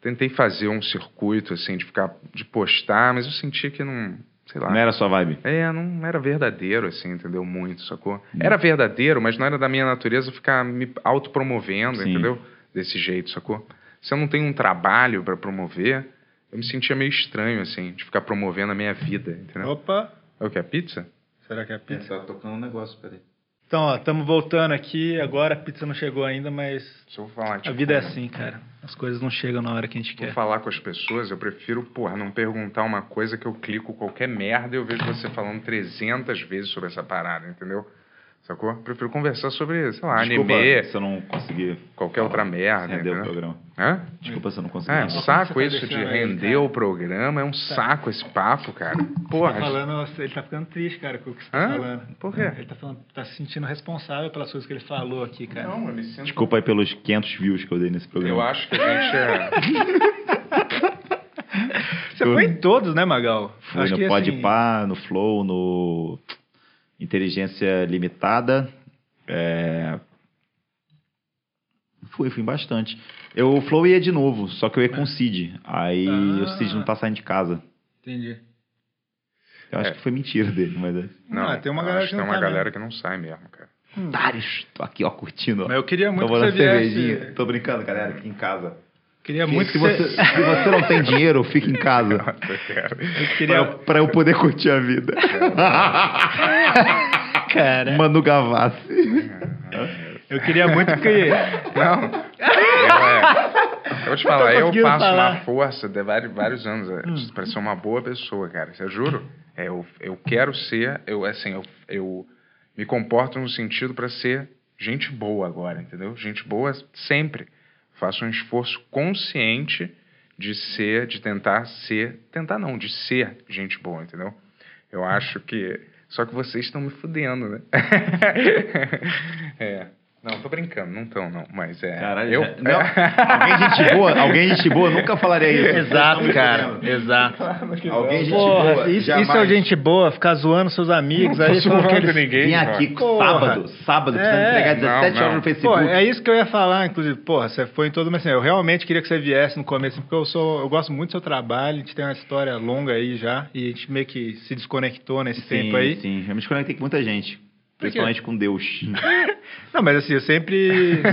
S2: Tentei fazer um circuito, assim, de ficar... De postar, mas eu sentia que não... sei lá.
S4: Não era sua vibe.
S2: É, não era verdadeiro, assim, entendeu? Muito, sacou?
S1: Hum.
S2: Era verdadeiro, mas não era da minha natureza ficar me autopromovendo,
S4: Sim.
S2: entendeu? Desse jeito, sacou? Se eu não tenho um trabalho pra promover, eu me sentia meio estranho, assim, de ficar promovendo a minha vida, entendeu?
S1: Opa,
S2: É o que? A pizza?
S1: será que é a pizza?
S12: Tá tocando um negócio, peraí.
S1: Então, ó, estamos voltando aqui. Agora a pizza não chegou ainda, mas
S2: Se eu falar, tipo,
S1: a vida é assim, é. cara. As coisas não chegam na hora que a gente
S2: Vou
S1: quer.
S2: falar com as pessoas, eu prefiro, porra, não perguntar uma coisa que eu clico qualquer merda e eu vejo você falando 300 vezes sobre essa parada, entendeu? Sacou? Prefiro conversar sobre, sei lá,
S4: Desculpa
S2: anime,
S4: se eu não consegui
S2: qualquer outra merda,
S4: render o
S2: entendeu?
S4: programa.
S2: Hã?
S4: Desculpa se eu não consegui.
S2: É, um saco
S1: tá
S2: isso de
S1: deixando aí,
S2: render
S1: cara?
S2: o programa, é um saco esse papo, cara.
S1: Tá
S2: Porra,
S1: falando, ele tá ficando triste, cara, com o que você tá
S2: Hã?
S1: falando.
S2: Por quê?
S1: Ele tá, falando, tá se sentindo responsável pelas coisas que ele falou aqui, cara.
S2: não, eu me sinto...
S4: Desculpa aí pelos 500 views que eu dei nesse programa.
S2: Eu acho que a gente é...
S1: Você foi em todos, né, Magal?
S4: Fui no
S1: assim,
S4: Podpah, no Flow, no Inteligência Limitada. É... Fui, fui em bastante. Eu, o Flow ia de novo, só que eu ia
S1: É.
S4: com o Cid. Aí o
S1: Ah.
S4: Cid não tá saindo de casa.
S1: Entendi.
S4: Eu
S1: É.
S4: acho que foi mentira dele, mas... é.
S2: Não,
S1: Ah, tem uma
S2: eu
S1: galera
S2: acho
S1: que
S2: tem
S1: não tá
S2: uma galera que não sai mesmo, cara.
S4: Otários! Tô aqui, ó, curtindo, ó.
S1: Hum. Mas eu queria muito que
S4: Tomando
S1: você
S4: cervejinha.
S1: viesse.
S4: Tô brincando, galera, aqui em casa.
S1: Queria muito
S4: se,
S1: que
S4: você,
S1: você.
S4: se você não tem dinheiro, fica em casa.
S1: Eu
S4: Pra
S1: queria.
S4: eu, pra eu poder curtir a vida.
S1: Cara.
S4: Manu Gavassi.
S1: Eu queria muito que.
S2: Não. Eu, é, eu vou te falar, eu
S1: conseguindo
S2: passo
S1: falar. Hum.
S2: uma força de vários, vários anos é, pra ser uma boa pessoa, cara. Eu juro. É, eu, eu quero ser, eu assim, eu, eu me comporto no sentido pra ser gente boa agora, entendeu? Gente boa sempre. Faço um esforço consciente de ser, de tentar ser, tentar não, de ser gente boa, entendeu? Eu acho que só que vocês estão me fudendo, né? é. Não, tô brincando, não estão, não. Mas é.
S4: Caralho,
S2: eu,
S4: já- não. Alguém gente boa, alguém gente boa nunca falaria isso.
S1: Exato, cara. Exato.
S4: Alguém É gente
S1: Então, Porra,
S4: boa.
S1: isso,
S4: jamais.
S1: isso é gente boa, ficar zoando seus amigos.
S2: Não
S1: aí
S2: tô
S1: falando que
S2: zoando
S1: eles-
S2: ninguém.
S4: Vem
S2: cara.
S4: aqui
S1: Porra.
S4: sábado, sábado, precisa
S1: É.
S4: entregar 17
S2: Não, não.
S4: horas no
S1: Pô,
S4: Facebook.
S1: é isso que eu ia falar, inclusive. Porra, você foi em todo, mas assim, eu realmente queria que você viesse no começo, assim, porque eu sou, eu gosto muito do seu trabalho, a gente tem uma história longa aí já, e a gente meio que se desconectou nesse tempo aí.
S4: sim. Eu me desconectei com muita gente.
S1: quê?
S4: Principalmente com Deus.
S1: Não, mas assim, eu sempre.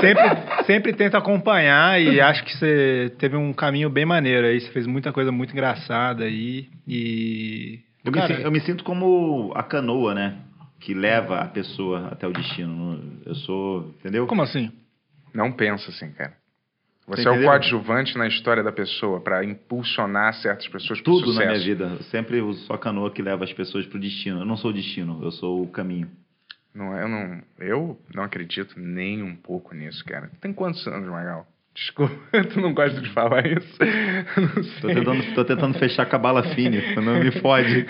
S1: sempre, sempre tento acompanhar e acho que você teve um caminho bem maneiro aí. Você fez muita coisa muito engraçada aí. E.
S4: Eu me,
S1: Cara,
S4: sin- eu me sinto como a canoa, né? Que leva a pessoa até o destino. Eu sou, entendeu?
S1: Como assim?
S2: Não pensa assim, cara. Você
S4: Você
S2: é o
S4: entendeu?
S2: coadjuvante na história da pessoa pra impulsionar certas pessoas pro
S4: Tudo
S2: sucesso.
S4: na minha vida. Eu sempre eu sou a canoa que leva as pessoas pro destino. Eu não sou o destino, eu sou o caminho.
S2: Não, é, eu não, eu não acredito nem um pouco nisso, cara. Tem quantos anos, Magal? Desculpa, tu não gosta de falar isso. Não
S4: Tô
S2: sei.
S4: tentando, tô tentando fechar com a bala fine, senão me fode.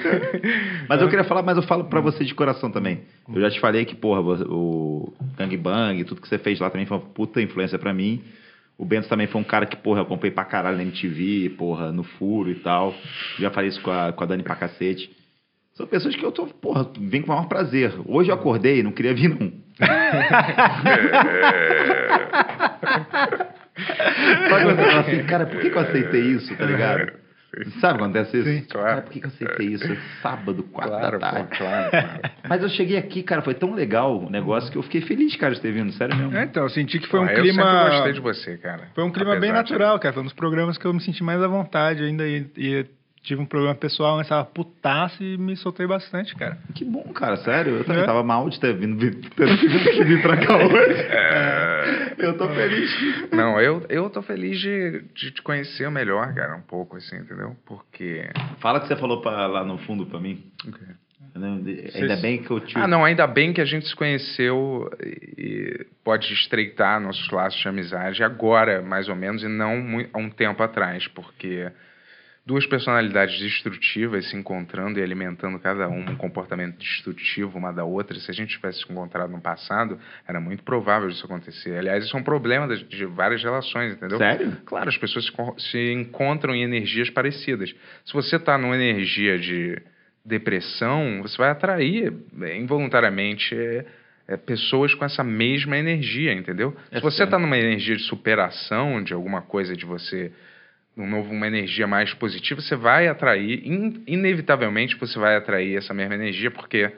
S4: Mas eu queria falar, mas eu falo pra você de coração também. Eu já te falei que, porra, você- o Gang Bang, tudo que você fez lá também foi uma puta influência pra mim. O Bento também foi um cara que, porra, eu acompanhei pra caralho na MTV, porra, no furo e tal. Já falei isso com a, com a Dani pra cacete. São pessoas que eu tô, porra, vem com o maior prazer. Hoje eu acordei, não queria vir, não. Só que você fala assim, cara, por que, que eu aceitei isso, tá ligado? Sabe quando acontece isso?
S2: claro.
S4: Cara, por que, que eu aceitei isso? é Sábado, quatro
S2: Claro,
S4: da
S2: pô,
S4: tarde.
S2: claro, claro.
S4: Mas eu cheguei aqui, cara, foi tão legal o negócio que eu fiquei feliz, cara, de ter vindo, sério mesmo.
S1: É, então, eu senti que foi um
S2: Ah, Eu
S1: clima.
S2: sempre gostei de você, cara.
S1: Foi um clima bem
S2: Apesar de-
S1: natural, cara. Foi um dos programas que eu me senti mais à vontade ainda. E, e tive um problema pessoal, mas tava putaço e me soltei bastante, cara.
S4: Que bom, cara, sério. Eu também
S1: Né?
S4: tava mal de ter vindo, de ter vindo, vir pra cá hoje. Eu tô feliz.
S2: É,
S1: É.
S2: Não, eu, eu tô feliz de, de te conhecer melhor, cara, um pouco assim, entendeu? Porque.
S4: Fala o que você falou pra- lá no fundo pra mim. Eu não- Ainda bem que eu te.
S2: Ah, não, ainda bem que a gente se conheceu e pode estreitar nossos laços de amizade agora, mais ou menos, e não mui- há um tempo atrás, porque duas personalidades destrutivas se encontrando e alimentando cada uma um comportamento destrutivo uma da outra, se a gente tivesse se encontrado no passado, era muito provável isso acontecer. Aliás, isso é um problema das- de várias relações, entendeu?
S4: Sério?
S2: Claro, as pessoas se, co- se encontram em energias parecidas. Se você está numa energia de depressão, você vai atrair é, involuntariamente é, é, pessoas com essa mesma energia, entendeu?
S4: É
S2: Se você tá
S4: certo.
S2: está numa energia de superação de alguma coisa, de você um novo, uma energia mais positiva, você vai atrair, in- inevitavelmente você vai atrair essa mesma energia, porque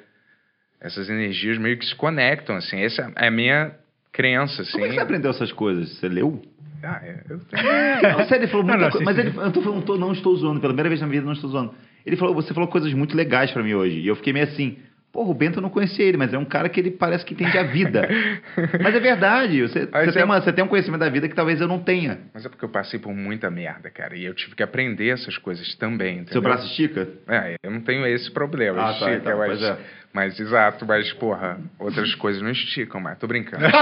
S2: essas energias meio que se conectam, assim. Essa é a minha crença, assim.
S4: Como é que você aprendeu essas coisas? Você leu?
S2: Ah, é, eu tenho-
S4: Não, sério, ele falou
S1: Não,
S4: muita
S1: não,
S4: coisa.
S1: sim,
S4: Mas ele, eu tô, falando, não, tô, não estou zoando, pela primeira vez na minha vida não estou zoando. Ele falou, você falou coisas muito legais pra mim hoje. E eu fiquei meio assim, porra, o Bento eu não conhecia ele, mas é um cara que ele parece que entende a vida. mas é verdade, você,
S2: Aí
S4: você
S2: você-
S4: tem uma- você tem um conhecimento da vida que talvez eu não tenha.
S2: Mas é porque eu passei por muita merda, cara. E eu tive que aprender essas coisas também, entendeu?
S4: Seu braço estica?
S2: É, eu não tenho esse problema.
S4: Ah, tá,
S2: estica,
S4: então,
S2: mas,
S4: pois é.
S2: mas exato, mas porra, outras coisas não esticam, mas tô brincando. Isso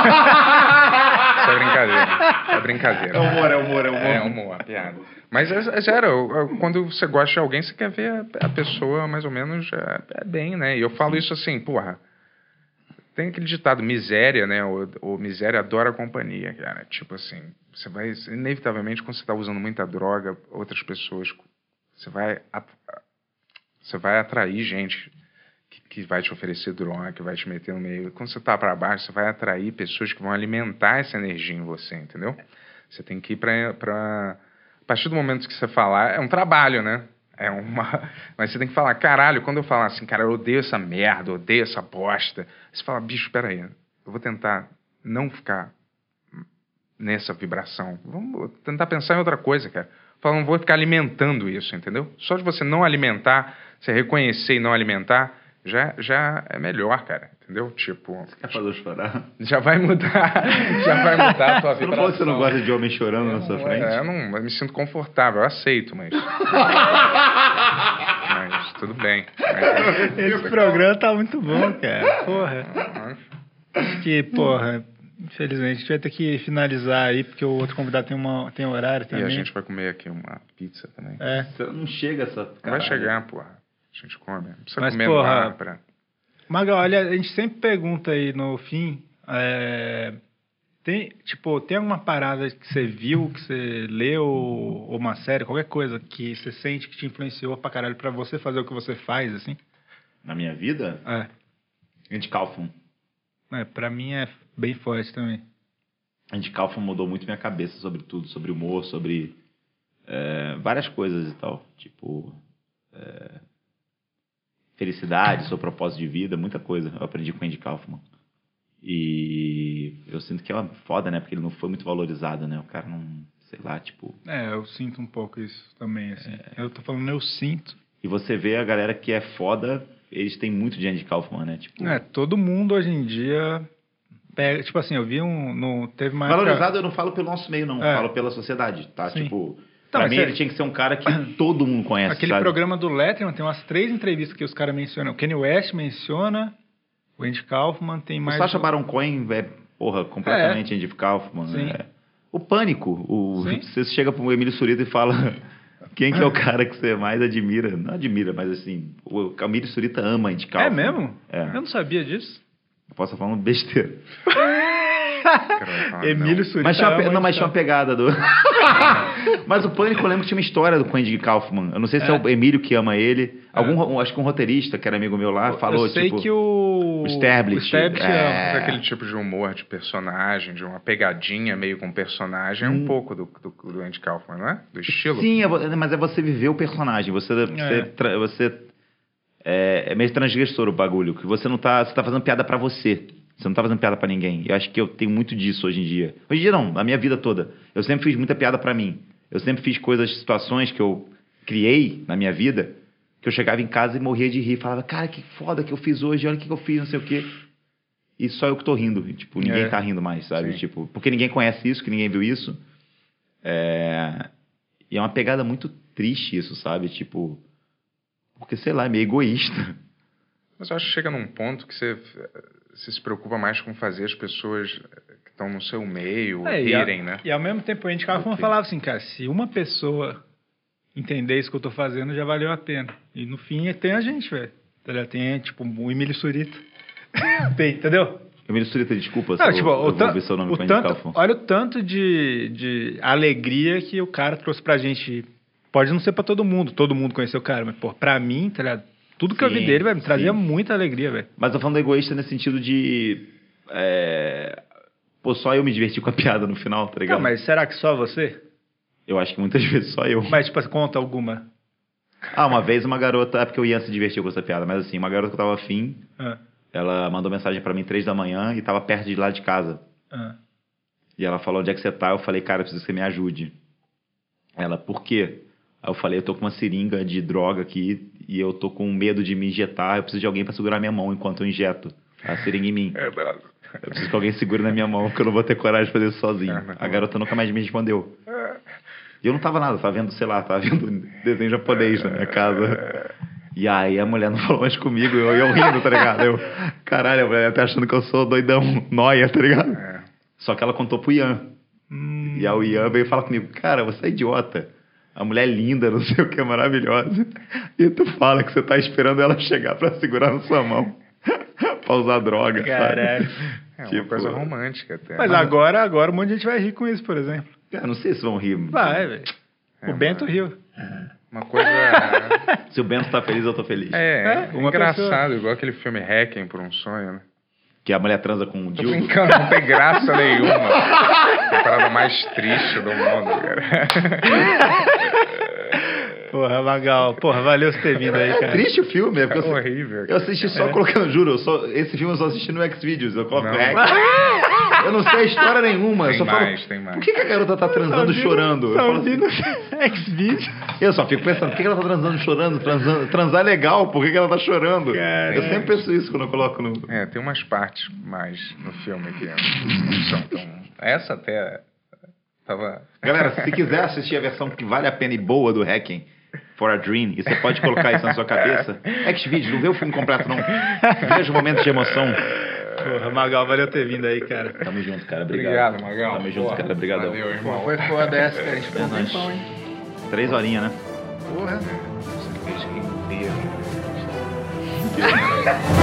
S2: é brincadeira. É brincadeira.
S4: um
S2: É humor, é humor, é humor. É humor, piada. Mas é, é sério, eu- eu- quando você gosta de alguém, você quer ver a, a pessoa mais ou menos é, é bem, né? E eu falo isso assim, porra. Tem aquele ditado, miséria, né? O, o miséria adora a companhia, cara. Tipo assim, você vai, inevitavelmente, quando você tá usando muita droga, outras pessoas, você vai at- você vai atrair gente que, que vai te oferecer droga, que vai te meter no meio. Quando você tá para baixo, você vai atrair pessoas que vão alimentar essa energia em você, entendeu? Você tem que ir para pra... a partir do momento que você falar, é um trabalho, né? É uma, mas você tem que falar, caralho, quando eu falar assim, cara, eu odeio essa merda, eu odeio essa bosta. Você fala, bicho, peraí, eu vou tentar não ficar nessa vibração. Vamos tentar pensar em outra coisa, cara. Fala, não vou ficar alimentando isso, entendeu? Só de você não alimentar, você reconhecer e não alimentar, já, já é melhor, cara. Entendeu? Tipo,
S4: Quer fazer eu chorar?
S2: já vai mudar, já vai mudar a tua
S4: Você não,
S2: vibração.
S4: pode, você não gosta de homem chorando na sua frente?
S2: É, eu não eu me sinto confortável, eu aceito, mas. mas tudo bem. Mas-
S1: Esse programa tá muito bom, cara. Porra. Acho Que, porra, infelizmente, a gente vai ter que finalizar aí, porque o outro convidado tem, uma, tem horário
S2: E
S1: também.
S2: a gente vai comer aqui uma pizza também.
S1: É.
S4: Você não chega essa.
S2: Vai
S4: caralho.
S2: chegar, porra. A gente come. Não precisa
S1: Mas,
S2: comer
S1: porra,
S2: lá pra.
S1: Maga, olha, a gente sempre pergunta aí no fim. é, tem, tipo, tem alguma parada que você viu, que você leu, ou uma série, qualquer coisa que você sente que te influenciou pra caralho pra você fazer o que você faz, assim?
S4: Na minha vida?
S1: É.
S4: Andy Kaufman.
S1: é pra mim é bem forte também.
S4: Andy Kaufman um, mudou muito minha cabeça sobre tudo, sobre humor, sobre é, várias coisas e tal. Tipo, é, felicidade, seu propósito de vida, muita coisa. Eu aprendi com Andy Kaufman. E eu sinto que é uma foda, né? Porque ele não foi muito valorizado, né? O cara não, sei lá, tipo...
S1: É, eu sinto um pouco isso também, assim. Eu tô falando, eu sinto.
S4: E você vê a galera que é foda, eles têm muito de Andy Kaufman, né? Tipo,
S1: É, todo mundo hoje em dia. Pega, tipo assim, eu vi um. No, teve uma. época-
S4: Valorizado eu não falo pelo nosso meio, não.
S1: É.
S4: Eu falo pela sociedade, tá?
S1: Sim.
S4: Tipo,
S1: Tá,
S4: pra
S1: mas
S4: mim
S1: é-
S4: ele tinha que ser um cara que todo mundo conhece,
S1: Aquele
S4: sabe?
S1: programa do Letterman tem umas três entrevistas que os caras mencionam. O Kanye West menciona, o Andy Kaufman tem
S4: O
S1: mais. um. É.
S4: Sacha Baron Cohen é, porra, completamente Andy Kaufman.
S1: Sim.
S4: é. O Pânico. O,
S1: Sim.
S4: você chega pro Emílio Surita e fala quem que é o cara que você mais admira. Não admira, mas assim, o Emílio Surita ama Andy Kaufman.
S1: É mesmo?
S4: É.
S1: Eu não sabia disso.
S4: Eu posso falar uma besteira.
S2: Cara, vai falar,
S1: Emílio
S2: não.
S1: Surita.
S4: Ah, Mas tinha, uma, pe-
S1: ama
S4: não, mas
S1: Andy
S4: tinha uma pegada do... mas o Pânico, eu lembro que tinha uma história do com Andy Kaufman. Eu não sei se é, o Emílio que ama ele. Algum, um- Acho que um roteirista, que era amigo meu lá,
S1: Kaufman.
S4: falou,
S1: É. Eu sei
S4: tipo...
S1: que o.
S4: o
S1: O
S4: Stablish,
S1: Stablish
S4: é.
S2: Mas aquele tipo de humor de personagem, de uma pegadinha meio com personagem, é um pouco do, do, do Andy Kaufman, não é? Do estilo.
S4: Sim, é vo- mas é você viver o personagem. Você, você, tra- você é, é meio transgressor o bagulho. Que você não tá. Você tá fazendo piada pra você. Você não tá fazendo piada pra ninguém. Eu acho que eu tenho muito disso hoje em dia. Hoje em dia não, a minha vida toda. Eu sempre fiz muita piada pra mim. Eu sempre fiz coisas, situações que eu criei na minha vida que eu chegava em casa e morria de rir. Falava, cara, que foda que eu fiz hoje, olha o que que eu fiz, não sei o quê. E só eu que tô rindo. E, tipo, ninguém
S2: É.
S4: tá rindo mais, sabe?
S2: Sim.
S4: Tipo, porque ninguém conhece isso, que ninguém viu isso. É... E é uma pegada muito triste isso, sabe? Tipo, porque sei lá, é meio egoísta.
S2: Mas eu acho que chega num ponto que você, você se preocupa mais com fazer as pessoas que estão no seu meio
S1: É, e,
S2: rirem,
S1: a-
S2: né?
S1: e ao mesmo tempo o Andy Kaufman falava assim, cara, se uma pessoa entender isso que eu tô fazendo, já valeu a pena. E no fim tem a gente, velho. Tá ligado? Tem, tipo, o Emílio Surita. tem, entendeu?
S4: Eu me surita, desculpa. se
S1: Não,
S4: eu,
S1: tipo,
S4: eu
S1: o,
S4: vou
S1: tan-
S4: ver seu nome
S1: o
S4: com
S1: tanto,
S4: Afonso.
S1: olha o tanto de, de alegria que o cara trouxe pra gente. Pode não ser pra todo mundo, todo mundo conheceu o cara, mas, pô, pra mim, tá ligado? Tudo que eu vi
S4: Sim,
S1: dele, velho, me trazia
S4: sim.
S1: muita alegria, velho.
S4: Mas eu falando egoísta nesse sentido de. É... Pô, só eu me diverti com a piada no final, tá ligado?
S1: Não, mas será que só você?
S4: Eu acho que muitas vezes só eu.
S1: Mas, tipo, conta alguma.
S4: Ah, uma vez uma garota, é porque eu ia se divertir com essa piada, mas assim, uma garota que eu tava afim,
S1: Ah,
S4: ela mandou mensagem pra mim três da manhã e tava perto de lá de casa.
S1: ah.
S4: E ela falou onde é que você tá. Eu falei, cara, eu preciso que você me ajude. Ela, por quê? Aí eu falei, eu tô com uma seringa de droga aqui e eu tô com medo de me injetar. Eu preciso de alguém pra segurar minha mão enquanto eu injeto a seringa em mim. Eu preciso que alguém segure na minha mão, porque eu não vou ter coragem de fazer isso sozinho. A garota nunca mais me respondeu. E eu não tava nada, tava vendo, sei lá, tava vendo desenho japonês na minha casa. E aí a mulher não falou mais comigo, eu, eu rindo, tá ligado? Eu, caralho, a mulher tá achando que eu sou doidão, nóia, tá ligado? Só que ela contou pro Ian.
S1: Hum.
S4: E aí o Ian veio falar comigo, cara, você é idiota. A mulher é linda, não sei o que, é maravilhosa. E tu fala que você tá esperando ela chegar pra segurar na sua mão. pra usar droga,
S1: Caralho.
S4: sabe?
S2: É uma
S4: Tipo,
S2: coisa romântica até. né?
S1: Mas
S4: Ah.
S1: agora, agora um monte de gente vai rir com isso, por exemplo.
S4: Cara, não sei se vão rir.
S1: Vai, velho.
S2: É,
S1: o Bento riu.
S2: Uma coisa...
S4: Se o Bento tá feliz, eu tô feliz.
S2: É, é
S1: uma
S2: engraçado, igual aquele filme Hacking por um sonho, né?
S4: Que a mulher transa com o
S2: Tô
S4: Dildo.
S2: brincando, não tem graça nenhuma. É a parada mais triste do mundo, cara.
S1: Porra, Magal. Porra, valeu você ter vindo aí,
S4: É
S1: cara.
S4: triste o filme, é
S2: É
S4: porque eu,
S2: horrível. É.
S4: eu
S2: cara.
S4: assisti só colocando, juro, eu só, esse filme eu só assisti no Xvideos, eu coloco no X. Eu não sei a história nenhuma,
S2: É
S4: eu
S2: Tem
S4: só falo,
S2: mais, tem mais.
S4: por que, que a garota tá transando chorando? Eu falo assim,
S1: X-Video.
S4: Eu só fico pensando, por que que ela tá transando chorando? Transando, transar é legal, por que que ela tá chorando? eu sempre penso isso quando eu coloco no.
S2: É, tem umas partes mais no filme que não são tão... Essa até tava...
S4: Galera, se quiser assistir a versão que vale a pena e boa do Hacking for a Dream, e você pode colocar isso na sua cabeça, Xvideos, não vê o filme completo, não. Veja o momento de emoção.
S1: Porra, Magal, valeu ter vindo aí, cara.
S4: Tamo junto, cara.
S2: Obrigado,
S4: Obrigado.
S2: Magal.
S4: Tamo junto,
S2: Porra,
S4: cara. Obrigadão.
S2: Valeu, irmão.
S13: Foi foda essa, cara. A gente
S4: É nóis. Três horinhas, né?
S13: Porra.
S2: Desde que